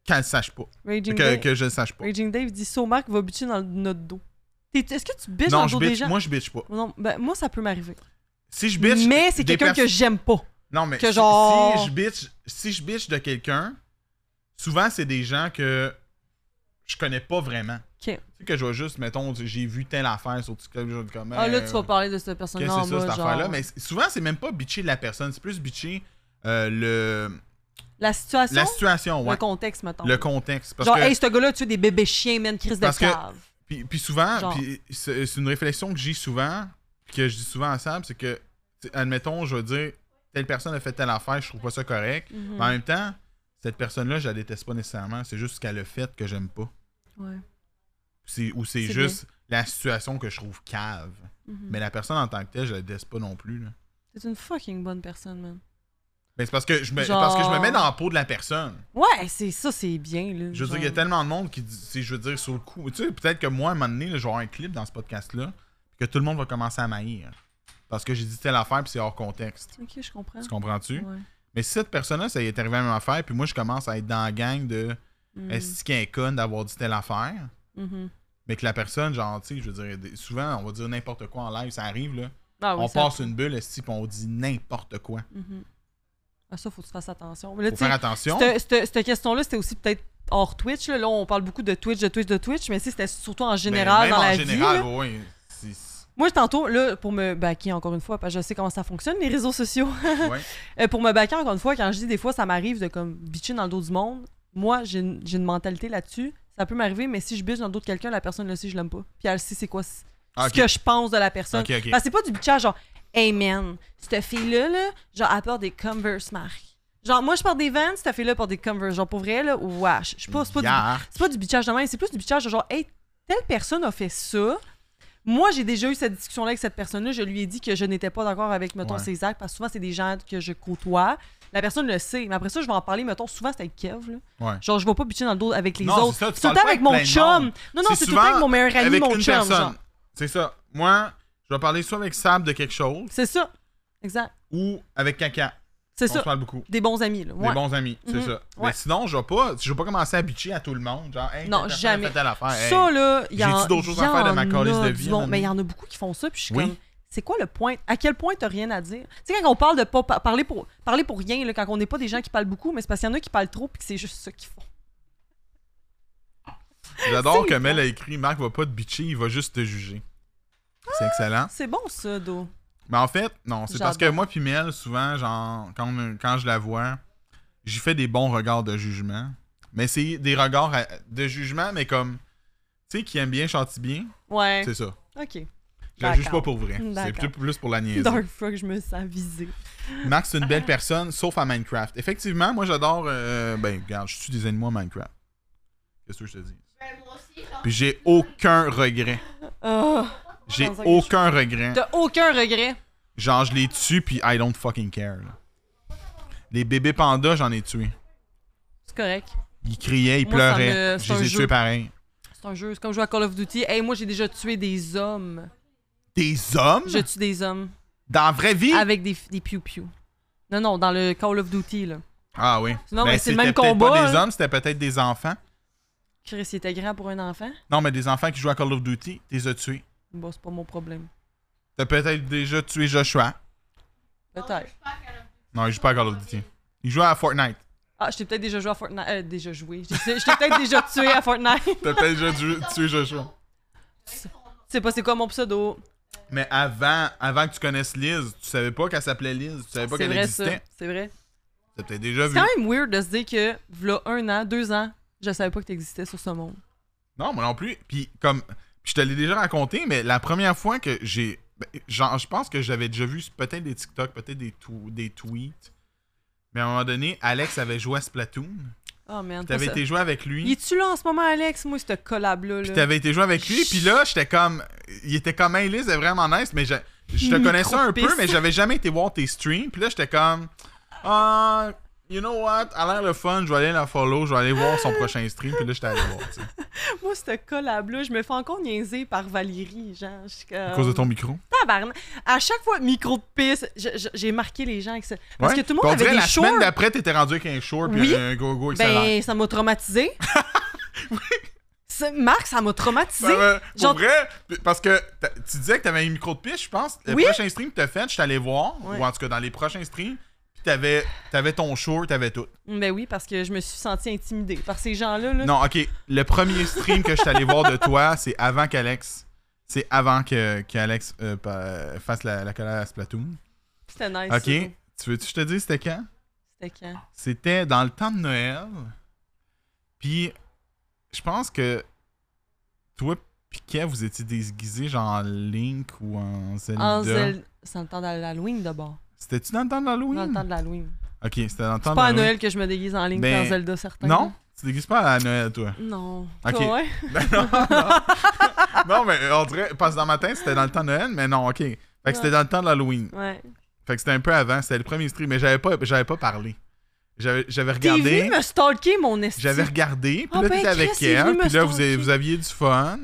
[SPEAKER 1] qu'elle le sache pas.
[SPEAKER 2] Raging,
[SPEAKER 1] Que,
[SPEAKER 2] Dave,
[SPEAKER 1] que je le sache pas.
[SPEAKER 2] Raging Dave dit So Mark va butcher dans le- notre dos. T'es- Est-ce que tu bitches dans
[SPEAKER 1] Non,
[SPEAKER 2] le
[SPEAKER 1] je
[SPEAKER 2] dos des
[SPEAKER 1] bitch,
[SPEAKER 2] gens?
[SPEAKER 1] moi je bitch pas.
[SPEAKER 2] Non, ben, moi, ça peut m'arriver.
[SPEAKER 1] Si je bitch.
[SPEAKER 2] Mais c'est
[SPEAKER 1] des
[SPEAKER 2] quelqu'un
[SPEAKER 1] perso-
[SPEAKER 2] que j'aime pas.
[SPEAKER 1] Non, mais
[SPEAKER 2] que
[SPEAKER 1] si-
[SPEAKER 2] genre-
[SPEAKER 1] si je bitch, si je bitch de quelqu'un, souvent c'est des gens que je connais pas vraiment.
[SPEAKER 2] Ok.
[SPEAKER 1] Tu sais que je vois juste, mettons, du- j'ai vu telle affaire sur TikTok, je vais comme.
[SPEAKER 2] Ah, là,
[SPEAKER 1] euh,
[SPEAKER 2] tu vas parler de cette personne
[SPEAKER 1] Qu'est-ce
[SPEAKER 2] là
[SPEAKER 1] que
[SPEAKER 2] en
[SPEAKER 1] c'est ça,
[SPEAKER 2] bas,
[SPEAKER 1] cette
[SPEAKER 2] genre.
[SPEAKER 1] affaire-là? Mais c- souvent, c'est même pas bitcher de la personne, c'est plus bitcher euh, le,
[SPEAKER 2] La situation,
[SPEAKER 1] la situation, ouais.
[SPEAKER 2] le contexte, mettons.
[SPEAKER 1] le contexte. Parce
[SPEAKER 2] Genre,
[SPEAKER 1] que,
[SPEAKER 2] hey, ce gars-là, tu es des bébés chiens, man, crise de
[SPEAKER 1] Parce que-
[SPEAKER 2] cave.
[SPEAKER 1] puis, puis souvent,
[SPEAKER 2] genre.
[SPEAKER 1] puis c'est c'est une réflexion que j'ai souvent, que je dis souvent à Sam, c'est que, tu sais, admettons, je vais dire, telle personne a fait telle affaire, je trouve pas ça correct.
[SPEAKER 2] Mhm.
[SPEAKER 1] Mais en même temps, cette personne-là, je la déteste pas nécessairement, c'est juste ce qu'elle a fait que j'aime pas.
[SPEAKER 2] Ouais.
[SPEAKER 1] C'est- Ou c'est
[SPEAKER 2] C'est
[SPEAKER 1] juste la situation que je trouve cave.
[SPEAKER 2] Mhm.
[SPEAKER 1] Mais la personne en tant que telle, je la déteste pas non plus. là.
[SPEAKER 2] T'es une fucking bonne personne, man.
[SPEAKER 1] Mais c'est parce que, je me, parce que je me
[SPEAKER 2] Genre-
[SPEAKER 1] mets dans la peau de la personne.
[SPEAKER 2] Ouais, c'est ça, c'est bien, là.
[SPEAKER 1] Je veux dire,
[SPEAKER 2] genre.
[SPEAKER 1] il y a tellement de monde qui dit, c'est- je veux dire, sur le coup. Tu sais, peut-être que moi, à un moment donné, là, je vais avoir un clip dans ce podcast-là, puis que tout le monde va commencer à maïr. Parce que j'ai dit telle affaire, puis c'est hors contexte.
[SPEAKER 2] Ok, je comprends.
[SPEAKER 1] Tu comprends-tu?
[SPEAKER 2] Ouais.
[SPEAKER 1] Mais si cette personne-là, ça y est arrivé à la même affaire, puis moi, je commence à être dans la gang de
[SPEAKER 2] Mm.
[SPEAKER 1] est-ce qu'il y a un con d'avoir dit telle affaire,
[SPEAKER 2] Mhm.
[SPEAKER 1] mais que la personne, genre, tu sais, je veux dire, des- souvent, on va dire n'importe quoi en live, ça arrive, là.
[SPEAKER 2] Ah, oui,
[SPEAKER 1] on
[SPEAKER 2] ça-
[SPEAKER 1] passe une bulle, est-ce puis on dit n'importe quoi.
[SPEAKER 2] Mhm. Ah, ça, faut que tu fasses attention. Mais là,
[SPEAKER 1] Faut
[SPEAKER 2] tu sais,
[SPEAKER 1] faire attention.
[SPEAKER 2] Cette, cette- cette question-là, c'était aussi peut-être hors Twitch. Là. Là, on parle beaucoup de Twitch, de Twitch, de Twitch, mais si c'était surtout en
[SPEAKER 1] mais
[SPEAKER 2] général
[SPEAKER 1] Ben, même
[SPEAKER 2] dans
[SPEAKER 1] en
[SPEAKER 2] la vie.
[SPEAKER 1] général,
[SPEAKER 2] là.
[SPEAKER 1] oui. c'est-
[SPEAKER 2] Moi, tantôt, là, pour me baquer encore une fois, parce que je sais comment ça fonctionne, les réseaux sociaux.
[SPEAKER 1] ouais.
[SPEAKER 2] Euh, pour me baquer encore une fois, quand je dis des fois, ça m'arrive de comme bitcher dans le dos du monde. Moi, j'ai une, j'ai une mentalité là-dessus. Ça peut m'arriver, mais si je bitche dans le dos de quelqu'un, la personne le sait, je l'aime pas. Puis elle sait c'est quoi c-
[SPEAKER 1] Ah,
[SPEAKER 2] ce
[SPEAKER 1] ok.
[SPEAKER 2] que je pense de la personne.
[SPEAKER 1] Ok, ok.
[SPEAKER 2] Parce que c'est pas du bitchage genre, hey man, cette fille-là, là, genre, elle porte des Converse marque. Genre, moi, je porte des Vans, cette fille-là porte des Converse. Genre, pour vrai, là, wesh. Je suis pas, c'est pas du
[SPEAKER 1] Yark.
[SPEAKER 2] c'est pas du bitchage de même, c'est plus du bitchage de genre, hey, telle personne a fait ça. Moi, j'ai déjà eu cette discussion-là avec cette personne-là. Je lui ai dit que je n'étais pas d'accord avec, mettons,
[SPEAKER 1] Ouais.
[SPEAKER 2] ses actes, parce que souvent, c'est des gens que je côtoie. La personne le sait, mais après ça, je vais en parler, mettons, souvent, c'est avec Kev. là.
[SPEAKER 1] Ouais.
[SPEAKER 2] Genre, je vais pas bitcher dans le dos avec les
[SPEAKER 1] Non,
[SPEAKER 2] autres.
[SPEAKER 1] c'est ça, tu
[SPEAKER 2] C'est tout le
[SPEAKER 1] parles
[SPEAKER 2] temps
[SPEAKER 1] pas
[SPEAKER 2] avec
[SPEAKER 1] avec
[SPEAKER 2] mon
[SPEAKER 1] plein de
[SPEAKER 2] chum.
[SPEAKER 1] monde.
[SPEAKER 2] Non, non, c'est tout le temps avec mon meilleur ami,
[SPEAKER 1] avec
[SPEAKER 2] mon
[SPEAKER 1] une
[SPEAKER 2] chum.
[SPEAKER 1] personne.
[SPEAKER 2] genre.
[SPEAKER 1] C'est ça. Moi, je vais parler soit avec Sab de quelque chose
[SPEAKER 2] C'est ça. Exact.
[SPEAKER 1] ou avec Caca.
[SPEAKER 2] C'est
[SPEAKER 1] On
[SPEAKER 2] ça.
[SPEAKER 1] se parle beaucoup.
[SPEAKER 2] Des bons amis, là. Ouais.
[SPEAKER 1] Des bons amis, c'est
[SPEAKER 2] Mhm.
[SPEAKER 1] ça.
[SPEAKER 2] Ouais.
[SPEAKER 1] Mais sinon, je vais pas, je vais pas commencer à bitcher à tout le monde. Genre, hey,
[SPEAKER 2] Non,
[SPEAKER 1] telle personne
[SPEAKER 2] jamais.
[SPEAKER 1] a fait telle affaire, hey.
[SPEAKER 2] Ça, là, il y, en-
[SPEAKER 1] J'ai-tu d'autres choses à
[SPEAKER 2] y
[SPEAKER 1] faire de
[SPEAKER 2] en
[SPEAKER 1] ma calice
[SPEAKER 2] a
[SPEAKER 1] de
[SPEAKER 2] du
[SPEAKER 1] vie,
[SPEAKER 2] monde,
[SPEAKER 1] man?
[SPEAKER 2] mais il y en a beaucoup qui font ça, puis je suis
[SPEAKER 1] Oui.
[SPEAKER 2] comme, c'est quoi le point? À quel point t'as rien à dire? Tu sais, quand on parle de pas par- parler pour, parler pour rien, là, quand on n'est pas des gens qui parlent beaucoup, mais c'est parce qu'il y en a qui parlent trop, puis que c'est juste ça qu'ils font.
[SPEAKER 1] J'adore
[SPEAKER 2] c'est
[SPEAKER 1] que
[SPEAKER 2] vrai.
[SPEAKER 1] Mel a écrit Marc va pas te bitcher, il va juste te juger. C'est excellent.
[SPEAKER 2] C'est bon, ça, Do.
[SPEAKER 1] Mais en fait, non, c'est parce que
[SPEAKER 2] J'adore.
[SPEAKER 1] moi puis Mel, souvent, genre, quand, on- quand je la vois, j'y fais des bons regards de jugement. Mais c'est des regards à- de jugement, mais comme, tu sais, qui aime bien, châtie bien,
[SPEAKER 2] Ouais.
[SPEAKER 1] c'est ça.
[SPEAKER 2] OK.
[SPEAKER 1] Je la
[SPEAKER 2] D'accord.
[SPEAKER 1] juge pas pour vrai. C'est
[SPEAKER 2] D'accord.
[SPEAKER 1] plutôt plus pour la niaiser.
[SPEAKER 2] Dark Frog, je me sens visée.
[SPEAKER 1] Max, c'est une belle personne, sauf à Minecraft. Effectivement, moi, j'adore. euh, ben, regarde, je suis des animaux à Minecraft. Qu'est-ce que je te dis?
[SPEAKER 3] Ben, moi aussi, genre,
[SPEAKER 1] Puis j'ai aucun regret.
[SPEAKER 2] Ah,
[SPEAKER 1] J'ai
[SPEAKER 2] Dans un-
[SPEAKER 1] aucun regret.
[SPEAKER 2] T'as aucun regret.
[SPEAKER 1] Genre, je les tue, puis I don't fucking care. là. Les bébés pandas, j'en ai tués.
[SPEAKER 2] C'est correct.
[SPEAKER 1] Ils criaient, ils
[SPEAKER 2] Moi, ça
[SPEAKER 1] pleuraient.
[SPEAKER 2] me- c'est
[SPEAKER 1] Je
[SPEAKER 2] un
[SPEAKER 1] les ai
[SPEAKER 2] jeu.
[SPEAKER 1] tués pareil.
[SPEAKER 2] C'est un jeu. C'est comme jouer à Call of Duty. Hey, moi, j'ai déjà tué des hommes.
[SPEAKER 1] Des hommes?
[SPEAKER 2] Je tue des hommes
[SPEAKER 1] Dans la vraie vie?
[SPEAKER 2] avec des, des piou-piou. Non, non, dans le Call of Duty, là.
[SPEAKER 1] Ah oui.
[SPEAKER 2] Non, mais c'est
[SPEAKER 1] c'était
[SPEAKER 2] le même
[SPEAKER 1] peut-être
[SPEAKER 2] combat, hein.
[SPEAKER 1] pas des
[SPEAKER 2] là.
[SPEAKER 1] hommes, c'était peut-être des enfants.
[SPEAKER 2] Chris, il était grand pour un enfant?
[SPEAKER 1] Non, mais des enfants qui jouent à Call of Duty, t'es as tués.
[SPEAKER 2] Bon, c'est pas mon problème.
[SPEAKER 1] T'as peut-être déjà tué Joshua.
[SPEAKER 3] non, je
[SPEAKER 2] Peut-être.
[SPEAKER 3] joue pas à Call of Duty.
[SPEAKER 1] Non, il joue pas à Call of Duty. Il joue à Fortnite.
[SPEAKER 2] Ah, je t'ai peut-être déjà joué à Fortnite. Euh, déjà joué. Je t'ai je t'ai peut-être déjà tué à Fortnite.
[SPEAKER 1] T'as peut-être déjà dû- tué Joshua.
[SPEAKER 2] Tu sais pas c'est quoi mon pseudo.
[SPEAKER 1] Mais avant, avant que tu connaisses Liz, tu savais pas qu'elle s'appelait Liz, tu savais pas
[SPEAKER 2] C'est
[SPEAKER 1] qu'elle
[SPEAKER 2] vrai,
[SPEAKER 1] existait.
[SPEAKER 2] ça. C'est vrai.
[SPEAKER 1] T'as peut-être déjà
[SPEAKER 2] C'est
[SPEAKER 1] vu.
[SPEAKER 2] quand même weird de se dire que, v'là un an, deux ans, je savais pas que t'existais sur ce monde.
[SPEAKER 1] Non, moi non plus. Puis comme puis je te l'ai déjà raconté, mais la première fois que j'ai ben, genre je pense que j'avais déjà vu peut-être des TikTok, peut-être des tw- des tweets. Mais à un moment donné, Alex avait joué à Splatoon.
[SPEAKER 2] Oh man.
[SPEAKER 1] T'avais
[SPEAKER 2] pas ça.
[SPEAKER 1] été joué avec lui.
[SPEAKER 2] Il est-tu là en ce moment, Alex? Moi, ce collab-là.
[SPEAKER 1] Puis
[SPEAKER 2] là.
[SPEAKER 1] t'avais été joué avec lui, puis là, j'étais comme. Il était comme, hey, Liz, est vraiment nice, mais je, je te
[SPEAKER 2] Micro
[SPEAKER 1] connaissais un peu,
[SPEAKER 2] pisse.
[SPEAKER 1] mais j'avais jamais été voir tes streams, puis là, j'étais comme. Ah, you know what, a l'air le fun, je vais aller la follow, je vais aller voir son prochain stream, puis là, j'étais allé voir, tu sais.
[SPEAKER 2] Moi, ce collab-là, je me fais encore niaiser par Valérie, genre. Je suis
[SPEAKER 1] À
[SPEAKER 2] comme,
[SPEAKER 1] cause de ton micro.
[SPEAKER 2] Tabarnak. À chaque fois, micro de pisse, je- je- j'ai marqué les gens avec ça. Parce
[SPEAKER 1] Ouais.
[SPEAKER 2] que tout le
[SPEAKER 1] Puis on
[SPEAKER 2] monde avait
[SPEAKER 1] dirait,
[SPEAKER 2] des
[SPEAKER 1] la semaine
[SPEAKER 2] shorts.
[SPEAKER 1] d'après, t'étais rendu avec un short, puis
[SPEAKER 2] Oui.
[SPEAKER 1] un go-go excellent.
[SPEAKER 2] Ben, ça m'a traumatisé. Marc, ça m'a traumatisé.
[SPEAKER 1] Ben, ben, pour
[SPEAKER 2] genre-
[SPEAKER 1] vrai, parce que t'as- tu disais que t'avais un micro de pitch, je pense. Le
[SPEAKER 2] Oui.
[SPEAKER 1] prochain stream que t'as fait, je suis allé voir,
[SPEAKER 2] Ouais.
[SPEAKER 1] ou en tout cas dans les prochains streams, puis t'avais, t'avais ton short, t'avais tout.
[SPEAKER 2] Ben oui, parce que je me suis sentie intimidée par ces gens-là. là.
[SPEAKER 1] Non, ok. Le premier stream que je suis allé voir de toi, c'est avant qu'Alex. C'est avant que, qu'Alex euh, pa- fasse la, la collab à Splatoon.
[SPEAKER 2] C'était nice.
[SPEAKER 1] Ok.
[SPEAKER 2] ça.
[SPEAKER 1] Tu veux-tu que je te dise c'était quand?
[SPEAKER 2] C'était quand?
[SPEAKER 1] C'était dans le temps de Noël. Puis, je pense que toi, Piquet, vous étiez déguisés genre en Link ou en Zelda.
[SPEAKER 2] En Zel- C'est dans le temps de l'Halloween d'abord.
[SPEAKER 1] C'était-tu dans le temps de l'Halloween?
[SPEAKER 2] Dans le temps de l'Halloween.
[SPEAKER 1] Ok, c'était dans le temps
[SPEAKER 2] C'est
[SPEAKER 1] de
[SPEAKER 2] pas à
[SPEAKER 1] l'Halloween.
[SPEAKER 2] Noël que je me déguise en ligne
[SPEAKER 1] Ben,
[SPEAKER 2] dans Zelda, certain.
[SPEAKER 1] Non? Tu déguises pas à Noël, toi?
[SPEAKER 2] Non.
[SPEAKER 1] Ok.
[SPEAKER 2] Toi, ouais?
[SPEAKER 1] Ben non, non. non, mais on dirait, parce que dans ma tête, c'était dans le temps de Noël, mais non, ok. Fait que c'était dans le temps de l'Halloween.
[SPEAKER 2] Ouais.
[SPEAKER 1] Fait que c'était un peu avant, c'était le premier stream, mais j'avais pas, j'avais pas parlé. J'avais, j'avais
[SPEAKER 2] T'es
[SPEAKER 1] regardé,
[SPEAKER 2] venu me stalker, mon esti.
[SPEAKER 1] j'avais regardé, puis
[SPEAKER 2] Ah
[SPEAKER 1] là,
[SPEAKER 2] ben,
[SPEAKER 1] t'étais avec
[SPEAKER 2] Chris, il est
[SPEAKER 1] elle,
[SPEAKER 2] venu me
[SPEAKER 1] puis là, vous, avez-
[SPEAKER 2] stalker.
[SPEAKER 1] vous aviez du fun.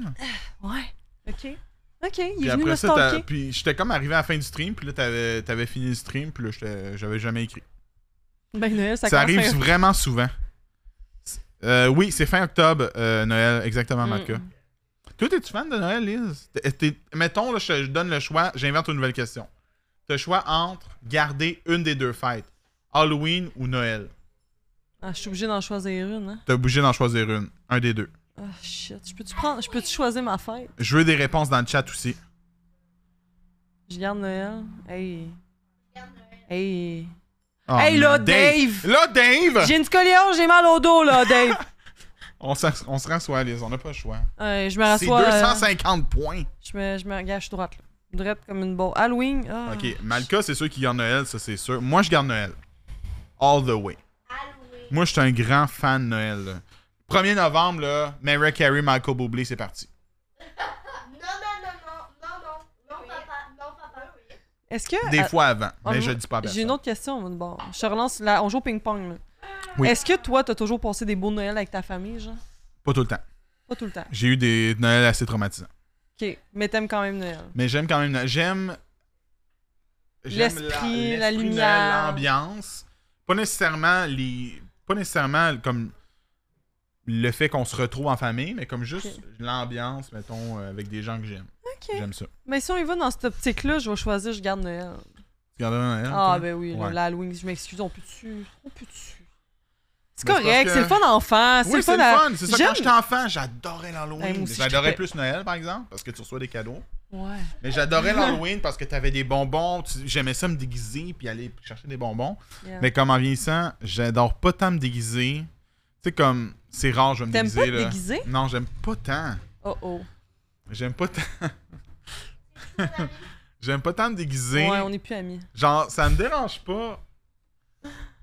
[SPEAKER 2] Ouais. OK. OK, il
[SPEAKER 1] Puis
[SPEAKER 2] est venu
[SPEAKER 1] après
[SPEAKER 2] me
[SPEAKER 1] ça, t'as-
[SPEAKER 2] stalker.
[SPEAKER 1] puis j'étais comme arrivé à la fin du stream, puis là, t'avais, t'avais fini le stream, puis là, j'étais- j'avais jamais écrit.
[SPEAKER 2] Ben Noël, ça,
[SPEAKER 1] Ça
[SPEAKER 2] commence
[SPEAKER 1] arrive
[SPEAKER 2] fin-
[SPEAKER 1] vraiment souvent. Euh, oui, c'est fin octobre, euh, Noël, exactement,
[SPEAKER 2] Mm.
[SPEAKER 1] Matka. Toi, es-tu fan de Noël, Liz? T'es- t'es- mettons, là, je te donne le choix, j'invente une nouvelle question. T'as le choix entre garder une des deux fêtes, Halloween ou Noël.
[SPEAKER 2] Ah, je suis obligée d'en choisir une, hein?
[SPEAKER 1] T'as obligé d'en choisir une, un des deux.
[SPEAKER 2] Ah, shit. Je peux-tu prendre... Je peux-tu choisir ma fête?
[SPEAKER 1] Je veux des réponses dans le chat aussi.
[SPEAKER 2] Je garde Noël. Hey.
[SPEAKER 3] Regarde Noël.
[SPEAKER 2] Hey.
[SPEAKER 1] Oh,
[SPEAKER 2] Hey, là,
[SPEAKER 1] man.
[SPEAKER 2] Dave!
[SPEAKER 1] Là, Dave!
[SPEAKER 2] J'ai une scoliose, j'ai mal au dos, là, Dave.
[SPEAKER 1] On, s'en- on se rassoit, Liz, on n'a pas le choix.
[SPEAKER 2] Ouais, je me
[SPEAKER 1] C'est
[SPEAKER 2] rassois. euh,
[SPEAKER 1] 250 points.
[SPEAKER 2] je me, je me gâche droite, là. Droite comme une bombe. Halloween. ah.
[SPEAKER 1] Ok, Malka, c'est sûr qu'il garde Noël, ça c'est sûr. Moi, je garde Noël. All the way.
[SPEAKER 3] Halloween.
[SPEAKER 1] Moi, je suis un grand fan de Noël. là. 1er novembre, là, Mary Carey, Michael Bublé, c'est parti.
[SPEAKER 3] Non, non, non, non, non, non, non, papa, non, papa.
[SPEAKER 2] Est-ce que.
[SPEAKER 1] Des
[SPEAKER 2] ah,
[SPEAKER 1] fois avant,
[SPEAKER 2] ah,
[SPEAKER 1] mais
[SPEAKER 2] moi,
[SPEAKER 1] je le dis pas à
[SPEAKER 2] J'ai
[SPEAKER 1] personne.
[SPEAKER 2] une autre question. Bon, je te relance. Là, on joue au ping-pong. là.
[SPEAKER 1] Oui.
[SPEAKER 2] Est-ce que toi, t'as toujours passé des beaux Noël avec ta famille, genre
[SPEAKER 1] Pas tout le temps.
[SPEAKER 2] Pas tout le temps.
[SPEAKER 1] J'ai eu des Noëls assez traumatisants.
[SPEAKER 2] Ok, mais t'aimes quand même Noël.
[SPEAKER 1] Mais j'aime quand même. Noël. J'aime. j'aime
[SPEAKER 2] L'esprit,
[SPEAKER 1] l'am- l'esprit
[SPEAKER 2] la
[SPEAKER 1] de
[SPEAKER 2] lumière.
[SPEAKER 1] L'ambiance. Pas nécessairement les. Pas nécessairement comme le fait qu'on se retrouve en famille, mais comme juste
[SPEAKER 2] Ok.
[SPEAKER 1] l'ambiance, mettons, euh, avec des gens que j'aime.
[SPEAKER 2] Ok.
[SPEAKER 1] J'aime ça.
[SPEAKER 2] Mais si on y va dans cette optique-là, je vais choisir, je garde Noël.
[SPEAKER 1] Tu gardes un Noël,
[SPEAKER 2] Ah,
[SPEAKER 1] toi?
[SPEAKER 2] ben oui, là,
[SPEAKER 1] Ouais.
[SPEAKER 2] l'Halloween, je m'excuse, on peut dessus. On peut dessus. C'est
[SPEAKER 1] Ben, c'est
[SPEAKER 2] correct,
[SPEAKER 1] parce que-
[SPEAKER 2] c'est le fun enfant.
[SPEAKER 1] Oui, c'est le
[SPEAKER 2] à-
[SPEAKER 1] fun. C'est ça, quand
[SPEAKER 2] J'aime-
[SPEAKER 1] j'étais enfant, j'adorais
[SPEAKER 2] Ouais,
[SPEAKER 1] l'Halloween.
[SPEAKER 2] moi aussi, je
[SPEAKER 1] j'adorais
[SPEAKER 2] trippais.
[SPEAKER 1] plus Noël, par exemple, parce que tu reçois des cadeaux.
[SPEAKER 2] Ouais.
[SPEAKER 1] Mais j'adorais l'Halloween parce que t'avais des bonbons. tu- J'aimais ça me déguiser puis aller chercher des bonbons.
[SPEAKER 2] yeah.
[SPEAKER 1] Mais comme en vieillissant, j'adore pas tant me déguiser. Tu sais, comme, c'est rare, je vais me
[SPEAKER 2] T'aimes
[SPEAKER 1] déguiser.
[SPEAKER 2] pas te
[SPEAKER 1] là.
[SPEAKER 2] déguiser?
[SPEAKER 1] Non, j'aime pas tant.
[SPEAKER 2] Oh oh.
[SPEAKER 1] J'aime pas tant. j'aime pas tant me déguiser.
[SPEAKER 2] Ouais, on n'est plus amis.
[SPEAKER 1] Genre, ça me dérange pas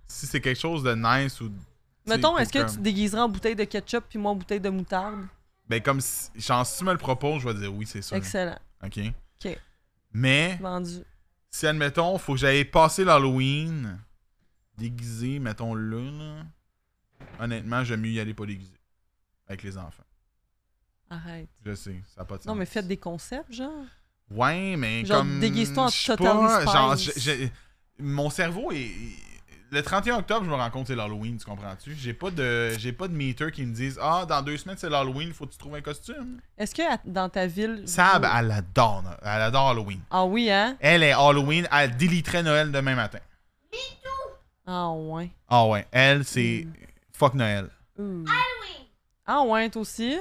[SPEAKER 1] si c'est quelque chose de nice ou. tu sais,
[SPEAKER 2] Mettons,
[SPEAKER 1] pour
[SPEAKER 2] est-ce que tu
[SPEAKER 1] comme-
[SPEAKER 2] te déguiseras en bouteille de ketchup puis moi en bouteille de moutarde?
[SPEAKER 1] Ben, comme, si... genre, si tu me le proposes, je vais dire oui, c'est sûr.
[SPEAKER 2] Excellent.
[SPEAKER 1] OK.
[SPEAKER 2] Ok.
[SPEAKER 1] Mais
[SPEAKER 2] Vendu.
[SPEAKER 1] si, admettons, faut que j'aille passer l'Halloween déguisé, mettons le là, honnêtement, j'aime mieux y aller pas déguisé. Avec les enfants.
[SPEAKER 2] Arrête.
[SPEAKER 1] Je sais, ça n'a pas de sens.
[SPEAKER 2] Non, mais faites des concepts, genre.
[SPEAKER 1] Ouais, mais
[SPEAKER 2] Genre,
[SPEAKER 1] comme...
[SPEAKER 2] déguise-toi en
[SPEAKER 1] je sais
[SPEAKER 2] Totally
[SPEAKER 1] pas, genre,
[SPEAKER 2] Spies.
[SPEAKER 1] j'ai- j'ai- Mon cerveau est... Le 31 octobre, je me rends compte que c'est l'Halloween, tu comprends-tu? J'ai pas de j'ai pas de meter qui me disent « Ah, dans deux semaines, c'est l'Halloween, faut que tu trouves un costume.
[SPEAKER 2] Est-ce que à- dans ta ville. »
[SPEAKER 1] Sab,
[SPEAKER 2] vous-
[SPEAKER 1] elle adore, Noël. elle adore Halloween.
[SPEAKER 2] Ah oui, hein?
[SPEAKER 1] Elle est Halloween, elle déliterait Noël demain matin.
[SPEAKER 2] Ah ouais.
[SPEAKER 1] Ah ouais, elle, c'est
[SPEAKER 2] Mm.
[SPEAKER 1] fuck Noël.
[SPEAKER 2] Ouh.
[SPEAKER 3] Halloween.
[SPEAKER 2] Ah ouais, toi aussi?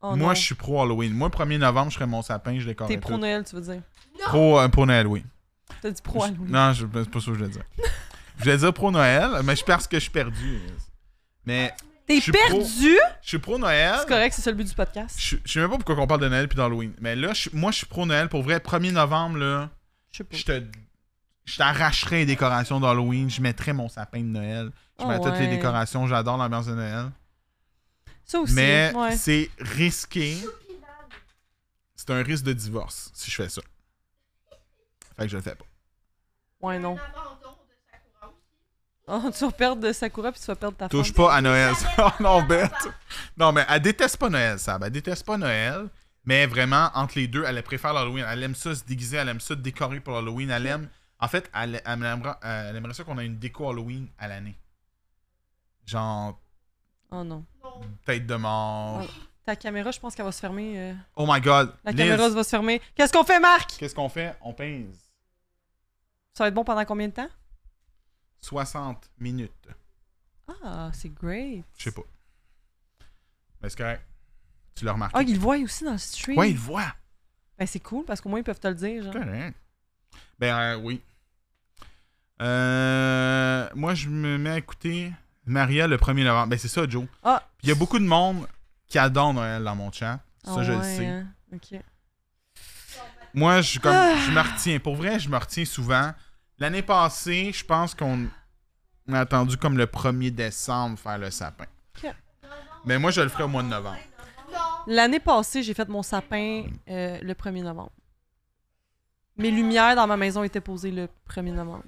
[SPEAKER 2] Oh
[SPEAKER 1] Moi,
[SPEAKER 2] non.
[SPEAKER 1] je suis pro Halloween. Moi, le 1er novembre, je serais mon sapin, je décorerais
[SPEAKER 2] T'es
[SPEAKER 1] tout.
[SPEAKER 2] pro-Noël, tu veux dire.
[SPEAKER 3] Non.
[SPEAKER 1] Pro, euh, pro Noël, oui.
[SPEAKER 2] T'as dit pro-Halloween.
[SPEAKER 1] Non, je, ben, c'est pas ça que je voulais dire. je voulais dire pro Noël, mais je pense que je suis perdu. Mais
[SPEAKER 2] T'es
[SPEAKER 1] je suis
[SPEAKER 2] perdu?
[SPEAKER 1] je suis pro Noël.
[SPEAKER 2] C'est correct, c'est ça le but du podcast.
[SPEAKER 1] Je je sais même pas pourquoi on parle de Noël puis d'Halloween. Mais là, je- moi, je suis pro Noël. Pour vrai, 1er novembre, là,
[SPEAKER 2] Je sais pas.
[SPEAKER 1] je te. je t'arracherais les décorations d'Halloween, je mettrais mon sapin de Noël, je
[SPEAKER 2] Oh,
[SPEAKER 1] mets toutes les
[SPEAKER 2] ouais.
[SPEAKER 1] décorations, j'adore l'ambiance de Noël.
[SPEAKER 2] Ça aussi.
[SPEAKER 1] Mais
[SPEAKER 2] ouais.
[SPEAKER 1] c'est risqué. C'est un risque de divorce si je fais ça. Fait que je le fais pas.
[SPEAKER 2] Ouais, non.
[SPEAKER 3] Un abandon de Sakura aussi.
[SPEAKER 2] Oh, tu vas perdre de Sakura puis tu vas perdre ta
[SPEAKER 1] Touche
[SPEAKER 2] femme.
[SPEAKER 1] pas à Noël. oh non, bête. Non, mais elle déteste pas Noël, Sab. Elle déteste pas Noël. Mais vraiment, entre les deux, elle préfère l'Halloween. Elle aime ça se déguiser, elle aime ça décorer pour l'Halloween. Elle aime. En fait, elle, elle aimera- euh, elle aimerait ça qu'on ait une déco Halloween à l'année. Genre,
[SPEAKER 2] Oh non.
[SPEAKER 3] Non,
[SPEAKER 1] tête de mort.
[SPEAKER 2] Ouais. Ta caméra, je pense qu'elle va se fermer. euh,
[SPEAKER 1] Oh my god.
[SPEAKER 2] La
[SPEAKER 1] Liz,
[SPEAKER 2] caméra va se fermer. Qu'est-ce qu'on fait, Marc?
[SPEAKER 1] Qu'est-ce qu'on fait On pèse
[SPEAKER 2] Ça va être bon pendant combien de temps?
[SPEAKER 1] 60 minutes.
[SPEAKER 2] Ah, c'est great.
[SPEAKER 1] Je sais pas. Mais c'est correct. Tu l'as remarqué.
[SPEAKER 2] Ah, ils le voient aussi dans le stream.
[SPEAKER 1] Ouais, il le voit.
[SPEAKER 2] Ben, c'est cool parce qu'au moins ils peuvent te le dire. Genre.
[SPEAKER 1] Correct. Ben euh, oui. Euh, moi, je me mets à écouter Maria le 1er novembre. Ben c'est ça, Joe.
[SPEAKER 2] Ah,
[SPEAKER 1] Puis Il y a beaucoup de monde qui adore Noël dans mon chat. Ça,
[SPEAKER 2] ah
[SPEAKER 1] je le
[SPEAKER 2] ouais,
[SPEAKER 1] sais.
[SPEAKER 2] hein. Ok.
[SPEAKER 1] Moi, je suis comme.
[SPEAKER 2] Ah.
[SPEAKER 1] Je me retiens. Pour vrai, je me retiens souvent. L'année passée, je pense qu'on on a attendu comme le 1er décembre faire le sapin.
[SPEAKER 2] Ok.
[SPEAKER 1] Mais moi, je le ferai au mois de novembre.
[SPEAKER 3] non.
[SPEAKER 2] L'année passée, j'ai fait mon sapin euh, le 1er novembre. Mes lumières dans ma maison étaient posées le 1er novembre.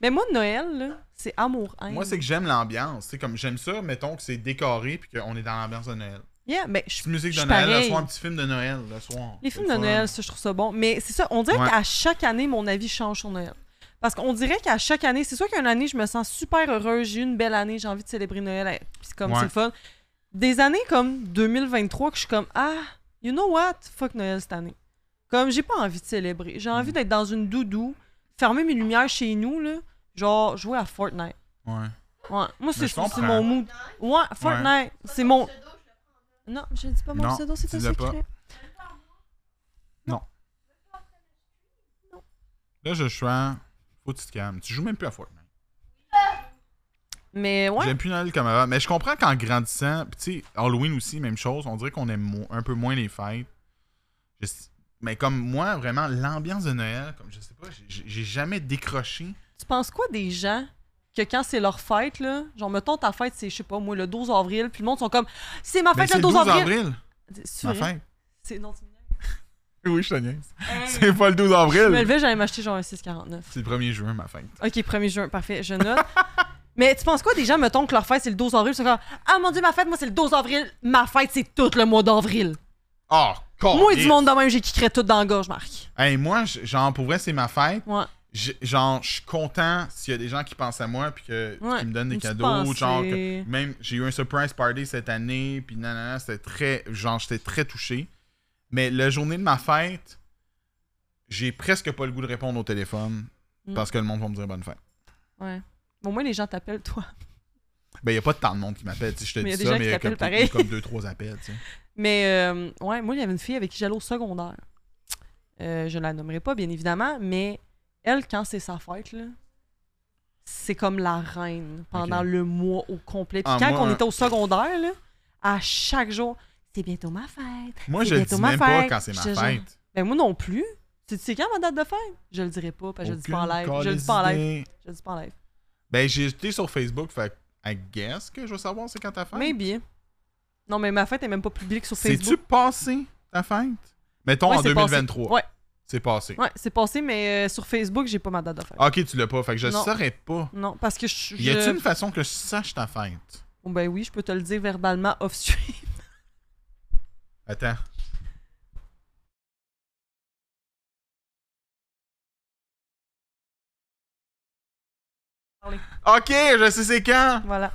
[SPEAKER 2] Mais moi, Noël, là, c'est amour. haine.
[SPEAKER 1] Moi, c'est que j'aime l'ambiance. C'est comme j'aime ça, mettons que c'est décoré puis qu'on est dans l'ambiance de Noël.
[SPEAKER 2] Yeah, mais je-
[SPEAKER 1] Petite musique
[SPEAKER 2] Je
[SPEAKER 1] de
[SPEAKER 2] suis
[SPEAKER 1] Noël le
[SPEAKER 2] pareil.
[SPEAKER 1] soir, un petit film de Noël le soir.
[SPEAKER 2] Les films de
[SPEAKER 1] C'est le fun.
[SPEAKER 2] Noël, ça, je trouve ça bon. Mais c'est ça, on dirait
[SPEAKER 1] Ouais.
[SPEAKER 2] qu'à chaque année, mon avis change sur Noël. Parce qu'on dirait qu'à chaque année, c'est sûr qu'une année, je me sens super heureuse, j'ai eu une belle année, j'ai envie de célébrer Noël, eh, puis comme
[SPEAKER 1] Ouais.
[SPEAKER 2] c'est le fun. Des années comme 2023 que je suis comme, ah, you know what, fuck Noël cette année. Comme, j'ai pas envie de célébrer, j'ai
[SPEAKER 1] Mm.
[SPEAKER 2] envie d'être dans une doudou, fermer mes lumières chez nous, là, genre jouer à Fortnite.
[SPEAKER 1] Ouais.
[SPEAKER 2] Ouais. Moi, c'est
[SPEAKER 1] je
[SPEAKER 2] c'est
[SPEAKER 1] comprends.
[SPEAKER 2] mon mood. Ouais, Fortnite, c'est mon... Non, je dis pas mon
[SPEAKER 1] Non,
[SPEAKER 2] pseudo, c'est un
[SPEAKER 1] dis-le pas.
[SPEAKER 2] secret.
[SPEAKER 1] Là, je suis en. Faut que tu te calmes. Tu joues même plus à Fortnite.
[SPEAKER 2] Mais ouais,
[SPEAKER 1] J'aime plus Noël comme avant. Mais je comprends qu'en grandissant, pis tu sais, Halloween aussi, même chose. On dirait qu'on aime mo- un peu moins les fêtes. Je sais- Mais comme moi, vraiment, l'ambiance de Noël, comme je sais pas, j'ai- j'ai j'ai jamais décroché.
[SPEAKER 2] Tu penses quoi des gens que quand c'est leur fête, là, genre, mettons ta fête, c'est, je sais pas, moi, le 12 avril, puis le monde sont comme, c'est ma
[SPEAKER 1] Mais
[SPEAKER 2] fête
[SPEAKER 1] c'est
[SPEAKER 2] le 12 avril. C'est
[SPEAKER 1] ma
[SPEAKER 2] vrai?
[SPEAKER 1] fête.
[SPEAKER 2] C'est non, tu me niaises.
[SPEAKER 1] Oui, je te niaise. C'est pas le 12 avril.
[SPEAKER 2] Je me levais, j'allais m'acheter genre un 6,49.
[SPEAKER 1] C'est le 1er juin, ma fête.
[SPEAKER 2] Ok, 1er juin, parfait, je note. Mais tu penses quoi des gens, mettons que leur fête c'est le 12 avril, ils sont comme Ah mon dieu, ma fête, moi c'est le 12 avril, ma fête c'est tout le mois d'avril.
[SPEAKER 1] Oh, con!
[SPEAKER 2] moi, du monde de même, j'ai kickerait tout dans la gorge, Marc.
[SPEAKER 1] Hey, moi, j- genre, pour vrai, c'est ma fête.
[SPEAKER 2] Ouais.
[SPEAKER 1] J- genre, je suis content s'il y a des gens qui pensent à moi puis que,
[SPEAKER 2] Ouais,
[SPEAKER 1] qui me donnent des
[SPEAKER 2] une petite
[SPEAKER 1] cadeaux. Genre,
[SPEAKER 2] pensée.
[SPEAKER 1] que- même, j'ai eu un surprise party cette année, puis nanana, c'était très. Genre, j'étais très touché. Mais la journée de ma fête, j'ai presque pas le goût de répondre au téléphone
[SPEAKER 2] Mm.
[SPEAKER 1] parce que le monde va me dire bonne fête.
[SPEAKER 2] Ouais. Bon, moi, les gens t'appellent, toi.
[SPEAKER 1] Ben, il a pas tant de monde qui m'appelle, tu sais, je te
[SPEAKER 2] Mais y a
[SPEAKER 1] dis
[SPEAKER 2] des
[SPEAKER 1] ça,
[SPEAKER 2] gens
[SPEAKER 1] mais
[SPEAKER 2] qui
[SPEAKER 1] y a
[SPEAKER 2] t'appellent
[SPEAKER 1] comme, peut-être
[SPEAKER 2] pareil.
[SPEAKER 1] comme deux, trois appels, tu sais.
[SPEAKER 2] Mais euh, ouais, moi, il y avait une fille avec qui j'allais au secondaire. Euh, je la nommerai pas, bien évidemment, mais elle, quand c'est sa fête, là, c'est comme la reine pendant
[SPEAKER 1] Ok.
[SPEAKER 2] le mois au complet. Puis
[SPEAKER 1] Ah,
[SPEAKER 2] quand
[SPEAKER 1] moi-
[SPEAKER 2] on était au secondaire, là, à chaque jour, c'est bientôt ma fête.
[SPEAKER 1] Moi,
[SPEAKER 2] C'est
[SPEAKER 1] je le
[SPEAKER 2] bientôt
[SPEAKER 1] dis
[SPEAKER 2] ma
[SPEAKER 1] même pas
[SPEAKER 2] fête,
[SPEAKER 1] quand c'est ma
[SPEAKER 2] je te
[SPEAKER 1] fête.
[SPEAKER 2] jure. Ben moi non plus. Tu sais quand ma date de fête? Je le dirai pas, parce que Ben, je le dis pas en
[SPEAKER 1] Aucune
[SPEAKER 2] live. Je le dis pas en live.
[SPEAKER 1] idée.
[SPEAKER 2] Je le dis pas en live.
[SPEAKER 1] Ben, j'ai été sur Facebook, fait I guess que je veux savoir c'est quand ta fête.
[SPEAKER 2] Maybe. Non, mais ma fête est même pas publique sur
[SPEAKER 1] C'est-tu
[SPEAKER 2] Facebook.
[SPEAKER 1] passé ta fête? Mettons
[SPEAKER 2] Ouais,
[SPEAKER 1] en
[SPEAKER 2] c'est passé.
[SPEAKER 1] 2023.
[SPEAKER 2] Ouais.
[SPEAKER 1] C'est passé.
[SPEAKER 2] Ouais, c'est passé, mais euh, sur Facebook, j'ai pas ma date de fête.
[SPEAKER 1] Ok, tu l'as pas, fait que je ne
[SPEAKER 2] Non.
[SPEAKER 1] saurais pas.
[SPEAKER 2] Non, parce que je.
[SPEAKER 1] Ah. Y a-tu
[SPEAKER 2] je-
[SPEAKER 1] une façon que je sache ta fête?
[SPEAKER 2] Oh, ben oui, je peux te le dire verbalement off stream.
[SPEAKER 1] Attends.
[SPEAKER 2] Parlez.
[SPEAKER 1] Ok, je sais c'est quand!
[SPEAKER 2] voilà.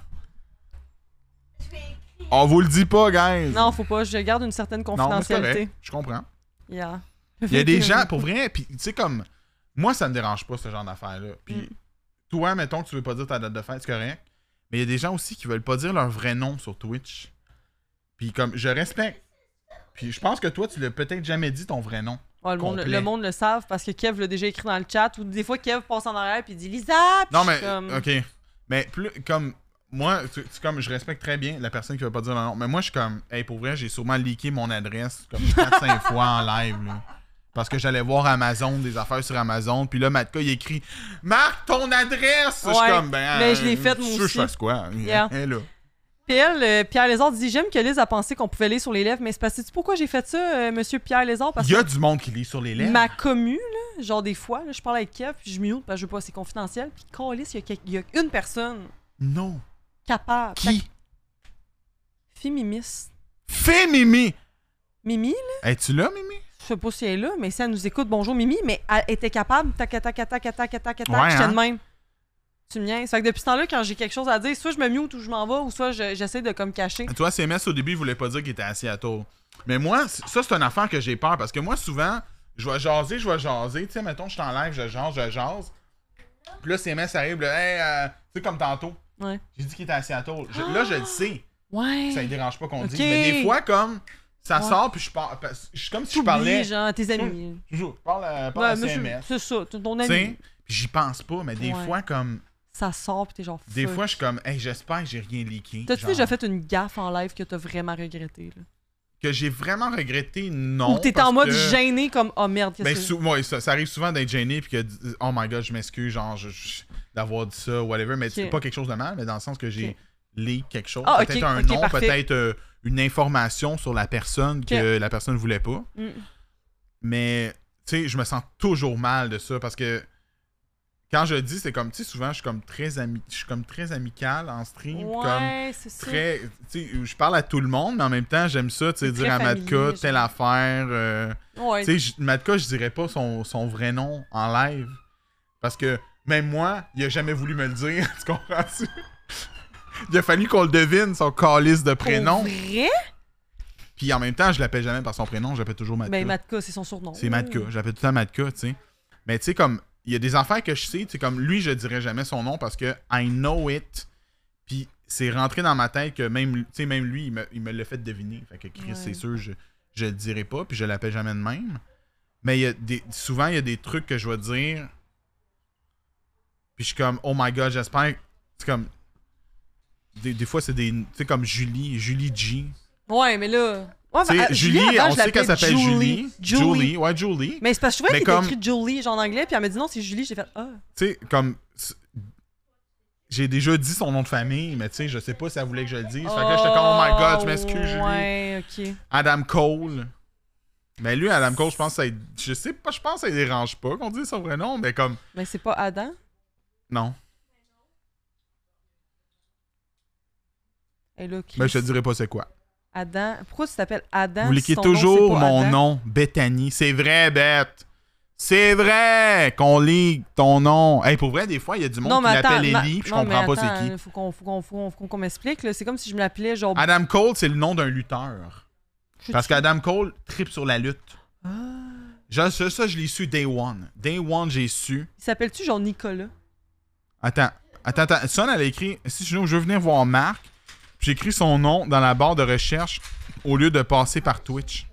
[SPEAKER 3] Je vais écrire.
[SPEAKER 1] On vous le dit pas, guys!
[SPEAKER 2] Non, faut pas, je garde une certaine
[SPEAKER 1] Non, mais c'est
[SPEAKER 2] confidentialité.
[SPEAKER 1] correct. Je comprends.
[SPEAKER 2] Yeah.
[SPEAKER 1] Il y a des gens, pour vrai, puis tu sais, comme. Moi, ça me dérange pas, ce genre d'affaire-là. Puis
[SPEAKER 2] Mm.
[SPEAKER 1] toi, mettons que tu veux pas dire ta date de fête, c'est correct. Mais il y a des gens aussi qui veulent pas dire leur vrai nom sur Twitch. Puis comme, je respecte. Puis je pense que toi, tu l'as peut-être jamais dit ton vrai nom.
[SPEAKER 2] Ouais, le, monde,
[SPEAKER 1] complet.
[SPEAKER 2] le monde le savent parce que Kev l'a déjà écrit dans le chat ou des fois Kev passe en arrière puis il dit Lisa. puis
[SPEAKER 1] Non,
[SPEAKER 2] je
[SPEAKER 1] mais.
[SPEAKER 2] suis comme,
[SPEAKER 1] Ok. Mais plus. Comme. Moi, tu- tu- comme je respecte très bien la personne qui veut pas dire le nom. Mais moi, je suis comme. Hey, pour vrai, j'ai sûrement leaké mon adresse comme 4-5 fois en live, là. Parce que j'allais voir Amazon, des affaires sur Amazon. Puis là, Matka, il écrit Marque ton adresse Je suis
[SPEAKER 2] Ouais,
[SPEAKER 1] comme, ben.
[SPEAKER 2] mais je l'ai
[SPEAKER 1] euh,
[SPEAKER 2] faite,
[SPEAKER 1] tu
[SPEAKER 2] moi
[SPEAKER 1] veux que
[SPEAKER 2] aussi.
[SPEAKER 1] Je fasse quoi
[SPEAKER 2] Yeah.
[SPEAKER 1] Elle, là.
[SPEAKER 2] PL, euh, Pierre Lézard dit J'aime que Liz a pensé qu'on pouvait lire sur les lèvres, mais c'est parce que sais-tu pourquoi j'ai fait ça, euh, monsieur Pierre Lézard Parce
[SPEAKER 1] Il y a du monde qui lit sur les
[SPEAKER 2] que
[SPEAKER 1] lèvres.
[SPEAKER 2] ma commu, là, genre des fois, là, je parle avec Kev, puis je mute parce que je veux pas, c'est confidentiel. Puis Calis, il y a quel- il y, a une personne
[SPEAKER 1] Non.
[SPEAKER 2] capable.
[SPEAKER 1] Qui
[SPEAKER 2] Féministe.
[SPEAKER 1] Fais Mimi
[SPEAKER 2] Mimi, là,
[SPEAKER 1] Es-tu là, Mimi
[SPEAKER 2] je sais pas si elle est là, mais si elle nous écoute, bonjour Mimi, mais elle était capable, tac, tac, tac, tac, tac, tac, tac, tac,
[SPEAKER 1] Ouais,
[SPEAKER 2] j'étais
[SPEAKER 1] hein?
[SPEAKER 2] de même. Tu me niaises. Fait que depuis ce temps-là, quand j'ai quelque chose à dire, soit je me mute ou je m'en vais, ou soit je- j'essaie de comme cacher.
[SPEAKER 1] Tu vois, CMS, au début, il voulait pas dire qu'il était assis à tour. Mais moi, c- ça, c'est une affaire que j'ai peur. Parce que moi, souvent, je vais jaser, je vais jaser. Tu sais, mettons, je suis en live, je jase, je jase. Puis là, CMS arrive, là, hey, euh, tu sais, comme tantôt.
[SPEAKER 2] Ouais.
[SPEAKER 1] J'ai dit qu'il était assis à tour. Je- Là, je le sais.
[SPEAKER 2] Ouais.
[SPEAKER 1] Ça ne dérange pas qu'on
[SPEAKER 2] Ok.
[SPEAKER 1] dise. Mais des fois, comme, ça
[SPEAKER 2] Ouais.
[SPEAKER 1] sort, puis je parle. parce- Je suis comme si je
[SPEAKER 2] T'oublies,
[SPEAKER 1] parlais.
[SPEAKER 2] genre, tes amis.
[SPEAKER 1] Toujours, je parle, euh, parle
[SPEAKER 2] Ouais,
[SPEAKER 1] à
[SPEAKER 2] mais je-
[SPEAKER 1] CMS.
[SPEAKER 2] c'est ça, t- ton
[SPEAKER 1] Tu
[SPEAKER 2] ami.
[SPEAKER 1] sais, puis j'y pense pas, mais des
[SPEAKER 2] Ouais.
[SPEAKER 1] fois, comme,
[SPEAKER 2] Ça sort, pis t'es genre.
[SPEAKER 1] des
[SPEAKER 2] fuck.
[SPEAKER 1] fois, je suis comme, hey, j'espère que j'ai rien leaké.
[SPEAKER 2] T'as-tu
[SPEAKER 1] genre.
[SPEAKER 2] déjà fait une gaffe en live que t'as vraiment regretté, là?
[SPEAKER 1] Que j'ai vraiment regretté, non.
[SPEAKER 2] Ou t'es
[SPEAKER 1] parce
[SPEAKER 2] en mode
[SPEAKER 1] que-
[SPEAKER 2] gêné comme, oh merde, qu'est-ce
[SPEAKER 1] Ben,
[SPEAKER 2] que
[SPEAKER 1] sou- ouais, ça, ça arrive souvent d'être gêné puis que d- oh my god, je m'excuse genre je- je- d'avoir dit ça whatever, mais c'est
[SPEAKER 2] Ok.
[SPEAKER 1] pas quelque chose de mal, mais dans le sens que j'ai
[SPEAKER 2] Ok.
[SPEAKER 1] leak quelque chose,
[SPEAKER 2] Ah, ok,
[SPEAKER 1] peut-être un
[SPEAKER 2] ok,
[SPEAKER 1] nom,
[SPEAKER 2] parfait.
[SPEAKER 1] peut-être euh, une information sur la personne que la personne voulait pas,
[SPEAKER 2] Mm.
[SPEAKER 1] mais tu sais, je me sens toujours mal de ça parce que quand je le dis, c'est comme tu sais souvent je suis comme très ami je suis comme très amical en stream, comme
[SPEAKER 2] Ouais, c'est ça.
[SPEAKER 1] très. Tu sais, je parle à tout le monde, mais en même temps, j'aime ça, tu sais,
[SPEAKER 2] C'est
[SPEAKER 1] dire
[SPEAKER 2] très
[SPEAKER 1] à Matka
[SPEAKER 2] familier,
[SPEAKER 1] telle
[SPEAKER 2] genre.
[SPEAKER 1] affaire. euh,
[SPEAKER 2] Ouais.
[SPEAKER 1] Tu sais, je- Matka, je dirais pas son, son vrai nom en live. Parce que même moi, il a jamais voulu me le dire. tu comprends-tu? il a fallu qu'on le devine, son calice de
[SPEAKER 2] Pour
[SPEAKER 1] prénom.
[SPEAKER 2] vrai?
[SPEAKER 1] Puis en même temps, je l'appelle jamais par son prénom, je l'appelle toujours Matka.
[SPEAKER 2] Ben, Matka, c'est son surnom.
[SPEAKER 1] C'est Matka. Je l'appelle tout le temps Matka, tu sais. Mais tu sais, comme, il y a des affaires que je sais, tu sais, comme lui, je dirais jamais son nom parce que I know it. Puis c'est rentré dans ma tête que même, tu sais, même lui, il me, il me l'a fait deviner. Fait que Chris,
[SPEAKER 2] Ouais.
[SPEAKER 1] c'est sûr, je, je le dirai pas, puis je l'appelle jamais de même. Mais il y a des, souvent, il y a des trucs que je vais dire. Puis je suis comme, oh my god, j'espère. que- C'est comme. Des, des fois, c'est des. Tu sais, comme Julie, Julie G.
[SPEAKER 2] Ouais, mais là. Ouais,
[SPEAKER 1] Tu sais,
[SPEAKER 2] ben, euh,
[SPEAKER 1] Julie,
[SPEAKER 2] avant,
[SPEAKER 1] on
[SPEAKER 2] je
[SPEAKER 1] sait qu'elle
[SPEAKER 2] l'appelais
[SPEAKER 1] s'appelle Julie.
[SPEAKER 2] Julie.
[SPEAKER 1] Julie, ouais, Julie.
[SPEAKER 2] Mais c'est parce que je trouvais
[SPEAKER 1] Mais
[SPEAKER 2] qu'il était
[SPEAKER 1] comme-
[SPEAKER 2] écrit Julie, genre en anglais, puis elle m'a dit non, c'est Julie, j'ai fait ah.
[SPEAKER 1] tu sais, comme. s- J'ai déjà dit son nom de famille, mais tu sais, je sais pas si elle voulait que je le dise. Fait que là, j'étais comme, oh my god, je m'excuse, Julie.
[SPEAKER 2] Ouais, ok.
[SPEAKER 1] Adam Cole. Mais lui, Adam Cole, je pense que ça. Je sais pas, je pense que ça dérange pas qu'on dise son vrai nom, mais comme.
[SPEAKER 2] Mais c'est pas Adam.
[SPEAKER 1] Non.
[SPEAKER 2] Et là,
[SPEAKER 1] Mais Ben, je te
[SPEAKER 2] Chris,
[SPEAKER 1] dirai pas c'est quoi.
[SPEAKER 2] Adam. Pourquoi tu t'appelles Adam?
[SPEAKER 1] Vous
[SPEAKER 2] Hein, si
[SPEAKER 1] liquez
[SPEAKER 2] ton
[SPEAKER 1] toujours
[SPEAKER 2] nom, c'est pas
[SPEAKER 1] mon
[SPEAKER 2] Adam?
[SPEAKER 1] nom, Bethany. C'est vrai, Beth. C'est vrai qu'on lit ton nom. Hey, pour vrai, des fois, il y a du monde
[SPEAKER 2] Non, mais
[SPEAKER 1] qui
[SPEAKER 2] attends,
[SPEAKER 1] l'appelle
[SPEAKER 2] ma-
[SPEAKER 1] Ellie, puis je
[SPEAKER 2] non, mais
[SPEAKER 1] comprends pas
[SPEAKER 2] attends, euh,
[SPEAKER 1] c'est qui.
[SPEAKER 2] Faut qu'on faut qu'on- faut qu'on- faut qu'on m'explique, là. C'est comme si je me l'appelais genre.
[SPEAKER 1] Adam Cole, c'est le nom d'un lutteur.
[SPEAKER 2] je-
[SPEAKER 1] Parce qu'Adam Cole tripe sur la lutte.
[SPEAKER 2] Ah.
[SPEAKER 1] Je- ça, ça, je l'ai su day one. Day one, j'ai su.
[SPEAKER 2] Il s'appelle-tu genre Nicolas?
[SPEAKER 1] Attends, attends, attends. Son, elle a écrit Si je veux venir voir Marc, puis j'ai écrit son nom dans la barre de recherche au lieu de passer par Twitch.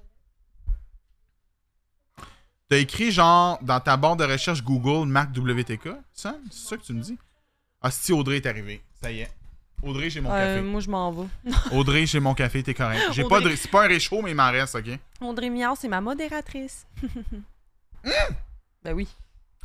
[SPEAKER 1] T'as écrit genre dans ta barre de recherche Google Marc WTK Son, c'est ça que tu me dis Ah, si Audrey est arrivée. Ça y est. Audrey, j'ai mon
[SPEAKER 2] Euh,
[SPEAKER 1] café.
[SPEAKER 2] moi, je m'en vais.
[SPEAKER 1] Audrey, j'ai mon café, t'es correct. J'ai pas de-
[SPEAKER 2] Audrey.
[SPEAKER 1] C'est pas un réchaud, mais il m'en reste, ok
[SPEAKER 2] Audrey Miao, c'est ma modératrice. Ben oui.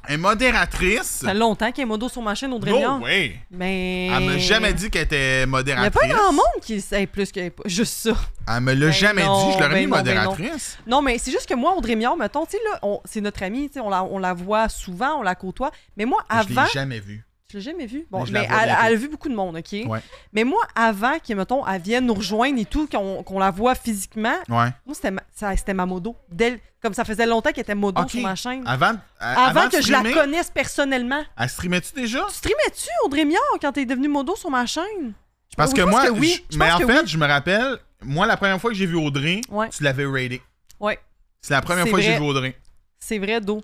[SPEAKER 1] Elle est modératrice.
[SPEAKER 2] Ça fait longtemps qu'il y a modo sur ma chaîne, Audrey
[SPEAKER 1] No
[SPEAKER 2] Miao.
[SPEAKER 1] way.
[SPEAKER 2] Mais.
[SPEAKER 1] Elle m'a jamais dit qu'elle était
[SPEAKER 2] Il n'y a
[SPEAKER 1] modératrice.
[SPEAKER 2] pas grand monde qui sait plus que juste ça.
[SPEAKER 1] Elle me l'a
[SPEAKER 2] Ben
[SPEAKER 1] jamais
[SPEAKER 2] non,
[SPEAKER 1] dit. Je l'aurais mis
[SPEAKER 2] ben non, ben
[SPEAKER 1] modératrice.
[SPEAKER 2] Non, mais c'est juste que moi, Audrey Miao, mettons, tu sais, là, on- c'est notre amie, tu sais, on la, on la voit souvent, on la côtoie. Mais moi,
[SPEAKER 1] Je
[SPEAKER 2] avant.
[SPEAKER 1] l'ai jamais vue.
[SPEAKER 2] Tu l'as jamais vu? Bon,
[SPEAKER 1] je la
[SPEAKER 2] mais
[SPEAKER 1] vois
[SPEAKER 2] elle,
[SPEAKER 1] bientôt.
[SPEAKER 2] elle a vu beaucoup de monde, OK?
[SPEAKER 1] Ouais.
[SPEAKER 2] Mais moi, avant que, mettons, elle vienne nous rejoindre et tout, qu'on qu'on la voit physiquement,
[SPEAKER 1] Ouais.
[SPEAKER 2] moi, c'était ma, ça- c'était ma modo. D'elle- comme ça faisait longtemps qu'elle était modo
[SPEAKER 1] Ok.
[SPEAKER 2] sur ma chaîne.
[SPEAKER 1] Avant, à-
[SPEAKER 2] Avant,
[SPEAKER 1] avant de
[SPEAKER 2] que je la
[SPEAKER 1] streamer,
[SPEAKER 2] connaisse personnellement.
[SPEAKER 1] Elle streamait-tu déjà?
[SPEAKER 2] Tu streamais-tu, Audrey Miard, quand t'es devenue modo sur ma chaîne?
[SPEAKER 1] Parce
[SPEAKER 2] oui,
[SPEAKER 1] que
[SPEAKER 2] je pense
[SPEAKER 1] moi,
[SPEAKER 2] que oui.
[SPEAKER 1] je-
[SPEAKER 2] Je
[SPEAKER 1] mais
[SPEAKER 2] pense
[SPEAKER 1] en
[SPEAKER 2] que
[SPEAKER 1] fait,
[SPEAKER 2] oui.
[SPEAKER 1] je me rappelle, moi, la première fois que j'ai vu Audrey,
[SPEAKER 2] Ouais.
[SPEAKER 1] tu l'avais raidé.
[SPEAKER 2] Ouais,
[SPEAKER 1] C'est la première
[SPEAKER 2] C'est
[SPEAKER 1] fois que j'ai
[SPEAKER 2] vrai.
[SPEAKER 1] vu Audrey.
[SPEAKER 2] c'est vrai, Do.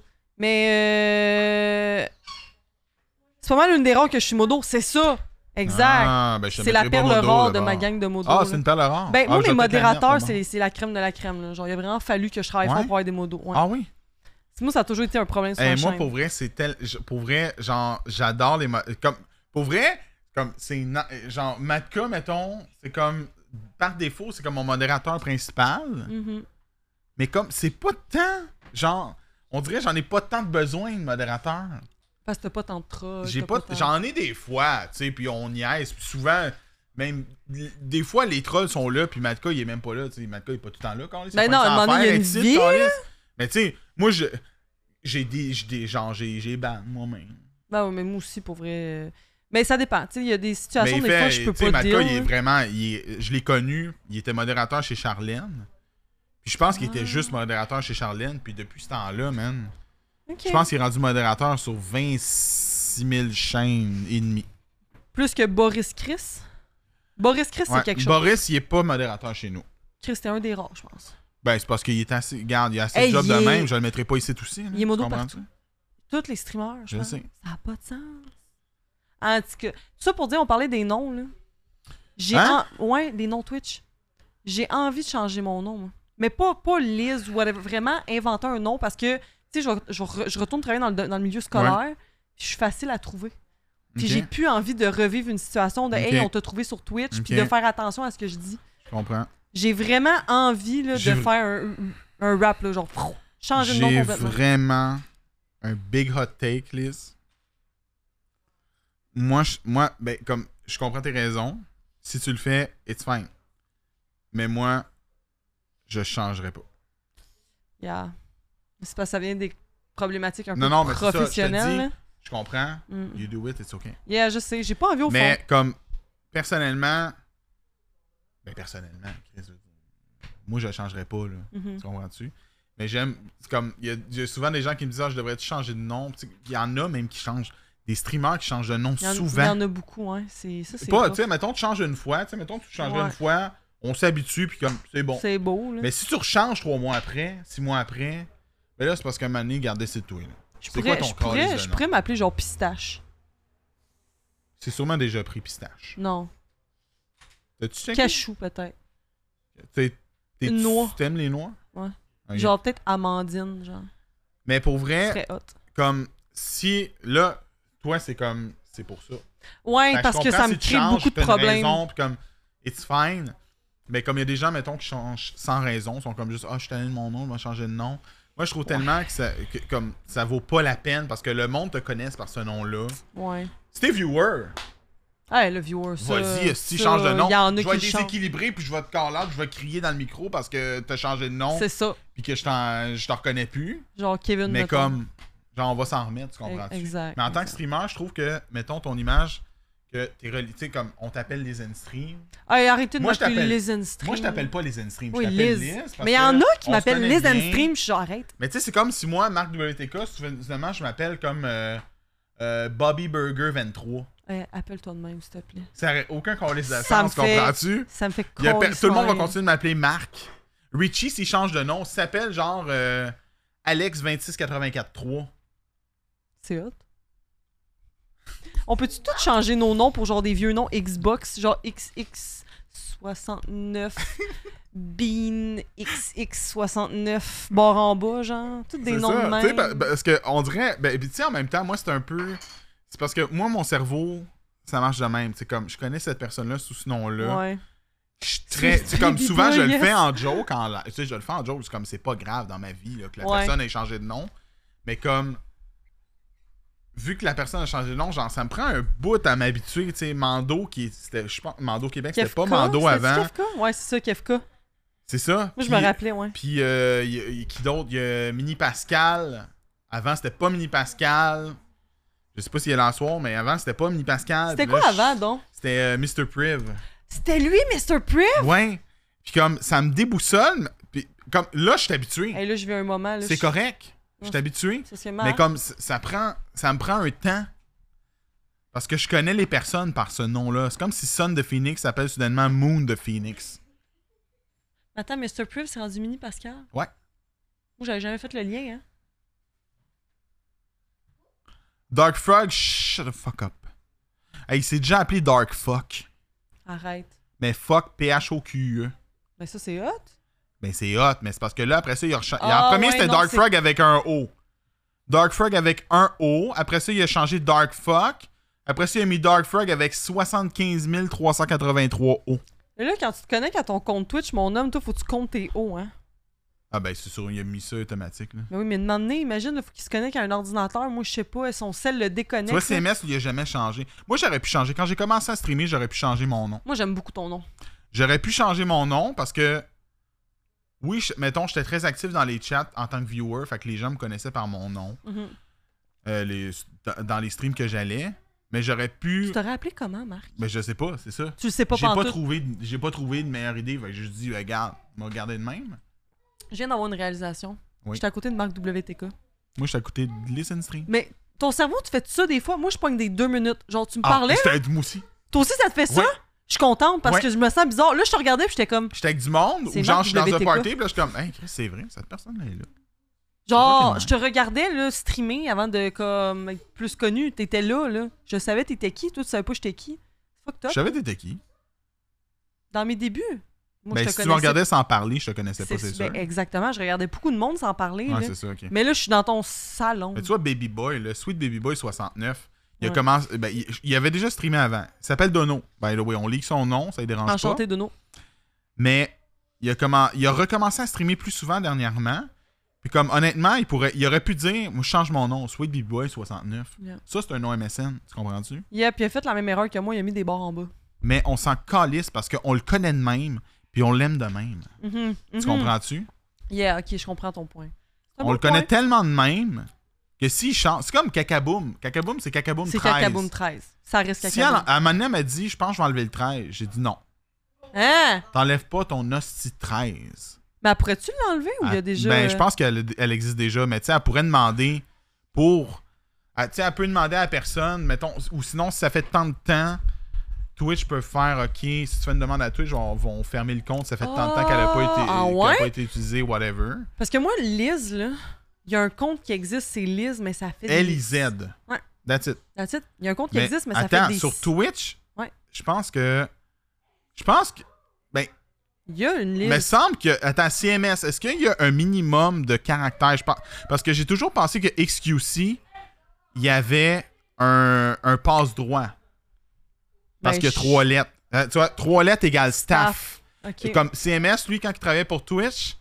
[SPEAKER 2] Mais. euh, C'est pas mal une des rares que je suis modo, c'est ça. Exact.
[SPEAKER 1] Ah, ben, je te
[SPEAKER 2] c'est la
[SPEAKER 1] mettrai pas
[SPEAKER 2] perle
[SPEAKER 1] nos dos,
[SPEAKER 2] rare de
[SPEAKER 1] d'abord.
[SPEAKER 2] ma gang de modos.
[SPEAKER 1] Ah,
[SPEAKER 2] là.
[SPEAKER 1] c'est une perle rare.
[SPEAKER 2] Ben,
[SPEAKER 1] Ah,
[SPEAKER 2] moi,
[SPEAKER 1] je
[SPEAKER 2] mes
[SPEAKER 1] vais peut-être la mettre,
[SPEAKER 2] modérateurs,
[SPEAKER 1] c'est
[SPEAKER 2] c'est c'est la crème de la crème. là. Genre, il a vraiment fallu que je travaille
[SPEAKER 1] Ouais.
[SPEAKER 2] fort pour avoir des modos.
[SPEAKER 1] bon.
[SPEAKER 2] ouais.
[SPEAKER 1] Ah oui?
[SPEAKER 2] Moi, ça a toujours été un problème sur
[SPEAKER 1] Eh,
[SPEAKER 2] ma
[SPEAKER 1] moi,
[SPEAKER 2] chaîne.
[SPEAKER 1] pour vrai, c'est tel. je- Pour vrai, genre, j'adore les. mo- Comme, pour vrai, comme, c'est. na- Genre, Matka, mettons, c'est comme. Par défaut, c'est comme mon modérateur principal.
[SPEAKER 2] Mhm.
[SPEAKER 1] Mais comme, c'est pas tant. Genre, On dirait que j'en ai pas tant de besoin de modérateur.
[SPEAKER 2] Parce que t'as pas tant de trolls.
[SPEAKER 1] J'ai
[SPEAKER 2] t'as
[SPEAKER 1] pas,
[SPEAKER 2] tant-
[SPEAKER 1] j'en ai des fois, tu sais, puis on niaise, puis souvent même des fois les trolls sont là puis Matka il est même pas là, tu sais, Matka il est pas tout le temps là quand
[SPEAKER 2] Ben non, à un moment donné, il y a une vie,
[SPEAKER 1] Mais tu sais, moi je j'ai des j'ai des genre j'ai j'ai ban moi-même.
[SPEAKER 2] Ben oui, mais moi aussi, pour vrai. euh, Mais ça dépend. Tu sais, il y a des
[SPEAKER 1] Mais
[SPEAKER 2] situations,
[SPEAKER 1] il
[SPEAKER 2] des
[SPEAKER 1] fait-
[SPEAKER 2] fois, je peux
[SPEAKER 1] tu sais,
[SPEAKER 2] pas
[SPEAKER 1] Matka,
[SPEAKER 2] dire.
[SPEAKER 1] il est vraiment. il est- je l'ai connu. Il était modérateur chez Charlène. Puis je pense qu'il était
[SPEAKER 2] Ah.
[SPEAKER 1] juste modérateur chez Charlène. Puis depuis ce temps-là, man,
[SPEAKER 2] Ok.
[SPEAKER 1] je pense qu'il est rendu modérateur sur 26 000 chaînes et demie.
[SPEAKER 2] Plus que Boris Chris. Boris Chris,
[SPEAKER 1] Ouais.
[SPEAKER 2] c'est quelque chose.
[SPEAKER 1] Boris, il est pas modérateur chez nous.
[SPEAKER 2] Chris, c'est un des rares, je pense.
[SPEAKER 1] Ben, c'est parce qu'il est assez. Regarde, il a assez
[SPEAKER 2] Hey,
[SPEAKER 1] de jobs de
[SPEAKER 2] il est-
[SPEAKER 1] même. Je le mettrai pas ici tout aussi. là.
[SPEAKER 2] Il est mono
[SPEAKER 1] Mhm, Tu comprends-tu?
[SPEAKER 2] partout. Tous les streamers, je,
[SPEAKER 1] Je
[SPEAKER 2] pense.
[SPEAKER 1] sais.
[SPEAKER 2] Ça n'a pas de sens. En tout cas, tout ça pour dire, on parlait des noms, là. J'ai
[SPEAKER 1] Hein?
[SPEAKER 2] en- Ouais, des noms Twitch. J'ai envie de changer mon nom, moi. Mais pas, pas Liz ou whatever. Vraiment inventer un nom parce que, tu sais, je, re- je re- je retourne travailler dans le, dans le milieu scolaire. puis Je suis facile à trouver. Puis
[SPEAKER 1] Ok,
[SPEAKER 2] j'ai plus envie de revivre une situation de
[SPEAKER 1] Ok.
[SPEAKER 2] Hey, on t'a trouvé sur Twitch, puis
[SPEAKER 1] Ok.
[SPEAKER 2] de faire attention à ce que je dis.
[SPEAKER 1] Je comprends.
[SPEAKER 2] J'ai vraiment envie là, de
[SPEAKER 1] J'ai-
[SPEAKER 2] faire un, un rap, là, genre, prou, changer de nom
[SPEAKER 1] J'ai
[SPEAKER 2] complètement.
[SPEAKER 1] vraiment un big hot take, Liz. Moi, je, moi, ben, comme, je comprends tes raisons. Si tu le fais, it's fine. Mais moi, je changerai pas.
[SPEAKER 2] Yeah. C'est parce que ça vient des problématiques un
[SPEAKER 1] Non,
[SPEAKER 2] peu
[SPEAKER 1] non, mais c'est ça, je te dis.
[SPEAKER 2] professionnelles. là.
[SPEAKER 1] Je comprends.
[SPEAKER 2] Mm.
[SPEAKER 1] You do it, it's okay.
[SPEAKER 2] Yeah, je sais, j'ai pas envie au
[SPEAKER 1] Mais
[SPEAKER 2] fond.
[SPEAKER 1] comme, personnellement, ben, personnellement, Chris, moi, je changerai pas, là.
[SPEAKER 2] Mhm.
[SPEAKER 1] Tu comprends-tu? Mais j'aime. c'est comme. Il y, a- il y a souvent des gens qui me disent Ah, je devrais changer de nom. Tu sais, Il y en a même qui changent. Des streamers qui changent de nom
[SPEAKER 2] Il y en- Il y
[SPEAKER 1] souvent.
[SPEAKER 2] en a beaucoup, hein. C'est, ça, c'est,
[SPEAKER 1] Pas,
[SPEAKER 2] rough.
[SPEAKER 1] tu sais, mettons, tu changes une fois. Tu sais, mettons, tu changerais
[SPEAKER 2] Ouais.
[SPEAKER 1] une fois. On s'habitue, puis comme, c'est bon.
[SPEAKER 2] c'est beau. Là.
[SPEAKER 1] Mais si tu rechanges trois mois après, six mois après, ben là, c'est parce qu'à un moment donné, gardez c'est tout. là.
[SPEAKER 2] je
[SPEAKER 1] c'est quoi
[SPEAKER 2] pourrais,
[SPEAKER 1] ton
[SPEAKER 2] je
[SPEAKER 1] calice de
[SPEAKER 2] pourrais, je
[SPEAKER 1] nom?
[SPEAKER 2] pourrais m'appeler genre pistache.
[SPEAKER 1] C'est sûrement déjà pris pistache.
[SPEAKER 2] Non,
[SPEAKER 1] T'as-tu checké?
[SPEAKER 2] cachou peut-être.
[SPEAKER 1] T'es- t'es-
[SPEAKER 2] Une noix.
[SPEAKER 1] Tu aimes les noirs?
[SPEAKER 2] Ouais.
[SPEAKER 1] Ok. Eh.
[SPEAKER 2] Genre peut-être amandine, genre.
[SPEAKER 1] Mais pour vrai,
[SPEAKER 2] Très hot.
[SPEAKER 1] comme si là, toi, c'est comme. C'est pour ça.
[SPEAKER 2] Ouais,
[SPEAKER 1] Ben, je
[SPEAKER 2] parce que
[SPEAKER 1] comprends
[SPEAKER 2] ça me
[SPEAKER 1] si tu
[SPEAKER 2] crée
[SPEAKER 1] changes,
[SPEAKER 2] beaucoup de
[SPEAKER 1] t'as une
[SPEAKER 2] problèmes.
[SPEAKER 1] raison, puis comme, it's fine. Mais comme il y a des gens, mettons, qui changent sans raison, sont comme juste, ah, je suis tanné de mon nom, je vais changer de nom. Moi, je trouve tellement que ça, que- comme, ça vaut pas la peine parce que le monde te connaisse par ce nom-là.
[SPEAKER 2] Ouais.
[SPEAKER 1] Si t'es viewer,
[SPEAKER 2] Ah, le viewer, ça.
[SPEAKER 1] vas-y, euh, si tu
[SPEAKER 2] ça,
[SPEAKER 1] changes de nom,
[SPEAKER 2] Il y en a
[SPEAKER 1] je vais
[SPEAKER 2] qui
[SPEAKER 1] être
[SPEAKER 2] changent.
[SPEAKER 1] déséquilibré, puis je vais te call out, je vais crier dans le micro parce que t'as changé de nom,
[SPEAKER 2] C'est ça.
[SPEAKER 1] puis que je t'en je t'en reconnais plus.
[SPEAKER 2] Genre Kevin.
[SPEAKER 1] Mais
[SPEAKER 2] mettons.
[SPEAKER 1] comme, genre, on va s'en remettre, tu comprends-tu?
[SPEAKER 2] E-, Exact.
[SPEAKER 1] Mais en tant que
[SPEAKER 2] exact.
[SPEAKER 1] streamer, je trouve que, mettons, ton image, que t'es relié, tu sais, comme, on t'appelle les in-stream,
[SPEAKER 2] Hey, Ah, arrêtez de
[SPEAKER 1] Moi, je
[SPEAKER 2] m'appeler
[SPEAKER 1] t'appelle-
[SPEAKER 2] Liz and Stream.
[SPEAKER 1] Moi, je t'appelle pas les Stream.
[SPEAKER 2] Oui,
[SPEAKER 1] je t'appelle
[SPEAKER 2] Liz.
[SPEAKER 1] Liz. parce
[SPEAKER 2] Mais il y en
[SPEAKER 1] que
[SPEAKER 2] a qui
[SPEAKER 1] on se
[SPEAKER 2] m'appellent
[SPEAKER 1] connaît
[SPEAKER 2] Liz and
[SPEAKER 1] bien.
[SPEAKER 2] Stream, je suis genre, arrête.
[SPEAKER 1] Mais tu sais, c'est comme si moi, Marc WTK, souvent- finalement, je m'appelle comme euh, euh, Bobby Burger 23.
[SPEAKER 2] Hey, Euh, Appelle-toi de même, s'il te plaît.
[SPEAKER 1] Ça aurait aucun qu'on les
[SPEAKER 2] Ça
[SPEAKER 1] sens,
[SPEAKER 2] me fait-
[SPEAKER 1] comprends-tu?
[SPEAKER 2] Ça me fait
[SPEAKER 1] Il y a
[SPEAKER 2] con-
[SPEAKER 1] per- Tout le monde va
[SPEAKER 2] soirée.
[SPEAKER 1] continuer de m'appeler Marc. Richie, s'il change de nom, s'appelle genre euh, Alex26843.
[SPEAKER 2] C'est hot. On peut-tu tout changer nos noms pour genre des vieux noms Xbox, genre XX69, Bean, XX69, barre en bas, genre, tous des
[SPEAKER 1] C'est
[SPEAKER 2] noms
[SPEAKER 1] ça,
[SPEAKER 2] de
[SPEAKER 1] tu sais, ben,
[SPEAKER 2] même.
[SPEAKER 1] pa- parce que on dirait ben puis tu sais en même temps moi c'est un peu c'est parce que moi mon cerveau ça marche de même, c'est comme je connais cette personne là sous ce nom là.
[SPEAKER 2] Ouais.
[SPEAKER 1] Je suis très.
[SPEAKER 2] C'est
[SPEAKER 1] Tu sais, comme
[SPEAKER 2] Baby
[SPEAKER 1] souvent,
[SPEAKER 2] Boy,
[SPEAKER 1] je le
[SPEAKER 2] yes.
[SPEAKER 1] fais en joke. En, la- tu sais, je le fais en joke. C'est comme c'est pas grave dans ma vie là, que la
[SPEAKER 2] Ouais.
[SPEAKER 1] personne ait changé de nom. Mais comme. Vu que la personne a changé de nom, genre, ça me prend un bout à m'habituer. Tu sais, Mando, qui est- c'était- je pense, Mando Québec, c'était pas
[SPEAKER 2] Kefka,
[SPEAKER 1] Mando
[SPEAKER 2] c'était-tu
[SPEAKER 1] avant.
[SPEAKER 2] Kefka? Ouais, c'est ça, Kefka. Moi,
[SPEAKER 1] C'est ça.
[SPEAKER 2] je
[SPEAKER 1] Puis-
[SPEAKER 2] me rappelais, ouais.
[SPEAKER 1] Puis, euh, y a- y a qui d'autre Il y a Mini Pascal. Avant, c'était pas Mini Pascal. Je sais pas s'il y a l'en soir, mais avant, c'était pas Mini Pascal.
[SPEAKER 2] C'était
[SPEAKER 1] Puis là,
[SPEAKER 2] quoi
[SPEAKER 1] je-
[SPEAKER 2] avant, donc?
[SPEAKER 1] C'était euh, Mr. Priv.
[SPEAKER 2] C'était lui, Mr. Priv?
[SPEAKER 1] Ouais. Puis comme ça me déboussole, puis comme là je suis habitué.
[SPEAKER 2] Hey, là, je vis un moment, là.
[SPEAKER 1] c'est
[SPEAKER 2] je-
[SPEAKER 1] correct. Je
[SPEAKER 2] Ouais.
[SPEAKER 1] suis habitué.
[SPEAKER 2] socialement.
[SPEAKER 1] Mais comme c- ça prend ça me prend un temps parce que je connais les personnes par ce nom-là. C'est comme si Sun de Phoenix s'appelle soudainement Moon de Phoenix.
[SPEAKER 2] Attends, Mr. Priv, c'est rendu mini Pascal?
[SPEAKER 1] Ouais.
[SPEAKER 2] Moi, j'avais jamais fait le lien, hein.
[SPEAKER 1] Dark Frog, shut the fuck up. Hey, il s'est déjà appelé Dark Fuck,
[SPEAKER 2] Arrête.
[SPEAKER 1] mais fuck P H O Q E.
[SPEAKER 2] Mais ça, c'est hot.
[SPEAKER 1] Ben c'est hot, mais c'est parce que là, après ça, il a recha- il a-
[SPEAKER 2] Ah,
[SPEAKER 1] En premier,
[SPEAKER 2] ouais,
[SPEAKER 1] c'était
[SPEAKER 2] non,
[SPEAKER 1] Dark
[SPEAKER 2] c'est-
[SPEAKER 1] Frog avec un O. Dark Frog avec un O. Après ça, il a changé Dark Fuck. Après ça, il a mis Dark Frog avec 75 383 O.
[SPEAKER 2] Mais là, quand tu te connectes à ton compte Twitch, mon homme, toi, faut que tu comptes tes hauts, hein.
[SPEAKER 1] Ah ben c'est sûr, il a mis ça automatique. Là.
[SPEAKER 2] Mais oui, mais de donné, imagine, il faut qu'il se connecte à un ordinateur. Moi, je sais pas, son sel le déconnecte.
[SPEAKER 1] Tu vois,
[SPEAKER 2] là.
[SPEAKER 1] CMS, il a jamais changé. Moi, j'aurais pu changer. Quand j'ai commencé à streamer, j'aurais pu changer mon nom.
[SPEAKER 2] Moi, j'aime beaucoup ton nom.
[SPEAKER 1] J'aurais pu changer mon nom parce que, oui, je- mettons, j'étais très actif dans les chats en tant que viewer, fait que les gens me connaissaient par mon nom,
[SPEAKER 2] Mhm.
[SPEAKER 1] euh, les- dans- dans les streams que j'allais. Mais j'aurais
[SPEAKER 2] Tu
[SPEAKER 1] pu.
[SPEAKER 2] t'aurais appelé comment, Marc?
[SPEAKER 1] Mais je sais pas, c'est ça.
[SPEAKER 2] Tu le sais pas
[SPEAKER 1] J'ai pas,
[SPEAKER 2] pantoute.
[SPEAKER 1] trouvé, de- j'ai pas trouvé de meilleure idée. Fait que j'ai juste dit, regarde, on va regarder de même.
[SPEAKER 2] Je viens d'avoir une réalisation.
[SPEAKER 1] Oui.
[SPEAKER 2] J'étais à côté de Marc WTK.
[SPEAKER 1] Moi, j'étais à côté de Listen Stream.
[SPEAKER 2] Mais ton cerveau, tu fais tout ça des fois. Moi, je pogne des deux minutes. Genre, tu me
[SPEAKER 1] Ah,
[SPEAKER 2] parlais.
[SPEAKER 1] J'étais avec moi aussi.
[SPEAKER 2] Toi aussi, ça te fait ça?
[SPEAKER 1] Ouais.
[SPEAKER 2] Je suis contente parce
[SPEAKER 1] Ouais.
[SPEAKER 2] que je me sens bizarre. Là, je te regardais puis j'étais comme,
[SPEAKER 1] J'étais avec du monde
[SPEAKER 2] C'est
[SPEAKER 1] ou genre
[SPEAKER 2] Marc
[SPEAKER 1] je suis dans un
[SPEAKER 2] WTK.
[SPEAKER 1] party puis là je suis comme hey Chris, c'est vrai cette personne là est là.
[SPEAKER 2] genre,
[SPEAKER 1] Ouais.
[SPEAKER 2] je te regardais là, streamer avant de comme être plus connu. T'étais là, là. Je savais t'étais qui. Toi, tu savais pas j'étais qui. Fuck
[SPEAKER 1] Je
[SPEAKER 2] up.
[SPEAKER 1] savais t'étais qui.
[SPEAKER 2] Dans mes débuts, moi,
[SPEAKER 1] Mais
[SPEAKER 2] je te
[SPEAKER 1] Ben, si tu me
[SPEAKER 2] connaissais.
[SPEAKER 1] regardais sans parler, je te connaissais pas, c'est
[SPEAKER 2] C'est-
[SPEAKER 1] sûr.
[SPEAKER 2] ben, exactement. Je regardais beaucoup de monde s'en parler.
[SPEAKER 1] Ouais,
[SPEAKER 2] là.
[SPEAKER 1] c'est ça, ok.
[SPEAKER 2] Mais là, je suis dans ton salon.
[SPEAKER 1] Mais tu vois Baby Boy, le sweet Baby Boy 69, il a
[SPEAKER 2] Mm. Ouais.
[SPEAKER 1] commencé ben, il, il avait déjà streamé avant. Il s'appelle Dono. By the way, on lit son nom, ça ne dérange
[SPEAKER 2] Enchanté
[SPEAKER 1] pas.
[SPEAKER 2] de nos.
[SPEAKER 1] Mais il a comment il a recommencé à streamer plus souvent dernièrement. Puis comme honnêtement, il pourrait il aurait pu dire moi je change mon nom, sweet Baby Boy 69.
[SPEAKER 2] Yeah.
[SPEAKER 1] Ça c'est un nom MSN, tu comprends-tu
[SPEAKER 2] Yep, il a fait la même erreur que moi. Il a mis des barres en bas.
[SPEAKER 1] Mais on s'en calisse parce qu'on le connaît de même, puis on l'aime de même.
[SPEAKER 2] Mhm, mhm.
[SPEAKER 1] Tu comprends-tu?
[SPEAKER 2] Yeah, ok, je comprends ton point. C'est un
[SPEAKER 1] On
[SPEAKER 2] bon
[SPEAKER 1] le connaît
[SPEAKER 2] point.
[SPEAKER 1] tellement de même que s'il chante. C'est comme Kakaboom. Kakaboom, c'est Kakaboom 13.
[SPEAKER 2] C'est Kakaboom 13. Ça reste
[SPEAKER 1] Si elle,
[SPEAKER 2] Kakaboom.
[SPEAKER 1] à un moment donné, elle m'a dit, je pense que je vais enlever le 13. J'ai dit non.
[SPEAKER 2] Hein?
[SPEAKER 1] T'enlèves pas ton hostie 13.
[SPEAKER 2] Mais pourrais-tu l'enlever ou il y a
[SPEAKER 1] Elle-
[SPEAKER 2] déjà.
[SPEAKER 1] Ben,
[SPEAKER 2] euh,
[SPEAKER 1] je pense qu'elle elle existe déjà, mais tu sais, elle pourrait demander pour. elle- Tu sais, elle peut demander à la personne, mettons, ou sinon, si ça fait tant de temps, Twitch peut faire, OK, si tu fais une demande à Twitch, on- vont fermer le compte, ça fait tant de temps qu'elle n'a pas, été-
[SPEAKER 2] Ah,
[SPEAKER 1] qu'elle a
[SPEAKER 2] ouais?
[SPEAKER 1] pas été utilisée, whatever.
[SPEAKER 2] Parce que moi, Liz, là, il y a un compte qui existe, c'est Liz, mais ça fait. des-
[SPEAKER 1] L-I-Z.
[SPEAKER 2] Ouais.
[SPEAKER 1] That's it.
[SPEAKER 2] That's it. Il y a un compte qui
[SPEAKER 1] Mais
[SPEAKER 2] existe, mais ça
[SPEAKER 1] attends,
[SPEAKER 2] fait. Des...
[SPEAKER 1] sur Twitch,
[SPEAKER 2] Ouais.
[SPEAKER 1] je pense que. Je pense que. ben,
[SPEAKER 2] Il y a une Liz.
[SPEAKER 1] Mais semble que. Attends, CMS, est-ce qu'il y a un minimum de caractères Je pense- Parce que j'ai toujours pensé que XQC, il y avait un, un passe-droit. Parce
[SPEAKER 2] Ben,
[SPEAKER 1] qu'il y a
[SPEAKER 2] je-
[SPEAKER 1] trois lettres. Euh, tu vois, trois lettres égale staff.
[SPEAKER 2] Staff. Ok.
[SPEAKER 1] C'est comme CMS, lui, quand il travaillait pour Twitch,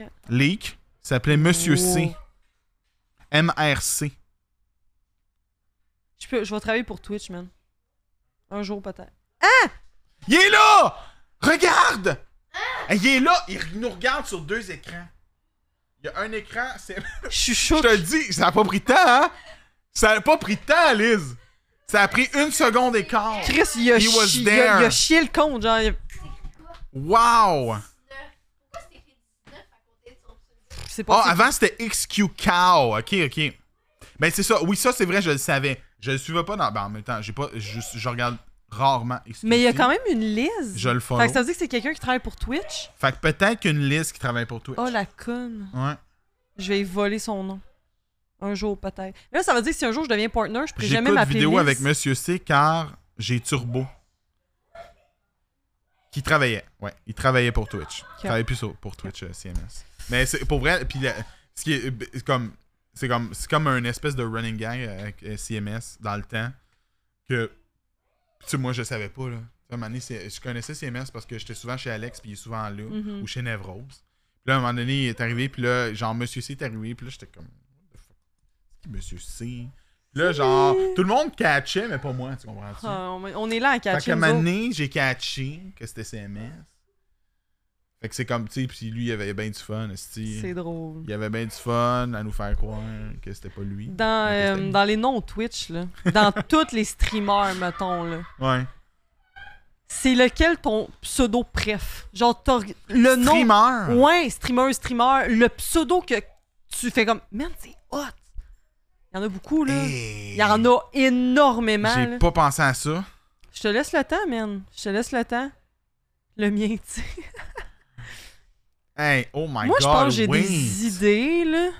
[SPEAKER 2] Ok.
[SPEAKER 1] Leak, il s'appelait Monsieur C.
[SPEAKER 2] Oh.
[SPEAKER 1] MRC.
[SPEAKER 2] Je, peux... je vais travailler pour Twitch, man. Un jour, peut-être.
[SPEAKER 1] Il est là! Regarde! Hey, Il est là! Il nous regarde sur deux écrans. Il y a un écran, c'est.
[SPEAKER 2] Je suis
[SPEAKER 1] Je
[SPEAKER 2] chaud.
[SPEAKER 1] te le dis, ça a pas pris de temps, hein? Ça a pas pris de temps, Liz! Ça a pris une seconde et quart!
[SPEAKER 2] Chris, il a,
[SPEAKER 1] He was
[SPEAKER 2] chi- il,
[SPEAKER 1] there.
[SPEAKER 2] a, il a chié le compte. Genre, il-
[SPEAKER 1] Wow! Ah,
[SPEAKER 4] Pourquoi c'est écrit 19 à côté de son pseudo?
[SPEAKER 2] c'est
[SPEAKER 1] Ah,
[SPEAKER 2] pas.
[SPEAKER 1] avant c'était XQ Cow. Ok, ok. Ben c'est ça. Oui, ça c'est vrai, je le savais. Je le suivais pas dans. Ben en même temps, j'ai pas. Je, je regarde rarement XQ.
[SPEAKER 2] Mais il y a quand même une Liz.
[SPEAKER 1] Je le follow.
[SPEAKER 2] Fait que ça veut dire que c'est quelqu'un qui travaille pour Twitch.
[SPEAKER 1] Fait que peut-être qu'une Liz qui travaille pour Twitch.
[SPEAKER 2] Oh la conne.
[SPEAKER 1] Ouais.
[SPEAKER 2] Je vais voler son nom. Un jour, peut-être. Mais là, ça veut dire que si un jour je deviens partner, je pourrais jamais
[SPEAKER 1] J'écoute
[SPEAKER 2] m'appeler
[SPEAKER 1] vidéo
[SPEAKER 2] Liz.
[SPEAKER 1] avec Monsieur C car j'ai Turbo. Qui travaillait. Ouais, il travaillait pour Twitch. Il travaillait plus sur- pour Twitch euh, CMS. Mais c'est pour vrai, puis le- ce qui est euh, b- comme c'est comme c'est comme un espèce de running gang avec euh, CMS dans le temps que tu sais moi je savais pas là. À un moment donné, c'est- je connaissais CMS parce que j'étais souvent chez Alex puis il est souvent là
[SPEAKER 2] Mhm.
[SPEAKER 1] ou chez Nevrose. Puis là à un moment donné, il est arrivé puis là genre monsieur C est arrivé puis là j'étais comme What the fuck? C'est qui monsieur C Là genre tout le monde catchait mais pas moi, tu comprends
[SPEAKER 2] Ah, on on est là à
[SPEAKER 1] fait
[SPEAKER 2] catcher.
[SPEAKER 1] qu'à un
[SPEAKER 2] nous
[SPEAKER 1] moment
[SPEAKER 2] autres.
[SPEAKER 1] donné, j'ai catché que c'était CMS. Fait que c'est comme, tu sais, puis lui, il avait bien du fun, esti.
[SPEAKER 2] C'est drôle.
[SPEAKER 1] Il avait bien du fun à nous faire croire que c'était pas lui.
[SPEAKER 2] Dans,
[SPEAKER 1] Mais que
[SPEAKER 2] euh,
[SPEAKER 1] c'était lui.
[SPEAKER 2] dans les noms Twitch, là, dans tous les streamers, mettons, là,
[SPEAKER 1] Ouais.
[SPEAKER 2] c'est lequel ton pseudo préf? Genre, t'as- le nom.
[SPEAKER 1] Streamer!
[SPEAKER 2] Ouais, streamer, streamer. Le pseudo que tu fais comme, man, c'est hot. Il y en a beaucoup, là.
[SPEAKER 1] Hey!
[SPEAKER 2] Il y en a énormément. là.
[SPEAKER 1] J'ai pas pensé à ça.
[SPEAKER 2] Je te laisse le temps, man. Je te laisse le temps. Le mien, tu sais.
[SPEAKER 1] Hey, oh my
[SPEAKER 2] Moi,
[SPEAKER 1] god.
[SPEAKER 2] je pense que j'ai
[SPEAKER 1] wait.
[SPEAKER 2] des idées, là.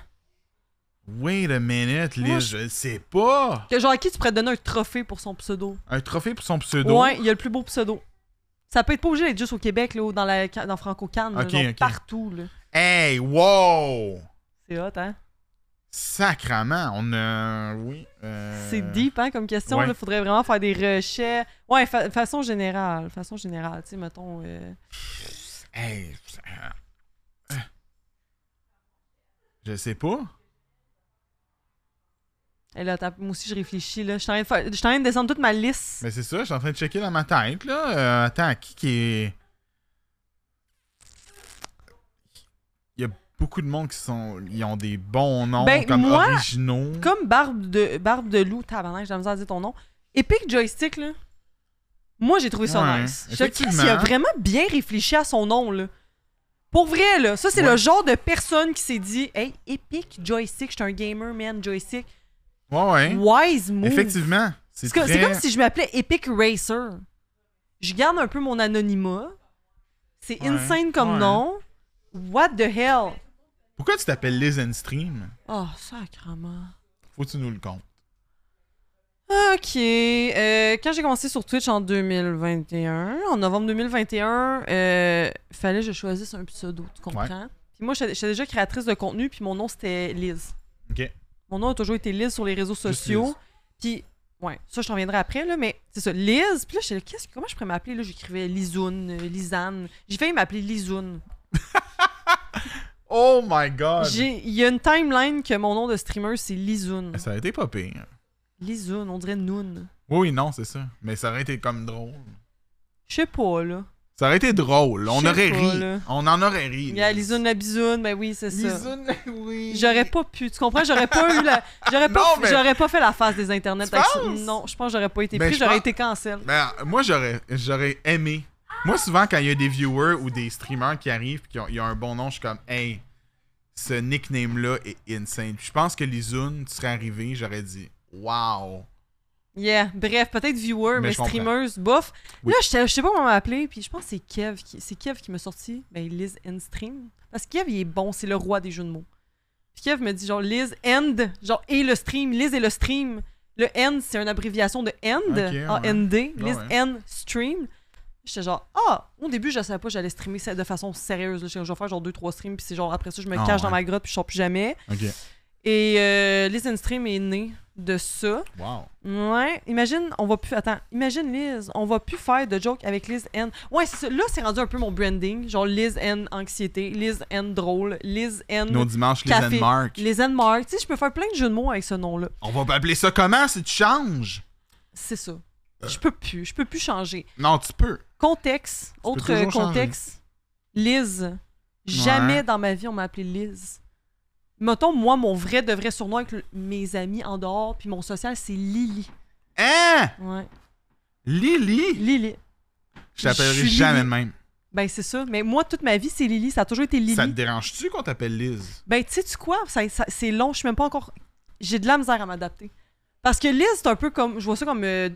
[SPEAKER 1] Wait a minute, Liz,
[SPEAKER 2] Moi,
[SPEAKER 1] je le sais pas.
[SPEAKER 2] Que genre, à qui tu pourrais donner un trophée pour son pseudo?
[SPEAKER 1] Un trophée pour son pseudo.
[SPEAKER 2] Ouais, il a le plus beau pseudo. Ça peut être pas obligé d'être juste au Québec, là, ou dans, la, dans Franco-Cannes, là,
[SPEAKER 1] Ok,
[SPEAKER 2] genre
[SPEAKER 1] ok.
[SPEAKER 2] partout, là.
[SPEAKER 1] Hey, wow!
[SPEAKER 2] C'est hot, hein?
[SPEAKER 1] Sacrement, on a. Oui. euh,
[SPEAKER 2] C'est deep, hein, comme question.
[SPEAKER 1] ouais.
[SPEAKER 2] Il faudrait vraiment faire des recherches. Ouais, fa- façon générale. Façon générale, tu sais, mettons... euh,
[SPEAKER 1] Hey. Je sais pas.
[SPEAKER 2] Et là, attends, moi aussi, je réfléchis. Là. Je, suis en train de faire- je suis en train de descendre toute ma liste.
[SPEAKER 1] Mais c'est ça, je suis en train de checker dans ma tête, là. Euh, attends, qui qui est. Il y a beaucoup de monde qui sont. Ils ont des bons noms
[SPEAKER 2] Ben,
[SPEAKER 1] comme
[SPEAKER 2] moi,
[SPEAKER 1] originaux.
[SPEAKER 2] Comme Barbe de, barbe de loup, tabarnak, j'ai de la misère à dire ton nom. Epic Joystick, là. Moi, j'ai trouvé ça
[SPEAKER 1] Ouais,
[SPEAKER 2] nice. Je Chris, il a
[SPEAKER 1] effectivement.
[SPEAKER 2] vraiment bien réfléchi à son nom, là. Pour vrai, là, ça, c'est
[SPEAKER 1] Ouais.
[SPEAKER 2] le genre de personne qui s'est dit Hey, Epic Joystick, je suis un gamer, man, Joystick.
[SPEAKER 1] Ouais, ouais.
[SPEAKER 2] Wise move.
[SPEAKER 1] Hein? Effectivement. C'est
[SPEAKER 2] C'est co-
[SPEAKER 1] très...
[SPEAKER 2] c'est comme si je m'appelais Epic Racer. Je garde un peu mon anonymat. C'est
[SPEAKER 1] Ouais,
[SPEAKER 2] insane comme
[SPEAKER 1] ouais.
[SPEAKER 2] nom. What the hell?
[SPEAKER 1] Pourquoi tu t'appelles Liz and Stream
[SPEAKER 2] Oh, sacrement.
[SPEAKER 1] Faut que tu nous le comptes.
[SPEAKER 2] Ok. euh, quand j'ai commencé sur Twitch en 2021, en novembre 2021, euh, fallait que je choisisse un pseudo, tu comprends? Puis moi, j'étais j'étais déjà créatrice de contenu, puis mon nom, c'était Liz.
[SPEAKER 1] Ok.
[SPEAKER 2] Mon nom a toujours été Liz sur les réseaux sociaux.
[SPEAKER 1] Liz.
[SPEAKER 2] Puis, ouais, ça, je t'en reviendrai après, là, mais c'est ça, Liz. Puis là, j'étais là, qu'est-ce que- comment je pourrais m'appeler? Là, j'écrivais Lizoun, euh, Lisanne. J'ai failli m'appeler Lizoun.
[SPEAKER 1] Oh my god.
[SPEAKER 2] J'ai- Il y a une timeline que mon nom de streamer, c'est Lizoun.
[SPEAKER 1] Ça aurait été pas pire.
[SPEAKER 2] Lizoun, on dirait Noun.
[SPEAKER 1] Oui, non, c'est ça. Mais ça aurait été comme drôle.
[SPEAKER 2] Je sais pas, là.
[SPEAKER 1] Ça aurait été drôle. On
[SPEAKER 2] Je sais
[SPEAKER 1] aurait
[SPEAKER 2] pas,
[SPEAKER 1] ri.
[SPEAKER 2] là.
[SPEAKER 1] On en aurait ri.
[SPEAKER 2] Il y a Lizoun la bisoune, ben oui, c'est ça.
[SPEAKER 1] Lizoun, oui.
[SPEAKER 2] J'aurais pas pu, tu comprends? J'aurais pas eu la. J'aurais pas,
[SPEAKER 1] Non, mais-
[SPEAKER 2] j'aurais pas fait la phase des internets.
[SPEAKER 1] Tu
[SPEAKER 2] avec ça.
[SPEAKER 1] penses?
[SPEAKER 2] Non, je pense que j'aurais pas été
[SPEAKER 1] Ben,
[SPEAKER 2] pris,
[SPEAKER 1] je
[SPEAKER 2] j'aurais
[SPEAKER 1] pense-
[SPEAKER 2] été cancel.
[SPEAKER 1] Ben, moi, j'aurais, j'aurais aimé. Moi, souvent, quand il y a des viewers ou des streamers qui arrivent et qui ont, ils ont un bon nom, je suis comme, hey, ce nickname-là est insane. Puis je pense que Lizoun, tu serais arrivé, j'aurais dit, wow.
[SPEAKER 2] Yeah, bref, peut-être viewer,
[SPEAKER 1] Mais
[SPEAKER 2] mais,
[SPEAKER 1] je comprends.
[SPEAKER 2] streamers, bof.
[SPEAKER 1] Oui.
[SPEAKER 2] Là, j'étais- je sais pas comment m'appeler, puis je pense que c'est Kev qui, c'est Kev qui m'a sorti, ben Liz and Stream. Parce que Kev, il est bon, c'est le roi des jeux de mots. Puis Kev me dit genre Liz and, genre et le stream, Liz et le stream. Le end, c'est une abréviation de end,
[SPEAKER 1] Ok,
[SPEAKER 2] A-N-D,
[SPEAKER 1] ouais. Ah
[SPEAKER 2] Liz
[SPEAKER 1] Ouais.
[SPEAKER 2] and stream. J'étais genre, ah, au début, je savais pas, que j'allais streamer ça de façon sérieuse. là. Je vais faire genre deux, trois streams, puis c'est genre après ça, je me
[SPEAKER 1] Ah,
[SPEAKER 2] cache dans
[SPEAKER 1] ouais.
[SPEAKER 2] ma grotte, puis je sors plus jamais.
[SPEAKER 1] Ok.
[SPEAKER 2] Et euh, Liz and stream est né de ça.
[SPEAKER 1] Wow.
[SPEAKER 2] Ouais, imagine, on va plus. Attends, imagine Liz, on va plus faire de joke avec Liz N. Ouais, c'est ça. Là, c'est rendu un peu mon branding. Genre Liz N anxiété, Liz N drôle, Liz N.
[SPEAKER 1] Nos dimanches, les
[SPEAKER 2] Café.
[SPEAKER 1] Landmark.
[SPEAKER 2] Liz N Mark. Tu sais, je peux faire plein de jeux de mots avec ce nom-là.
[SPEAKER 1] On va pas appeler ça comment si tu changes?
[SPEAKER 2] C'est ça.
[SPEAKER 1] Euh.
[SPEAKER 2] Je peux plus. Je peux plus changer.
[SPEAKER 1] Non, tu peux.
[SPEAKER 2] Contexte, autre
[SPEAKER 1] toujours changer.
[SPEAKER 2] contexte. Liz. Jamais
[SPEAKER 1] Ouais.
[SPEAKER 2] dans ma vie on m'a appelé Liz. Mettons, moi, mon vrai de vrai surnom avec le- mes amis en dehors, puis mon social, c'est Lily.
[SPEAKER 1] Hein?
[SPEAKER 2] Ouais.
[SPEAKER 1] Lily?
[SPEAKER 2] Lily.
[SPEAKER 1] Je t'appellerai
[SPEAKER 2] suis
[SPEAKER 1] jamais
[SPEAKER 2] Lily.
[SPEAKER 1] de même.
[SPEAKER 2] Ben, c'est ça. Mais moi, toute ma vie, c'est Lily. Ça a toujours été Lily.
[SPEAKER 1] Ça te dérange-tu qu'on t'appelle Liz?
[SPEAKER 2] Ben, tu sais, tu quoi? Ça- ça- c'est long. Je suis même pas encore. J'ai de la misère à m'adapter. Parce que Liz, c'est un peu comme. Je vois ça comme. euh,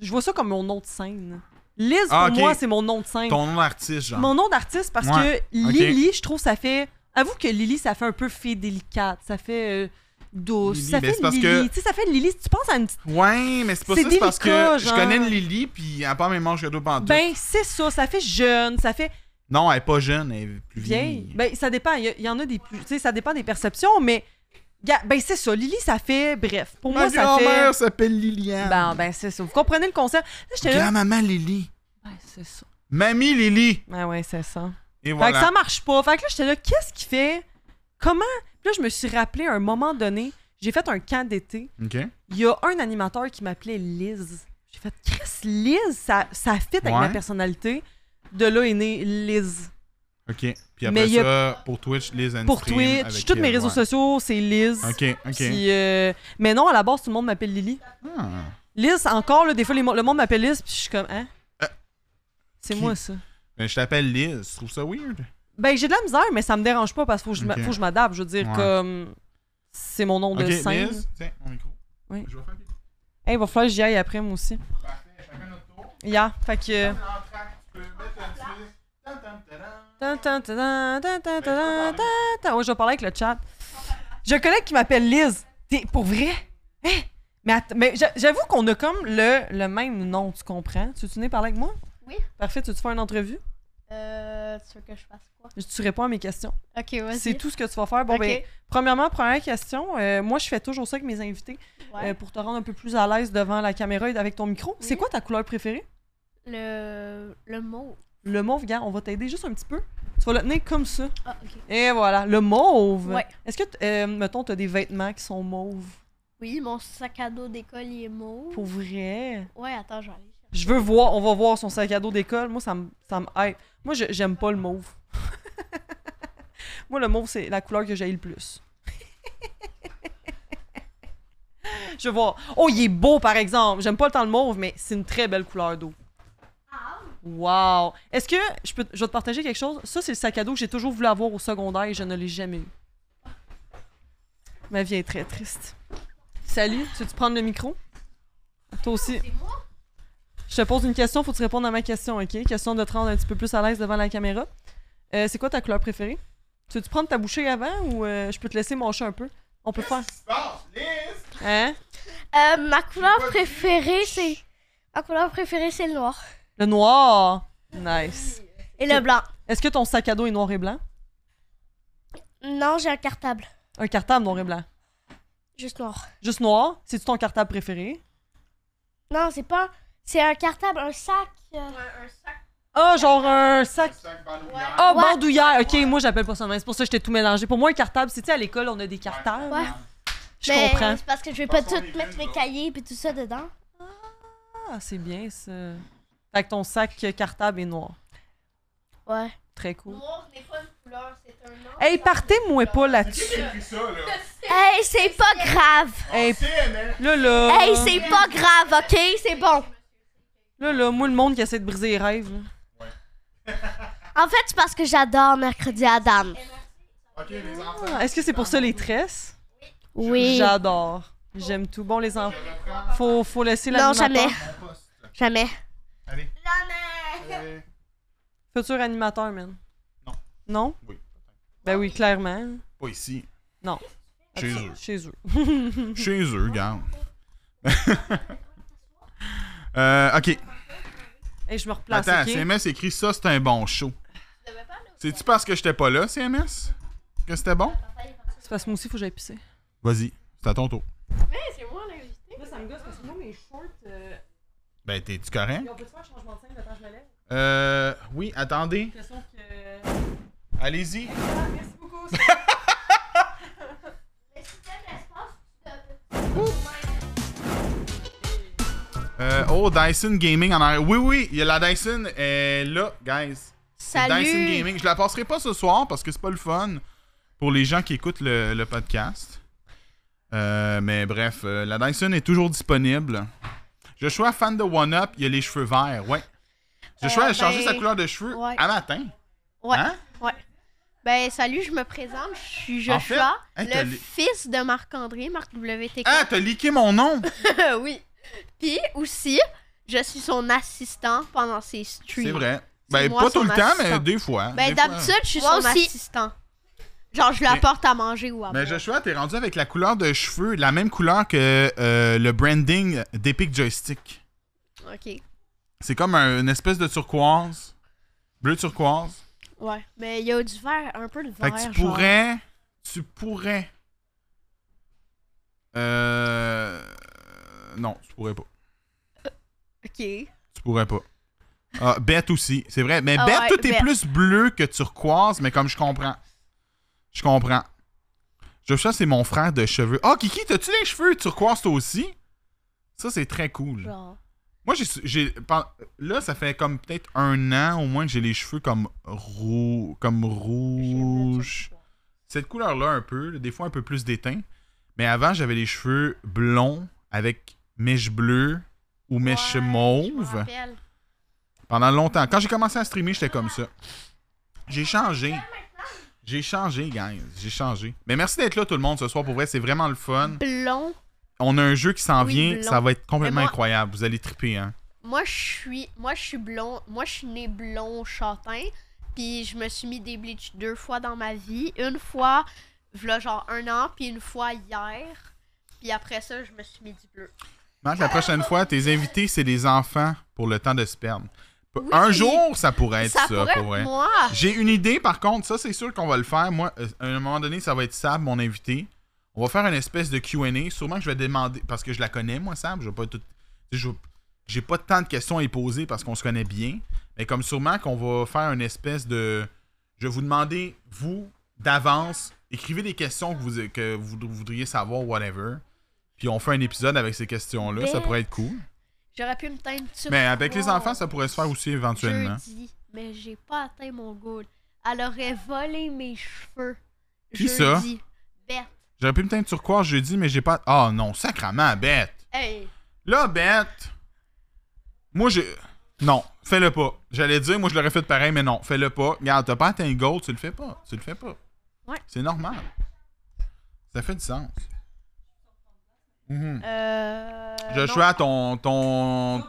[SPEAKER 2] Je vois ça comme mon nom de scène. Liz, pour
[SPEAKER 1] Ah, ok.
[SPEAKER 2] moi, c'est mon nom de scène.
[SPEAKER 1] Ton nom d'artiste, genre.
[SPEAKER 2] Mon nom d'artiste, parce
[SPEAKER 1] Ouais,
[SPEAKER 2] que
[SPEAKER 1] ok.
[SPEAKER 2] Lily, je trouve, ça fait. Avoue que Lily, ça fait un peu fée délicate. Ça fait. euh, douce.
[SPEAKER 1] Lily,
[SPEAKER 2] ça
[SPEAKER 1] mais
[SPEAKER 2] fait
[SPEAKER 1] c'est parce
[SPEAKER 2] Lily.
[SPEAKER 1] que-
[SPEAKER 2] Tu sais, ça fait Lily. Tu penses à une petite.
[SPEAKER 1] Ouais, mais c'est pas
[SPEAKER 2] C'est
[SPEAKER 1] ça, c'est parce que
[SPEAKER 2] délicat,
[SPEAKER 1] je
[SPEAKER 2] genre.
[SPEAKER 1] connais une Lily, puis elle a pas mes manches que Ah, toi pantoute.
[SPEAKER 2] Ben, c'est ça. Ça fait jeune. Ça fait.
[SPEAKER 1] Non, elle est pas jeune, elle est plus vieille.
[SPEAKER 2] vieille. Ben, ça dépend. Il y, a- il y en a des plus. Tu sais, ça dépend des perceptions, mais. ga- Ben, c'est ça. Lily, ça fait. Bref. Pour moi,
[SPEAKER 1] Ma
[SPEAKER 2] ça fait.
[SPEAKER 1] grand-mère s'appelle Liliane.
[SPEAKER 2] Ben, ben, c'est ça. Vous comprenez le concept? Là, j'étais là.
[SPEAKER 1] Grand-maman Lily.
[SPEAKER 2] Ben, c'est ça.
[SPEAKER 1] Mamie Lily.
[SPEAKER 2] Ben, ouais, c'est ça.
[SPEAKER 1] Et
[SPEAKER 2] Fait que
[SPEAKER 1] voilà.
[SPEAKER 2] ça marche pas. Fait que là, j'étais là, qu'est-ce qui fait? Comment? Puis là, je me suis rappelé à un moment donné, j'ai fait un camp d'été.
[SPEAKER 1] OK.
[SPEAKER 2] Il y a un animateur qui m'appelait Liz. J'ai fait, Chris, Liz, ça, ça fit avec
[SPEAKER 1] Ouais.
[SPEAKER 2] ma personnalité. De là est né Liz.
[SPEAKER 1] OK. Puis après
[SPEAKER 2] Mais y a-
[SPEAKER 1] ça, pour Twitch, les and
[SPEAKER 2] Pour
[SPEAKER 1] Stream
[SPEAKER 2] Twitch,
[SPEAKER 1] avec
[SPEAKER 2] tous mes
[SPEAKER 1] elle,
[SPEAKER 2] réseaux
[SPEAKER 1] ouais.
[SPEAKER 2] sociaux, c'est Liz.
[SPEAKER 1] OK, OK.
[SPEAKER 2] Puis, euh, mais non, à la base, tout le monde m'appelle Lily.
[SPEAKER 1] Ah.
[SPEAKER 2] Liz, encore, là, des fois, les mo- le monde m'appelle Liz, puis je suis comme, hein?
[SPEAKER 1] Euh,
[SPEAKER 2] c'est
[SPEAKER 1] qui-
[SPEAKER 2] moi, ça.
[SPEAKER 1] Ben, je t'appelle Liz. Tu trouves ça weird?
[SPEAKER 2] Ben, j'ai de la misère, mais ça me dérange pas parce qu'il faut, que je m'a-
[SPEAKER 1] Ok.
[SPEAKER 2] faut que je m'adapte. Je veux dire,
[SPEAKER 1] Ouais.
[SPEAKER 2] comme, c'est mon nom
[SPEAKER 1] OK,
[SPEAKER 2] de scène.
[SPEAKER 1] Liz, tiens, mon micro.
[SPEAKER 2] Oui.
[SPEAKER 1] Je vais faire pipi.
[SPEAKER 2] Hey, il va falloir que j'y aille après, moi aussi.
[SPEAKER 1] Parfait, chacun notre tour.
[SPEAKER 2] Yeah, fait que.
[SPEAKER 1] L'entraque, tu peux mettre un petit- Tan, tan, tadam.
[SPEAKER 2] Tan, tan, tan, tan, tan, tan, tan, tan. Ouais, je vais parler avec le chat. J'ai un collègue qui m'appelle Liz. T'es pour vrai? Hein? Mais, att- mais j'a- j'avoue qu'on a comme le, le même nom, tu comprends? Tu veux-tu venir parler avec moi?
[SPEAKER 3] Oui.
[SPEAKER 2] Parfait, tu veux-tu faire une entrevue?
[SPEAKER 3] Euh, tu veux que je fasse quoi?
[SPEAKER 2] Tu réponds à mes questions.
[SPEAKER 3] Ok, vas-y.
[SPEAKER 2] C'est tout ce que tu vas faire. Bon,
[SPEAKER 3] Ok.
[SPEAKER 2] ben, premièrement, première question. euh, moi, je fais toujours ça avec mes invités
[SPEAKER 3] Ouais.
[SPEAKER 2] euh, pour te rendre un peu plus à l'aise devant la caméra et avec ton micro. C'est
[SPEAKER 3] Oui.
[SPEAKER 2] quoi ta couleur préférée?
[SPEAKER 3] Le... le mot.
[SPEAKER 2] Le mauve, gars, on va t'aider juste un petit peu. Tu vas le tenir comme ça.
[SPEAKER 3] Ah, ok.
[SPEAKER 2] Et voilà, le mauve.
[SPEAKER 3] Ouais.
[SPEAKER 2] Est-ce que, t- euh, mettons, t'as des vêtements qui sont mauves?
[SPEAKER 3] Oui, mon sac à dos d'école, il est mauve.
[SPEAKER 2] Pour vrai?
[SPEAKER 3] Ouais, attends, je vais aller. chercher.
[SPEAKER 2] Je veux voir, on va voir son sac à dos d'école. Moi, ça me ça me hype. Moi, je- j'aime pas le mauve. Moi, le mauve, c'est la couleur que j'aille le plus. je vais voir. Oh, il est beau, par exemple. J'aime pas le temps le mauve, mais c'est une très belle couleur d'eau. Wow! Est-ce que je peux je vais te partager quelque chose? Ça, c'est le sac à dos que j'ai toujours voulu avoir au secondaire et je ne l'ai jamais eu. Ma vie est très triste. Salut, tu veux-tu prendre le micro? Toi aussi.
[SPEAKER 5] C'est moi?
[SPEAKER 2] Je te pose une question, faut que tu répondes à ma question, OK? Question de te rendre un petit peu plus à l'aise devant la caméra. Euh, c'est quoi ta couleur préférée? Tu veux-tu prendre ta bouchée avant ou euh, je peux te laisser mâcher un peu? On peut faire. Hein?
[SPEAKER 3] Euh, ma couleur préférée, c'est. Ma couleur préférée, c'est le noir.
[SPEAKER 2] Le noir! Nice.
[SPEAKER 3] Et le blanc.
[SPEAKER 2] Est-ce que ton sac à dos est noir et blanc?
[SPEAKER 3] Non, j'ai un cartable.
[SPEAKER 2] Un cartable noir et blanc.
[SPEAKER 3] Juste noir.
[SPEAKER 2] Juste noir? C'est-tu ton cartable préféré?
[SPEAKER 3] Non, c'est pas. C'est un cartable, un sac. euh,
[SPEAKER 5] Un, un sac.
[SPEAKER 2] Ah, genre un sac. Ah,
[SPEAKER 3] Ouais.
[SPEAKER 2] bandoulière! Ok, moi j'appelle pas ça de même. C'est pour ça que j'étais tout mélangé. Pour moi, un cartable, c'est tu sais, à l'école, on a des cartables.
[SPEAKER 3] Ouais. Ben,
[SPEAKER 2] Je
[SPEAKER 3] mais
[SPEAKER 2] comprends.
[SPEAKER 3] C'est parce que je vais pas
[SPEAKER 1] Parce qu'on
[SPEAKER 3] tout
[SPEAKER 1] est
[SPEAKER 3] mettre
[SPEAKER 1] vieux,
[SPEAKER 3] mes
[SPEAKER 1] là.
[SPEAKER 3] cahiers et tout ça dedans.
[SPEAKER 2] Ah, c'est bien ça. Fait que ton sac cartable est noir.
[SPEAKER 3] Ouais.
[SPEAKER 2] Très cool.
[SPEAKER 5] Noir n'est pas une couleur, c'est un nom.
[SPEAKER 2] Hey, partez-moi pas là-dessus.
[SPEAKER 3] Hey, c'est pas grave.
[SPEAKER 2] Hey, là, là.
[SPEAKER 3] Hey, c'est pas grave, ok? C'est bon.
[SPEAKER 2] Là, là, moi, le monde qui essaie de briser les rêves. là.
[SPEAKER 3] En fait, c'est parce que j'adore Mercredi Adam.
[SPEAKER 1] Ok, les enfants.
[SPEAKER 2] Ah, Est-ce que c'est pour ça les tresses?
[SPEAKER 3] Oui.
[SPEAKER 2] J'adore. J'aime tout. Bon, les enfants. Faut, faut laisser la
[SPEAKER 3] Non, jamais.
[SPEAKER 1] Mon poste.
[SPEAKER 3] Jamais.
[SPEAKER 1] Allez. Jamais.
[SPEAKER 2] Futur animateur, man.
[SPEAKER 1] Non.
[SPEAKER 2] Non?
[SPEAKER 1] Oui.
[SPEAKER 2] Ben oui, clairement.
[SPEAKER 1] Pas ici.
[SPEAKER 2] Non.
[SPEAKER 1] Chez
[SPEAKER 2] Ah,
[SPEAKER 1] eux.
[SPEAKER 2] Chez eux.
[SPEAKER 1] Chez eux, regarde. euh, ok.
[SPEAKER 2] Hey, je me replace.
[SPEAKER 1] Attends,
[SPEAKER 2] ok?
[SPEAKER 1] CMS écrit ça, c'est un bon show.
[SPEAKER 5] Tu devais pas le
[SPEAKER 1] C'est-tu parce que j'étais pas là, CMS? Que c'était bon?
[SPEAKER 2] C'est parce que moi aussi, faut que j'aille pisser.
[SPEAKER 1] Vas-y, c'est à ton tour.
[SPEAKER 5] Mais c'est moi l'invité.
[SPEAKER 2] Là, ça me gosse parce que moi, mes shorts.
[SPEAKER 1] Ben, t'es-tu correct?
[SPEAKER 2] on peut faire un changement de scène le temps que je me lève?
[SPEAKER 1] Euh, oui, attendez.
[SPEAKER 2] Question que.
[SPEAKER 1] Allez-y.
[SPEAKER 2] Ah, merci beaucoup.
[SPEAKER 5] Mais si t'as de l'espace, tu devais.
[SPEAKER 1] Euh, oh, Dyson Gaming en arrière. Oui, oui, il y a la Dyson est là, guys. C'est
[SPEAKER 3] Salut.
[SPEAKER 1] Dyson Gaming. Je la passerai pas ce soir parce que c'est pas le fun pour les gens qui écoutent le, le podcast. Euh, mais bref, euh, la Dyson est toujours disponible. Joshua, fan de One Up, il a les cheveux verts, ouais. Joshua
[SPEAKER 3] Euh,
[SPEAKER 1] a changé
[SPEAKER 3] ben,
[SPEAKER 1] sa couleur de cheveux
[SPEAKER 3] ouais.
[SPEAKER 1] à matin.
[SPEAKER 3] Ouais.
[SPEAKER 1] Hein?
[SPEAKER 3] Ouais. Ben, salut, je me présente. Je suis
[SPEAKER 1] En fait,
[SPEAKER 3] Joshua,
[SPEAKER 1] hey, t'as
[SPEAKER 3] le
[SPEAKER 1] lu-
[SPEAKER 3] fils de Marc-André, Marc WTK.
[SPEAKER 1] Ah, t'as leaké mon nom! Ah!
[SPEAKER 3] oui. Puis aussi, je suis son assistant pendant ses streams.
[SPEAKER 1] C'est vrai.
[SPEAKER 3] C'est
[SPEAKER 1] Ben,
[SPEAKER 3] moi,
[SPEAKER 1] pas tout
[SPEAKER 3] son
[SPEAKER 1] le temps, mais
[SPEAKER 3] assistant.
[SPEAKER 1] des fois.
[SPEAKER 3] Ben,
[SPEAKER 1] des fois.
[SPEAKER 3] d'habitude, je suis
[SPEAKER 5] Moi
[SPEAKER 3] son
[SPEAKER 5] aussi.
[SPEAKER 3] assistant. Genre, je lui
[SPEAKER 1] Mais-
[SPEAKER 3] apporte à manger ou à
[SPEAKER 1] Mais
[SPEAKER 3] boire.
[SPEAKER 1] Joshua, t'es rendu avec la couleur de cheveux, la même couleur que euh, le branding d'Epic Joystick.
[SPEAKER 3] Ok.
[SPEAKER 1] C'est comme un- une espèce de turquoise. Bleu turquoise.
[SPEAKER 3] Ouais. Mais il y a du vert, un peu de
[SPEAKER 1] Fait
[SPEAKER 3] vert.
[SPEAKER 1] que tu
[SPEAKER 3] genre.
[SPEAKER 1] pourrais. Tu pourrais. Euh. Non, tu pourrais pas.
[SPEAKER 3] Ok.
[SPEAKER 1] Tu pourrais pas. Ah, bête aussi, c'est vrai. Mais
[SPEAKER 3] Ah
[SPEAKER 1] bête,
[SPEAKER 3] ouais,
[SPEAKER 1] tout est
[SPEAKER 3] Bette.
[SPEAKER 1] plus bleu que turquoise, mais comme je comprends. Je comprends. Joshua, c'est mon frère de cheveux. Ah, Kiki, t'as-tu les cheveux turquoise toi aussi? Ça, c'est très cool.
[SPEAKER 3] Genre.
[SPEAKER 1] Moi, j'ai- j'ai. pen- Là, ça fait comme peut-être un an au moins que j'ai les cheveux comme, roux, comme rouge. Cette couleur-là, un peu. là, Des fois, un peu plus déteint. Mais avant, j'avais les cheveux blonds avec mèche bleue ou mèche
[SPEAKER 3] Ouais, Je me
[SPEAKER 1] mauve.
[SPEAKER 3] rappelle.
[SPEAKER 1] Pendant longtemps. Quand j'ai commencé à streamer, j'étais comme ça. J'ai changé. J'ai changé, guys. J'ai changé. Mais merci d'être là, tout le monde, ce soir. Pour vrai, c'est vraiment le fun.
[SPEAKER 3] Blond.
[SPEAKER 1] On a un jeu qui s'en
[SPEAKER 3] Oui,
[SPEAKER 1] vient.
[SPEAKER 3] blond.
[SPEAKER 1] Ça va être complètement
[SPEAKER 3] Mais moi-
[SPEAKER 1] incroyable. Vous allez triper, hein.
[SPEAKER 3] Moi, je suis. Moi, je suis blond. Moi, je suis né blond châtain. Puis je me suis mis des bleach deux fois dans ma vie. Une fois, v'là genre un an, puis une fois hier. Puis après ça, je me suis mis du bleu.
[SPEAKER 1] Marc, la prochaine fois, tes invités, c'est des enfants pour le temps de sperme. P- Un jour, ça pourrait être ça,
[SPEAKER 3] ça pourrait
[SPEAKER 1] pour vrai.
[SPEAKER 3] être moi.
[SPEAKER 1] J'ai une idée, par contre, ça, c'est sûr qu'on va le faire. Moi, euh, à un moment donné, ça va être Sab, mon invité. On va faire une espèce de QA. Sûrement que je vais demander, parce que je la connais, moi, Sab. Je vais pas tout. je vais- J'ai pas tant de questions à y poser parce qu'on se connaît bien. Mais comme sûrement qu'on va faire une espèce de. Je vais vous demander, vous, d'avance, écrivez des questions que vous, que vous voudriez savoir, whatever. Puis on fait un épisode avec ces questions-là, ça
[SPEAKER 3] Ben,
[SPEAKER 1] pourrait être cool.
[SPEAKER 3] J'aurais pu me teindre turquoise.
[SPEAKER 1] Mais avec les enfants, ça pourrait hein. se faire aussi éventuellement.
[SPEAKER 3] Jeudi, mais j'ai pas atteint mon goal. Elle aurait volé mes cheveux.
[SPEAKER 1] Qui ça?
[SPEAKER 3] jeudi. Bête.
[SPEAKER 1] J'aurais pu me teindre turquoise jeudi, mais j'ai pas. Ah non, sacrement, bête!
[SPEAKER 3] Hey,
[SPEAKER 1] Là, bête! Moi, je. Non, fais-le pas. J'allais dire, moi, je l'aurais fait pareil, mais non, fais-le pas. Regarde, t'as pas atteint le goal, tu le fais pas. Tu le fais pas.
[SPEAKER 3] Ouais.
[SPEAKER 1] C'est normal. Ça fait du sens. Mhm.
[SPEAKER 3] euh...
[SPEAKER 1] Joshua, ton. ton...
[SPEAKER 3] non.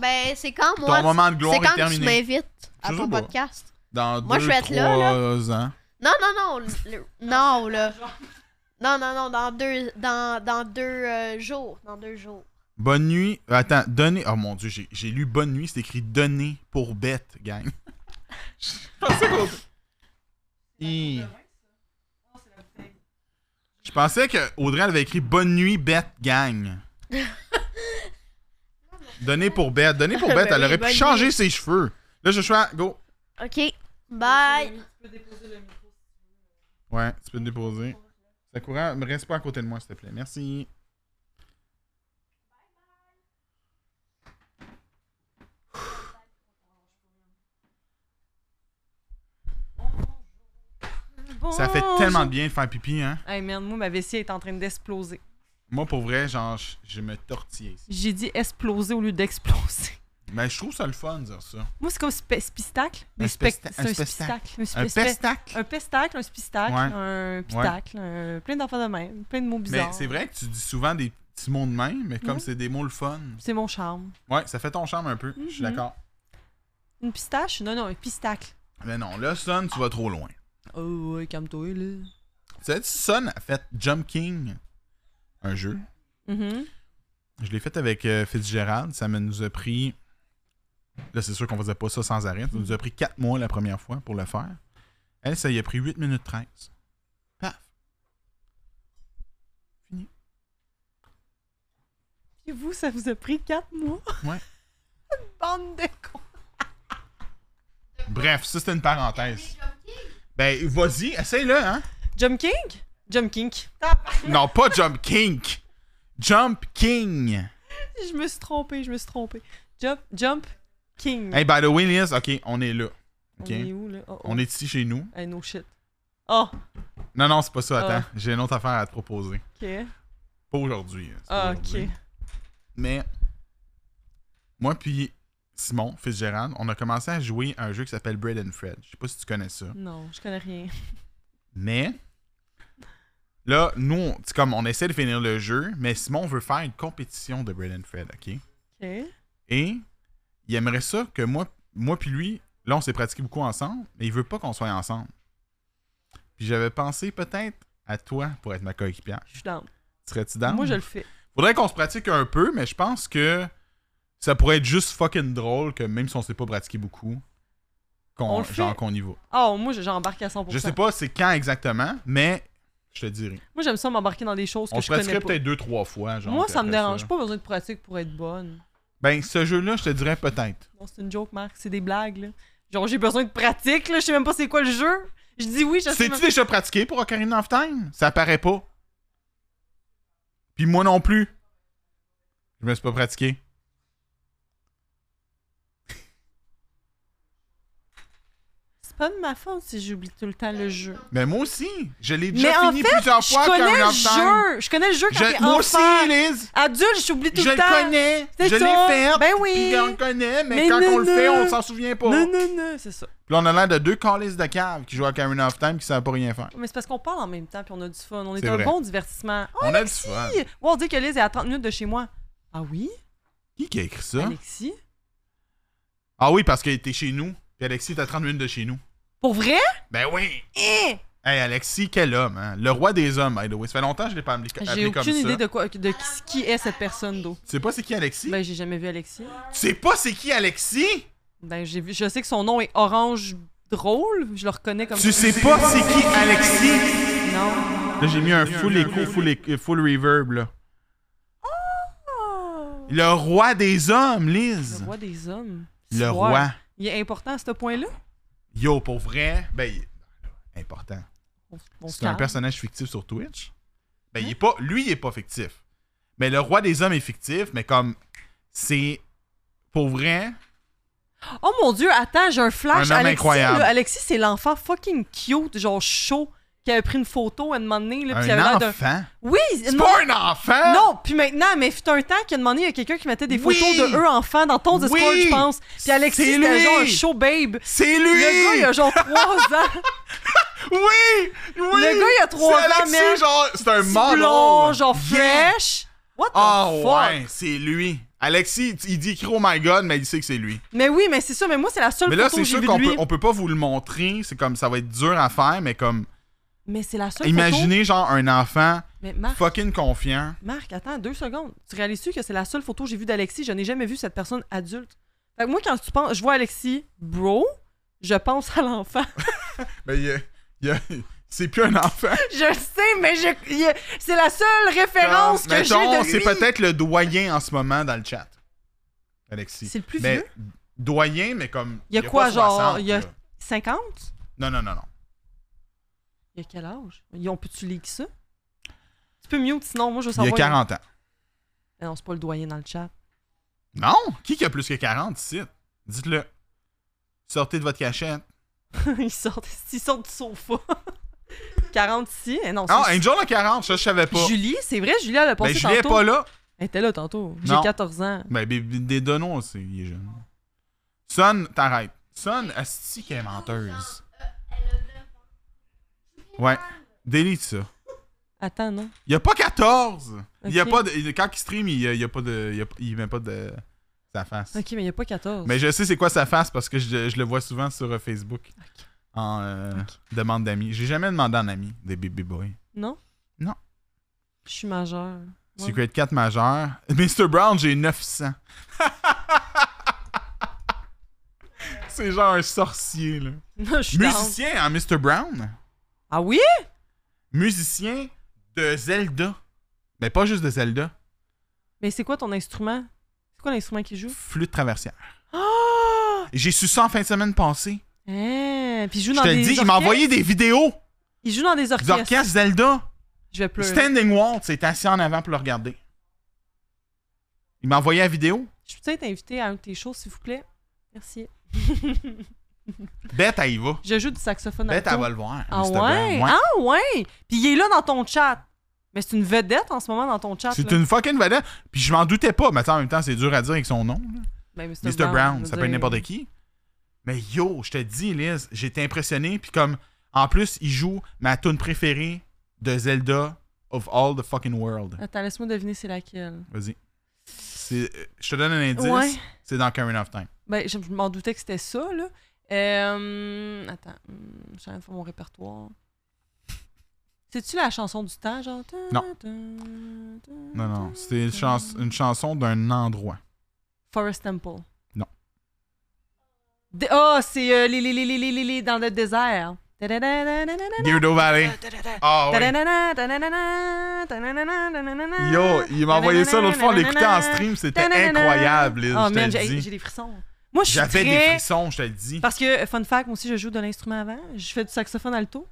[SPEAKER 3] Ben, c'est quand moi...
[SPEAKER 1] Ton moment de gloire
[SPEAKER 3] C'est quand
[SPEAKER 1] est terminé.
[SPEAKER 3] tu m'invites à
[SPEAKER 1] Je
[SPEAKER 3] ton
[SPEAKER 1] sais pas.
[SPEAKER 3] podcast.
[SPEAKER 1] Dans
[SPEAKER 3] Moi,
[SPEAKER 1] deux,
[SPEAKER 3] je vais être là,
[SPEAKER 1] trois ans.
[SPEAKER 3] Non, non, non. le- le- non, là. Non, non, non. Dans deux, dans, dans deux euh, jours. Dans deux jours.
[SPEAKER 1] Bonne nuit. Attends, donner. Oh mon dieu, j'ai- j'ai lu Bonne nuit, c'est écrit donner pour bête, gang. Je pensais qu'on- Hi. Je pensais que Audrey elle avait écrit Bonne nuit, bête, gang. donner pour bête. Donner pour bête,
[SPEAKER 3] Ben
[SPEAKER 1] elle
[SPEAKER 3] oui,
[SPEAKER 1] aurait pu
[SPEAKER 3] bonne
[SPEAKER 1] changer
[SPEAKER 3] nuit.
[SPEAKER 1] ses cheveux. Là, je suis à. Go.
[SPEAKER 3] OK. Bye.
[SPEAKER 1] Ouais, tu peux te déposer. Sakura, me reste pas à côté de moi, s'il te plaît. Merci. Ça fait tellement de bien de faire pipi, hein.
[SPEAKER 2] Hey man, moi, ma vessie est en train d'exploser.
[SPEAKER 1] Moi, pour vrai, genre, je, je me tortillais ici.
[SPEAKER 2] J'ai dit exploser au lieu d'exploser.
[SPEAKER 1] Mais je trouve ça le fun, de dire ça.
[SPEAKER 2] Moi, c'est comme spe- spistacle.
[SPEAKER 1] Un
[SPEAKER 2] Des spec-
[SPEAKER 1] spesta-
[SPEAKER 2] c'est
[SPEAKER 1] un
[SPEAKER 2] un
[SPEAKER 1] spestacle.
[SPEAKER 2] spistacle. Un
[SPEAKER 1] Un
[SPEAKER 2] spe- spe-
[SPEAKER 1] pestacle.
[SPEAKER 2] un pestacle, un spistacle,
[SPEAKER 1] Ouais.
[SPEAKER 2] un pitacle, un- plein d'enfants de même, plein de mots
[SPEAKER 1] Mais
[SPEAKER 2] bizarres.
[SPEAKER 1] c'est vrai que tu dis souvent des petits mots de même, mais comme
[SPEAKER 2] Mhm.
[SPEAKER 1] c'est des mots le fun.
[SPEAKER 2] C'est mon charme.
[SPEAKER 1] Ouais, ça fait ton charme un peu. Je suis
[SPEAKER 2] Mhm.
[SPEAKER 1] d'accord.
[SPEAKER 2] Une pistache? Non, non, un pistacle.
[SPEAKER 1] Mais non, là, Son, tu vas trop loin.
[SPEAKER 2] Oh, ouais, calme-toi, là.
[SPEAKER 1] Tu sais, Son a fait Jump King, un jeu.
[SPEAKER 2] Mhm.
[SPEAKER 1] Je l'ai fait avec euh, Fitzgerald. Ça me- nous a pris. Là, c'est sûr qu'on faisait pas ça sans arrêt. Ça nous a pris 4 mois la première fois pour le faire. Elle, ça y a pris 8 minutes 13. Paf.
[SPEAKER 2] Et vous, ça vous a pris quatre mois?
[SPEAKER 1] Ouais.
[SPEAKER 2] Bande de cons.
[SPEAKER 1] Bref, ça, c'était une parenthèse. Ben, vas-y, essaye-le, hein.
[SPEAKER 2] Jump King? Jump King.
[SPEAKER 1] Non, pas Jump King. Jump King.
[SPEAKER 2] Je me suis trompée, je me suis trompée. Jump, Jump King.
[SPEAKER 1] Hey, by the way, Liz, OK, on est là. OK?
[SPEAKER 2] On est où, là? Oh, oh.
[SPEAKER 1] On est ici chez nous.
[SPEAKER 2] Hey, no shit. Oh,
[SPEAKER 1] Non, non, c'est pas ça. Attends,
[SPEAKER 2] Ah.
[SPEAKER 1] j'ai une autre affaire à te proposer.
[SPEAKER 2] OK.
[SPEAKER 1] Pas aujourd'hui. hein, c'est pas
[SPEAKER 2] Ah, OK.
[SPEAKER 1] aujourd'hui. Mais moi puis Simon Fitzgerald, on a commencé à jouer à un jeu qui s'appelle Bread and Fred. Je sais pas si tu connais ça.
[SPEAKER 2] Non, je connais rien.
[SPEAKER 1] Mais là, nous, on- c'est comme on essaie de finir le jeu, mais Simon veut faire une compétition de Bread and Fred, OK?
[SPEAKER 2] OK.
[SPEAKER 1] Et il aimerait ça que moi, moi puis lui, là, on s'est pratiqué beaucoup ensemble, mais il veut pas qu'on soit ensemble. Puis j'avais pensé peut-être à toi pour être ma coéquipière.
[SPEAKER 2] Je suis down.
[SPEAKER 1] Serais-tu dans?
[SPEAKER 2] Moi, je le fais.
[SPEAKER 1] Faudrait qu'on se pratique un peu, mais je pense que ça pourrait être juste fucking drôle que même si on s'est pas pratiqué beaucoup,
[SPEAKER 2] On
[SPEAKER 1] qu'on
[SPEAKER 2] le fait.
[SPEAKER 1] genre qu'on y va.
[SPEAKER 2] Oh, moi, j'embarque à 100%.
[SPEAKER 1] Je sais pas c'est quand exactement, mais je te dirai.
[SPEAKER 2] Moi, j'aime ça m'embarquer dans des choses
[SPEAKER 1] On
[SPEAKER 2] que
[SPEAKER 1] se
[SPEAKER 2] je connais
[SPEAKER 1] pratiquerait
[SPEAKER 2] pas.
[SPEAKER 1] peut-être deux, trois fois. Genre,
[SPEAKER 2] Moi,
[SPEAKER 1] puis
[SPEAKER 2] ça me
[SPEAKER 1] après
[SPEAKER 2] dérange pas, besoin de pratique pour être bonne.
[SPEAKER 1] Ben, ce jeu-là, je te dirais peut-être.
[SPEAKER 2] Non, c'est une joke, Marc, c'est des blagues, là. Genre, j'ai besoin de pratique, là, je sais même pas c'est quoi le jeu. Je dis oui, je sais
[SPEAKER 1] Sais-tu
[SPEAKER 2] même...
[SPEAKER 1] déjà pratiqué pour Ocarina of Time? Ça paraît pas. Puis moi non plus. Je me suis pas pratiqué.
[SPEAKER 2] C'est pas de ma faute si j'oublie tout le temps le jeu.
[SPEAKER 1] Mais moi aussi, je l'ai
[SPEAKER 2] Mais
[SPEAKER 1] déjà
[SPEAKER 2] en
[SPEAKER 1] fini
[SPEAKER 2] fait,
[SPEAKER 1] plusieurs
[SPEAKER 2] Je
[SPEAKER 1] fois
[SPEAKER 2] connais
[SPEAKER 1] Ocarina
[SPEAKER 2] le
[SPEAKER 1] of Time.
[SPEAKER 2] jeu! Je connais le jeu quand
[SPEAKER 1] Je-
[SPEAKER 2] t'es
[SPEAKER 1] moi
[SPEAKER 2] enfant!
[SPEAKER 1] aussi, Liz.
[SPEAKER 2] Adulte, j'oublie tout
[SPEAKER 1] je
[SPEAKER 2] le
[SPEAKER 1] le
[SPEAKER 2] temps!
[SPEAKER 1] connais, je l'ai
[SPEAKER 2] C'est ça.
[SPEAKER 1] fait.
[SPEAKER 2] Ben oui.
[SPEAKER 1] Puis on le connaît, mais,
[SPEAKER 2] Mais
[SPEAKER 1] quand
[SPEAKER 2] non,
[SPEAKER 1] on le fait,
[SPEAKER 2] non.
[SPEAKER 1] on s'en souvient pas.
[SPEAKER 2] Non, non, non, c'est ça.
[SPEAKER 1] Puis on a l'air de deux calices de cave qui jouent à Karen of Time qui savent pas rien faire.
[SPEAKER 2] Mais c'est parce qu'on parle en même temps puis on a du fun. On est,
[SPEAKER 1] C'est
[SPEAKER 2] un
[SPEAKER 1] vrai.
[SPEAKER 2] bon divertissement. Oh,
[SPEAKER 1] on a du fun.
[SPEAKER 2] oui! Ouais, on dit que Liz est à 30 minutes de chez moi. Ah oui?
[SPEAKER 1] Qui qui a écrit ça?
[SPEAKER 2] Alexis?
[SPEAKER 1] Ah oui, parce qu'il était chez nous. Puis Alexis était à 30 minutes de chez nous.
[SPEAKER 2] Pour vrai?
[SPEAKER 1] Ben oui!
[SPEAKER 2] Eh!
[SPEAKER 1] Hey Alexis, quel homme, hein? Le roi des hommes, by the way. Ça fait longtemps que je l'ai pas appelé,
[SPEAKER 2] J'ai
[SPEAKER 1] appelé comme
[SPEAKER 2] aucune
[SPEAKER 1] ça.
[SPEAKER 2] idée de quoi de qui, qui est cette personne d'eau.
[SPEAKER 1] Tu sais pas c'est qui Alexis?
[SPEAKER 2] Ben j'ai jamais vu Alexis.
[SPEAKER 1] Tu sais pas c'est qui Alexis?
[SPEAKER 2] Ben, j'ai vu, je sais que son nom est Orange Drôle, je le reconnais comme
[SPEAKER 1] Tu sais pas c'est qui Alexis?
[SPEAKER 2] Non.
[SPEAKER 1] Là, j'ai mis un full écho, full, écho- full reverb, là. Le roi des hommes,
[SPEAKER 2] Le
[SPEAKER 1] Liz!
[SPEAKER 2] roi des hommes.
[SPEAKER 1] Le
[SPEAKER 2] Soir.
[SPEAKER 1] roi
[SPEAKER 2] Il est important à ce point-là?
[SPEAKER 1] Yo, pour vrai, ben, il- important.
[SPEAKER 2] On- on se
[SPEAKER 1] C'est un
[SPEAKER 2] calme. Hein?
[SPEAKER 1] personnage fictif sur Twitch. Ben, il est pas, lui, il est pas fictif. Mais le roi des hommes est fictif, mais comme c'est pour vrai,
[SPEAKER 2] Oh mon dieu, attends, j'ai un flash.
[SPEAKER 1] Un homme
[SPEAKER 2] Alexis,
[SPEAKER 1] incroyable.
[SPEAKER 2] là, Alexis, c'est l'enfant fucking cute, genre chaud, qui avait pris une photo à un moment donné. Là, puis il avait
[SPEAKER 1] un
[SPEAKER 2] l'air d'un-
[SPEAKER 1] enfant.
[SPEAKER 2] Oui,
[SPEAKER 1] C'est
[SPEAKER 2] non,
[SPEAKER 1] pas un enfant!
[SPEAKER 2] non, puis maintenant, mais fut un temps qu'il a demandé à quelqu'un qui mettait des
[SPEAKER 1] Oui!
[SPEAKER 2] photos de eux enfants dans ton Discord,
[SPEAKER 1] Oui!
[SPEAKER 2] je pense. Puis Alexis,
[SPEAKER 1] C'est
[SPEAKER 2] c'était
[SPEAKER 1] lui!
[SPEAKER 2] genre un show babe.
[SPEAKER 1] C'est lui!
[SPEAKER 2] Le gars, il a genre 3 ans.
[SPEAKER 1] Oui! Oui!
[SPEAKER 2] Le gars, il a trois
[SPEAKER 1] C'est
[SPEAKER 2] ans,
[SPEAKER 1] Alexis,
[SPEAKER 2] man.
[SPEAKER 1] genre, c'est un
[SPEAKER 2] Petit
[SPEAKER 1] model.
[SPEAKER 2] blond, genre
[SPEAKER 1] Yeah.
[SPEAKER 2] fresh. What the
[SPEAKER 1] Oh,
[SPEAKER 2] fuck?
[SPEAKER 1] ouais, c'est lui. Alexis, il- il dit écrit Oh my god, mais il sait que c'est lui.
[SPEAKER 2] Mais oui, mais c'est ça, mais moi, c'est la seule
[SPEAKER 1] Mais là,
[SPEAKER 2] photo
[SPEAKER 1] c'est
[SPEAKER 2] que j'ai
[SPEAKER 1] sûr
[SPEAKER 2] vue de
[SPEAKER 1] qu'on
[SPEAKER 2] lui.
[SPEAKER 1] peut, on peut pas vous le montrer. C'est comme ça va être dur à faire, mais comme.
[SPEAKER 2] Mais c'est la seule photo. Ah.
[SPEAKER 1] Imaginez, genre, un enfant
[SPEAKER 2] Mais Marc,
[SPEAKER 1] fucking confiant.
[SPEAKER 2] Marc, attends deux secondes. Tu réalises-tu que c'est la seule photo que j'ai vue d'Alexis? Je n'ai jamais vu cette personne adulte. Fait que moi, quand tu penses, je vois Alexis, bro, je pense à l'enfant.
[SPEAKER 1] Ben, il y a- il y a- C'est plus un enfant.
[SPEAKER 2] je le sais, mais je, il- c'est la seule référence
[SPEAKER 1] Comme,
[SPEAKER 2] que j'ai
[SPEAKER 1] mettons,
[SPEAKER 2] de
[SPEAKER 1] c'est
[SPEAKER 2] lui.
[SPEAKER 1] peut-être le doyen en ce moment dans le chat. Alexis.
[SPEAKER 2] C'est le plus
[SPEAKER 1] mais,
[SPEAKER 2] vieux?
[SPEAKER 1] Doyen, mais comme.
[SPEAKER 2] Il y a quoi,
[SPEAKER 1] pas
[SPEAKER 2] genre,
[SPEAKER 1] 60,
[SPEAKER 2] il y a-
[SPEAKER 1] là.
[SPEAKER 2] 50?
[SPEAKER 1] Non, non, non, non.
[SPEAKER 2] Il a quel âge? Ils ont peut-tu lire ça? Tu peux mute, sinon moi, je
[SPEAKER 1] Il
[SPEAKER 2] veux
[SPEAKER 1] y
[SPEAKER 2] savoir.
[SPEAKER 1] a 40 ans.
[SPEAKER 2] Ah Non, c'est pas le doyen dans le chat.
[SPEAKER 1] Non! Qui qui a plus que 40 ici? Dites-le. Sortez de votre cachette.
[SPEAKER 2] il, sort, il sort du sofa. 46? Eh non,
[SPEAKER 1] Ah,
[SPEAKER 2] c'est-
[SPEAKER 1] Angel a 40, ça je savais pas.
[SPEAKER 2] Julie, c'est vrai, Julie, elle a passé
[SPEAKER 1] Ben, Julien est
[SPEAKER 2] tantôt.
[SPEAKER 1] pas là.
[SPEAKER 2] Elle était là tantôt. J'ai
[SPEAKER 1] Non.
[SPEAKER 2] 14 ans.
[SPEAKER 1] Ben, ben, ben, des donnons aussi, il est jeune. Son, t'arrêtes. Son, asti qu'elle est menteuse. Ouais. Délite ça.
[SPEAKER 2] Attends, non.
[SPEAKER 1] Il y a pas 14! Il y a
[SPEAKER 2] Ok.
[SPEAKER 1] pas de, il- quand il stream, il y a, il y a pas de. Il, y a, il met pas de. Sa face.
[SPEAKER 2] Ok, mais il n'y a pas 14.
[SPEAKER 1] Mais je sais c'est quoi sa face parce que je, je le vois souvent sur euh, Facebook. En euh, demande d'amis. J'ai jamais demandé en ami des baby boys.
[SPEAKER 2] Non?
[SPEAKER 1] Non.
[SPEAKER 2] Je suis majeure. Ouais.
[SPEAKER 1] Secret 4 majeur. Mr. Brown, j'ai 900. C'est genre un sorcier, là.
[SPEAKER 2] Non, je suis down.
[SPEAKER 1] Musicien en Mr. Brown.
[SPEAKER 2] Ah oui?
[SPEAKER 1] Musicien de Zelda. Mais pas juste de Zelda.
[SPEAKER 2] Mais c'est quoi ton instrument? C'est quoi l'instrument qu'il joue?
[SPEAKER 1] Flûte traversière.
[SPEAKER 2] Ah!
[SPEAKER 1] J'ai su ça en fin de semaine passée.
[SPEAKER 2] Eh, Puis il joue
[SPEAKER 1] Je
[SPEAKER 2] dans
[SPEAKER 1] te
[SPEAKER 2] des
[SPEAKER 1] le dis, il
[SPEAKER 2] orchestres.
[SPEAKER 1] m'a envoyé des vidéos
[SPEAKER 2] Il joue dans des
[SPEAKER 1] des
[SPEAKER 2] orchestres.
[SPEAKER 1] orchestres Zelda.
[SPEAKER 2] Je vais pleurer.
[SPEAKER 1] Standing Wall, c'est assis en avant pour le regarder. Il m'a envoyé la vidéo.
[SPEAKER 2] Je peux peut-être invité à un de tes shows, s'il vous plaît? Merci.
[SPEAKER 1] Bête, elle y va.
[SPEAKER 2] Je joue du saxophone
[SPEAKER 1] Bête,
[SPEAKER 2] alto.
[SPEAKER 1] elle va le voir.
[SPEAKER 2] Ah
[SPEAKER 1] Mr.
[SPEAKER 2] ouais?
[SPEAKER 1] Brown. Ouais.
[SPEAKER 2] Ah ouais! Puis il est là dans ton chat. Mais c'est une vedette en ce moment dans ton chat.
[SPEAKER 1] C'est
[SPEAKER 2] là.
[SPEAKER 1] une fucking vedette. Puis je m'en doutais pas. Mais attends, en même temps, c'est dur à dire avec son nom. là.
[SPEAKER 2] Ben, Mr.
[SPEAKER 1] Mr. Brown, ça peut être n'importe qui. Mais yo, je te dis, Liz, j'étais impressionné. Puis comme, en plus, il joue ma tune préférée de Zelda of all the fucking world.
[SPEAKER 2] Attends, laisse-moi deviner c'est laquelle.
[SPEAKER 1] Vas-y. C'est- euh, Je te donne un indice.
[SPEAKER 2] Ouais.
[SPEAKER 1] C'est dans Current of Time.
[SPEAKER 2] Ben, je je m'en doutais que c'était ça, là. Euh, attends, hum, je suis en train de faire mon répertoire. C'est-tu la chanson du temps, genre?
[SPEAKER 1] Non.
[SPEAKER 2] Non,
[SPEAKER 1] Non,
[SPEAKER 2] Ah.
[SPEAKER 1] non. C'est une, chans- une chanson d'un endroit.
[SPEAKER 2] Forest Temple.
[SPEAKER 1] Non.
[SPEAKER 2] Dé- oh, c'est euh, les, les, les, les, les, les, les, dans le désert.
[SPEAKER 1] Geardo Valley. Ah ouais. Yo,
[SPEAKER 2] Yo,
[SPEAKER 1] il m'a envoyé ça l'autre fois, on l'écoutait en stream, c'était incroyable, Liz,
[SPEAKER 2] Oh
[SPEAKER 1] je te
[SPEAKER 2] man,
[SPEAKER 1] le
[SPEAKER 2] j'ai
[SPEAKER 1] dis.
[SPEAKER 2] j'ai des frissons. Moi, je suis
[SPEAKER 1] J'avais
[SPEAKER 2] très...
[SPEAKER 1] des frissons, je te le dis.
[SPEAKER 2] Parce que, euh, fun fact, moi aussi, je joue de l'instrument avant. Je fais du saxophone alto.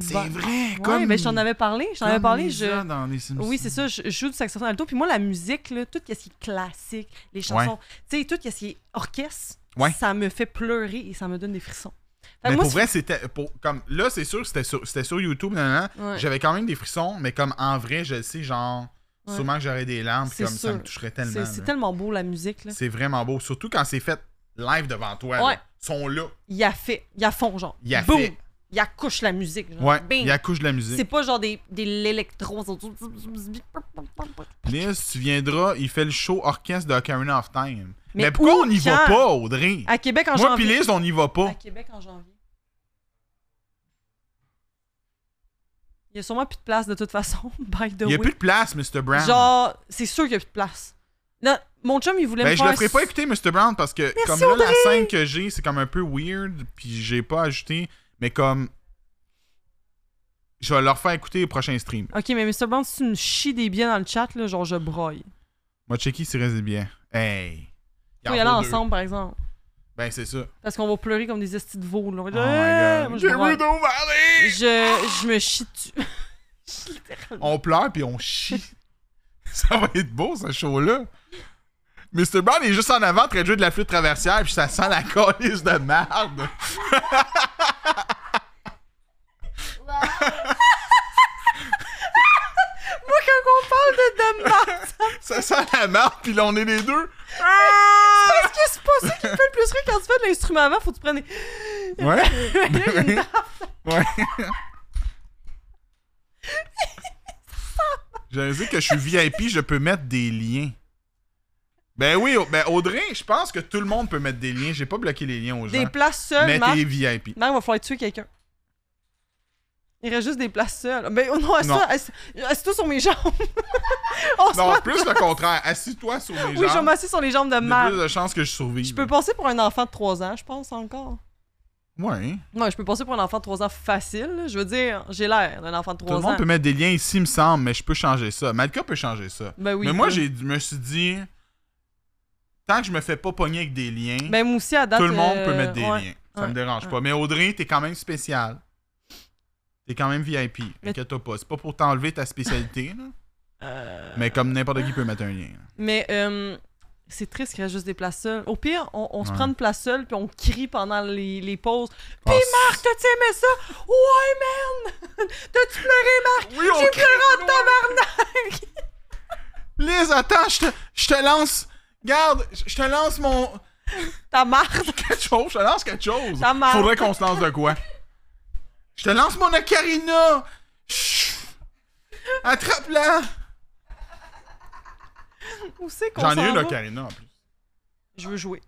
[SPEAKER 1] C'est
[SPEAKER 2] Bon.
[SPEAKER 1] vrai,
[SPEAKER 2] Ouais,
[SPEAKER 1] comme.
[SPEAKER 2] mais j'en avais parlé. J'en avais
[SPEAKER 1] comme
[SPEAKER 2] parlé.
[SPEAKER 1] les
[SPEAKER 2] Je...
[SPEAKER 1] gens dans les Simpsons.
[SPEAKER 2] Oui, c'est ça. Je, je joue du saxophone alto. Puis moi, la musique, là, tout ce qui est classique, les chansons, tu sais, tout ce qui est orchestre,
[SPEAKER 1] Ouais.
[SPEAKER 2] ça me fait pleurer et ça me donne des frissons. Fait que
[SPEAKER 1] Mais
[SPEAKER 2] moi,
[SPEAKER 1] pour
[SPEAKER 2] c'est-
[SPEAKER 1] vrai, c'était. pour- Comme, là, c'est sûr que c'était sur, c'était sur YouTube, nan, nan, nan.
[SPEAKER 2] Ouais.
[SPEAKER 1] J'avais quand même des frissons, mais comme en vrai, je le sais, genre,
[SPEAKER 2] Ouais.
[SPEAKER 1] sûrement que j'aurais des larmes, puis
[SPEAKER 2] C'est
[SPEAKER 1] comme ça me
[SPEAKER 2] sûr.
[SPEAKER 1] toucherait
[SPEAKER 2] c'est-
[SPEAKER 1] tellement.
[SPEAKER 2] c'est
[SPEAKER 1] là.
[SPEAKER 2] tellement beau, la musique. Là.
[SPEAKER 1] C'est vraiment beau, surtout quand c'est fait live devant toi.
[SPEAKER 2] Ouais.
[SPEAKER 1] là. Ils sont là.
[SPEAKER 2] Il a fait. Il a fond, genre.
[SPEAKER 1] Il a
[SPEAKER 2] Boum!
[SPEAKER 1] fait.
[SPEAKER 2] Il accouche la musique. Genre.
[SPEAKER 1] Ouais,
[SPEAKER 2] Bing!
[SPEAKER 1] il accouche de la
[SPEAKER 2] C'est
[SPEAKER 1] musique.
[SPEAKER 2] pas genre des, des l'électro.
[SPEAKER 1] Liz, tu viendras, il fait le show orchestre de Ocarina of Time.
[SPEAKER 2] Mais
[SPEAKER 1] Mais, pourquoi
[SPEAKER 2] où,
[SPEAKER 1] on n'y va
[SPEAKER 2] quand?
[SPEAKER 1] pas, Audrey?
[SPEAKER 2] À Québec en
[SPEAKER 1] Moi, puis
[SPEAKER 2] janvier.
[SPEAKER 1] Liz, on n'y va pas.
[SPEAKER 2] À Québec en janvier. Il y a sûrement plus de place de toute façon, by the
[SPEAKER 1] Il n'y a
[SPEAKER 2] way.
[SPEAKER 1] plus de place, Mr. Brown.
[SPEAKER 2] Genre, c'est sûr qu'il y a plus de place. Non, mon chum, il voulait me
[SPEAKER 1] ben, je
[SPEAKER 2] faire...
[SPEAKER 1] le ferai pas écouter, Mr. Brown, parce que
[SPEAKER 2] Merci,
[SPEAKER 1] comme là,
[SPEAKER 2] Audrey.
[SPEAKER 1] la scène que j'ai, c'est comme un peu weird, puis j'ai pas ajouté, mais comme. Je vais leur faire écouter les prochains streams.
[SPEAKER 2] Ok, mais Mr. Brown, si tu me chies des biens dans le chat, là, genre, je broille.
[SPEAKER 1] Moi, checker s'il reste bien. Hey! Il
[SPEAKER 2] On
[SPEAKER 1] en
[SPEAKER 2] y aller
[SPEAKER 1] faut deux.
[SPEAKER 2] ensemble, par exemple.
[SPEAKER 1] Ben, c'est ça.
[SPEAKER 2] Parce qu'on va pleurer comme des estis de veau. Là. On va dire,
[SPEAKER 1] Oh my
[SPEAKER 2] Ah!
[SPEAKER 1] God.
[SPEAKER 2] Moi, je, me rends-
[SPEAKER 1] Gerudo Valley!
[SPEAKER 2] je, je me chie dessus.
[SPEAKER 1] On pleure puis on chie. ça va être beau, ce show-là. Mr. Brown est juste en avant, très jouer de la flûte traversière, puis ça sent la calice de merde.
[SPEAKER 2] Moi, quand on parle de Dammar,
[SPEAKER 1] Ça sent la merde, puis là, on est les deux. Ah!
[SPEAKER 2] parce que c'est pas ça qui me fait le plus rire quand tu fais de l'instrument avant, faut que tu prennes des-
[SPEAKER 1] Ouais.
[SPEAKER 2] Là, il y a une
[SPEAKER 1] Ouais. J'allais dire que je suis VIP, je peux mettre des liens. Ben oui, au- ben Audrey, je pense que tout le monde peut mettre des liens. J'ai pas bloqué les liens aux gens.
[SPEAKER 2] Des places seules,
[SPEAKER 1] mais
[SPEAKER 2] Marc.
[SPEAKER 1] t'es VIP.
[SPEAKER 2] Marc, il va falloir tuer quelqu'un. Il reste juste des places seules. Mais oh non, assis-
[SPEAKER 1] Non.
[SPEAKER 2] assis- assis-toi sur mes jambes. On se
[SPEAKER 1] Non,
[SPEAKER 2] met-
[SPEAKER 1] plus le contraire. Assis-toi sur les
[SPEAKER 2] Oui, je vais
[SPEAKER 1] jambes.
[SPEAKER 2] m'assis sur les jambes de
[SPEAKER 1] Il y a
[SPEAKER 2] Marc.
[SPEAKER 1] plus de chances que je survive.
[SPEAKER 2] Je peux passer pour un enfant de 3 ans, je pense encore.
[SPEAKER 1] Ouais. hein.
[SPEAKER 2] Non, je peux passer pour un enfant de 3 ans facile. là. Je veux dire, j'ai l'air d'un enfant de
[SPEAKER 1] Tout
[SPEAKER 2] 3
[SPEAKER 1] le
[SPEAKER 2] ans.
[SPEAKER 1] monde peut mettre des liens ici, me semble, mais je peux changer ça. Malka peut changer ça.
[SPEAKER 2] Ben oui.
[SPEAKER 1] mais moi,
[SPEAKER 2] là.
[SPEAKER 1] j'ai- je me suis dit, tant que je me fais pas pogner avec des liens,
[SPEAKER 2] Ben moi aussi, à date.
[SPEAKER 1] tout le monde
[SPEAKER 2] euh,
[SPEAKER 1] peut mettre des
[SPEAKER 2] ouais.
[SPEAKER 1] liens. Ça
[SPEAKER 2] ouais,
[SPEAKER 1] me dérange
[SPEAKER 2] ouais.
[SPEAKER 1] pas. Mais Audrey, t'es quand même spécial. T'es quand même VIP.
[SPEAKER 2] Mais-
[SPEAKER 1] Inquiète-toi pas. C'est pas pour t'enlever ta spécialité, là.
[SPEAKER 2] Euh,
[SPEAKER 1] Mais comme n'importe qui peut mettre un lien. là.
[SPEAKER 2] Mais euh, c'est triste qu'il reste juste des places seules. Au pire, on, on se
[SPEAKER 1] Ouais.
[SPEAKER 2] prend une place seule puis on crie pendant les, les pauses.
[SPEAKER 1] Ah,
[SPEAKER 2] Puis Marc, t'as-tu aimé ça? Ouais, man! t'as-tu pleuré, Marc?
[SPEAKER 1] Oui, on
[SPEAKER 2] J'ai
[SPEAKER 1] crie,
[SPEAKER 2] pleuré en tabarnak!
[SPEAKER 1] Liz, attends, je te- je te lance. Garde, je je te lance mon.
[SPEAKER 2] Ta marde!
[SPEAKER 1] quelque chose, je te lance quelque chose.
[SPEAKER 2] Ça marche.
[SPEAKER 1] Faudrait qu'on se lance de quoi. Je te lance mon ocarina. Chut. Attrape-la.
[SPEAKER 2] Où c'est qu'on
[SPEAKER 1] J'en
[SPEAKER 2] s'en
[SPEAKER 1] ai une
[SPEAKER 2] va?
[SPEAKER 1] ocarina en plus.
[SPEAKER 2] Je veux jouer.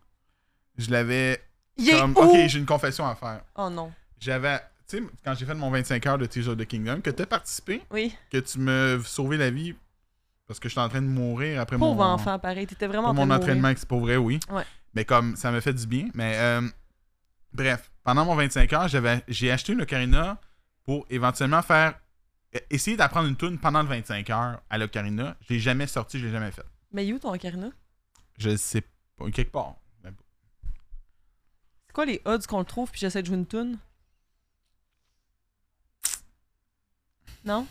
[SPEAKER 1] Je l'avais
[SPEAKER 2] Il est
[SPEAKER 1] comme...
[SPEAKER 2] où?
[SPEAKER 1] Ok, j'ai une confession à faire.
[SPEAKER 2] Oh non.
[SPEAKER 1] J'avais... Tu sais, quand j'ai fait mon 25 heures de Tears of the Kingdom, que t'as participé,
[SPEAKER 2] Oui.
[SPEAKER 1] que tu me sauvé la vie parce que j'étais en train de mourir après
[SPEAKER 2] Pauvre
[SPEAKER 1] mon...
[SPEAKER 2] enfant, pareil. T'étais
[SPEAKER 1] Pour
[SPEAKER 2] vraiment en train
[SPEAKER 1] mon
[SPEAKER 2] de mourir.
[SPEAKER 1] entraînement, que c'est pour vrai, oui.
[SPEAKER 2] Ouais.
[SPEAKER 1] Mais comme ça m'a fait du bien. Mais euh, bref, pendant mon 25 heures, j'avais, j'ai acheté une ocarina pour éventuellement faire. euh, Essayer d'apprendre une tune pendant le 25 heures à l'ocarina. Je l'ai jamais sorti, je l'ai jamais fait.
[SPEAKER 2] Mais il est où ton ocarina?
[SPEAKER 1] Je le sais pas, quelque part.
[SPEAKER 2] C'est quoi les odds qu'on le trouve puis j'essaie de jouer une tune? Non?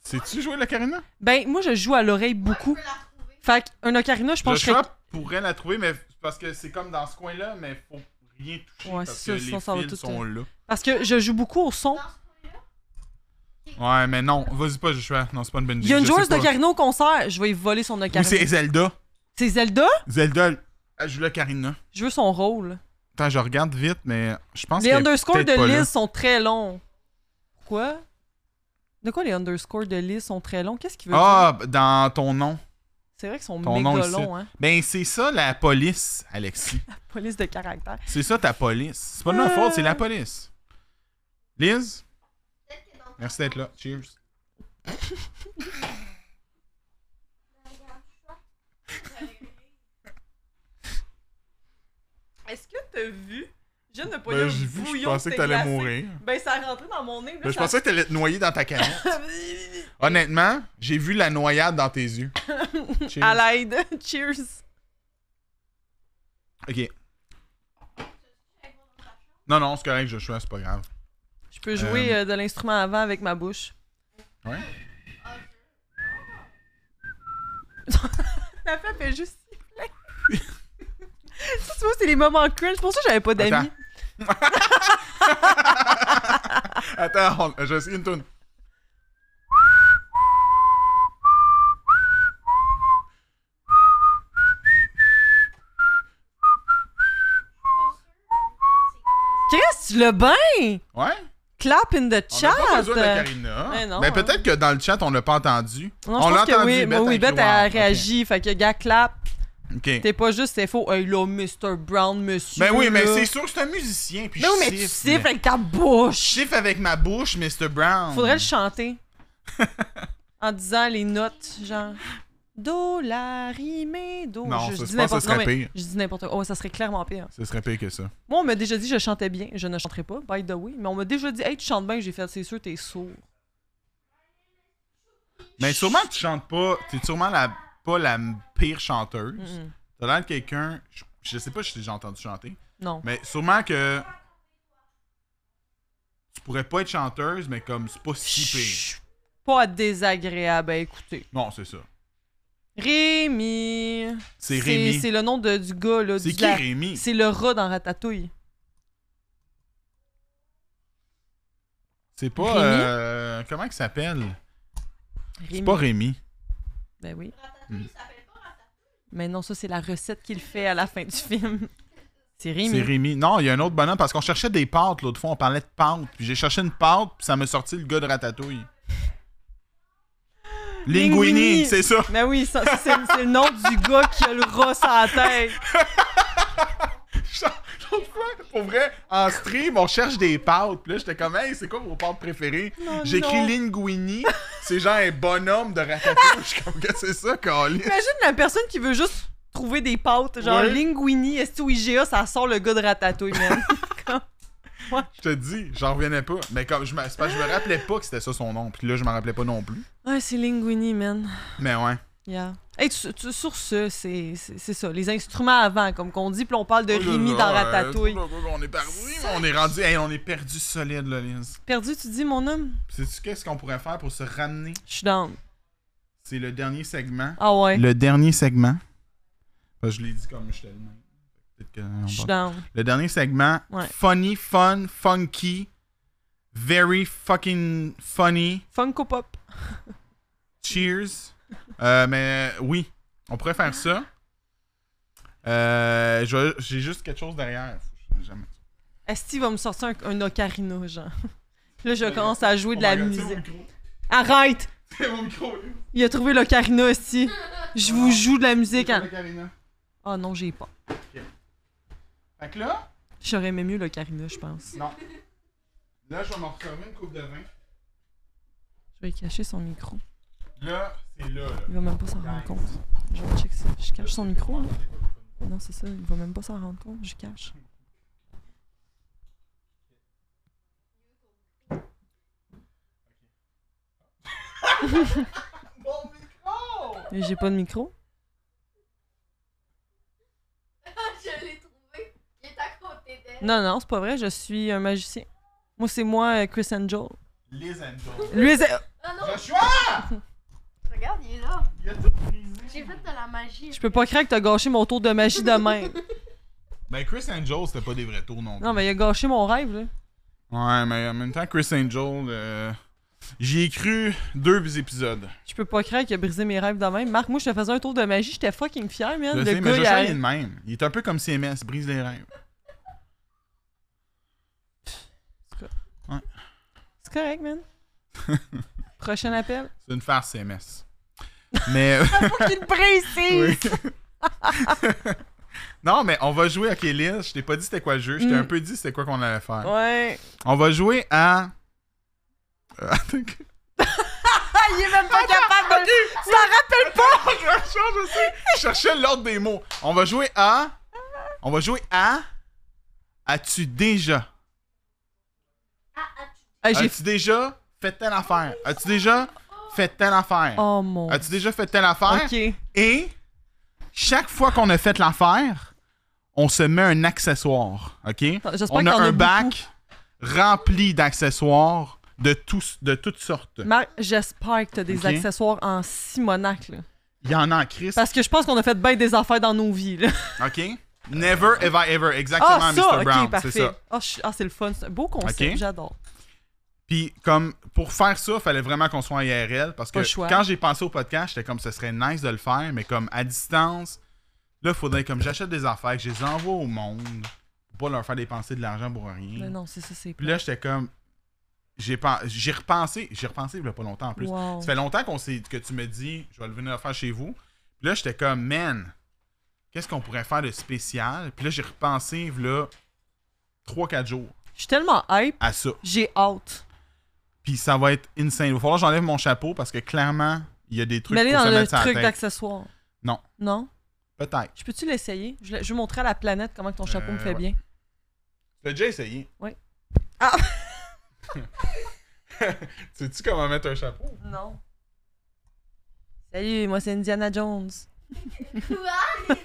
[SPEAKER 1] Sais-tu jouer l'ocarina?
[SPEAKER 2] Ben, moi, je joue à l'oreille beaucoup.
[SPEAKER 6] Je peux la retrouver.
[SPEAKER 2] Fait qu'un ocarina, je pense que je
[SPEAKER 1] Joshua
[SPEAKER 2] serais-
[SPEAKER 1] pourrait la trouver, mais c'est parce que c'est comme dans ce coin-là, mais faut rien toucher
[SPEAKER 2] Ouais,
[SPEAKER 1] parce que
[SPEAKER 2] c'est sûr,
[SPEAKER 1] les
[SPEAKER 2] sinon ça va
[SPEAKER 1] fils
[SPEAKER 2] tout,
[SPEAKER 1] sont là.
[SPEAKER 2] Parce que je joue beaucoup au son.
[SPEAKER 6] Dans ce coin-là,
[SPEAKER 1] Ouais, mais non, vas-y pas, Joshua. Non, c'est pas une bonne idée.
[SPEAKER 2] Il y a une
[SPEAKER 1] je sais
[SPEAKER 2] joueuse
[SPEAKER 1] pas.
[SPEAKER 2] d'ocarina au concert, je vais lui voler son
[SPEAKER 1] Oui,
[SPEAKER 2] ocarina.
[SPEAKER 1] c'est Zelda.
[SPEAKER 2] c'est Zelda?
[SPEAKER 1] Zelda, elle joue l'ocarina.
[SPEAKER 2] Je veux son rôle.
[SPEAKER 1] Attends, je regarde vite, mais je pense
[SPEAKER 2] Les
[SPEAKER 1] qu'elle est
[SPEAKER 2] underscores
[SPEAKER 1] peut-être pas
[SPEAKER 2] de
[SPEAKER 1] là.
[SPEAKER 2] Liz sont très longs. Pourquoi? De quoi les underscores de Liz sont très longs? Qu'est-ce qu'il veut dire?
[SPEAKER 1] Ah, dans ton nom.
[SPEAKER 2] C'est vrai qu'ils sont
[SPEAKER 1] ton
[SPEAKER 2] méga
[SPEAKER 1] nom ici.
[SPEAKER 2] longs, hein?
[SPEAKER 1] Ben, c'est ça la police, Alexis.
[SPEAKER 2] Police de caractère.
[SPEAKER 1] C'est ça ta police. C'est pas
[SPEAKER 2] Euh.
[SPEAKER 1] de ma faute, c'est la police. Liz,
[SPEAKER 6] peut-être que dans
[SPEAKER 1] merci d'être là. Cheers. Ben,
[SPEAKER 2] Est-ce que t'as vu? Je ne pas
[SPEAKER 1] Ben, j'ai vu, je pensais que t'allais mourir.
[SPEAKER 2] Ben, ça rentrait dans mon nez.
[SPEAKER 1] Ben, je pensais que t'allais te noyer dans ta canette. Honnêtement, j'ai vu la noyade dans tes yeux. Cheers.
[SPEAKER 2] À l'aide. Cheers.
[SPEAKER 1] Ok. Non, non, c'est correct, Joshua, c'est pas grave.
[SPEAKER 2] Je peux jouer euh, de l'instrument avant avec ma bouche.
[SPEAKER 1] Ouais.
[SPEAKER 2] La femme est juste siffler. Ça, tu vois, c'est les moments cringe. Pour ça, j'avais pas d'amis.
[SPEAKER 1] Attends. Attends, on- je sais une toune.
[SPEAKER 2] Chris, le bain!
[SPEAKER 1] Ouais?
[SPEAKER 2] Clap in the
[SPEAKER 1] On a
[SPEAKER 2] chat!
[SPEAKER 1] pas besoin de Karina.
[SPEAKER 2] Mais non,
[SPEAKER 1] Ben,
[SPEAKER 2] hein.
[SPEAKER 1] peut-être que dans le chat, on l'a pas entendu.
[SPEAKER 2] Non,
[SPEAKER 1] on
[SPEAKER 2] je
[SPEAKER 1] l'a
[SPEAKER 2] pense que
[SPEAKER 1] entendu,
[SPEAKER 2] oui,
[SPEAKER 1] Beth,
[SPEAKER 2] mais oui,
[SPEAKER 1] avec
[SPEAKER 2] Beth
[SPEAKER 1] Louard.
[SPEAKER 2] a
[SPEAKER 1] Ok.
[SPEAKER 2] réagi. Fait que, gars, clap.
[SPEAKER 1] OK.
[SPEAKER 2] T'es pas juste, c'est faux. Hey là, Mr. Brown, monsieur.
[SPEAKER 1] Ben oui, mais
[SPEAKER 2] là.
[SPEAKER 1] c'est sûr que c'est un musicien. Puis
[SPEAKER 2] Non,
[SPEAKER 1] je
[SPEAKER 2] mais tu
[SPEAKER 1] siffle.
[SPEAKER 2] siffles avec ta bouche!
[SPEAKER 1] Je siffle avec ma bouche, Mr. Brown.
[SPEAKER 2] Faudrait le chanter. en disant les notes, genre. Do, la, ri, mi, do.
[SPEAKER 1] Non,
[SPEAKER 2] je,
[SPEAKER 1] ça,
[SPEAKER 2] je
[SPEAKER 1] je pense que
[SPEAKER 2] dis n'importe
[SPEAKER 1] ça serait
[SPEAKER 2] non, mais
[SPEAKER 1] pire.
[SPEAKER 2] Je dis n'importe quoi. Oh, ça serait clairement pire.
[SPEAKER 1] Ce serait pire que ça.
[SPEAKER 2] Moi, on m'a déjà dit que je chantais bien. Je ne chanterai pas, by the way. Mais on m'a déjà dit, hey, tu chantes bien. J'ai fait, c'est sûr, t'es sourd.
[SPEAKER 1] Mais sûrement que tu chantes pas. T'es sûrement la, pas la m- pire chanteuse.
[SPEAKER 2] Mm-mm.
[SPEAKER 1] T'as l'air de quelqu'un. Je, je Je sais pas si j'ai déjà entendu chanter.
[SPEAKER 2] Non.
[SPEAKER 1] Mais sûrement que. Tu pourrais pas être chanteuse, mais comme c'est pas si pire.
[SPEAKER 2] Chut, Pas désagréable à écouter.
[SPEAKER 1] Non, c'est ça.
[SPEAKER 2] Rémi.
[SPEAKER 1] C'est Rémi.
[SPEAKER 2] C'est le nom de, du gars, là.
[SPEAKER 1] C'est
[SPEAKER 2] du-
[SPEAKER 1] qui
[SPEAKER 2] la-
[SPEAKER 1] Rémi?
[SPEAKER 2] C'est le rat dans Ratatouille.
[SPEAKER 1] C'est pas.
[SPEAKER 2] Rémi?
[SPEAKER 1] euh, comment il s'appelle?
[SPEAKER 2] Rémi.
[SPEAKER 1] C'est pas Hmm. Rémi.
[SPEAKER 2] Ben oui.
[SPEAKER 3] Ratatouille, il s'appelle pas Ratatouille.
[SPEAKER 2] Mais non, ça, c'est la recette qu'il fait à la fin du film. C'est Rémi.
[SPEAKER 1] C'est Rémi. Non, il y a un autre bonhomme parce qu'on cherchait des pâtes l'autre fois, on parlait de pâtes. Puis j'ai cherché une pâte, puis ça m'a sorti le gars de Ratatouille. Linguini,
[SPEAKER 2] Linguini.
[SPEAKER 1] c'est ça.
[SPEAKER 2] Ben oui, ça, ça, c'est c'est le nom du gars qui a le rat sur la tête.
[SPEAKER 1] L'autre fois, pour vrai, en stream, on cherche des pâtes. Puis là, j'étais comme, hey, c'est quoi vos pâtes préférées?
[SPEAKER 2] Non,
[SPEAKER 1] J'écris
[SPEAKER 2] Oh non.
[SPEAKER 1] Linguini, c'est genre un bonhomme de Ratatouille. Je suis comme, que c'est ça, Colin?
[SPEAKER 2] Imagine la personne qui veut juste trouver des pâtes, genre
[SPEAKER 1] Ouais.
[SPEAKER 2] linguini, est ou IGA, ça sort le gars de Ratatouille, man.
[SPEAKER 1] Je te dis, j'en revenais pas. Mais comme, je me, c'est parce que je me rappelais pas que c'était ça son nom. Puis là, je m'en rappelais pas non plus.
[SPEAKER 2] ouais, c'est linguini, man.
[SPEAKER 1] Mais ouais.
[SPEAKER 2] Yeah. Hey, tu- tu- sur ce, c'est c'est- c'est ça, les instruments avant, comme qu'on dit, puis on parle de
[SPEAKER 1] Oh là
[SPEAKER 2] Rémi
[SPEAKER 1] là,
[SPEAKER 2] dans
[SPEAKER 1] euh,
[SPEAKER 2] Ratatouille.
[SPEAKER 1] On est perdu, mais on est rendu. Hey, on est perdu solide, là, Liz.
[SPEAKER 2] Perdu, tu dis, mon homme?
[SPEAKER 1] Sais-tu qu'est-ce qu'on pourrait faire pour se ramener?
[SPEAKER 2] Je suis down.
[SPEAKER 1] C'est le dernier segment.
[SPEAKER 2] Ah ouais,
[SPEAKER 1] Le dernier segment. Parce que je l'ai dit comme je te le demande. Peut-être que- on
[SPEAKER 2] je suis
[SPEAKER 1] va-
[SPEAKER 2] down.
[SPEAKER 1] Le dernier segment.
[SPEAKER 2] Ouais.
[SPEAKER 1] Funny, fun, funky. Very fucking funny.
[SPEAKER 2] Funko Pop.
[SPEAKER 1] Cheers. Euh, mais euh, oui, on pourrait faire ça. Euh, je- J'ai juste quelque chose derrière. Faut que je- jamais-
[SPEAKER 2] Esti va me sortir un, un ocarina, genre. Là, je commence à jouer de
[SPEAKER 1] Oh
[SPEAKER 2] la
[SPEAKER 1] my God, c'est mon
[SPEAKER 2] musique.
[SPEAKER 1] micro.
[SPEAKER 2] Arrête!
[SPEAKER 1] C'est mon micro. Liz.
[SPEAKER 2] Il a trouvé l'ocarina, Esti. Je vous joue de la musique. en-
[SPEAKER 1] C'est Karina.
[SPEAKER 2] Ah non, j'ai pas.
[SPEAKER 1] Fait que là,
[SPEAKER 2] J'aurais aimé mieux l'ocarina, je pense.
[SPEAKER 1] là, je vais m'en refermer une coupe de vin.
[SPEAKER 2] Je vais cacher son micro.
[SPEAKER 1] Là, c'est là. là.
[SPEAKER 2] Il va même pas s'en rendre compte. Je vais check ça. Je cache son micro, là. Non, c'est ça. Il va même pas s'en rendre compte. Je cache. Et J'ai pas de micro.
[SPEAKER 3] Je l'ai trouvé. Il est à côté d'elle.
[SPEAKER 2] Non, non, c'est pas vrai. Je suis un magicien. Moi, c'est moi, euh, Chris Angel.
[SPEAKER 1] Les Angels.
[SPEAKER 2] Lui, c'est-
[SPEAKER 3] Ah non,
[SPEAKER 1] Joshua!
[SPEAKER 7] Regarde, il est là.
[SPEAKER 1] Il a tout brisé.
[SPEAKER 7] J'ai fait de la magie.
[SPEAKER 2] je peux pas croire que t'as gâché mon tour de magie de même.
[SPEAKER 1] Ben, Chris Angel, c'était pas des vrais tours non plus.
[SPEAKER 2] Non, mais il a gâché mon rêve, là.
[SPEAKER 1] Ouais, mais en même temps, Chris Angel, euh, j'y ai cru deux épisodes.
[SPEAKER 2] Je peux pas croire qu'il a brisé mes rêves de même. Marc, moi, je te faisais un tour de magie. J'étais fucking fier, man.
[SPEAKER 1] Je
[SPEAKER 2] Le
[SPEAKER 1] sais, mais
[SPEAKER 2] gars, il
[SPEAKER 1] Joshua,
[SPEAKER 2] a-
[SPEAKER 1] il est le même. Il est un peu comme CMS, brise les rêves.
[SPEAKER 2] C'est correct, man. Prochain appel.
[SPEAKER 1] C'est une farce, CMS. Mais. euh,
[SPEAKER 2] Qu'il précise!
[SPEAKER 1] Oui. non, mais on va jouer à Kélis. Je t'ai pas dit c'était quoi le jeu. Je t'ai
[SPEAKER 2] Mm.
[SPEAKER 1] un peu dit c'était quoi qu'on allait faire.
[SPEAKER 2] Ouais.
[SPEAKER 1] On va jouer à. Euh, attends que-
[SPEAKER 2] Ah, il est même pas capable de. Tu t'en rappelles pas!
[SPEAKER 1] je change, je sais. Je cherchais l'ordre des mots. On va jouer à. On va jouer à. As-tu déjà.
[SPEAKER 2] Ah, j'ai.
[SPEAKER 1] As-tu déjà fait telle affaire? As-tu déjà fait telle affaire?
[SPEAKER 2] Oh mon.
[SPEAKER 1] As-tu déjà fait telle affaire?
[SPEAKER 2] Ok.
[SPEAKER 1] Et chaque fois qu'on a fait l'affaire, on se met un accessoire. OK?
[SPEAKER 2] j'espère
[SPEAKER 1] On
[SPEAKER 2] qu'il y
[SPEAKER 1] a
[SPEAKER 2] en a
[SPEAKER 1] un bac rempli d'accessoires de, tous, de toutes sortes.
[SPEAKER 2] Marc, j'espère que t'as des
[SPEAKER 1] Ok.
[SPEAKER 2] accessoires en simonac, là.
[SPEAKER 1] Il y en a en crise.
[SPEAKER 2] Parce que je pense qu'on a fait bien des affaires dans nos vies, là.
[SPEAKER 1] OK? Never have I ever. Exactement,
[SPEAKER 2] Ah,
[SPEAKER 1] Mr.
[SPEAKER 2] ça!
[SPEAKER 1] Brown.
[SPEAKER 2] Ok, parfait.
[SPEAKER 1] C'est ça.
[SPEAKER 2] Ah, je- ah, c'est le fun. C'est un beau concept.
[SPEAKER 1] Ok.
[SPEAKER 2] J'adore.
[SPEAKER 1] Puis comme pour faire ça, fallait vraiment qu'on soit en IRL parce
[SPEAKER 2] Pas
[SPEAKER 1] que
[SPEAKER 2] le choix.
[SPEAKER 1] quand j'ai pensé au podcast, j'étais comme ce serait nice de le faire, mais comme à distance, là faudrait comme j'achète des affaires, que je les envoie au monde, pour pas leur faire dépenser de l'argent pour
[SPEAKER 2] Mais
[SPEAKER 1] rien.
[SPEAKER 2] non, c'est ça, c'est.
[SPEAKER 1] Puis là j'étais comme j'ai pen- j'ai repensé, j'ai repensé il y a pas longtemps en plus.
[SPEAKER 2] Wow.
[SPEAKER 1] Ça fait longtemps qu'on s'est que tu me dis je vais le venir le faire chez vous. Puis là j'étais comme man, qu'est-ce qu'on pourrait faire de spécial Puis là j'ai repensé là 3 4 jours
[SPEAKER 2] Je suis tellement hype.
[SPEAKER 1] à ça.
[SPEAKER 2] J'ai hâte.
[SPEAKER 1] Puis ça va être insane. Il va falloir que j'enlève mon chapeau parce que clairement, il y a des trucs
[SPEAKER 2] Mais aller
[SPEAKER 1] pour
[SPEAKER 2] dans
[SPEAKER 1] se
[SPEAKER 2] le
[SPEAKER 1] mettre sur
[SPEAKER 2] truc
[SPEAKER 1] la tête.
[SPEAKER 2] d'accessoires.
[SPEAKER 1] Non.
[SPEAKER 2] Non?
[SPEAKER 1] Peut-être.
[SPEAKER 2] Je peux-tu l'essayer? Je, vais- je vais montrer à la planète comment que ton chapeau me
[SPEAKER 1] Euh,
[SPEAKER 2] fait
[SPEAKER 1] ouais.
[SPEAKER 2] bien.
[SPEAKER 1] Tu as déjà essayé?
[SPEAKER 2] Oui. Ah!
[SPEAKER 1] Sais-tu comment mettre un chapeau?
[SPEAKER 2] Non. Salut, moi c'est Indiana Jones.
[SPEAKER 3] quoi? Indiana Jones.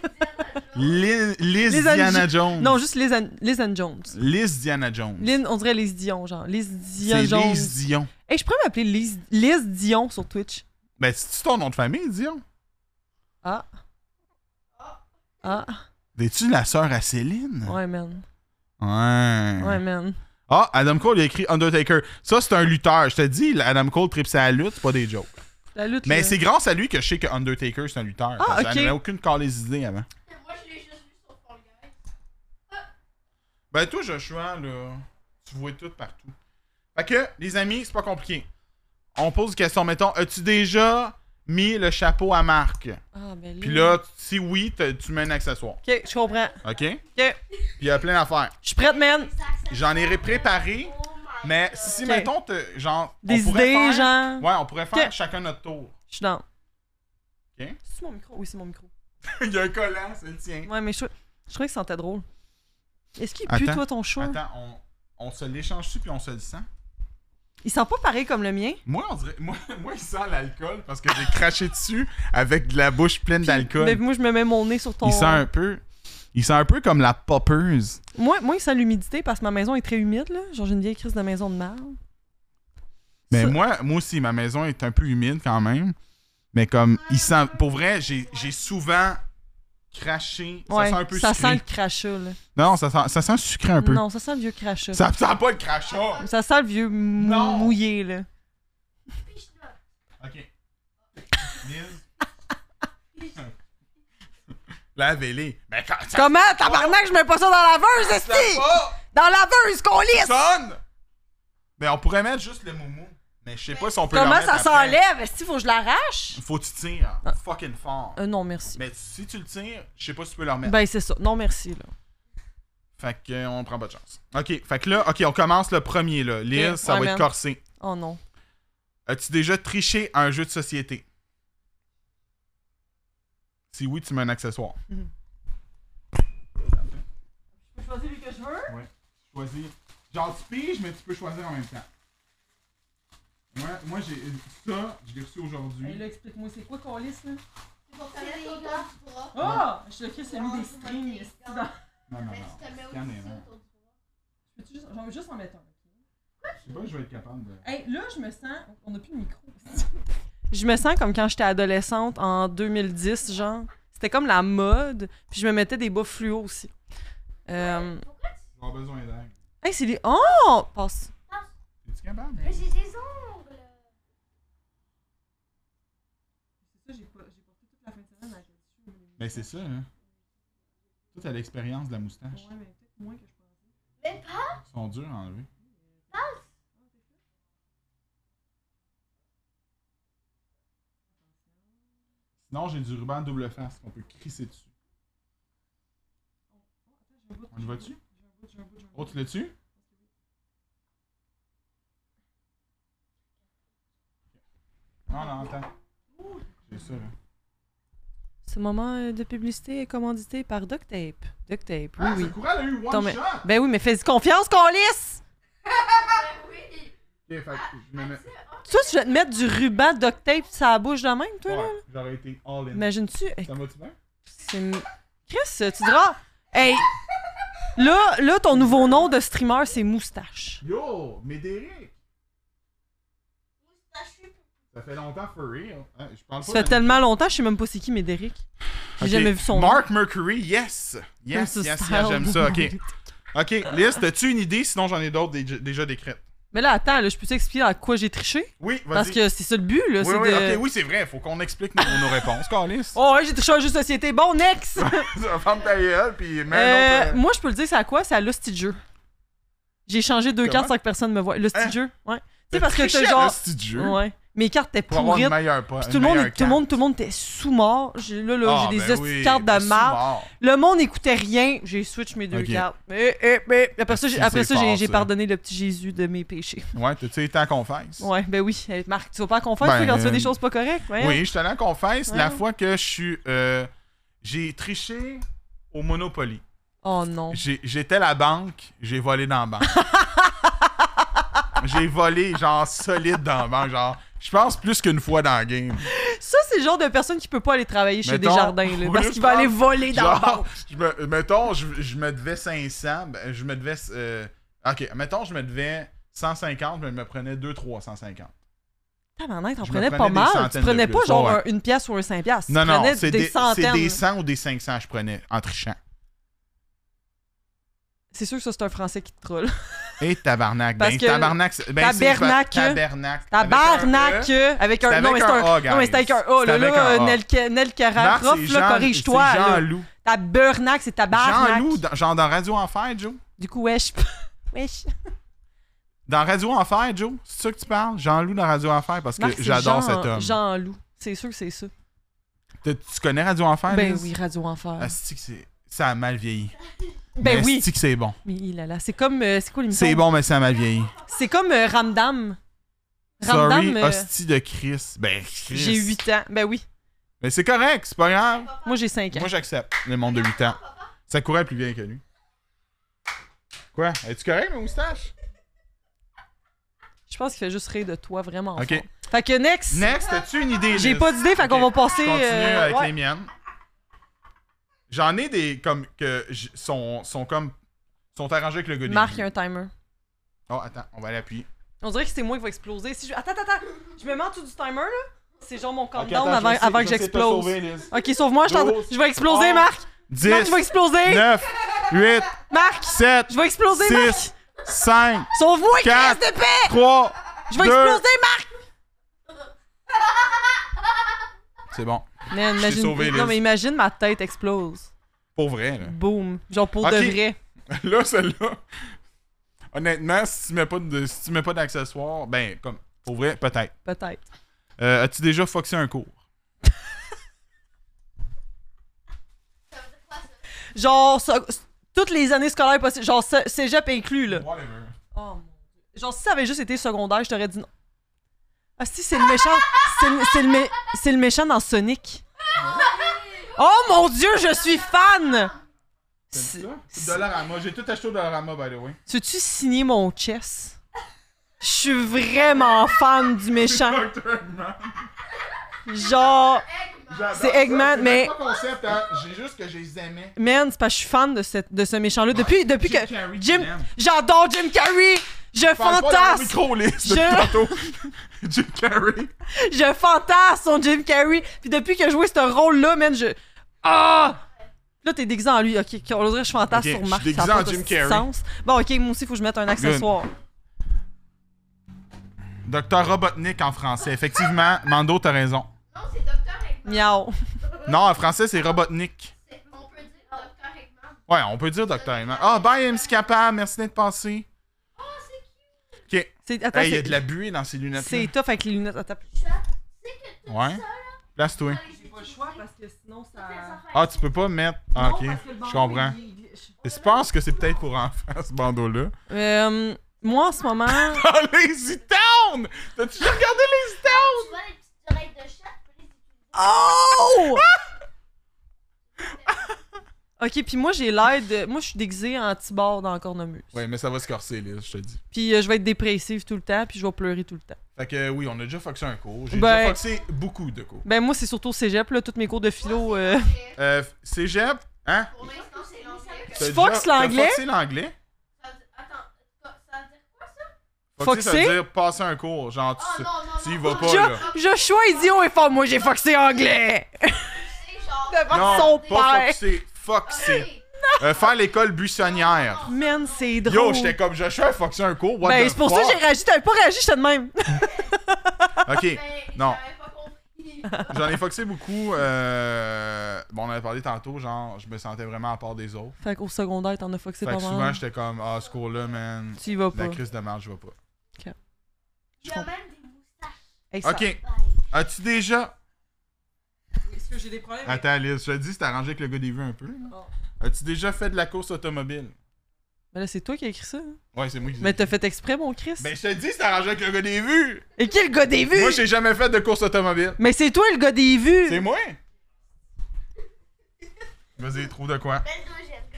[SPEAKER 1] Liz, Liz
[SPEAKER 2] Liz
[SPEAKER 1] Diana
[SPEAKER 2] Ange-
[SPEAKER 1] Jones.
[SPEAKER 2] Non, juste Liz Ann- Liz Ann Jones.
[SPEAKER 1] Liz Diana Jones.
[SPEAKER 2] Lynn, on dirait Liz Dion, genre. Liz Dion
[SPEAKER 1] C'est
[SPEAKER 2] Jones.
[SPEAKER 1] Liz Dion.
[SPEAKER 2] Hey, je pourrais m'appeler Liz, Liz Dion sur Twitch.
[SPEAKER 1] Ben, c'est-tu ton nom de famille, Dion?
[SPEAKER 2] Ah. Ah.
[SPEAKER 1] Es-tu la sœur à Céline?
[SPEAKER 2] Ouais, man.
[SPEAKER 1] Ouais.
[SPEAKER 2] Ouais, man.
[SPEAKER 1] Ah, Adam Cole, il a écrit Undertaker. Ça, c'est un lutteur. Je te dis, Adam Cole tripe sa lutte, c'est pas des jokes.
[SPEAKER 2] La lutte.
[SPEAKER 1] Mais
[SPEAKER 2] là.
[SPEAKER 1] c'est grâce à lui que je sais que Undertaker, c'est un lutteur.
[SPEAKER 2] Ah,
[SPEAKER 1] parce
[SPEAKER 2] ok.
[SPEAKER 1] que j'en avais aucune calée idée avant.
[SPEAKER 3] Moi, je l'ai juste vu sur Fall Guys. Ah!
[SPEAKER 1] Ben, toi, Joshua, là, tu vois tout partout. Fait que, les amis, c'est pas compliqué. On pose une question, mettons, as-tu déjà mis le chapeau à marque?
[SPEAKER 2] Ah, ben là.
[SPEAKER 1] Puis là, si oui, t'as- tu mets un accessoire.
[SPEAKER 2] Ok, je comprends.
[SPEAKER 1] OK? Puis
[SPEAKER 2] Ok.
[SPEAKER 1] il y a plein d'affaires.
[SPEAKER 2] Je suis prête, man.
[SPEAKER 3] Les accessoires,
[SPEAKER 1] J'en ai préparé,
[SPEAKER 3] Oh my
[SPEAKER 1] mais
[SPEAKER 3] God.
[SPEAKER 1] si,
[SPEAKER 2] Ok.
[SPEAKER 1] mettons, t'as- genre. on
[SPEAKER 2] Des
[SPEAKER 1] pourrait faire-
[SPEAKER 2] idées, genre.
[SPEAKER 1] Ouais, on pourrait faire
[SPEAKER 2] Ok.
[SPEAKER 1] chacun notre tour.
[SPEAKER 2] Je suis dans.
[SPEAKER 1] Ok.
[SPEAKER 2] C'est mon micro? Oui, c'est mon micro.
[SPEAKER 1] il y a un collant, c'est le tien.
[SPEAKER 2] Ouais, mais je, je trouvais que ça sentait drôle. Est-ce qu'il pue,
[SPEAKER 1] Attends.
[SPEAKER 2] toi, ton chou?
[SPEAKER 1] Attends, on, on se l'échange-tu puis on se le sent?
[SPEAKER 2] Il sent pas pareil comme le mien.
[SPEAKER 1] Moi, on dirait. Moi, moi il sent l'alcool parce que j'ai craché dessus avec de la bouche pleine
[SPEAKER 2] Mais
[SPEAKER 1] d'alcool.
[SPEAKER 2] moi, je me mets mon nez sur ton.
[SPEAKER 1] Il sent un peu. Il sent un peu comme la poppeuse.
[SPEAKER 2] Moi, moi, il sent l'humidité parce que ma maison est très humide, là. Genre, j'ai une vieille crise de maison de merde.
[SPEAKER 1] Mais
[SPEAKER 2] Ça-
[SPEAKER 1] moi, moi aussi, ma maison est un peu humide quand même. Mais comme, il sent. Pour vrai, j'ai j'ai souvent craché.
[SPEAKER 2] Ouais,
[SPEAKER 1] ça sent un peu
[SPEAKER 2] ça
[SPEAKER 1] sucré.
[SPEAKER 2] sent le crachat, là.
[SPEAKER 1] Non, ça sent, ça sent sucré un peu.
[SPEAKER 2] Non, ça sent le vieux crachat.
[SPEAKER 1] Ça sent pas le crachat.
[SPEAKER 2] Ça sent le vieux mou-
[SPEAKER 1] Non.
[SPEAKER 2] mouillé, là.
[SPEAKER 1] Ok. Liz. Lavez-les. Mais quand ça
[SPEAKER 2] Comment, tabarnak, je mets pas ça dans la laveuse,
[SPEAKER 1] sent
[SPEAKER 2] esti?
[SPEAKER 1] pas.
[SPEAKER 2] Dans la laveuse, qu'on lisse!
[SPEAKER 1] sonne! Mais on pourrait mettre juste le moumou. Mais je sais pas si on peut le
[SPEAKER 2] Comment
[SPEAKER 1] mettre
[SPEAKER 2] ça
[SPEAKER 1] après.
[SPEAKER 2] s'enlève, esti? Faut que je l'arrache?
[SPEAKER 1] Faut que tu tires fucking fort.
[SPEAKER 2] Euh, non, merci.
[SPEAKER 1] Mais si tu le tires, je sais pas si tu peux le remettre.
[SPEAKER 2] Ben, c'est ça. Non, merci, là.
[SPEAKER 1] Fait que euh, on prend pas de chance. OK, fait que là, OK, on commence le premier là. Liz,
[SPEAKER 2] Ok,
[SPEAKER 1] ça
[SPEAKER 2] ouais,
[SPEAKER 1] va être
[SPEAKER 2] man.
[SPEAKER 1] corsé.
[SPEAKER 2] Oh non.
[SPEAKER 1] As-tu déjà triché à un jeu de société? Si oui, tu mets un accessoire.
[SPEAKER 2] Je peux choisir lui que je veux?
[SPEAKER 1] Choisis. Genre tu piges, mais tu peux choisir en même temps. Moi, moi j'ai ça, je l'ai reçu aujourd'hui.
[SPEAKER 2] explique-moi, c'est quoi qu'on lisse, là?
[SPEAKER 3] C'est pour te mettre autour du bras.
[SPEAKER 2] Oh! Je te crisse,
[SPEAKER 3] mis des strings, esti, dans-
[SPEAKER 1] Non, non,
[SPEAKER 3] Mais tu te mets aussi autour du bras.
[SPEAKER 2] J'en veux juste en mettre un.
[SPEAKER 1] Je sais pas si je vais être capable de.
[SPEAKER 2] Hey, là, je me sens. On n'a plus de micro. je me sens comme quand j'étais adolescente en 2010, genre. C'était comme la mode. Puis je me mettais des bas fluo aussi. Euh...
[SPEAKER 1] J'ai besoin d'aide.
[SPEAKER 2] Hey, c'est les. Oh! Passe.
[SPEAKER 1] Es-tu capable?
[SPEAKER 3] Mais j'ai des ongles.
[SPEAKER 1] Ben, c'est ça, hein. Toi, t'as l'expérience de la moustache.
[SPEAKER 3] Mais pas.
[SPEAKER 1] Ils sont durs à enlever. Sinon, j'ai du ruban double face qu'on peut crisser dessus. On y va dessus? Oh, tu l'as dessus? Non, non, attends. J'ai ça, là.
[SPEAKER 2] Ce moment euh, de publicité est commandité par Duct Tape. Duct Tape, oui,
[SPEAKER 1] Ah,
[SPEAKER 2] oui.
[SPEAKER 1] c'est courant, elle a eu one
[SPEAKER 2] Attends, mais-
[SPEAKER 1] shot!
[SPEAKER 2] Ben oui, mais fais-y confiance qu'on lisse!
[SPEAKER 3] Oui.
[SPEAKER 1] Ok, fait que je me mets...
[SPEAKER 2] Toi, tu vas te mettre du ruban Duct Tape sur la bouche de même, toi, là?
[SPEAKER 1] Ouais, j'aurais été all in.
[SPEAKER 2] Imagines-tu? Hey,
[SPEAKER 1] Ça va-tu bien?
[SPEAKER 2] C'est une- Chris, tu diras. Hey! Là, là, ton nouveau nom de streamer, c'est Moustache.
[SPEAKER 1] Yo, Médéric!
[SPEAKER 3] Moustachu.
[SPEAKER 1] Ça fait longtemps, for real. Hein, je parle
[SPEAKER 2] Ça
[SPEAKER 1] pas
[SPEAKER 2] fait tellement longtemps, je sais même pas c'est qui, mais Derek. J'ai
[SPEAKER 1] Ok,
[SPEAKER 2] jamais vu son
[SPEAKER 1] Mark Mercury, yes!
[SPEAKER 2] nom.
[SPEAKER 1] Yes, yes,
[SPEAKER 2] Comme ce
[SPEAKER 1] yes,
[SPEAKER 2] style
[SPEAKER 1] j'aime
[SPEAKER 2] de
[SPEAKER 1] ça, ok.
[SPEAKER 2] monde.
[SPEAKER 1] Ok, Liz, t'as-tu une idée? Sinon, j'en ai d'autres déjà- déjà décrites.
[SPEAKER 2] Mais là, attends, là, je peux t'expliquer à quoi j'ai triché?
[SPEAKER 1] Oui, vas-y.
[SPEAKER 2] Parce que c'est ça le but, là.
[SPEAKER 1] Oui,
[SPEAKER 2] c'est
[SPEAKER 1] oui,
[SPEAKER 2] de...
[SPEAKER 1] ok, oui, c'est vrai, faut qu'on explique nos, nos réponses, Carlis.
[SPEAKER 2] Oh, ouais, j'ai triché à un jeu de société. Bon, next!
[SPEAKER 1] Ferme ta gueule, puis mets
[SPEAKER 2] Euh,
[SPEAKER 1] un autre. euh,
[SPEAKER 2] Moi, je peux le dire, c'est à quoi? C'est à l'hostie de jeu. J'ai changé deux
[SPEAKER 1] Comment?
[SPEAKER 2] cartes sans que personne me voit. L'hostie
[SPEAKER 1] Hein?
[SPEAKER 2] de jeu, ouais. Tu
[SPEAKER 1] t'as
[SPEAKER 2] sais, parce que
[SPEAKER 1] triché
[SPEAKER 2] t'as
[SPEAKER 1] à
[SPEAKER 2] genre.
[SPEAKER 1] l'hostie de jeu
[SPEAKER 2] Ouais. Mes cartes étaient
[SPEAKER 1] Pour avoir
[SPEAKER 2] pourrites.
[SPEAKER 1] une meilleure ben pas.
[SPEAKER 2] Puis tout le monde, tout le monde, tout le monde était sous mort. J'ai- Là,
[SPEAKER 1] Ah,
[SPEAKER 2] là, j'ai des hosties de cartes de marre. Le monde n'écoutait rien. J'ai switch mes deux
[SPEAKER 1] Ok.
[SPEAKER 2] cartes. Mais, eh, mais, Après ça, j'ai-
[SPEAKER 1] Si,
[SPEAKER 2] après
[SPEAKER 1] c'est
[SPEAKER 2] ça, j'ai-
[SPEAKER 1] fort,
[SPEAKER 2] j'ai
[SPEAKER 1] ça.
[SPEAKER 2] pardonné le petit Jésus de mes péchés.
[SPEAKER 1] Ouais, t'as-tu été en confesse?
[SPEAKER 2] Ouais, ben oui. Eh, Marc, tu vas pas en confesse
[SPEAKER 1] Ben,
[SPEAKER 2] toi, quand tu fais
[SPEAKER 1] euh,
[SPEAKER 2] des choses pas correctes. voyons.
[SPEAKER 1] Oui, je suis allé en confesse la
[SPEAKER 2] Ouais.
[SPEAKER 1] fois que je suis. euh, j'ai triché au Monopoly.
[SPEAKER 2] Oh non.
[SPEAKER 1] J'ai- J'étais à la banque, j'ai volé dans la banque. j'ai volé, genre, solide dans la banque. Genre, je pense plus qu'une fois dans la game.
[SPEAKER 2] Ça, c'est le genre de personne qui peut pas aller travailler chez
[SPEAKER 1] Mettons,
[SPEAKER 2] Desjardins, là,
[SPEAKER 1] au
[SPEAKER 2] parce
[SPEAKER 1] lieu
[SPEAKER 2] qu'il
[SPEAKER 1] de
[SPEAKER 2] va aller
[SPEAKER 1] prendre-
[SPEAKER 2] voler dans la
[SPEAKER 1] Genre,
[SPEAKER 2] banque.
[SPEAKER 1] je me, mettons, je, je me devais 500, ben, je me devais. euh, ok, mettons, je me devais 150, mais je me prenais 2-350.
[SPEAKER 2] Tabarnak, t'en
[SPEAKER 1] je me
[SPEAKER 2] prenais pas
[SPEAKER 1] prenais des
[SPEAKER 2] mal. Tu
[SPEAKER 1] centaines de
[SPEAKER 2] prenais
[SPEAKER 1] plus.
[SPEAKER 2] pas genre
[SPEAKER 1] Ouais.
[SPEAKER 2] un- une pièce ou un cinq pièces.
[SPEAKER 1] Non,
[SPEAKER 2] tu
[SPEAKER 1] non,
[SPEAKER 2] prenais
[SPEAKER 1] c'est
[SPEAKER 2] des,
[SPEAKER 1] des, c'est
[SPEAKER 2] centaines.
[SPEAKER 1] des 100 ou des 500 je prenais en trichant.
[SPEAKER 2] C'est sûr que ça, c'est un Français qui te troll.
[SPEAKER 1] Et tabarnak.
[SPEAKER 2] Parce
[SPEAKER 1] ben,
[SPEAKER 2] que-
[SPEAKER 1] tabarnak. c'est- Ben, c'est-
[SPEAKER 2] Tabernacle.
[SPEAKER 1] Tabernacle. Avec
[SPEAKER 2] Tabarnak!
[SPEAKER 1] un E.
[SPEAKER 2] euh, Avec un.
[SPEAKER 1] C'était
[SPEAKER 2] Non, mais
[SPEAKER 1] avec
[SPEAKER 2] c'est
[SPEAKER 1] un
[SPEAKER 2] un.
[SPEAKER 1] A,
[SPEAKER 2] Non, mais c'était avec un A.
[SPEAKER 1] guys.
[SPEAKER 2] Là,
[SPEAKER 1] C'était avec
[SPEAKER 2] là,
[SPEAKER 1] un A.
[SPEAKER 2] Nel Ke- Nel Kera,
[SPEAKER 1] Marc,
[SPEAKER 2] prof,
[SPEAKER 1] c'est
[SPEAKER 2] là,
[SPEAKER 1] Jean-
[SPEAKER 2] corrige-toi.
[SPEAKER 1] c'est Jean
[SPEAKER 2] là.
[SPEAKER 1] Loup.
[SPEAKER 2] Tabarnak, c'est
[SPEAKER 1] Jean
[SPEAKER 2] tabarnak.
[SPEAKER 1] Loup, dans- genre dans Radio Enfer, Joe.
[SPEAKER 2] Du coup, wesh. Wesh.
[SPEAKER 1] Dans Radio Enfer, Joe. C'est ça que tu parles? Jean Loup dans Radio Enfer parce que
[SPEAKER 2] Marc, c'est
[SPEAKER 1] j'adore
[SPEAKER 2] Jean-
[SPEAKER 1] cet homme.
[SPEAKER 2] Jean-Loup. C'est sûr que c'est ça.
[SPEAKER 1] Tu tu connais Radio Enfer?
[SPEAKER 2] Ben
[SPEAKER 1] Liz?
[SPEAKER 2] oui, Radio Enfer.
[SPEAKER 1] Asti que Ah, c'est- Ça a mal vieilli.
[SPEAKER 2] Ben
[SPEAKER 1] Mais
[SPEAKER 2] oui.
[SPEAKER 1] asti que c'est bon.
[SPEAKER 2] Mais il a là. C'est comme. euh, C'est quoi l'émission?
[SPEAKER 1] C'est bon, mais ça a mal vieilli.
[SPEAKER 2] C'est comme euh, Ramdam. Ramdam,
[SPEAKER 1] Sorry,
[SPEAKER 2] euh,
[SPEAKER 1] hostie de Chris. Ben, Chris.
[SPEAKER 2] j'ai 8 ans. Ben oui,
[SPEAKER 1] Mais c'est correct, c'est pas grave.
[SPEAKER 2] moi j'ai 5 ans.
[SPEAKER 1] Moi, j'accepte le monde de 8 ans. Ça courait plus bien que lui. Quoi? Es-tu correct, ma moustache?
[SPEAKER 2] Je pense qu'il fait juste rire de toi vraiment.
[SPEAKER 1] Ok.
[SPEAKER 2] fort. Fait que next,
[SPEAKER 1] Next, as-tu une idée?
[SPEAKER 2] j'ai
[SPEAKER 1] Liz?
[SPEAKER 2] pas d'idée, fait qu'on
[SPEAKER 1] Ok,
[SPEAKER 2] va passer.
[SPEAKER 1] Je continue
[SPEAKER 2] euh,
[SPEAKER 1] avec
[SPEAKER 2] ouais.
[SPEAKER 1] les miennes. J'en ai des comme que j- sont, sont comme sont arrangés avec le gars du
[SPEAKER 2] Marc, il y a un timer.
[SPEAKER 1] Oh attends, on va l'appuyer.
[SPEAKER 2] On dirait que c'est moi qui va exploser. Si je... Attends, attends, attends. Je me mets en dessous du timer là. C'est genre mon
[SPEAKER 1] Ok, attends,
[SPEAKER 2] countdown Ah, avant,
[SPEAKER 1] je vais
[SPEAKER 2] avant que
[SPEAKER 1] essayer- je vais essayer de te
[SPEAKER 2] j'explose.
[SPEAKER 1] sauver, Liz.
[SPEAKER 2] Ok, sauve-moi, je, t'en-
[SPEAKER 1] Douze,
[SPEAKER 2] je vais exploser,
[SPEAKER 1] onze,
[SPEAKER 2] Marc. Marc,
[SPEAKER 1] 10,
[SPEAKER 2] je vais exploser.
[SPEAKER 1] 9, 8,
[SPEAKER 2] Marc,
[SPEAKER 1] 7,
[SPEAKER 2] je vais exploser,
[SPEAKER 1] Six,
[SPEAKER 2] Marc.
[SPEAKER 1] 5,
[SPEAKER 2] Sauve-moi,
[SPEAKER 1] quatre,
[SPEAKER 2] Chris de paix.
[SPEAKER 1] 3,
[SPEAKER 2] Je vais
[SPEAKER 1] deux.
[SPEAKER 2] exploser, Marc.
[SPEAKER 1] C'est bon.
[SPEAKER 2] Man,
[SPEAKER 1] Je t'ai
[SPEAKER 2] imagine...
[SPEAKER 1] sauvé,
[SPEAKER 2] non,
[SPEAKER 1] Liz.
[SPEAKER 2] mais imagine ma tête explose.
[SPEAKER 1] Pour vrai, là.
[SPEAKER 2] Boom. Genre pour
[SPEAKER 1] Ok.
[SPEAKER 2] de vrai.
[SPEAKER 1] Là, celle-là. Honnêtement, si tu mets pas de, si tu mets pas d'accessoires, ben comme pour vrai, peut-être.
[SPEAKER 2] Peut-être.
[SPEAKER 1] Euh, as-tu déjà foxé un cours
[SPEAKER 2] Genre, ça- toutes les années scolaires possibles. Genre, cé- cégep inclus, là.
[SPEAKER 1] Whatever.
[SPEAKER 2] Oh, mon Dieu. Genre, si ça avait juste été secondaire, je t'aurais dit non. Ah, si, c'est le méchant. C'est le, c'est le mé- c'est le méchant dans Sonic. Oh mon dieu, je suis fan! C'est- c'est-
[SPEAKER 1] Dollarama, j'ai tout acheté au Dollarama by the way.
[SPEAKER 2] Tu veux-tu signer mon chess? Je suis vraiment fan du méchant. Genre, C'est Eggman,
[SPEAKER 1] même
[SPEAKER 2] mais-
[SPEAKER 1] pas concept, hein. J'ai juste que je les aimais.
[SPEAKER 2] man, c'est parce que je suis fan de, cette- de ce méchant-là. Depuis, depuis
[SPEAKER 1] Jim
[SPEAKER 2] que.
[SPEAKER 1] Carrey, tu
[SPEAKER 2] Jim.
[SPEAKER 1] l'aimes.
[SPEAKER 2] J'adore Jim Carrey! Je
[SPEAKER 1] Parle pas dans le
[SPEAKER 2] fantasme!
[SPEAKER 1] micro, Liz, depuis
[SPEAKER 2] Je-
[SPEAKER 1] tantôt. Jim Carrey.
[SPEAKER 2] je fantasme son Jim Carrey. Puis depuis que je jouais ce rôle-là, man, je. Ah! Là, t'es déguisé en lui. Ok, on dirait que je fantasme
[SPEAKER 1] Ok,
[SPEAKER 2] sur
[SPEAKER 1] je
[SPEAKER 2] Marc.
[SPEAKER 1] suis
[SPEAKER 2] ça a
[SPEAKER 1] déguisé
[SPEAKER 2] pas
[SPEAKER 1] en
[SPEAKER 2] de
[SPEAKER 1] Jim Carrey.
[SPEAKER 2] sens. Bon, ok, moi aussi, faut que je mette un accessoire.
[SPEAKER 1] Docteur Robotnik en français. Effectivement, Mando, t'as raison.
[SPEAKER 3] Non, c'est Dr. Eggman.
[SPEAKER 2] Miaou.
[SPEAKER 1] Non, en français, c'est Robotnik.
[SPEAKER 3] C'est- On peut dire Dr. Eggman.
[SPEAKER 1] Ouais, on peut dire Docteur Eggman. Ah, bye, MC Capable, merci d'être passé.
[SPEAKER 3] Oh,
[SPEAKER 1] Ok.
[SPEAKER 2] C'est, attends,
[SPEAKER 1] Hey, il y a
[SPEAKER 2] c'est-
[SPEAKER 1] de la buée dans ces lunettes.
[SPEAKER 2] c'est tough avec les lunettes. Attends.
[SPEAKER 1] Ouais. Place-toi.
[SPEAKER 3] Ah,
[SPEAKER 2] J'ai pas le choix parce que sinon ça.
[SPEAKER 1] Ah, tu peux pas mettre. Ah, ok. Je comprends. Je pense que c'est peut-être pour enfants, ce bandeau-là.
[SPEAKER 2] Euh, moi, en ce moment.
[SPEAKER 1] Ah, Lazy Town! T'as-tu déjà regardé Lazy Town?
[SPEAKER 3] Tu vois les petites oreilles de chat, tu peux les utiliser.
[SPEAKER 2] Oh! ok, puis moi, j'ai l'air de. Moi, je suis déguisée en Tibor dans Cornemuse.
[SPEAKER 1] Ouais, mais ça va se corser, Liz, je te dis.
[SPEAKER 2] Puis euh, je vais être dépressive tout le temps, puis je vais pleurer tout le temps.
[SPEAKER 1] Fait que euh, oui, on a déjà foxé un cours. J'ai
[SPEAKER 2] Ben-
[SPEAKER 1] déjà foxé beaucoup de cours.
[SPEAKER 2] Ben moi, c'est surtout au cégep, là, tous mes cours de philo. euh.
[SPEAKER 1] Euh, cégep, hein?
[SPEAKER 3] Pour l'instant, c'est l'anglais.
[SPEAKER 1] T'as déjà-
[SPEAKER 2] foxes
[SPEAKER 1] t'as
[SPEAKER 2] l'anglais?
[SPEAKER 1] foxé l'anglais?
[SPEAKER 3] Ça veut- Attends, ça ça veut dire quoi ça?
[SPEAKER 1] Foxer, ça veut
[SPEAKER 2] Foxer?
[SPEAKER 1] dire passer un cours. Genre,
[SPEAKER 2] Ah,
[SPEAKER 1] tu
[SPEAKER 3] Oh
[SPEAKER 1] sais-
[SPEAKER 3] non, non,
[SPEAKER 1] tu y
[SPEAKER 3] non,
[SPEAKER 1] vas
[SPEAKER 3] non,
[SPEAKER 1] pas,
[SPEAKER 2] Jo-
[SPEAKER 1] là.
[SPEAKER 2] Joshua idiot est fort, moi j'ai foxé anglais!
[SPEAKER 3] C'est genre.
[SPEAKER 2] Devant
[SPEAKER 1] Non,
[SPEAKER 2] son
[SPEAKER 1] pas
[SPEAKER 2] père!
[SPEAKER 1] foxer. Foxer.
[SPEAKER 3] Ok.
[SPEAKER 1] Euh, faire l'école buissonnière.
[SPEAKER 2] Man, c'est drôle!
[SPEAKER 1] Yo, j'étais comme Joshua, foxer un cours. What
[SPEAKER 2] ben
[SPEAKER 1] the
[SPEAKER 2] c'est pour ça que j'ai
[SPEAKER 1] fuck?
[SPEAKER 2] réagi, t'avais pas réagi, j'étais de même!
[SPEAKER 1] Ok.
[SPEAKER 3] Ben,
[SPEAKER 1] Non.
[SPEAKER 3] j'avais pas compris.
[SPEAKER 1] J'en ai foxé beaucoup. euh, Bon, on en a parlé tantôt, genre, je me sentais vraiment à part des autres.
[SPEAKER 2] Fait qu'au secondaire, t'en as foxé
[SPEAKER 1] Fait
[SPEAKER 2] pas
[SPEAKER 1] que souvent,
[SPEAKER 2] mal.
[SPEAKER 1] j'étais comme, ah, ce cours-là, man,
[SPEAKER 2] Tu y vas pas.
[SPEAKER 1] la crise de marge, je vois pas.
[SPEAKER 3] Il y a même des moustaches.
[SPEAKER 2] Hey, ça-
[SPEAKER 1] Ok,
[SPEAKER 3] Bye.
[SPEAKER 1] as-tu déjà.
[SPEAKER 2] Est-ce que j'ai des problèmes?
[SPEAKER 1] Attends, Liz, je te dis, c'est arrangé avec le gars des vues un peu. là.
[SPEAKER 2] Oh.
[SPEAKER 1] As-tu déjà fait de la course automobile?
[SPEAKER 2] Mais là, c'est toi qui as écrit ça. hein?
[SPEAKER 1] Ouais, c'est moi qui
[SPEAKER 2] Mais
[SPEAKER 1] l'ai
[SPEAKER 2] t'as fait exprès, mon Chris?
[SPEAKER 1] Ben, je te dis, c'est arrangé avec le gars des vues!
[SPEAKER 2] Et qui est le gars des vues?
[SPEAKER 1] Moi, j'ai jamais fait de course automobile.
[SPEAKER 2] Mais c'est toi le gars des vues!
[SPEAKER 1] C'est moi! Vas-y, trouve de quoi.
[SPEAKER 3] Belle dojette.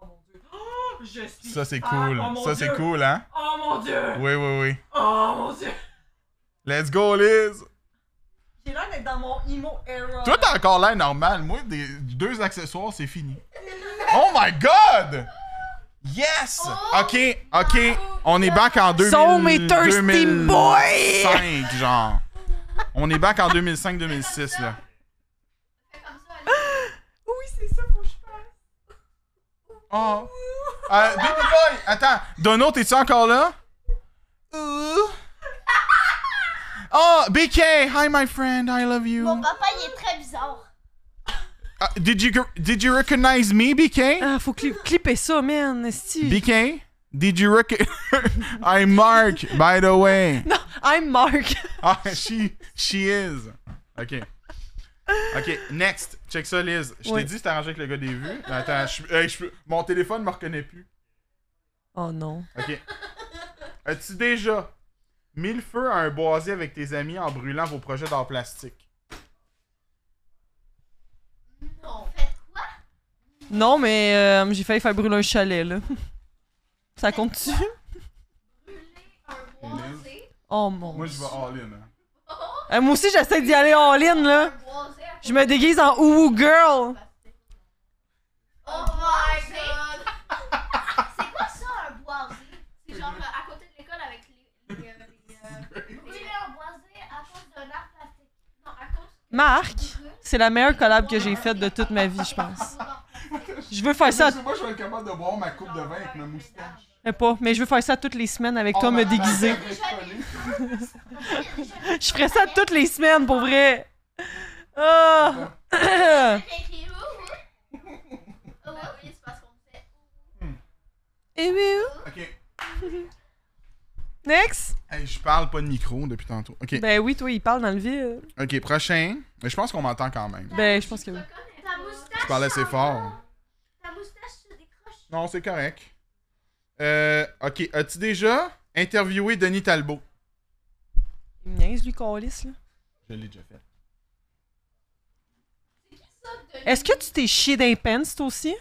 [SPEAKER 2] Oh mon dieu! Oh, je suis.
[SPEAKER 1] Ça, c'est
[SPEAKER 2] Ah,
[SPEAKER 1] cool.
[SPEAKER 2] oh mon
[SPEAKER 1] ça, c'est
[SPEAKER 2] Dieu.
[SPEAKER 1] cool, hein?
[SPEAKER 2] Oh mon dieu!
[SPEAKER 1] Oui, oui, oui.
[SPEAKER 2] Oh mon dieu!
[SPEAKER 1] Let's go, Liz!
[SPEAKER 2] J'ai dans mon emo era.
[SPEAKER 1] Toi, t'as encore l'air normal. Moi, des, deux accessoires, c'est fini. Oh my god! Yes!
[SPEAKER 2] Oh
[SPEAKER 1] ok, ok. On est back en 2000,
[SPEAKER 2] So me thirsty
[SPEAKER 1] 2005, genre. On est back en 2005-2006, là.
[SPEAKER 3] Fais comme ça,
[SPEAKER 2] Oui, c'est ça qu'on je fais.
[SPEAKER 1] Oh. Euh, Baby Boy, attends. Dono, t'es-tu encore là? Ouh. Oh, BK, hi my friend, I love you.
[SPEAKER 3] Mon papa, il est très bizarre.
[SPEAKER 1] Uh, did you did you recognize me, BK?
[SPEAKER 2] Ah, faut cli- clipper ça, man. esti.
[SPEAKER 1] BK, did you rec- I'm Mark, by the way.
[SPEAKER 2] Non, I'm Mark.
[SPEAKER 1] Ah, she, she is. OK. OK, next. Check ça, Liz. Je
[SPEAKER 2] Ouais.
[SPEAKER 1] t'ai dit, c'est arrangé avec le gars des vues. Mais Attends, je, hey, je- mon téléphone me reconnaît plus.
[SPEAKER 2] Oh non.
[SPEAKER 1] OK. As-tu déjà mis le feu à un boisier avec tes amis en brûlant vos projets d'art plastique?
[SPEAKER 3] Non, faites quoi?
[SPEAKER 2] Non, mais euh, j'ai failli faire brûler un chalet, là. Ça compte-tu?
[SPEAKER 3] Brûler un boisé.
[SPEAKER 2] Oh mon.
[SPEAKER 1] Moi, je vais
[SPEAKER 2] Dieu.
[SPEAKER 1] all-in. hein.
[SPEAKER 2] Euh, moi aussi, j'essaie d'y aller en ligne, là.
[SPEAKER 3] Un boisé à
[SPEAKER 2] Je me déguise en Ouh Girl.
[SPEAKER 3] Oh my god! C'est quoi ça, un boisé? C'est genre euh, à côté de l'école avec les. les, euh, les, euh, brûler un boisé à cause d'un arbre plastique. Non, à cause.
[SPEAKER 2] Marc, c'est la meilleure collab que j'ai faite de toute ma vie, je pense. Je veux faire ça, à-
[SPEAKER 1] Parce que Moi, je vais être capable de boire ma coupe de vin avec ma moustache.
[SPEAKER 2] mais pas, mais je veux faire ça toutes les semaines avec toi, me déguiser. Je ferais ça toutes les semaines, pour vrai. Ah!
[SPEAKER 3] Oh, oui, c'est parce qu'on fait.
[SPEAKER 2] Eh oui, oui.
[SPEAKER 1] OK.
[SPEAKER 2] Next.
[SPEAKER 1] Hey, je parle pas de micro depuis tantôt. OK.
[SPEAKER 2] Ben oui, toi, il parle dans le vide.
[SPEAKER 1] OK, prochain. Mais je pense qu'on m'entend quand même.
[SPEAKER 2] Ben, je pense que oui.
[SPEAKER 3] Ta moustache.
[SPEAKER 1] Je parle assez
[SPEAKER 3] s'en
[SPEAKER 1] fort.
[SPEAKER 3] va. Ta moustache se décroche.
[SPEAKER 1] Non, c'est correct. Euh, ok, as-tu déjà interviewé Denis Talbot?
[SPEAKER 2] Il me niaise, lui, Calis, là.
[SPEAKER 1] Je l'ai déjà fait.
[SPEAKER 3] Ça, Denis,
[SPEAKER 2] Est-ce que tu t'es chié d'un pence, toi aussi?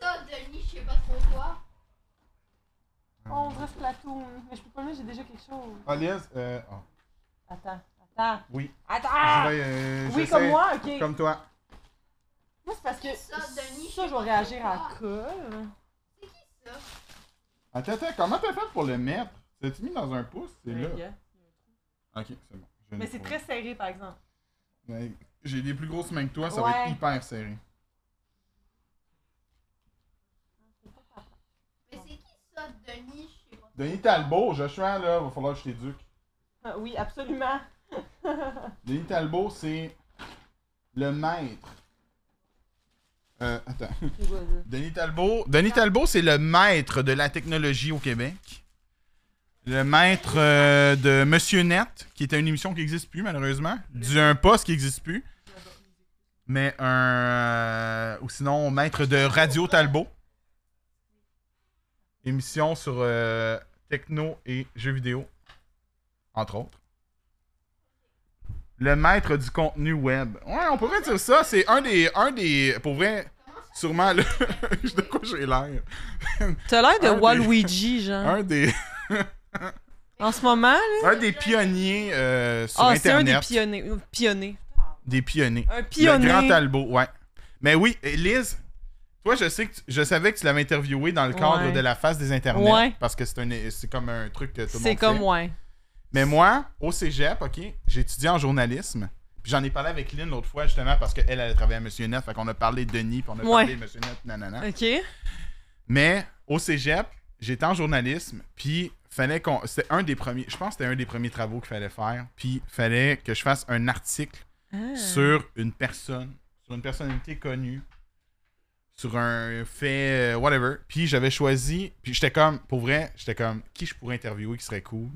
[SPEAKER 3] ça, Denis, je sais pas trop quoi.
[SPEAKER 2] On dirait Splatoon, hein. mais je peux pas le j'ai déjà quelque chose.
[SPEAKER 1] Alias, euh, ah,
[SPEAKER 2] Attends, attends.
[SPEAKER 1] oui.
[SPEAKER 2] Attends!
[SPEAKER 1] Je vais, euh,
[SPEAKER 2] Ah, Oui,
[SPEAKER 1] j'essaie.
[SPEAKER 2] comme moi, ok.
[SPEAKER 1] Comme toi.
[SPEAKER 2] Moi, c'est parce que
[SPEAKER 3] Ça, Denis,
[SPEAKER 2] ça, je vais réagir à colle.
[SPEAKER 1] Attends, attends, comment t'as fait pour le mettre? T'as-tu mis dans un pouce? C'est là. Ok, c'est bon. Je l'ai
[SPEAKER 2] Euh, Mais c'est
[SPEAKER 1] trouvé.
[SPEAKER 2] très serré, par exemple.
[SPEAKER 1] Ouais, J'ai des plus grosses mains que toi, ça va
[SPEAKER 2] Ouais.
[SPEAKER 1] être hyper serré.
[SPEAKER 3] Mais c'est qui ça, Denis, je sais pas.
[SPEAKER 1] Denis Talbot, Joshua, là, va falloir que je t'éduque.
[SPEAKER 2] Ah, Oui, absolument.
[SPEAKER 1] Denis Talbot, c'est le maître. Euh, attends. Denis Talbot. Denis Talbot, c'est le maître de la technologie au Québec. Le maître euh, de Monsieur Net, qui était une émission qui n'existe plus, malheureusement. D'un poste qui n'existe plus. Mais un. euh, ou sinon, maître de Radio Talbot. Émission sur euh, techno et jeux vidéo, entre autres. Le maître du contenu web. Ouais, on pourrait dire ça. C'est un des. Un des. Pour vrai, sûrement le. de quoi j'ai
[SPEAKER 2] Hein?
[SPEAKER 1] l'air.
[SPEAKER 2] T'as l'air
[SPEAKER 1] Un
[SPEAKER 2] de
[SPEAKER 1] des-
[SPEAKER 2] Waluigi, genre.
[SPEAKER 1] Un des.
[SPEAKER 2] En ce moment, là.
[SPEAKER 1] Un des pionniers euh, sur
[SPEAKER 2] Ah, c'est un
[SPEAKER 1] Internet.
[SPEAKER 2] des pionniers. euh, pionniers.
[SPEAKER 1] des pionniers.
[SPEAKER 2] Un
[SPEAKER 1] Le grand
[SPEAKER 2] pionnier.
[SPEAKER 1] Talbot, ouais. Mais oui, et Liz, toi, je sais que tu- je savais que tu l'avais interviewé dans le cadre
[SPEAKER 2] Ouais.
[SPEAKER 1] de la face des internets.
[SPEAKER 2] Ouais.
[SPEAKER 1] Parce que c'est un- c'est comme un truc que tout le monde Hein?
[SPEAKER 2] C'est comme
[SPEAKER 1] fait.
[SPEAKER 2] ouais.
[SPEAKER 1] Mais moi, au cégep, OK, j'étudiais en journalisme. Puis j'en ai parlé avec Lynn l'autre fois, justement, parce qu'elle, elle travaillait à Monsieur Net. Fait qu'on a parlé de Denis, puis on a
[SPEAKER 2] Ouais.
[SPEAKER 1] parlé de Monsieur Net, nanana.
[SPEAKER 2] Ok.
[SPEAKER 1] Mais au cégep, j'étais en journalisme, puis fallait qu'on. C'était un des premiers. Je pense que c'était un des premiers travaux qu'il fallait faire. Puis fallait que je fasse un article
[SPEAKER 2] Ah.
[SPEAKER 1] sur une personne, sur une personnalité connue, sur un fait, euh, whatever. Puis j'avais choisi, puis j'étais comme, pour vrai, j'étais comme, qui je pourrais interviewer qui serait cool.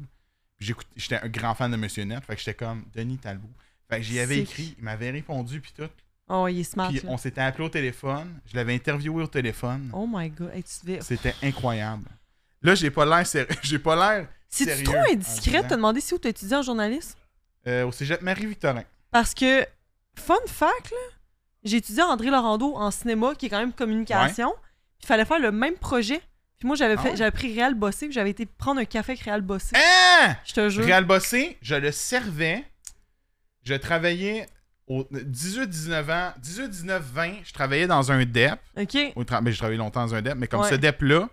[SPEAKER 1] Puis j'écoute- j'étais un grand fan de Monsieur Net, fait que j'étais comme, Denis Talbot. Fait que j'y avais
[SPEAKER 2] Sick.
[SPEAKER 1] écrit, il m'avait répondu, puis tout.
[SPEAKER 2] Oh, il est smart.
[SPEAKER 1] Puis
[SPEAKER 2] là.
[SPEAKER 1] on s'était appelé au téléphone, je l'avais interviewé au téléphone.
[SPEAKER 2] Oh my god. Hey, tu devais-
[SPEAKER 1] C'était incroyable. Là, j'ai pas l'air sérieux. J'ai pas l'air
[SPEAKER 2] C'est-tu
[SPEAKER 1] sérieux
[SPEAKER 2] trop
[SPEAKER 1] en
[SPEAKER 2] indiscret de te
[SPEAKER 1] disant.
[SPEAKER 2] demander si où t'as étudié en journalisme?
[SPEAKER 1] Euh, au cégep Marie-Victorin.
[SPEAKER 2] Parce que, fun fact, là, j'ai étudié André Laurando en cinéma, qui est quand même communication. Il fallait faire le même projet. Puis moi, j'avais
[SPEAKER 1] Ah
[SPEAKER 2] fait,
[SPEAKER 1] ouais?
[SPEAKER 2] j'avais pris Réal Bossé, puis j'avais été prendre un café avec Réal Bossé.
[SPEAKER 1] Hein?
[SPEAKER 2] Je te jure.
[SPEAKER 1] Réal Bossé, je le servais. je travaillais au 18, 19 ans, 18, 19, 20, je travaillais dans un DEP.
[SPEAKER 2] OK.
[SPEAKER 1] Au tra- ben, j'ai travaillé longtemps dans un DEP, mais comme
[SPEAKER 2] Ouais.
[SPEAKER 1] ce DEP-là,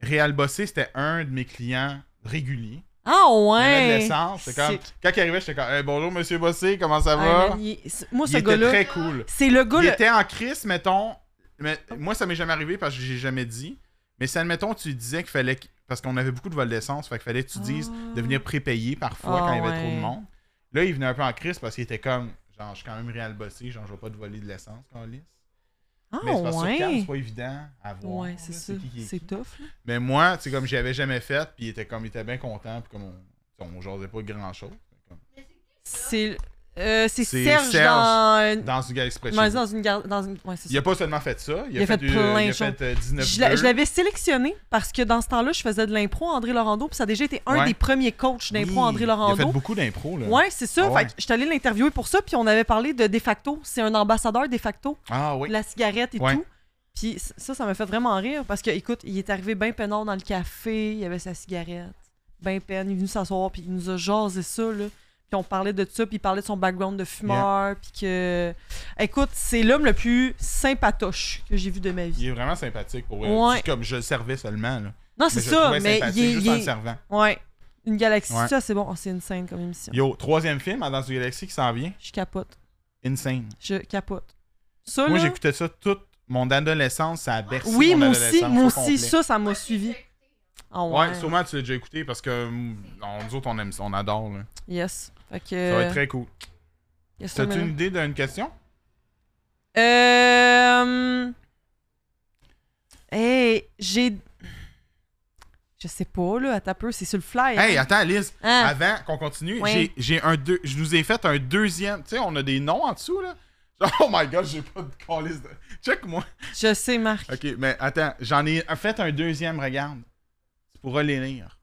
[SPEAKER 1] Réal Bossé, c'était un de mes clients réguliers.
[SPEAKER 2] Ah
[SPEAKER 1] Il y en a de
[SPEAKER 2] ouais!
[SPEAKER 1] l'essence. C'est comme,
[SPEAKER 2] Sick.
[SPEAKER 1] quand il arrivait, j'étais comme, Hey, bonjour, monsieur Bossé, comment ça
[SPEAKER 2] Ah,
[SPEAKER 1] va?
[SPEAKER 2] man, il- c'est- Moi,
[SPEAKER 1] il
[SPEAKER 2] ce
[SPEAKER 1] était
[SPEAKER 2] gars-là,
[SPEAKER 1] très cool.
[SPEAKER 2] c'est le gars...
[SPEAKER 1] Il
[SPEAKER 2] le-
[SPEAKER 1] était en crise, mettons. Mais moi, ça m'est jamais arrivé parce que j'ai jamais dit. Mais si, admettons, tu disais qu'il fallait. que- Parce qu'on avait beaucoup de vol d'essence, fait qu'il fallait que tu dises
[SPEAKER 2] Ah.
[SPEAKER 1] de venir prépayé parfois
[SPEAKER 2] Ah,
[SPEAKER 1] quand il y avait trop
[SPEAKER 2] ouais.
[SPEAKER 1] de monde. Là, il venait un peu en crise parce qu'il était comme. Genre, je suis quand même réel bossé, genre, je vais pas te voler de l'essence, Carlis.
[SPEAKER 2] Ah
[SPEAKER 1] mais c'est parce que sur cam,
[SPEAKER 2] ouais!
[SPEAKER 1] c'est pas évident à voir.
[SPEAKER 2] Ouais,
[SPEAKER 1] là,
[SPEAKER 2] c'est ça.
[SPEAKER 1] qui qui est
[SPEAKER 2] C'est
[SPEAKER 1] qui.
[SPEAKER 2] tough. là.
[SPEAKER 1] Mais moi, tu sais, comme j'avais jamais fait, puis il était comme, il était bien content, puis comme on, on jasait pas grand chose.
[SPEAKER 2] C'est euh, c'est
[SPEAKER 1] C'est
[SPEAKER 2] Serge,
[SPEAKER 1] Serge.
[SPEAKER 2] dans...
[SPEAKER 1] Dans ce gars exprès.
[SPEAKER 2] dans- dans une... gar- Dans une... Ouais, c'est ça.
[SPEAKER 1] Il a pas seulement fait ça, il a, fait, euh,
[SPEAKER 2] plein
[SPEAKER 1] il a
[SPEAKER 2] de choses.
[SPEAKER 1] fait euh, 19
[SPEAKER 2] Je l'a- je
[SPEAKER 1] deux.
[SPEAKER 2] l'avais sélectionné parce que dans ce temps-là, je faisais de l'impro à André Laurando, puis ça a déjà été un
[SPEAKER 1] Ouais.
[SPEAKER 2] des premiers coachs d'impro à
[SPEAKER 1] Oui,
[SPEAKER 2] André
[SPEAKER 1] Il a fait
[SPEAKER 2] Laurando.
[SPEAKER 1] beaucoup d'impro, là.
[SPEAKER 2] Ouais, c'est ça.
[SPEAKER 1] Ah
[SPEAKER 2] Fait
[SPEAKER 1] ouais.
[SPEAKER 2] que je suis allée l'interviewer pour ça, puis on avait parlé de De facto. C'est un ambassadeur De facto,
[SPEAKER 1] Ah oui.
[SPEAKER 2] de la cigarette et
[SPEAKER 1] Ouais.
[SPEAKER 2] tout. Puis ça, ça m'a fait vraiment rire parce que, écoute, il est arrivé bien peinard dans le café, il avait sa cigarette, bien peine. Il est venu s'asseoir, puis il nous a jasé ça, là. Puis on parlait de ça, puis il parlait de son background de fumeur, puis que. Écoute, c'est l'homme le plus sympatoche que j'ai vu de ma vie.
[SPEAKER 1] Il est vraiment sympathique pour vrai.
[SPEAKER 2] Ouais.
[SPEAKER 1] C'est comme je le servais seulement, là.
[SPEAKER 2] Non,
[SPEAKER 1] Mais
[SPEAKER 2] c'est
[SPEAKER 1] je
[SPEAKER 2] ça,
[SPEAKER 1] le trouvais
[SPEAKER 2] mais
[SPEAKER 1] sympathique
[SPEAKER 2] il est.
[SPEAKER 1] juste
[SPEAKER 2] il
[SPEAKER 1] en
[SPEAKER 2] est-
[SPEAKER 1] le servant.
[SPEAKER 2] Ouais. Une galaxie,
[SPEAKER 1] Ouais.
[SPEAKER 2] ça, c'est bon. Oh, c'est une scène comme émission.
[SPEAKER 1] Yo, troisième film à Dans une galaxie qui s'en vient.
[SPEAKER 2] Je capote.
[SPEAKER 1] Insane.
[SPEAKER 2] Je capote. Ça,
[SPEAKER 1] Moi,
[SPEAKER 2] là.
[SPEAKER 1] j'écoutais ça toute mon adolescence, ça a bercé
[SPEAKER 2] oui,
[SPEAKER 1] mon
[SPEAKER 2] moi aussi,
[SPEAKER 1] adolescence
[SPEAKER 2] moi
[SPEAKER 1] au
[SPEAKER 2] aussi,
[SPEAKER 1] complet.
[SPEAKER 2] ça, ça m'a suivi. Ah ouais.
[SPEAKER 1] Ouais, sûrement tu l'as déjà écouté parce que hum, on- nous autres on aime ça, on adore là.
[SPEAKER 2] Yes. Fait que.
[SPEAKER 1] Ça va être très cool.
[SPEAKER 2] yes, sir,
[SPEAKER 1] T'as-tu
[SPEAKER 2] madame.
[SPEAKER 1] une idée d'une question?
[SPEAKER 2] Euh. Hey, j'ai. Je sais pas, là. Attends un peu, c'est sur le fly.
[SPEAKER 1] Hey, ah.
[SPEAKER 2] hein.
[SPEAKER 1] attends, Liz,
[SPEAKER 2] Hein?
[SPEAKER 1] avant qu'on continue,
[SPEAKER 2] Oui.
[SPEAKER 1] j'ai- j'ai un deux. Je nous ai fait un deuxième. Tu sais, on a des noms en dessous là. Oh my god, j'ai pas de calice de. Check moi.
[SPEAKER 2] Je sais, Marc.
[SPEAKER 1] Ok, mais attends, j'en ai fait un deuxième, regarde. Tu pourras les lire.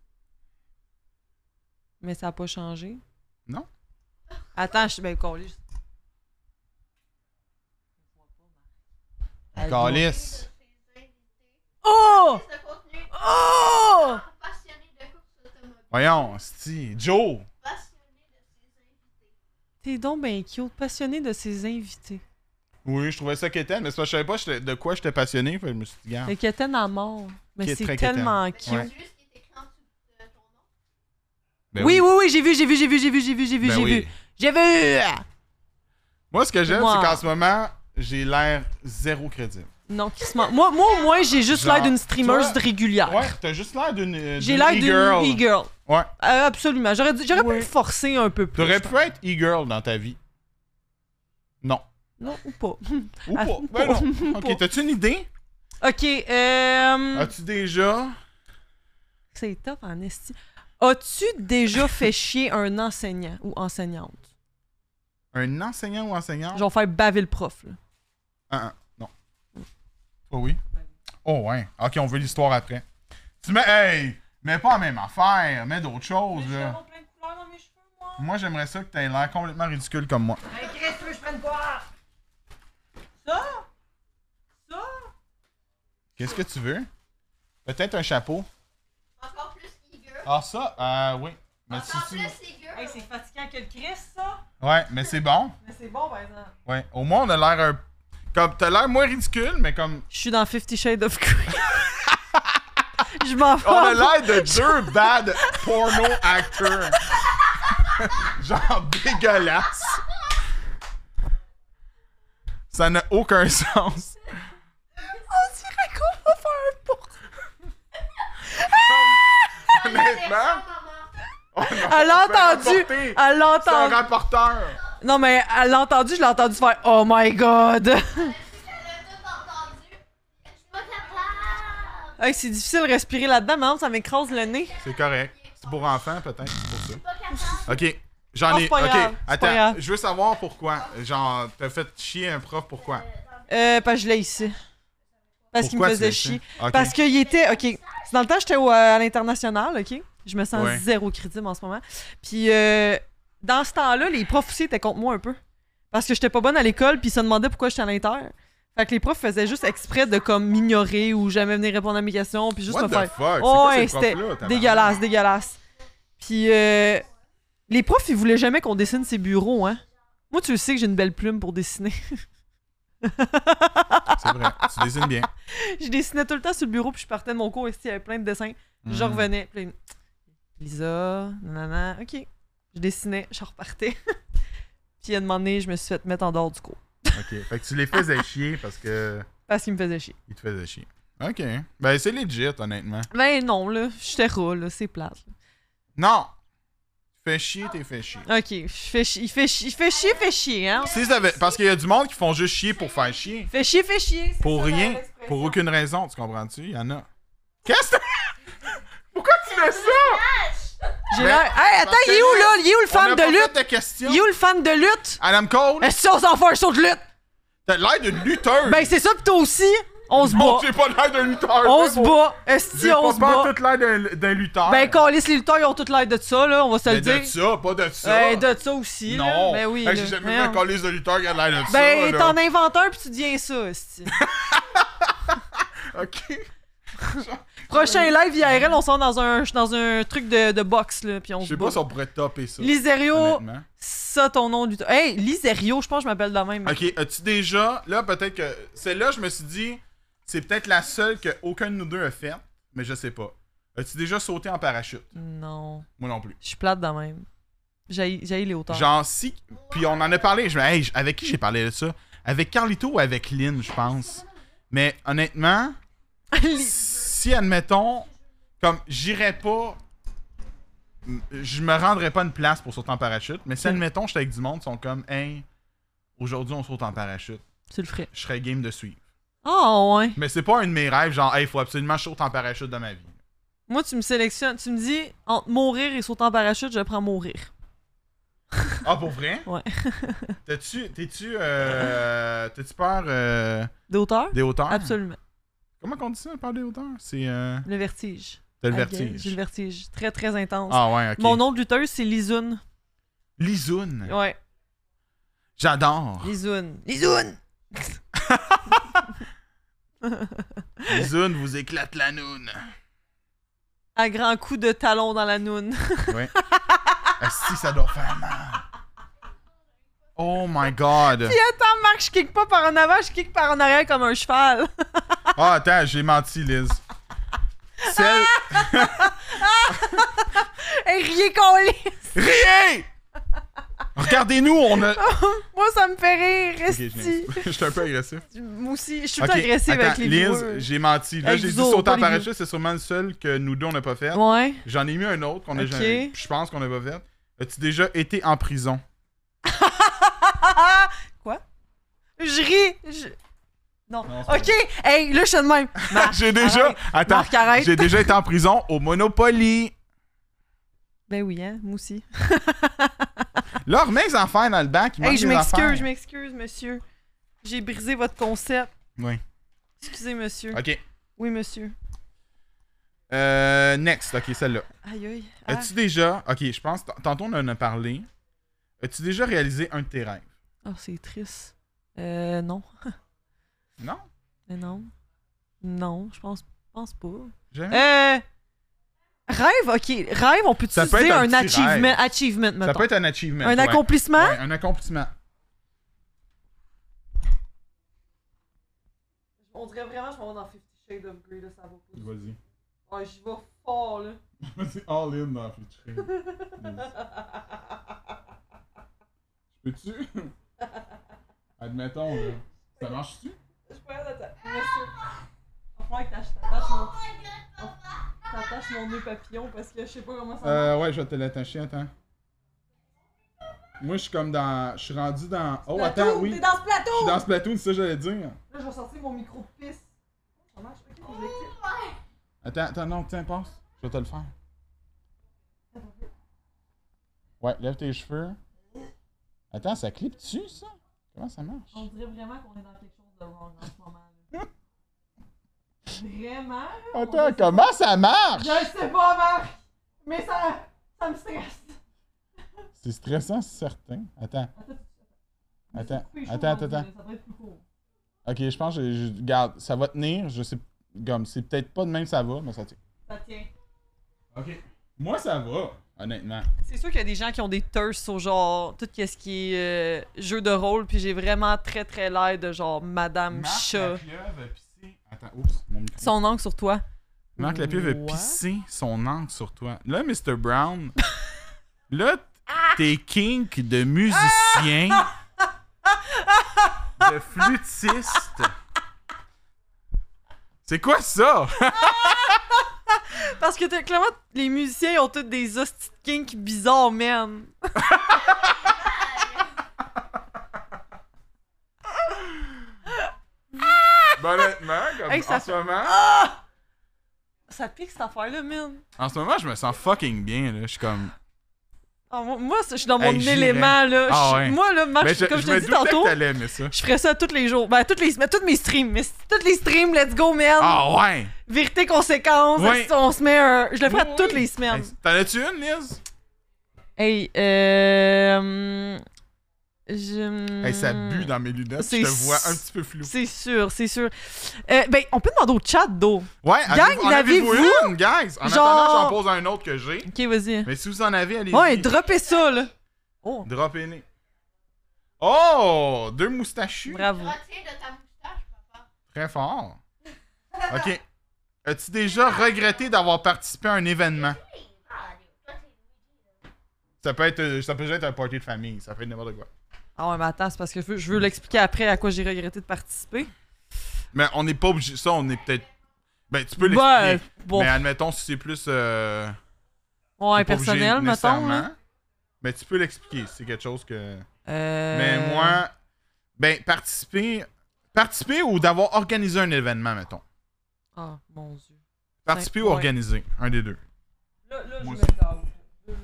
[SPEAKER 2] Mais ça a pas changé.
[SPEAKER 1] Non.
[SPEAKER 2] Attends, je suis bien collée. Elle
[SPEAKER 1] Calice.
[SPEAKER 2] Oh!
[SPEAKER 3] Ce contenu
[SPEAKER 2] Oh!
[SPEAKER 3] passionné de course automobile,
[SPEAKER 1] Voyons, Sti. Joe.
[SPEAKER 3] passionné de ses invités.
[SPEAKER 2] T'es donc bien cute, passionné de ses invités.
[SPEAKER 1] Oui, je trouvais ça quétaine, mais c'est parce que je savais pas j'étais- de quoi j'étais passionné. fait que je me suis dit, garde.
[SPEAKER 2] Le quétaine à mort.
[SPEAKER 1] Ah.
[SPEAKER 2] Mais
[SPEAKER 1] Qui est
[SPEAKER 2] c'est
[SPEAKER 1] très
[SPEAKER 2] tellement cute.
[SPEAKER 1] quétaine. Ouais.
[SPEAKER 3] C'est juste qu'il est écrit en dessous de ton nom.
[SPEAKER 1] Ben
[SPEAKER 2] oui, oui, oui, j'ai vu, j'ai vu, j'ai vu, j'ai vu, j'ai vu, j'ai vu,
[SPEAKER 1] ben
[SPEAKER 2] j'ai
[SPEAKER 1] oui.
[SPEAKER 2] vu. J'ai vu!
[SPEAKER 1] Moi, ce que j'aime,
[SPEAKER 2] Moi.
[SPEAKER 1] c'est qu'en ce moment, j'ai l'air zéro crédible.
[SPEAKER 2] Non, crissement. Moi, moi, au moins, j'ai juste
[SPEAKER 1] Genre,
[SPEAKER 2] l'air d'une streameuse
[SPEAKER 1] tu vois,
[SPEAKER 2] régulière.
[SPEAKER 1] Ouais, t'as juste l'air d'une. euh,
[SPEAKER 2] Ah. j'ai l'air d'une
[SPEAKER 1] e-girl.
[SPEAKER 2] e-girl.
[SPEAKER 1] Ouais.
[SPEAKER 2] Euh, absolument. J'aurais, dû- j'aurais
[SPEAKER 1] Ouais.
[SPEAKER 2] pu me forcer un peu plus.
[SPEAKER 1] T'aurais pu être e-girl dans ta vie. Non.
[SPEAKER 2] Non, ou pas.
[SPEAKER 1] Ou
[SPEAKER 2] Ah,
[SPEAKER 1] pas.
[SPEAKER 2] ou
[SPEAKER 1] Ben non.
[SPEAKER 2] pas. Ou
[SPEAKER 1] Ok,
[SPEAKER 2] pas.
[SPEAKER 1] t'as-tu une idée?
[SPEAKER 2] OK, euh...
[SPEAKER 1] As-tu déjà.
[SPEAKER 2] C'est top en esti. As-tu déjà fait chier un enseignant ou enseignante?
[SPEAKER 1] Un enseignant ou enseignante?
[SPEAKER 2] Genre faire baver le prof, là.
[SPEAKER 1] Ah, ah, non. Oh oui? Oh ouais. Ok, on veut l'histoire après. Tu mets. Hey! Mets pas la même affaire, mets d'autres choses, là.
[SPEAKER 2] plein de couleurs dans mes cheveux, moi.
[SPEAKER 1] Moi, j'aimerais ça que t'aies l'air complètement ridicule comme moi.
[SPEAKER 2] Hey, Chris, tu veux que je prenne quoi? Ça? Ça?
[SPEAKER 1] Qu'est-ce que tu veux? Peut-être un chapeau.
[SPEAKER 3] Encore plus eager.
[SPEAKER 1] Ah, ça? Euh, oui. Mais si
[SPEAKER 3] Encore
[SPEAKER 1] tu-
[SPEAKER 3] plus eager.
[SPEAKER 2] Hey, c'est fatigant que le Chris, ça.
[SPEAKER 1] Ouais, mais c'est bon.
[SPEAKER 2] Mais c'est bon, par exemple.
[SPEAKER 1] Ouais. Au moins, on a l'air un. Comme, t'as l'air moins ridicule, mais comme.
[SPEAKER 2] Je suis dans Fifty Shades of Grey. je m'en fous.
[SPEAKER 1] On a l'air de deux bad porno actors. Genre dégueulasse. Ça n'a aucun sens.
[SPEAKER 2] On dirait qu'on va faire un pour.
[SPEAKER 1] Honnêtement,
[SPEAKER 2] Elle
[SPEAKER 1] Ben,
[SPEAKER 2] l'a entendu.
[SPEAKER 1] rapporter.
[SPEAKER 2] Elle l'a
[SPEAKER 1] c'est un
[SPEAKER 2] entendu.
[SPEAKER 1] rapporteur.
[SPEAKER 2] Non, mais elle l'a entendu. Je l'ai entendu faire Oh my god. Hey, c'est difficile de respirer là-dedans. Maman, ça m'écrase le nez.
[SPEAKER 1] C'est correct. C'est pour enfants, peut-être. C'est pour ça. Ok.
[SPEAKER 2] Oh,
[SPEAKER 1] J'en ai.
[SPEAKER 2] c'est pas grave,
[SPEAKER 1] Ok.
[SPEAKER 2] c'est pas
[SPEAKER 1] Attends.
[SPEAKER 2] grave.
[SPEAKER 1] Je veux savoir pourquoi. Genre, t'as fait chier un prof, pourquoi?
[SPEAKER 2] Euh, parce que je l'ai ici. Parce qu'il me
[SPEAKER 1] Pourquoi tu
[SPEAKER 2] faisait
[SPEAKER 1] l'as
[SPEAKER 2] chier.
[SPEAKER 1] ici? Ok.
[SPEAKER 2] Parce qu'il était. Ok. Dans le temps, j'étais au- euh, à l'international, ok? Je me sens
[SPEAKER 1] Ouais.
[SPEAKER 2] zéro crédible en ce moment. Puis, euh, dans ce temps-là, les profs aussi étaient contre moi un peu. Parce que j'étais pas bonne à l'école, puis ils se demandaient pourquoi j'étais à l'inter. Fait que les profs faisaient juste exprès de comme m'ignorer ou jamais venir répondre à mes questions, puis juste
[SPEAKER 1] What
[SPEAKER 2] me
[SPEAKER 1] the
[SPEAKER 2] faire.
[SPEAKER 1] fuck?
[SPEAKER 2] Oh,
[SPEAKER 1] c'est quoi ces
[SPEAKER 2] ouais, c'était
[SPEAKER 1] profs-là? tabarnak?
[SPEAKER 2] dégueulasse, dégueulasse. Puis, euh, les profs, ils voulaient jamais qu'on dessine ses bureaux, hein. Moi, tu le sais que j'ai une belle plume pour dessiner.
[SPEAKER 1] C'est vrai. tu dessines bien.
[SPEAKER 2] je dessinais tout le temps sur le bureau, puis je partais de mon cours, et il y avait plein de dessins. Je
[SPEAKER 1] Mhm.
[SPEAKER 2] revenais. Puis là, Lisa, nanana, ok. Je dessinais, je repartais. puis à un moment donné, je me suis fait mettre en dehors du cours.
[SPEAKER 1] OK. Fait que tu les faisais chier parce que
[SPEAKER 2] Parce qu'il me faisait chier.
[SPEAKER 1] ils te faisaient chier. OK. Ben, c'est legit, honnêtement.
[SPEAKER 2] Ben non, là, j'étais rat, là, c'est plate.
[SPEAKER 1] Non! Tu fais chier, t'es fait chier.
[SPEAKER 2] Ok, je fais chi- il fait chier, il fait chier, il fait chier, hein.
[SPEAKER 1] Si ça avait- Parce qu'il y a du monde qui font juste chier pour faire chier.
[SPEAKER 2] Fait chier, fait chier. c'est
[SPEAKER 1] Pour
[SPEAKER 2] ça, la-
[SPEAKER 1] rien.
[SPEAKER 2] l'expression.
[SPEAKER 1] Pour aucune raison, tu comprends-tu? Il y en a. Qu'est-ce que Pourquoi tu fais ça?
[SPEAKER 2] J'ai
[SPEAKER 1] Mais-
[SPEAKER 2] l'air. Hey, attends,
[SPEAKER 1] Parce que
[SPEAKER 2] il est où,
[SPEAKER 1] là,
[SPEAKER 2] là? Il est où le fan
[SPEAKER 1] On a
[SPEAKER 2] de
[SPEAKER 1] pas
[SPEAKER 2] lutte?
[SPEAKER 1] fait de questions.
[SPEAKER 2] Il est où le fan de lutte?
[SPEAKER 1] Adam Cole,
[SPEAKER 2] Est-ce qu'on s'en fait un saut de lutte?
[SPEAKER 1] t'as l'air d'une lutteuse.
[SPEAKER 2] Ben, c'est ça, pis toi aussi, on se
[SPEAKER 1] Non,
[SPEAKER 2] bat.
[SPEAKER 1] j'ai pas l'air d'un lutteur.
[SPEAKER 2] On se bat.
[SPEAKER 1] J'ai
[SPEAKER 2] Est-ce
[SPEAKER 1] pas
[SPEAKER 2] on se bat?
[SPEAKER 1] toute l'air d'un- d'un lutteur.
[SPEAKER 2] Ben, Calis, les lutteurs, ils ont toute l'air de ça, là, on va se le
[SPEAKER 1] Mais
[SPEAKER 2] dire.
[SPEAKER 1] de ça, pas de ça.
[SPEAKER 2] Ben, de ça aussi.
[SPEAKER 1] Non.
[SPEAKER 2] Là. Ben oui.
[SPEAKER 1] Hey,
[SPEAKER 2] là.
[SPEAKER 1] J'ai jamais vu
[SPEAKER 2] Voyons.
[SPEAKER 1] un calice de lutteur qui a l'air de ça.
[SPEAKER 2] Ben,
[SPEAKER 1] là.
[SPEAKER 2] t'en inventes un, puis tu deviens ça, esti.
[SPEAKER 1] Ok.
[SPEAKER 2] Prochain live IRL, on sort dans un, dans un truc de, de boxe, là, puis on
[SPEAKER 1] Je
[SPEAKER 2] se
[SPEAKER 1] sais pas
[SPEAKER 2] bat.
[SPEAKER 1] si on pourrait topper ça.
[SPEAKER 2] Liserio,
[SPEAKER 1] honnêtement.
[SPEAKER 2] ça, ton nom du... Hey, Liserio, je pense que je m'appelle de la même.
[SPEAKER 1] Ok, as-tu déjà. Là, peut-être que. Celle-là, je me suis dit, c'est peut-être la seule que aucun de nous deux a faite, mais je sais pas. As-tu déjà sauté en parachute
[SPEAKER 2] Non,
[SPEAKER 1] Moi non plus.
[SPEAKER 2] je suis plate de la même. J'ai les hauteurs.
[SPEAKER 1] Genre, si. Puis on en a parlé. Je me hey, j- avec qui j'ai parlé de ça Avec Carlito ou avec Lynn, je pense. Mais honnêtement,
[SPEAKER 2] Li-
[SPEAKER 1] si, admettons, comme j'irais pas. m- Je me rendrais pas une place pour sauter en parachute, mais si,
[SPEAKER 2] Mm.
[SPEAKER 1] admettons, j'étais avec du monde, ils sont comme, hey, aujourd'hui on saute en parachute,
[SPEAKER 2] tu le ferais.
[SPEAKER 1] je serais game de suivre.
[SPEAKER 2] Oh, ouais.
[SPEAKER 1] Mais c'est pas un de mes rêves, genre, hey, faut absolument que je saute en parachute dans ma vie.
[SPEAKER 2] Moi, tu me sélectionnes. Tu me dis, entre mourir et sauter en parachute, je prends mourir.
[SPEAKER 1] Ah, pour vrai?
[SPEAKER 2] Ouais.
[SPEAKER 1] T'as-tu. T'es-tu. euh, T'as-tu peur euh,
[SPEAKER 2] Des hauteurs?
[SPEAKER 1] des hauteurs?
[SPEAKER 2] Absolument.
[SPEAKER 1] Comment on dit ça, peur des hauteurs? C'est. euh,
[SPEAKER 2] Le vertige.
[SPEAKER 1] T'as le
[SPEAKER 2] Ah, J'ai
[SPEAKER 1] vertige.
[SPEAKER 2] le vertige. Très, très intense.
[SPEAKER 1] Ah, ouais, ok.
[SPEAKER 2] Mon nom de lutteuse, c'est Lizoun.
[SPEAKER 1] Lizoun.
[SPEAKER 2] Ouais,
[SPEAKER 1] J'adore.
[SPEAKER 2] Lizoun. Lizoun!
[SPEAKER 1] Lizoun vous éclate la noune.
[SPEAKER 2] À grand coup de talon dans la noune.
[SPEAKER 1] Ouais. Ah, si ça doit faire mal. Oh my god.
[SPEAKER 2] Puis attends, Marc, je kick pas par en avant, je kick par en arrière comme un cheval.
[SPEAKER 1] Ah, attends, j'ai menti, Liz. Celle.
[SPEAKER 2] Ah, Hey, riez collé!
[SPEAKER 1] Riez! Regardez-nous, on a.
[SPEAKER 2] Moi, ça me fait rire,
[SPEAKER 1] Ok,
[SPEAKER 2] resti.
[SPEAKER 1] je suis un peu agressif.
[SPEAKER 2] Moi aussi, je suis
[SPEAKER 1] Ok,
[SPEAKER 2] tout agressive
[SPEAKER 1] attends,
[SPEAKER 2] avec les viewers.
[SPEAKER 1] Liz, j'ai menti. Là,
[SPEAKER 2] Avec
[SPEAKER 1] j'ai dit
[SPEAKER 2] vous autres,
[SPEAKER 1] sauter
[SPEAKER 2] pas
[SPEAKER 1] en
[SPEAKER 2] les
[SPEAKER 1] parachute, c'est sûrement le seul que nous deux, on n'a pas fait.
[SPEAKER 2] Ouais.
[SPEAKER 1] J'en ai mis un autre qu'on a
[SPEAKER 2] Ok.
[SPEAKER 1] jamais. Je pense qu'on n'a pas fait. As-tu déjà été en prison?
[SPEAKER 2] Je ris. Je... Non.
[SPEAKER 1] Non, c'est
[SPEAKER 2] ok, hey, là, je suis de même. Marc,
[SPEAKER 1] j'ai déjà.
[SPEAKER 2] arrête.
[SPEAKER 1] Attends.
[SPEAKER 2] Marc, arrête.
[SPEAKER 1] J'ai déjà été en prison au Monopoly.
[SPEAKER 2] Ben oui, hein, moi aussi.
[SPEAKER 1] Là, remets les affaires dans le bac. il
[SPEAKER 2] Hey,
[SPEAKER 1] manque
[SPEAKER 2] je
[SPEAKER 1] des affaires.
[SPEAKER 2] m'excuse, je m'excuse, monsieur. J'ai brisé votre concept.
[SPEAKER 1] Oui.
[SPEAKER 2] Excusez, monsieur.
[SPEAKER 1] Ok.
[SPEAKER 2] Oui, monsieur.
[SPEAKER 1] Euh, next. Ok, celle-là.
[SPEAKER 2] Aïe, aïe. Ah.
[SPEAKER 1] As-tu déjà. Ok, je pense. tant- Tantôt, on en a parlé. As-tu déjà réalisé un de tes rêves?
[SPEAKER 2] Oh, c'est triste. Euh, non.
[SPEAKER 1] Non?
[SPEAKER 2] Mais non. Non, je pense, je pense pas.
[SPEAKER 1] Hein? Jamais.
[SPEAKER 2] Euh. Rêve, ok. Rêve, on peut-tu
[SPEAKER 1] Ça peut
[SPEAKER 2] dire
[SPEAKER 1] être un
[SPEAKER 2] un,
[SPEAKER 1] petit
[SPEAKER 2] achievement,
[SPEAKER 1] rêve.
[SPEAKER 2] achievement mettons.
[SPEAKER 1] Ça peut être un achievement.
[SPEAKER 2] un
[SPEAKER 1] ouais.
[SPEAKER 2] accomplissement?
[SPEAKER 1] Ouais, un accomplissement.
[SPEAKER 2] On dirait vraiment que je m'en vais dans 50 Shades of Grey, là, ça va pas.
[SPEAKER 1] Vas-y.
[SPEAKER 2] Ah, j'y vais fort, là.
[SPEAKER 1] C'est all in dans Fitching. Peux-tu? Admettons, là. Ça marche-tu?
[SPEAKER 2] Je peux aller atta- Monsieur. Faut pas que t'ach- t'attaches mon... T'attaches mon nœud papillon parce que je sais pas comment ça marche.
[SPEAKER 1] Euh, ouais, je vais te l'attacher, attends. Moi, je suis comme dans. Je suis rendu dans. Oh, attends,
[SPEAKER 2] Plateau,
[SPEAKER 1] oui.
[SPEAKER 2] T'es dans ce
[SPEAKER 1] Je suis
[SPEAKER 2] plateau!
[SPEAKER 1] dans ce plateau, c'est ça que j'allais dire.
[SPEAKER 2] Là, je vais sortir mon micro de pisse. Ça marche pas, je l'éclipse.
[SPEAKER 1] Attends, attends, non, tiens, passe. Je vais te le faire. Ouais, lève tes cheveux. Attends, ça clip-tu, ça? Comment ça marche?
[SPEAKER 2] On dirait vraiment qu'on est dans quelque chose de wrong en ce moment. là. vraiment? là, on
[SPEAKER 1] Attends,
[SPEAKER 2] est-
[SPEAKER 1] comment ça marche?
[SPEAKER 2] Je sais pas, Marc! Mais ça, ça me stresse.
[SPEAKER 1] C'est stressant, c'est certain. Attends. Attends,
[SPEAKER 2] Couper les choses
[SPEAKER 1] attends,
[SPEAKER 2] dans le
[SPEAKER 1] attends.
[SPEAKER 2] nez, Ça va être plus court.
[SPEAKER 1] Ok, je pense que je, je- garde, ça va tenir. Je sais, comme c'est peut-être pas de même ça va, mais ça tient.
[SPEAKER 2] Ça tient.
[SPEAKER 1] Ok. Moi ça va.
[SPEAKER 8] honnêtement.
[SPEAKER 2] C'est sûr qu'il y a des gens qui ont des thirsts sur genre tout ce qui est euh, jeu de rôle, puis j'ai vraiment très très l'air de genre Madame
[SPEAKER 8] Marc
[SPEAKER 2] Chat.
[SPEAKER 8] Lapieuvre a pissé- Attends, oups, mon micro.
[SPEAKER 2] Son angle sur toi.
[SPEAKER 8] Marc Lapieuvre
[SPEAKER 2] What?
[SPEAKER 8] a pissé son encre sur toi. Là, Mr. Brown, là, t'es kink de musicien, de flûtiste. C'est quoi ça?
[SPEAKER 2] Parce que t'as- clairement, les musiciens ils ont tous des hosties de kinks bizarres, man.
[SPEAKER 8] Ben, honnêtement, comme
[SPEAKER 2] Hey, ça
[SPEAKER 8] en, ce
[SPEAKER 2] fait- Ah!
[SPEAKER 8] moment,
[SPEAKER 2] Ça pique cette affaire-là, man.
[SPEAKER 8] en ce moment, je me sens fucking bien. Là. Je suis comme.
[SPEAKER 2] Ah, moi, moi, je suis dans mon
[SPEAKER 8] Hey, j'irais.
[SPEAKER 2] élément, là.
[SPEAKER 8] Ah,
[SPEAKER 2] Je-
[SPEAKER 8] ouais.
[SPEAKER 2] Moi, là, Marc,
[SPEAKER 8] Mais
[SPEAKER 2] je- comme je,
[SPEAKER 8] me
[SPEAKER 2] te dis
[SPEAKER 8] doutais
[SPEAKER 2] tantôt,
[SPEAKER 8] que t'allais aimer ça.
[SPEAKER 2] je ferais ça tous les jours. Ben, toutes les, mais toutes mes streams. Mais toutes les streams, let's go, man.
[SPEAKER 8] Ah ouais!
[SPEAKER 2] Vérité, conséquence.
[SPEAKER 8] Ouais.
[SPEAKER 2] est-ce qu'on se met un- Je le ferais
[SPEAKER 8] Oui, oui.
[SPEAKER 2] toutes les semaines.
[SPEAKER 8] Hey, T'en as-tu une, Liz?
[SPEAKER 2] Hey, euh. Je.
[SPEAKER 1] Hey, ça bue dans mes lunettes, je
[SPEAKER 2] C'est
[SPEAKER 1] te vois un
[SPEAKER 2] s-
[SPEAKER 1] petit peu flou.
[SPEAKER 2] C'est sûr, c'est sûr. Euh, ben, on peut demander au chat d'eau.
[SPEAKER 1] Ouais, en
[SPEAKER 2] Gang,
[SPEAKER 1] en avez-vous
[SPEAKER 2] l'avez-vous?
[SPEAKER 1] une, guys? En
[SPEAKER 2] Genre-
[SPEAKER 1] attendant, j'en pose un autre que j'ai.
[SPEAKER 2] Ok, vas-y.
[SPEAKER 1] Mais si vous en avez, allez-y.
[SPEAKER 2] Ouais, dropper ça, là. Oh,
[SPEAKER 1] Droppez-les. Oh! Deux moustachus.
[SPEAKER 2] bravo.
[SPEAKER 3] Retiens de ta moustache, papa.
[SPEAKER 1] Très fort. OK. As-tu déjà regretté d'avoir participé à un événement?
[SPEAKER 3] Ah, toi, t'es
[SPEAKER 1] Ça peut être, euh, ça peut être un party de famille, ça peut être n'importe quoi.
[SPEAKER 2] Ah ouais, mais attends, c'est parce que je veux, je veux l'expliquer après à quoi j'ai regretté de participer.
[SPEAKER 1] Mais on n'est pas obligé. Ça, on est peut-être. Ben, tu peux l'expliquer.
[SPEAKER 2] Ben, bon,
[SPEAKER 1] Mais admettons si c'est plus. euh,
[SPEAKER 2] ouais,
[SPEAKER 1] t'es pas obligé
[SPEAKER 2] personnel, mettons.
[SPEAKER 1] nécessairement.
[SPEAKER 2] là.
[SPEAKER 1] Mais tu peux l'expliquer si c'est quelque chose que.
[SPEAKER 2] Euh,
[SPEAKER 1] Mais moi. Ben, participer. Participer ou d'avoir organisé un événement, mettons.
[SPEAKER 2] Ah, mon Dieu.
[SPEAKER 1] Participer
[SPEAKER 2] Ouais.
[SPEAKER 1] ou organiser, un des deux.
[SPEAKER 2] Là,
[SPEAKER 1] Moi
[SPEAKER 2] là je
[SPEAKER 1] me
[SPEAKER 2] me
[SPEAKER 1] aussi.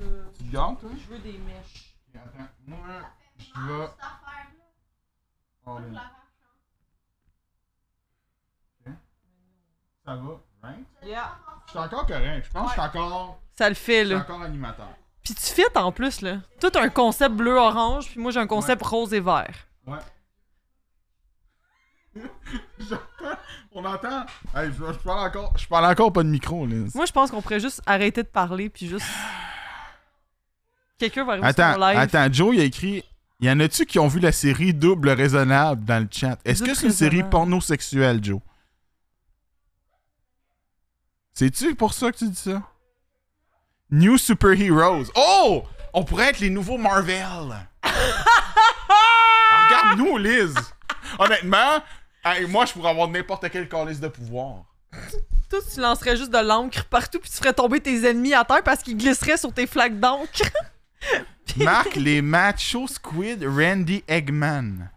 [SPEAKER 2] gave.
[SPEAKER 1] Tu te gardes, toi?
[SPEAKER 2] Je veux des mèches.
[SPEAKER 1] Attends, moi, je
[SPEAKER 3] mal,
[SPEAKER 1] vais.
[SPEAKER 3] cette affaire-là.
[SPEAKER 1] Oh,
[SPEAKER 3] Moi, je la range.
[SPEAKER 1] ça va, right?
[SPEAKER 2] Yeah.
[SPEAKER 1] Je suis encore correct. Je pense que je suis encore,
[SPEAKER 2] Ça le fait,
[SPEAKER 1] je suis
[SPEAKER 2] là.
[SPEAKER 1] encore animateur.
[SPEAKER 2] Puis tu fites en plus, là. Tout un concept bleu-orange, puis moi j'ai un concept rose et vert.
[SPEAKER 1] Ouais. J'entends- On entend. Hey, je, je parle encore. Je parle encore pas de micro, Liz.
[SPEAKER 2] Moi je pense qu'on pourrait juste arrêter de parler, puis juste. Quelqu'un va arriver sur
[SPEAKER 1] Attends,
[SPEAKER 2] mon live.
[SPEAKER 1] attends, Joe, il a écrit. Y en a-tu qui ont vu la série Double Raisonnable dans le chat? Est-ce que
[SPEAKER 2] Double
[SPEAKER 1] c'est une série
[SPEAKER 2] Raisonnable.
[SPEAKER 1] pornosexuelle, Joe? C'est-tu pour ça que tu dis ça? New Super Heroes. Oh! On pourrait être les nouveaux Marvel. Regarde-nous, Liz. Honnêtement, hey, moi, je pourrais avoir n'importe quel calice de pouvoir.
[SPEAKER 2] Toi, tu lancerais juste de l'encre partout, puis tu ferais tomber tes ennemis à terre parce qu'ils glisseraient sur tes flaques d'encre.
[SPEAKER 1] Marc les Macho Squid Randy Eggman.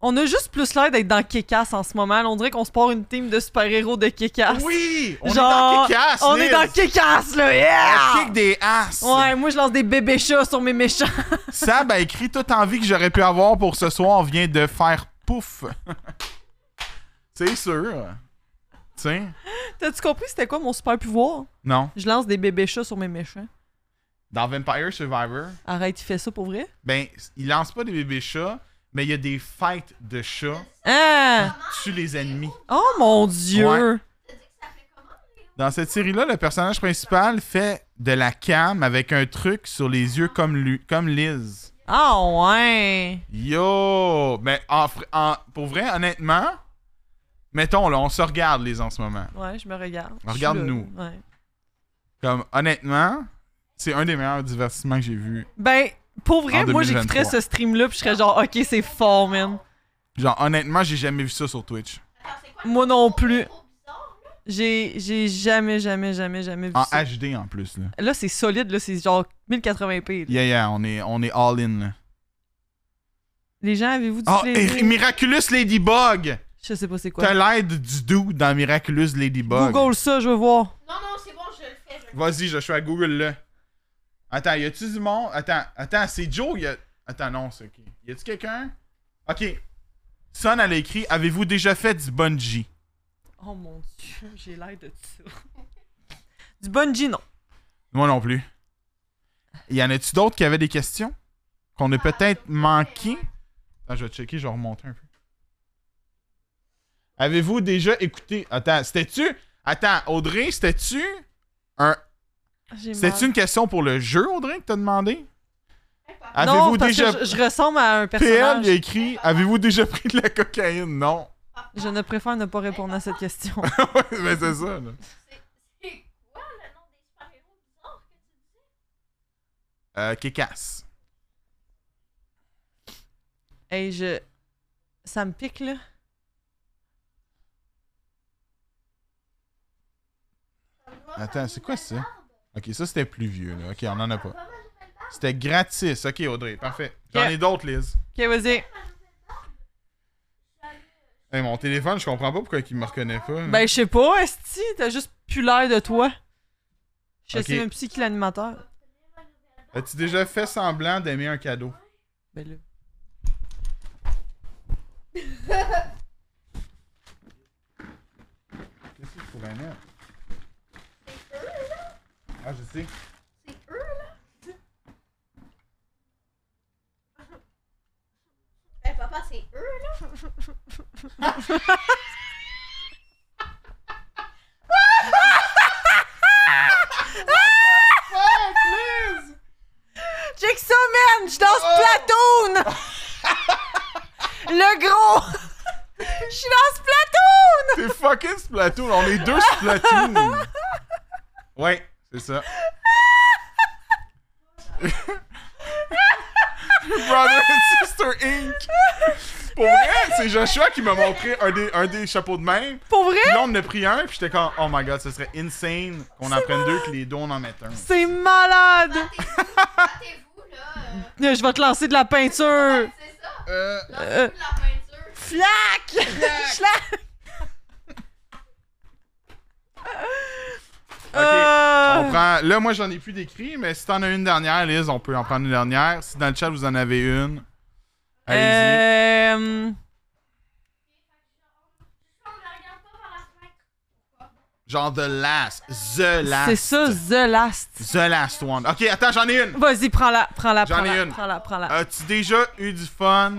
[SPEAKER 2] On a juste plus l'air d'être dans Kekas en ce moment. là. On dirait qu'on se part une team de super-héros de Kekas.
[SPEAKER 1] Oui! On
[SPEAKER 2] Ah, Genre,
[SPEAKER 1] est dans Kick-Ass,
[SPEAKER 2] On est
[SPEAKER 1] Liz.
[SPEAKER 2] dans Kekas, là!
[SPEAKER 1] Elle
[SPEAKER 2] Yeah!
[SPEAKER 1] kick des asses.
[SPEAKER 2] Ah! Ouais, moi je lance des bébés chats sur mes méchants.
[SPEAKER 1] Sab a écrit toute envie que j'aurais pu avoir pour ce soir vient de faire pouf. C'est sûr. Tiens.
[SPEAKER 2] T'as-tu compris c'était quoi mon super pouvoir?
[SPEAKER 1] Non.
[SPEAKER 2] Je lance des bébés chats sur mes méchants.
[SPEAKER 1] Dans Vampire Survivor,
[SPEAKER 2] Arrête, il fait ça pour vrai?
[SPEAKER 1] ben, il lance pas des bébés chats, mais il y a des fights de chats
[SPEAKER 2] Hein?
[SPEAKER 1] sur les ennemis.
[SPEAKER 2] Oh mon dieu!
[SPEAKER 1] Dans cette série-là, le personnage principal fait de la cam avec un truc sur les yeux comme, lui, comme Liz.
[SPEAKER 2] Ah ouais!
[SPEAKER 1] Yo! Mais en, fr- en- pour vrai, honnêtement, mettons, là, on se regarde, les en ce moment.
[SPEAKER 2] Ouais, je me regarde.
[SPEAKER 1] Ah, regarde-nous.
[SPEAKER 2] Je suis là. Ouais.
[SPEAKER 1] Comme, honnêtement, c'est un des meilleurs divertissements que j'ai vu.
[SPEAKER 2] Ben, pour vrai,
[SPEAKER 1] En 2023.
[SPEAKER 2] moi j'écouterais ce stream-là, puis je serais genre, ok, c'est fort, man.
[SPEAKER 1] Genre, honnêtement, j'ai jamais vu ça sur Twitch.
[SPEAKER 3] Attends, c'est quoi
[SPEAKER 2] Moi non plus.
[SPEAKER 3] le mot bizarre?
[SPEAKER 2] J'ai j'ai jamais, jamais, jamais, jamais vu
[SPEAKER 1] En
[SPEAKER 2] ça.
[SPEAKER 1] HD en plus, là.
[SPEAKER 2] Là, c'est solide, là, c'est genre 1080p. là.
[SPEAKER 1] Yeah, yeah, on est, on est all-in, là.
[SPEAKER 2] Les gens, avez-vous du
[SPEAKER 1] Oh,
[SPEAKER 2] plaisir?
[SPEAKER 1] et- Miraculous Ladybug!
[SPEAKER 2] Je sais pas c'est quoi.
[SPEAKER 1] T'as l'aide du dude dans Miraculous Ladybug.
[SPEAKER 2] Google ça, je veux voir.
[SPEAKER 3] Non, non, c'est bon, je le fais. Je le fais.
[SPEAKER 1] Vas-y, je suis à Google, là. Attends, y a-tu du monde? Attends, attends, c'est Joe, y a... Attends, non, c'est OK. Y a-tu quelqu'un? OK. Son, elle a écrit « Avez-vous déjà fait du bungee? »
[SPEAKER 2] Oh mon dieu, j'ai l'air de ça. Du bungee, non.
[SPEAKER 1] Moi non plus. Y en a-tu d'autres qui avaient des questions? Qu'on a peut-être manqué? Attends, je vais checker, je vais remonter un peu. Avez-vous déjà écouté. Attends, c'était-tu. Attends, Audrey, c'était-tu un.
[SPEAKER 2] J'ai mal.
[SPEAKER 1] C'est une question pour le jeu, Audrey, que t'as demandé?
[SPEAKER 2] Non,
[SPEAKER 1] Avez-vous
[SPEAKER 2] parce
[SPEAKER 1] déjà.
[SPEAKER 2] que je, je ressemble à un
[SPEAKER 1] PM,
[SPEAKER 2] personnage.
[SPEAKER 1] il a écrit Avez-vous déjà pris de la cocaïne? Non.
[SPEAKER 2] Je ne préfère ne pas répondre à cette question.
[SPEAKER 1] ben, c'est ça, là.
[SPEAKER 3] C'est c'est quoi le nom des super-héros bizarres que tu dis?
[SPEAKER 1] Euh, Kékas.
[SPEAKER 2] hey, je... Ça me pique, là.
[SPEAKER 1] Attends, c'est quoi ça? Ok, ça c'était plus vieux, là. Ok, on en a pas. C'était gratis. Ok, Audrey, parfait. J'en
[SPEAKER 2] Yeah.
[SPEAKER 1] ai d'autres, Liz.
[SPEAKER 2] OK, vas-y.
[SPEAKER 1] Hey, mon téléphone, je comprends pas pourquoi il me reconnaît pas. là.
[SPEAKER 2] Ben, je sais pas, Esti. T'as juste plus l'air de toi. Je
[SPEAKER 1] Ok.
[SPEAKER 2] sais même plus c'est qui l'animateur.
[SPEAKER 1] As-tu déjà fait semblant d'aimer un cadeau?
[SPEAKER 2] Ben là.
[SPEAKER 1] Qu'est-ce que je pourrais mettre? Ah, je sais.
[SPEAKER 3] C'est eux, là? Eh, papa, c'est eux, là?
[SPEAKER 2] Check ça, man! Je danse
[SPEAKER 1] Oh!
[SPEAKER 2] Platoon! le gros! Je suis dans Splatoon!
[SPEAKER 1] C'est fucking Splatoon. On est deux Splatoon. Ouais, c'est ça. Brother and Sister Inc. Pour vrai, c'est Joshua qui m'a montré un des, un des chapeaux de main.
[SPEAKER 2] Pour vrai?
[SPEAKER 1] Puis là, on en a pris un, puis j'étais comme, oh my god, ce serait insane qu'on en prenne deux, que les deux, on en mette un.
[SPEAKER 2] C'est malade!
[SPEAKER 3] Battez-vous, là. euh,
[SPEAKER 2] Je vais te lancer de la peinture!
[SPEAKER 3] C'est ça.
[SPEAKER 1] Euh,
[SPEAKER 3] Lancez-vous de la peinture.
[SPEAKER 2] Flac! Schlac! Euh.
[SPEAKER 1] on prend. Là, moi, j'en ai plus d'écrit, mais si t'en as une dernière, Liz, on peut en prendre une dernière. Si dans le chat, vous en avez une, allez-y.
[SPEAKER 2] Euh,
[SPEAKER 3] On ne regarde pas par la fenêtre.
[SPEAKER 1] Genre The Last. The Last.
[SPEAKER 2] c'est ça, The Last.
[SPEAKER 1] The Last One. Ok, attends, j'en ai une.
[SPEAKER 2] Vas-y, prends-la, prends-la,
[SPEAKER 1] J'en ai
[SPEAKER 2] prends-la,
[SPEAKER 1] une. Euh,
[SPEAKER 2] prends-la, prends-la.
[SPEAKER 1] As-tu déjà eu du fun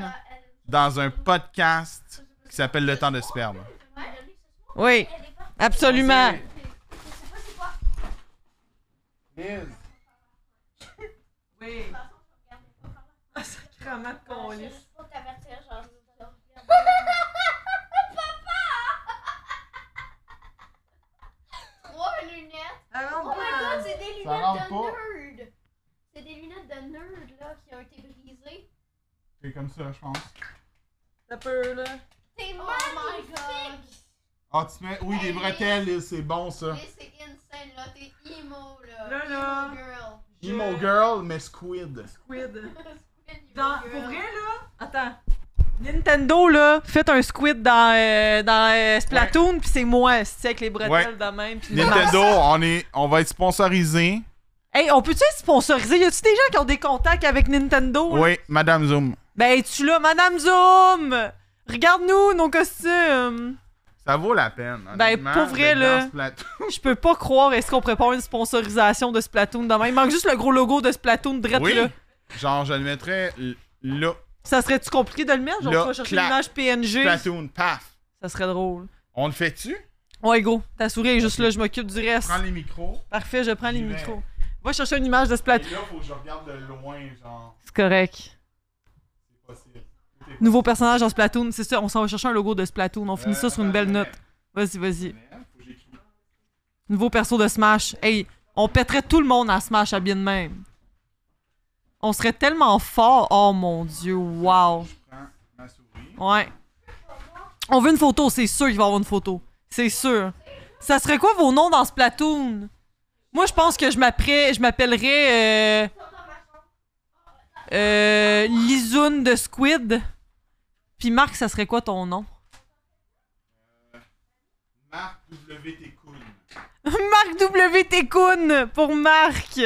[SPEAKER 1] dans un podcast qui s'appelle Le temps de se perdre?
[SPEAKER 2] Oui, absolument.
[SPEAKER 1] Liz.
[SPEAKER 2] Oui.
[SPEAKER 3] Ah,
[SPEAKER 2] Ah,
[SPEAKER 3] Je veux juste pas t'avertir, genre. je veux dire. Trois lunettes.
[SPEAKER 2] Ah,
[SPEAKER 3] Oh my
[SPEAKER 2] euh,
[SPEAKER 3] god, c'est des lunettes
[SPEAKER 1] Ça rentre
[SPEAKER 3] de nerd. C'est des lunettes de nerd, là, qui ont été brisées.
[SPEAKER 1] C'est comme ça, je pense.
[SPEAKER 3] C'est magnifique.
[SPEAKER 1] Ah, tu mets. Oui, des bretelles, Liz, c'est bon, ça.
[SPEAKER 3] Mais c'est insane, là. T'es emo, là.
[SPEAKER 2] Là, là.
[SPEAKER 3] Emo girl.
[SPEAKER 1] Emo Girl, mais Squid.
[SPEAKER 2] Squid.
[SPEAKER 3] Emo
[SPEAKER 2] Dans,
[SPEAKER 3] girl.
[SPEAKER 2] pour vrai, là, attends. Nintendo, là, faites un squid dans, euh, dans euh, Splatoon, puis c'est moi, c'est avec les bretelles
[SPEAKER 1] Ouais.
[SPEAKER 2] de même. Pis
[SPEAKER 1] Nintendo, on, est, on va être sponsorisé.
[SPEAKER 2] Hey, on peut-tu être sponsorisé? Y a-tu des gens qui ont des contacts avec Nintendo? là?
[SPEAKER 1] Oui, Madame Zoom.
[SPEAKER 2] Ben, tu là, Madame Zoom? Regarde-nous, nos costumes!
[SPEAKER 1] Ça vaut la peine. honnêtement,
[SPEAKER 2] Ben, pour vrai,
[SPEAKER 1] d'être
[SPEAKER 2] là.
[SPEAKER 1] dans ce plateau.
[SPEAKER 2] Je peux pas croire, est-ce qu'on prépare une sponsorisation de Splatoon demain? Il manque juste le gros logo de Splatoon drette,
[SPEAKER 1] Oui.
[SPEAKER 2] là.
[SPEAKER 1] Genre, je le mettrais l- là.
[SPEAKER 2] Ça serait-tu compliqué de le mettre? Genre,
[SPEAKER 1] Là,
[SPEAKER 2] tu vas chercher
[SPEAKER 1] clac.
[SPEAKER 2] l'image PNG?
[SPEAKER 1] Platoon, paf.
[SPEAKER 2] Ça serait drôle.
[SPEAKER 1] On le fait-tu?
[SPEAKER 2] Ouais, go, ta souris est juste là, je m'occupe du reste.
[SPEAKER 1] Prends les micros.
[SPEAKER 2] Parfait, je prends les
[SPEAKER 1] J'y vais.
[SPEAKER 2] micros. Va chercher une image de
[SPEAKER 1] Et
[SPEAKER 2] Splatoon.
[SPEAKER 1] là, faut que je regarde de loin, genre.
[SPEAKER 2] C'est correct.
[SPEAKER 1] C'est possible.
[SPEAKER 2] Nouveau personnage en Splatoon, c'est ça, on s'en va chercher un logo de Splatoon. On finit ça sur une belle note. Vas-y,
[SPEAKER 1] Euh,
[SPEAKER 2] vas-y. Nouveau perso de Smash. Hey, on pèterait tout le monde à Smash à bien de même. On serait tellement fort. Oh mon dieu, wow.
[SPEAKER 1] Prends ma souris.
[SPEAKER 2] Ouais. On veut une photo, c'est sûr qu'il va y avoir une photo. C'est sûr. Ça serait quoi vos noms dans Splatoon? Moi, je pense que je m'apperais- je m'appellerais. Euh, euh, Lizoun de Squid. Puis Marc, ça serait quoi ton nom?
[SPEAKER 1] Marc W. Cool.
[SPEAKER 2] Marc W. Técoun pour Marc!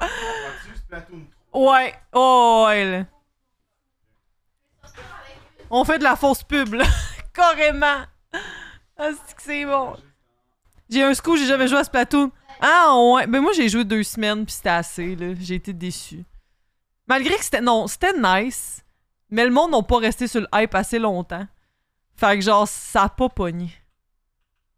[SPEAKER 1] Vois-tu Platoon 3?
[SPEAKER 2] Ouais, oh, ouais. là. On fait de la fausse pub, là. Carrément. Ah, c'est que c'est bon. J'ai un scoop, j'ai jamais joué à Splatoon. Ah, ouais. Mais moi, j'ai joué deux semaines, puis c'était assez, là. J'ai été déçu. Malgré que c'était. Non, c'était nice. Mais le monde n'a pas resté sur le hype assez longtemps. Fait que, genre, ça a pas pogné.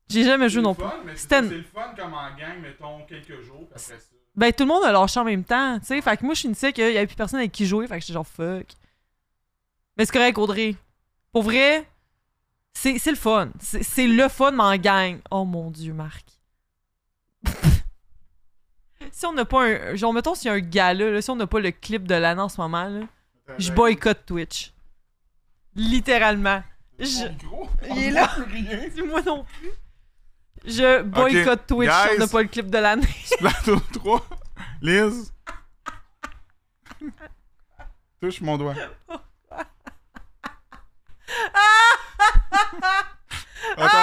[SPEAKER 2] J'ai jamais joué non plus. C'était
[SPEAKER 1] C'est
[SPEAKER 2] une-
[SPEAKER 1] le fun comme en gang, mettons, quelques jours, puis après ça.
[SPEAKER 2] Ben, tout le monde a lâché en même temps, tu sais. Fait que moi, je finissais qu'il y avait plus personne avec qui jouer. Fait que j'étais genre fuck. Mais c'est correct, Audrey. Pour vrai, c'est c'est le fun. C'est c'est le fun, mais en gang. Oh mon dieu, Marc. si on n'a pas un. Genre, mettons, s'il y a un gala, là, si on n'a pas le clip de l'année en ce moment, là, je boycotte Twitch. Littéralement. Je- Il est là. Moi non plus. Je boycotte Twitch si
[SPEAKER 1] guys.
[SPEAKER 2] on n'a pas le clip de l'année.
[SPEAKER 1] Plateau 3. Liz. Touche mon doigt. Attends,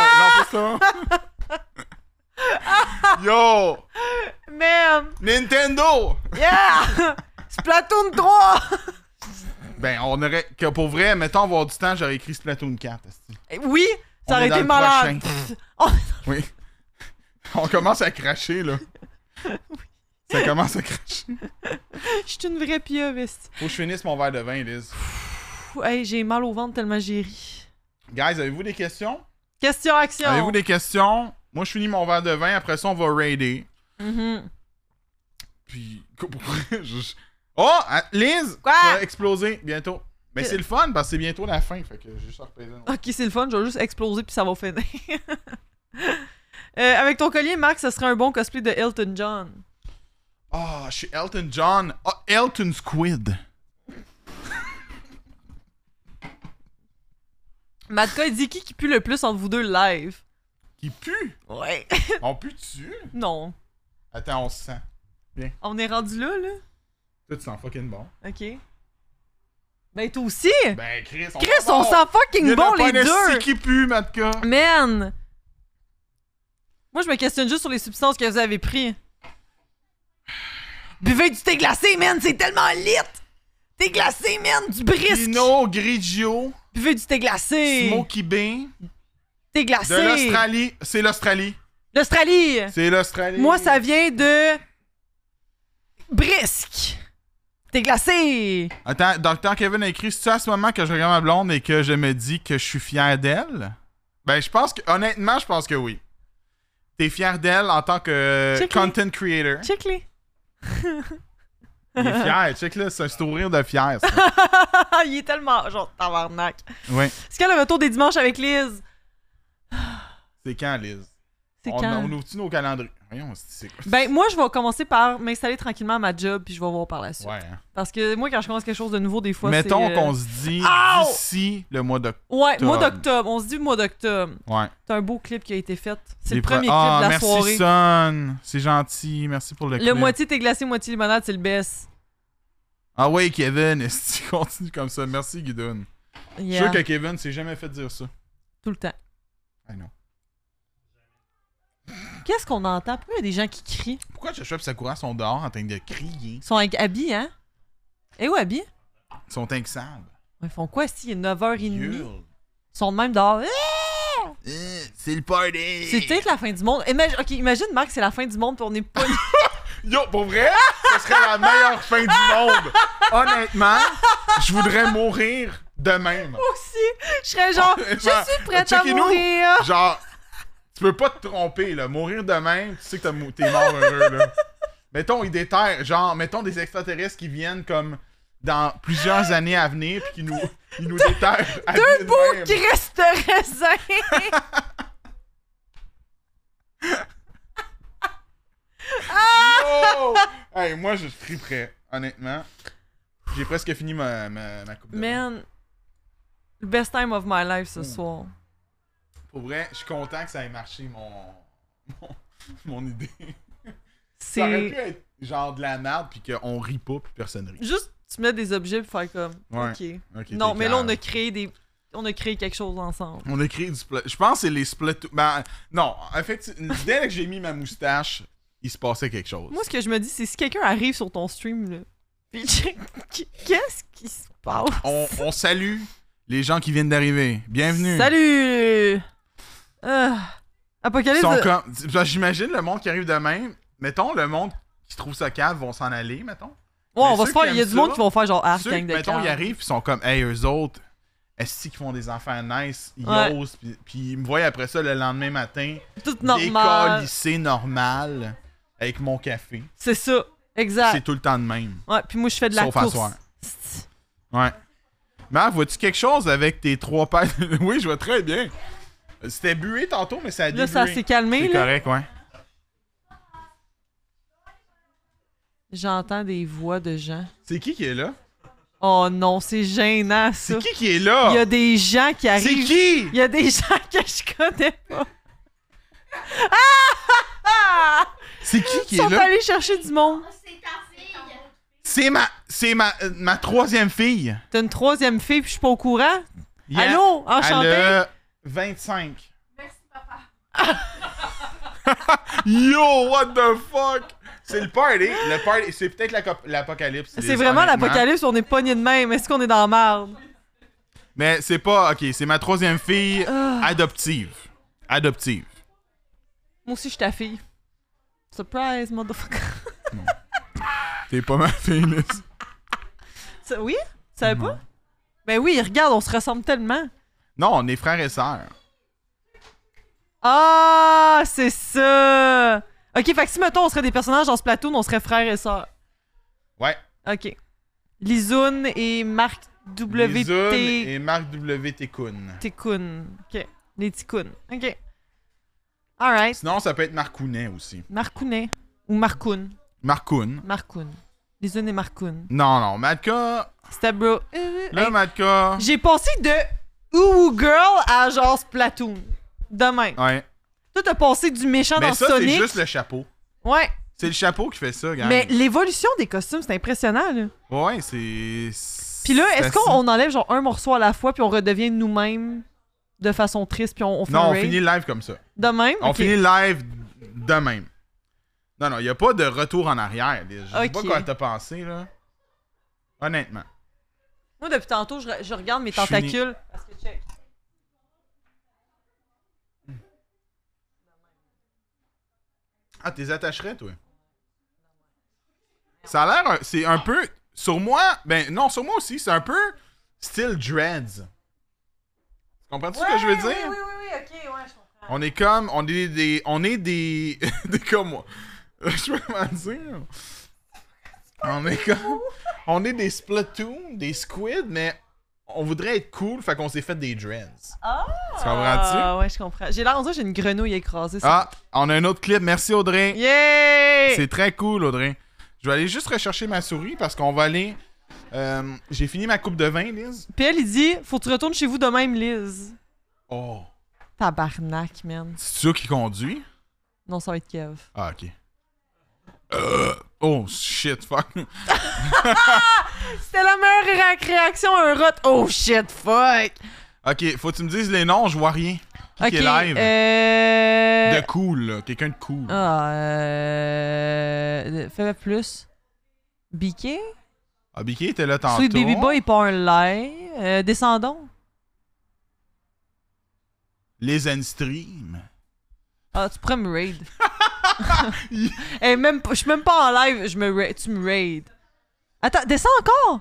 [SPEAKER 1] j'en pousse ça. Yo!
[SPEAKER 2] Man!
[SPEAKER 1] Nintendo!
[SPEAKER 2] Yeah! Splatoon 3!
[SPEAKER 1] Ben, on aurait. Que pour vrai, mettons avoir du temps, j'aurais écrit Splatoon 4. esti.
[SPEAKER 2] Eh Oui, ça
[SPEAKER 1] On
[SPEAKER 2] aurait
[SPEAKER 1] est dans
[SPEAKER 2] été
[SPEAKER 1] le prochain.
[SPEAKER 2] malade. Pff, on-
[SPEAKER 1] Oui. On commence à cracher, là. Ça commence à cracher.
[SPEAKER 2] Je suis une vraie pieuvre. esti.
[SPEAKER 1] Faut que je finisse mon verre de vin, Liz.
[SPEAKER 2] Pff, Hey, j'ai mal au ventre tellement j'ai ri.
[SPEAKER 1] Guys, avez-vous des questions?
[SPEAKER 2] Question action.
[SPEAKER 1] Avez-vous des questions? Moi, je finis mon verre de vin. Après ça, on va raider.
[SPEAKER 2] Mhm.
[SPEAKER 1] Puis, pourquoi je- Oh! ah, Liz!
[SPEAKER 2] Quoi?
[SPEAKER 1] Ça va exploser bientôt. Mais
[SPEAKER 2] Que-
[SPEAKER 1] c'est le fun parce que c'est bientôt la fin. Fait que j'ai juste à repaiser.
[SPEAKER 2] Ok, c'est le fun, je vais juste exploser puis ça va finir. Euh, avec ton collier, Marc, ça serait un bon cosplay de Elton John.
[SPEAKER 1] Ah, je suis Elton John. Ah, Elton Squid.
[SPEAKER 2] Matka, il dit qui qui pue le plus entre vous deux live?
[SPEAKER 1] Qui pue.
[SPEAKER 2] Ouais.
[SPEAKER 1] On pue dessus.
[SPEAKER 2] non.
[SPEAKER 1] Attends, on se sent.
[SPEAKER 2] On est rendu là, là?
[SPEAKER 1] Toi, tu sens fucking bon.
[SPEAKER 2] Ok. Ben, toi aussi!
[SPEAKER 1] Ben, Chris, on
[SPEAKER 2] Chris, on sent fucking bon les deux!
[SPEAKER 1] C'est qui pue, Matka.
[SPEAKER 2] Man! Moi, je me questionne juste sur les substances que vous avez prises. Buvez du thé glacé, man! C'est tellement lit! Thé glacé, man! Du brisque!
[SPEAKER 1] Pinot Grigio,
[SPEAKER 2] Buvez du thé glacé!
[SPEAKER 1] Smokey Bean,
[SPEAKER 2] Thé
[SPEAKER 1] de
[SPEAKER 2] glacé!
[SPEAKER 1] l'Australie. C'est l'Australie.
[SPEAKER 2] L'Australie!
[SPEAKER 1] C'est l'Australie.
[SPEAKER 2] Moi, ça vient de... Brisque! Thé glacé!
[SPEAKER 1] Attends, Docteur Kevin a écrit C'est à ce moment que je regarde ma blonde et que je me dis que je suis fier d'elle Ben, je pense que, honnêtement, je pense que oui. T'es fier d'elle en tant que euh,
[SPEAKER 2] Check-les.
[SPEAKER 1] content creator.
[SPEAKER 2] Check-les!
[SPEAKER 1] Il est fier, check là, c'est un sourire de fier. ça.
[SPEAKER 2] Il est tellement... genre tabarnak!
[SPEAKER 1] ouais.
[SPEAKER 2] C'est quand le retour des dimanches avec Liz?
[SPEAKER 1] C'est quand, Liz
[SPEAKER 2] C'est
[SPEAKER 1] on,
[SPEAKER 2] quand?
[SPEAKER 1] on ouvre-tu nos calendriers Voyons, c'est c'est quoi
[SPEAKER 2] Ben, moi, je vais commencer par m'installer tranquillement à ma job, puis je vais voir par la suite.
[SPEAKER 1] Ouais. hein.
[SPEAKER 2] Parce que moi, quand je commence quelque chose de nouveau, des fois, c'est...
[SPEAKER 1] Mettons
[SPEAKER 2] euh, Oh!
[SPEAKER 1] qu'on se dit
[SPEAKER 2] Ow!
[SPEAKER 1] d'ici le mois d'octobre.
[SPEAKER 2] Ouais, mois
[SPEAKER 1] Octobre.
[SPEAKER 2] d'octobre. On se dit mois d'octobre.
[SPEAKER 1] Ouais.
[SPEAKER 2] C'est un beau clip qui a été fait. C'est
[SPEAKER 1] Les
[SPEAKER 2] le premier
[SPEAKER 1] pro- Ah,
[SPEAKER 2] clip de la
[SPEAKER 1] merci
[SPEAKER 2] soirée.
[SPEAKER 1] Son. C'est gentil. Merci pour le,
[SPEAKER 2] Le
[SPEAKER 1] clip.
[SPEAKER 2] moitié t'es glacé, moitié limonade, c'est le best.
[SPEAKER 1] Ah ouais, Kevin, est-ce que tu continues comme ça? Merci, Guidoun. Je suis
[SPEAKER 2] Yeah.
[SPEAKER 1] sûr que Kevin s'est jamais fait dire ça.
[SPEAKER 2] Tout le temps.
[SPEAKER 1] Ah non.
[SPEAKER 2] Qu'est-ce qu'on entend? Pourquoi il y a des gens qui crient?
[SPEAKER 1] Pourquoi Chachup et Sakura sont dehors en train de crier?
[SPEAKER 2] Ils sont avec Abby, hein? Eh où Abby?
[SPEAKER 1] Ils sont inxables.
[SPEAKER 2] Ils font quoi si il est 9h30? Ils
[SPEAKER 1] Hurle.
[SPEAKER 2] sont de même dehors. Eh,
[SPEAKER 1] Euh, C'est le party!
[SPEAKER 2] C'est peut-être la fin du monde. Imagine, ok, imagine, Marc, c'est la fin du monde, puis on est pas...
[SPEAKER 1] Yo, pour vrai, ce serait la meilleure fin du monde! Honnêtement, je voudrais mourir de même.
[SPEAKER 2] aussi! Je serais genre, je suis prête à
[SPEAKER 1] Checkez-nous.
[SPEAKER 2] mourir!
[SPEAKER 1] Genre, tu peux pas te tromper, là. Mourir de même, tu sais que t'as mou- t'es mort heureux, là. Mettons, ils déterrent, genre, mettons des extraterrestres qui viennent comme dans plusieurs années à venir, puis qui nous, ils nous déterrent. à vie
[SPEAKER 2] Deux
[SPEAKER 1] de
[SPEAKER 2] beaux
[SPEAKER 1] même.
[SPEAKER 2] qui resteraient sains.
[SPEAKER 1] Yo! Oh! Hey, moi, je triperais, honnêtement. J'ai presque fini ma, ma, ma coupe de vin.
[SPEAKER 2] Man, le best time of my life
[SPEAKER 1] Hmm.
[SPEAKER 2] ce soir.
[SPEAKER 1] Pour vrai, je suis content que ça ait marché, mon, mon, mon idée. Ça aurait pu
[SPEAKER 2] C'est
[SPEAKER 1] être genre de la merde, puis qu'on rit pas, puis personne rit.
[SPEAKER 2] juste tu mets des objets pour faire comme
[SPEAKER 1] Ouais.
[SPEAKER 2] OK.
[SPEAKER 1] Ok,
[SPEAKER 2] Non,
[SPEAKER 1] t'es
[SPEAKER 2] mais là on
[SPEAKER 1] calme.
[SPEAKER 2] a créé des on a créé quelque chose ensemble.
[SPEAKER 1] On a créé du splat. Je pense que c'est les Splatoon. Ben, non, effectivement, dès que j'ai mis ma moustache, il se passait quelque chose.
[SPEAKER 2] Moi ce que je me dis c'est si quelqu'un arrive sur ton stream là. puis Qu'est-ce qui se passe
[SPEAKER 1] On, on salue les gens qui viennent d'arriver. Bienvenue.
[SPEAKER 2] Salut. Ah,
[SPEAKER 1] Ils
[SPEAKER 2] Apocalypse.
[SPEAKER 1] sont comme- Parce que J'imagine le monde qui arrive de même. Mettons, le monde qui trouve ça cave vont s'en aller, mettons.
[SPEAKER 2] Ouais, on
[SPEAKER 1] mais ceux
[SPEAKER 2] va se
[SPEAKER 1] qui
[SPEAKER 2] faire il y a
[SPEAKER 1] aiment
[SPEAKER 2] du monde
[SPEAKER 1] ça,
[SPEAKER 2] qui vont faire genre ah
[SPEAKER 1] Ceux,
[SPEAKER 2] gang de
[SPEAKER 1] mettons,
[SPEAKER 2] camp.
[SPEAKER 1] ils arrivent, ils sont comme, hey, eux autres, est-ce qu'ils font des affaires nice, ils
[SPEAKER 2] Ouais.
[SPEAKER 1] osent, puis- puis ils me voient après ça le lendemain matin,
[SPEAKER 2] Tout
[SPEAKER 1] normal.
[SPEAKER 2] normal.
[SPEAKER 1] lycée normal, avec mon café.
[SPEAKER 2] C'est ça.
[SPEAKER 1] C'est
[SPEAKER 2] Exact.
[SPEAKER 1] tout le temps de même.
[SPEAKER 2] Ouais, puis moi, je fais de la
[SPEAKER 1] Sauf à
[SPEAKER 2] course.
[SPEAKER 1] soir.
[SPEAKER 2] Sti.
[SPEAKER 1] Ouais. Marc, vois-tu quelque chose avec tes trois paires? de- oui, je vois très bien. C'était bué tantôt, mais ça a
[SPEAKER 2] Là, ça
[SPEAKER 1] débué.
[SPEAKER 2] s'est calmé.
[SPEAKER 1] C'est
[SPEAKER 2] Là.
[SPEAKER 1] correct, ouais.
[SPEAKER 2] J'entends des voix de gens.
[SPEAKER 1] C'est qui qui est là?
[SPEAKER 2] Oh non, c'est gênant, ça.
[SPEAKER 1] C'est qui qui est
[SPEAKER 2] Il y
[SPEAKER 1] là?
[SPEAKER 2] a des gens qui
[SPEAKER 1] C'est
[SPEAKER 2] arrivent.
[SPEAKER 1] qui?
[SPEAKER 2] Il y a des gens que je connais pas. Ah!
[SPEAKER 1] C'est qui qui
[SPEAKER 2] Ils
[SPEAKER 1] est
[SPEAKER 2] sont
[SPEAKER 1] là?
[SPEAKER 2] allés chercher du monde.
[SPEAKER 9] C'est ta fille.
[SPEAKER 1] C'est ma, c'est ma, euh, ma troisième fille.
[SPEAKER 2] T'as une troisième fille, puis je suis pas au courant.
[SPEAKER 1] Yeah.
[SPEAKER 2] Allô? Enchanté?
[SPEAKER 1] Elle a 25.
[SPEAKER 9] Merci, papa.
[SPEAKER 1] Yo, what the fuck? C'est le party. Le party, c'est peut-être l'aco- l'apocalypse.
[SPEAKER 2] C'est
[SPEAKER 1] Liz,
[SPEAKER 2] vraiment
[SPEAKER 1] honnêtement.
[SPEAKER 2] l'apocalypse, on est pogné de même. Est-ce qu'on est dans la merde?
[SPEAKER 1] Mais c'est pas, ok, c'est ma troisième fille
[SPEAKER 2] Ah.
[SPEAKER 1] adoptive. Adoptive.
[SPEAKER 2] Moi aussi, je suis ta fille. Surprise, motherfucker.
[SPEAKER 1] T'es pas ma fille, Liz.
[SPEAKER 2] Ça- oui? Tu savais pas? Ben oui, regarde, on se ressemble tellement.
[SPEAKER 1] Non, on est frères et sœurs.
[SPEAKER 2] Ah, c'est ça! Ok, fait que si, mettons, on serait des personnages dans ce plateau, on serait frères et sœurs.
[SPEAKER 1] Ouais.
[SPEAKER 2] Ok. Lizoun et Marc W.
[SPEAKER 1] Lizoun
[SPEAKER 2] T.
[SPEAKER 1] et Marc W. Técoun.
[SPEAKER 2] Ticoun. Ok. Les Ticoun. Ok. Alright.
[SPEAKER 1] Sinon, ça peut être Marcounet aussi.
[SPEAKER 2] Marcounet. Ou Marcoun.
[SPEAKER 1] Marcoun.
[SPEAKER 2] Marcoun. Lizoun et Marcoun.
[SPEAKER 1] Non, non, Matka.
[SPEAKER 2] C'était bro. Euh,
[SPEAKER 1] Là,
[SPEAKER 2] hey,
[SPEAKER 1] Matka.
[SPEAKER 2] J'ai passé de Ooh Girl à genre Splatoon. Demain.
[SPEAKER 1] Ouais.
[SPEAKER 2] Toi, t'as passé du méchant
[SPEAKER 1] Ah. Mais
[SPEAKER 2] dans
[SPEAKER 1] ça, c'est
[SPEAKER 2] Sonic.
[SPEAKER 1] juste le chapeau.
[SPEAKER 2] Ouais.
[SPEAKER 1] C'est le chapeau qui fait ça, gars.
[SPEAKER 2] Mais l'évolution des costumes, c'est impressionnant, là.
[SPEAKER 1] Ouais, c'est.
[SPEAKER 2] Puis là,
[SPEAKER 1] c'est
[SPEAKER 2] est-ce qu'on
[SPEAKER 1] assez-
[SPEAKER 2] on enlève genre un morceau à la fois, puis on redevient nous-mêmes de façon triste, puis on, on fait un
[SPEAKER 1] Non, on
[SPEAKER 2] raid?
[SPEAKER 1] finit live comme ça.
[SPEAKER 2] De même?
[SPEAKER 1] On
[SPEAKER 2] Ok.
[SPEAKER 1] finit live de même. Non, non, il n'y a pas de retour en arrière. Liz. Je sais pas
[SPEAKER 2] Ok.
[SPEAKER 1] quoi t'as pensé, là. Honnêtement.
[SPEAKER 2] Moi, depuis tantôt, je, re- je regarde mes
[SPEAKER 1] Je finis.
[SPEAKER 2] tentacules. Parce que check.
[SPEAKER 1] Ah, t'es attacherais, toi? Ça a l'air... un- C'est un peu... Sur moi... Ben, non, sur moi aussi, c'est un peu... Style Dreads. Tu comprends-tu ce que je veux dire?
[SPEAKER 2] oui, oui, ok, ouais, je comprends.
[SPEAKER 1] On est comme... On est des... On est des... des comme moi. je peux comment dire. On est comme... On est des Splatoon, des Squid, mais... On voudrait être cool, fait qu'on s'est fait des Dreads.
[SPEAKER 2] Ah!
[SPEAKER 1] Tu comprends-tu?
[SPEAKER 2] Ah, ouais, je comprends. J'ai l'air, on dirait que j'ai une grenouille écrasée.
[SPEAKER 1] Ah,
[SPEAKER 2] ça.
[SPEAKER 1] on a un autre clip. Merci, Audrey.
[SPEAKER 2] Yay!
[SPEAKER 1] Ah! C'est très cool, Audrey. Je vais aller juste rechercher ma souris parce qu'on va aller. euh, J'ai fini ma coupe de vin, Liz.
[SPEAKER 2] Puis elle, il dit Faut que tu retournes chez vous de même, Liz.
[SPEAKER 1] Oh.
[SPEAKER 2] Tabarnak, man.
[SPEAKER 1] C'est ça qui conduit?
[SPEAKER 2] Non, ça va être Kev.
[SPEAKER 1] Ah, ok. Euh, oh, shit, fuck.
[SPEAKER 2] C'était la meilleure ré- réaction à un rot. Oh shit, fuck!
[SPEAKER 1] Ok, faut que tu me dises les noms, je vois rien. Qui
[SPEAKER 2] ok.
[SPEAKER 1] est live? De
[SPEAKER 2] Euh.
[SPEAKER 1] cool, là. Quelqu'un de cool.
[SPEAKER 2] Ah, euh. Fais plus. Biquet?
[SPEAKER 1] Ah, Bicky était là tantôt.
[SPEAKER 2] Sweet Baby Boy est pas un live. Euh, descendons.
[SPEAKER 1] Les Stream.
[SPEAKER 2] Ah, tu pourrais me raid. Eh, même, pas- je suis même pas en live, je me ra- tu me raid. Attends, descends encore!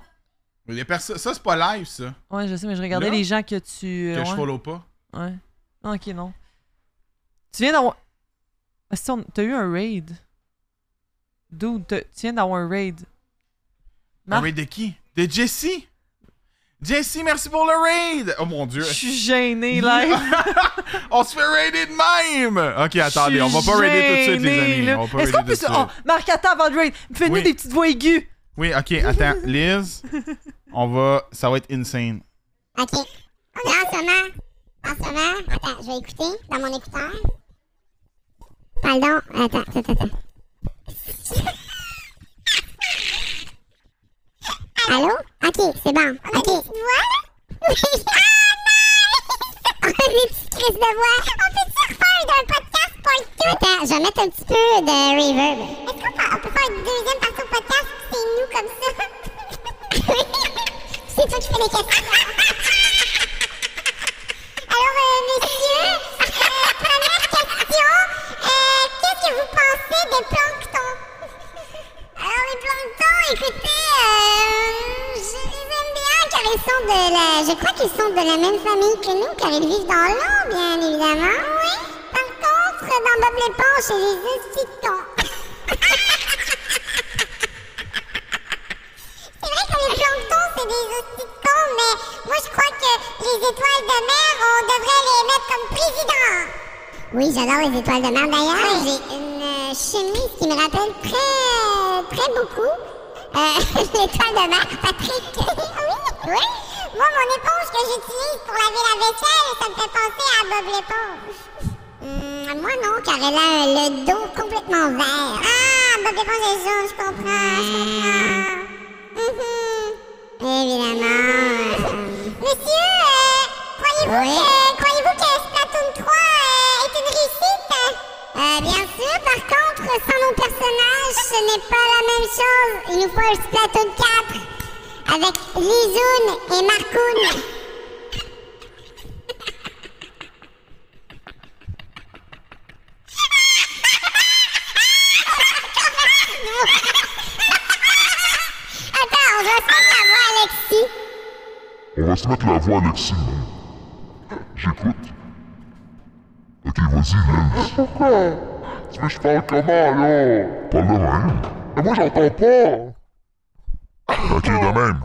[SPEAKER 1] Les perso- ça, c'est pas live, ça.
[SPEAKER 2] Ouais, je sais, mais je regardais
[SPEAKER 1] Là?
[SPEAKER 2] les gens que tu.
[SPEAKER 1] Que
[SPEAKER 2] euh,
[SPEAKER 1] je
[SPEAKER 2] ouais.
[SPEAKER 1] follow pas.
[SPEAKER 2] Ouais. Ah, Ok, non. Tu viens d'avoir. Ah, si, on- T'as eu un raid. Dude, t'as- tu viens d'avoir un raid.
[SPEAKER 1] Un
[SPEAKER 2] Marc-
[SPEAKER 1] raid de qui? De Jessie. Jessie, merci pour le raid. Oh mon dieu.
[SPEAKER 2] Je suis gênée, là.
[SPEAKER 1] On se fait raider de même! Ok, attendez, on va pas raider tout de suite, les amis. On va pas raider
[SPEAKER 2] Est-ce qu'on
[SPEAKER 1] tout de
[SPEAKER 2] peut. se-
[SPEAKER 1] suite.
[SPEAKER 2] Oh, Marc, attends avant de raid. Fais-nous
[SPEAKER 1] Oui.
[SPEAKER 2] des petites voix aiguës.
[SPEAKER 1] Oui, ok, attends, Liz, on va. Ça va être insane.
[SPEAKER 10] Ok. Là, en ce moment, en ce moment, attends, je vais écouter dans mon écouteur. Pardon, attends, attends, attends. Allô? Ok, c'est bon. Ok. Voilà! Oui, ah non! On a des petites crises de voix. On peut-tu refaire d'un podcast pour tout? Attends, je vais mettre un petit peu de reverb. Est-ce qu'on peut, on peut faire une deuxième partie au podcast? C'est nous comme ça? c'est toi qui fais les questions. Alors, euh, messieurs, euh, première question. Euh, Qu'est-ce que vous pensez des planctons? Alors, les planctons, écoutez, euh, je les aime bien car ils sont de la. Je crois qu'ils sont de la même famille que nous, car ils vivent dans l'eau, bien évidemment, oui. Par contre, dans Bob l'éponge, c'est des hosties de cons. C'est vrai que les planctons, c'est des hosties de cons, mais moi, je crois que les étoiles de mer, on devrait les mettre comme président. Oui, j'adore les étoiles de mer. D'ailleurs, j'ai une euh, chemise qui me rappelle très, euh, très beaucoup euh, l'étoile de mer, Patrick. oui, oui. Moi, mon éponge que j'utilise pour laver la vaisselle, ça me fait penser à Bob l'éponge. Hum, moi, non, car elle a euh, le dos complètement vert. Ah, Bob l'éponge est jaune, je comprends, je comprends. Mhm. Évidemment. Monsieur, euh, croyez-vous que, croyez-vous que Splatoon 3 euh, est une réussite? Euh, bien sûr, par contre, sans nos personnages, ce n'est pas la même chose. Il nous faut un Splatoon 4 avec Lizoun et Marcoun. Attends, on va faire la voix Alexis.
[SPEAKER 11] On va se mettre la voix, Alexis. J'écoute. Ok, vas-y, Lens. Pourquoi Tu veux que je parle comment, là Parle de même. Mais moi, j'entends pas. Ok, de même.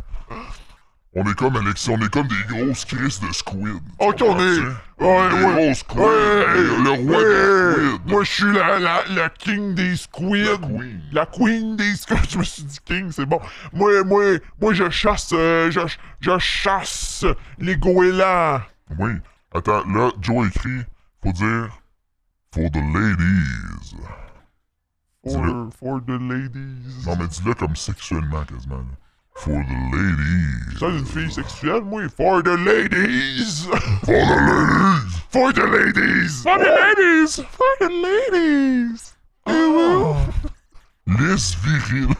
[SPEAKER 11] On est comme Alexis, on est comme des grosses crises de squid. Ah,
[SPEAKER 12] Ok, on est.
[SPEAKER 11] Tu
[SPEAKER 12] Ah, Ouais,
[SPEAKER 11] sais, des
[SPEAKER 12] ouais.
[SPEAKER 11] grosses squid.
[SPEAKER 12] Ouais,
[SPEAKER 11] le roi
[SPEAKER 12] ouais.
[SPEAKER 11] des squids.
[SPEAKER 12] Moi, je suis la, la, la king des squids.
[SPEAKER 11] La queen.
[SPEAKER 12] La queen des squids. Je me suis dit king, c'est bon. Moi, moi, moi, je chasse, euh, je, ch- je chasse les goélands.
[SPEAKER 11] Oui. Attends, là, Joe écrit, faut dire, for the ladies.
[SPEAKER 12] For, for the ladies.
[SPEAKER 11] Non, mais dis-le comme sexuellement, quasiment. là. For the ladies.
[SPEAKER 12] Ça, une fille sexuelle, moi. For the ladies.
[SPEAKER 11] For the ladies!
[SPEAKER 12] For the ladies. For the ladies. For the ladies. Oh.
[SPEAKER 11] Lisse virile.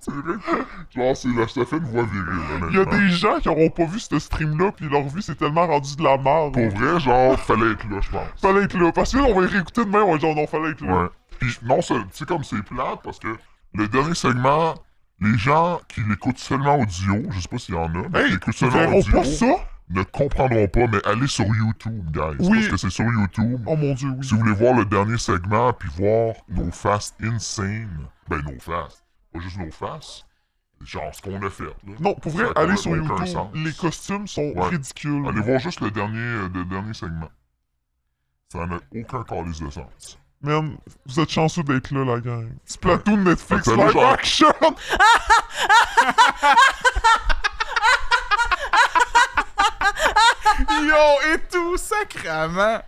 [SPEAKER 11] c'est vrai. que- Genre, c'est là, ça fait une voix virile, honnêtement.
[SPEAKER 12] Il y a des gens qui auront pas vu ce stream-là, puis leur vie s'est tellement rendue de la merde.
[SPEAKER 11] Pour vrai, genre, fallait être là, je pense.
[SPEAKER 12] Fallait être là. Parce que là, on va y réécouter demain, on va genre, non, fallait être là.
[SPEAKER 11] Ouais. Puis non, c'est tu sais, comme c'est plate, parce que le dernier segment, les gens qui l'écoutent seulement audio, je sais pas s'il y en a, mais qui
[SPEAKER 12] Hey,
[SPEAKER 11] l'écoutent
[SPEAKER 12] ils
[SPEAKER 11] seulement
[SPEAKER 12] verront
[SPEAKER 11] audio,
[SPEAKER 12] pas ça?
[SPEAKER 11] ne comprendront pas, mais allez sur YouTube, guys.
[SPEAKER 12] Oui.
[SPEAKER 11] Parce que c'est sur YouTube.
[SPEAKER 12] Oh mon dieu, oui.
[SPEAKER 11] Si vous voulez voir le dernier segment puis voir nos faces insane, ben nos faces, pas juste nos faces, genre ce qu'on a fait. là.
[SPEAKER 12] Non, pour vrai,
[SPEAKER 11] Ça
[SPEAKER 12] allez
[SPEAKER 11] n'a
[SPEAKER 12] sur
[SPEAKER 11] aucun
[SPEAKER 12] YouTube,
[SPEAKER 11] sens.
[SPEAKER 12] les costumes sont
[SPEAKER 11] Ouais.
[SPEAKER 12] ridicules.
[SPEAKER 11] Allez voir juste le dernier, euh, le dernier segment. Ça n'a aucun calice de sens.
[SPEAKER 12] Man, vous êtes chanceux d'être là, la gang. Splatoon Netflix
[SPEAKER 11] Attends,
[SPEAKER 12] live
[SPEAKER 11] genre-
[SPEAKER 12] action!
[SPEAKER 1] Yo, et tout, sacrament!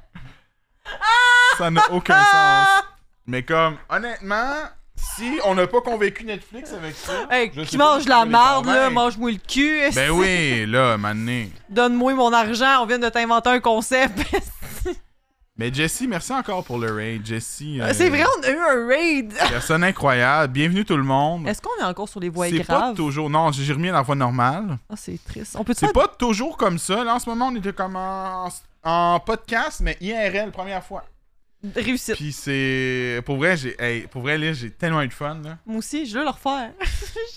[SPEAKER 2] Ah!
[SPEAKER 1] Ça n'a aucun sens. Mais comme, honnêtement, si on n'a pas convaincu Netflix avec ça...
[SPEAKER 2] Hey,
[SPEAKER 1] je sais
[SPEAKER 2] qui
[SPEAKER 1] pas
[SPEAKER 2] mange la
[SPEAKER 1] les
[SPEAKER 2] merde, là,
[SPEAKER 1] convaincre.
[SPEAKER 2] mange-moi le cul. esti.
[SPEAKER 1] Ben oui, là, mané.
[SPEAKER 2] Donne-moi mon argent, on vient de t'inventer un concept.
[SPEAKER 1] Mais Jesse, merci encore pour le raid. Jesse, euh,
[SPEAKER 2] C'est vrai, on a eu un raid.
[SPEAKER 1] personne incroyable. Bienvenue tout le monde.
[SPEAKER 2] Est-ce qu'on est encore sur les voies
[SPEAKER 1] C'est pas
[SPEAKER 2] graves?
[SPEAKER 1] toujours... Non, j'ai remis à la voix normale.
[SPEAKER 2] Ah, c'est triste. On peut
[SPEAKER 1] C'est pas toujours comme ça. Là, en ce moment, on était comme en, en podcast, mais IRL, première fois.
[SPEAKER 2] réussir?
[SPEAKER 1] Puis c'est... Pour vrai, j'ai... hey, pour vrai, là, j'ai tellement eu de fun, là.
[SPEAKER 2] Moi aussi, je veux le refaire.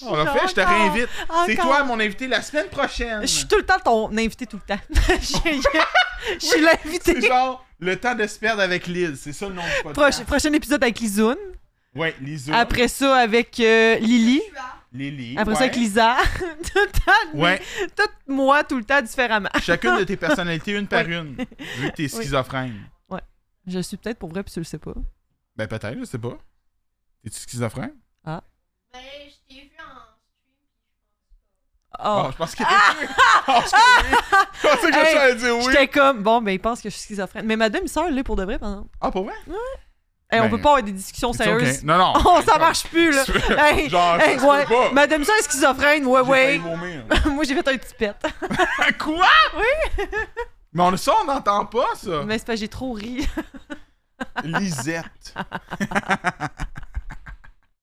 [SPEAKER 1] On l'a fait, je te
[SPEAKER 2] Encore,
[SPEAKER 1] réinvite. C'est
[SPEAKER 2] encore.
[SPEAKER 1] toi mon invité la semaine prochaine.
[SPEAKER 2] Je suis tout le temps ton invité tout le temps. Je je suis
[SPEAKER 1] C'est
[SPEAKER 2] l'invité.
[SPEAKER 1] genre le temps de se perdre avec Liz. C'est ça le nom du podcast.
[SPEAKER 2] Proche- prochain épisode avec Lizoun.
[SPEAKER 1] Ouais, Lizou.
[SPEAKER 2] Après ça, avec euh, Lily.
[SPEAKER 1] Lily.
[SPEAKER 2] Après
[SPEAKER 1] ouais.
[SPEAKER 2] ça, avec Lisa. tout le temps,
[SPEAKER 1] Ouais,
[SPEAKER 2] tout moi, tout le temps, différemment.
[SPEAKER 1] chacune de tes personnalités, une par une. Vu que t'es schizophrène.
[SPEAKER 2] Je suis peut-être pour vrai, puis tu le sais pas.
[SPEAKER 1] Ben peut-être, je sais pas. T'es-tu schizophrène?
[SPEAKER 3] Ben, je t'ai vu en stream.
[SPEAKER 1] Oh,
[SPEAKER 2] Oh. Ah!
[SPEAKER 1] je pense que t'es. Oh, excusez. je pensais que
[SPEAKER 2] Hey,
[SPEAKER 1] je allais dire oui.
[SPEAKER 2] J'étais comme, bon, ben, il pense que je suis schizophrène. Mais ma demi-sœur, là, pour de vrai, par exemple.
[SPEAKER 1] Ah, pour vrai?
[SPEAKER 2] Hey, on
[SPEAKER 1] Ben,
[SPEAKER 2] peut pas avoir des discussions
[SPEAKER 1] C'est ok.
[SPEAKER 2] sérieuses.
[SPEAKER 1] Non, non.
[SPEAKER 2] Oh, ça marche plus, là. Hey,
[SPEAKER 1] Genre, ça
[SPEAKER 2] hey,
[SPEAKER 1] se peut
[SPEAKER 2] ouais.
[SPEAKER 1] pas.
[SPEAKER 2] Ma demi-sœur est schizophrène, ouais,
[SPEAKER 1] J'ai failli Ah.
[SPEAKER 2] ouais.
[SPEAKER 1] vomir.
[SPEAKER 2] Moi, j'ai fait un petit pet.
[SPEAKER 1] Quoi? Oui! Mais on, ça, on n'entend pas, ça!
[SPEAKER 2] Mais c'est pas j'ai trop ri.
[SPEAKER 1] Lisette.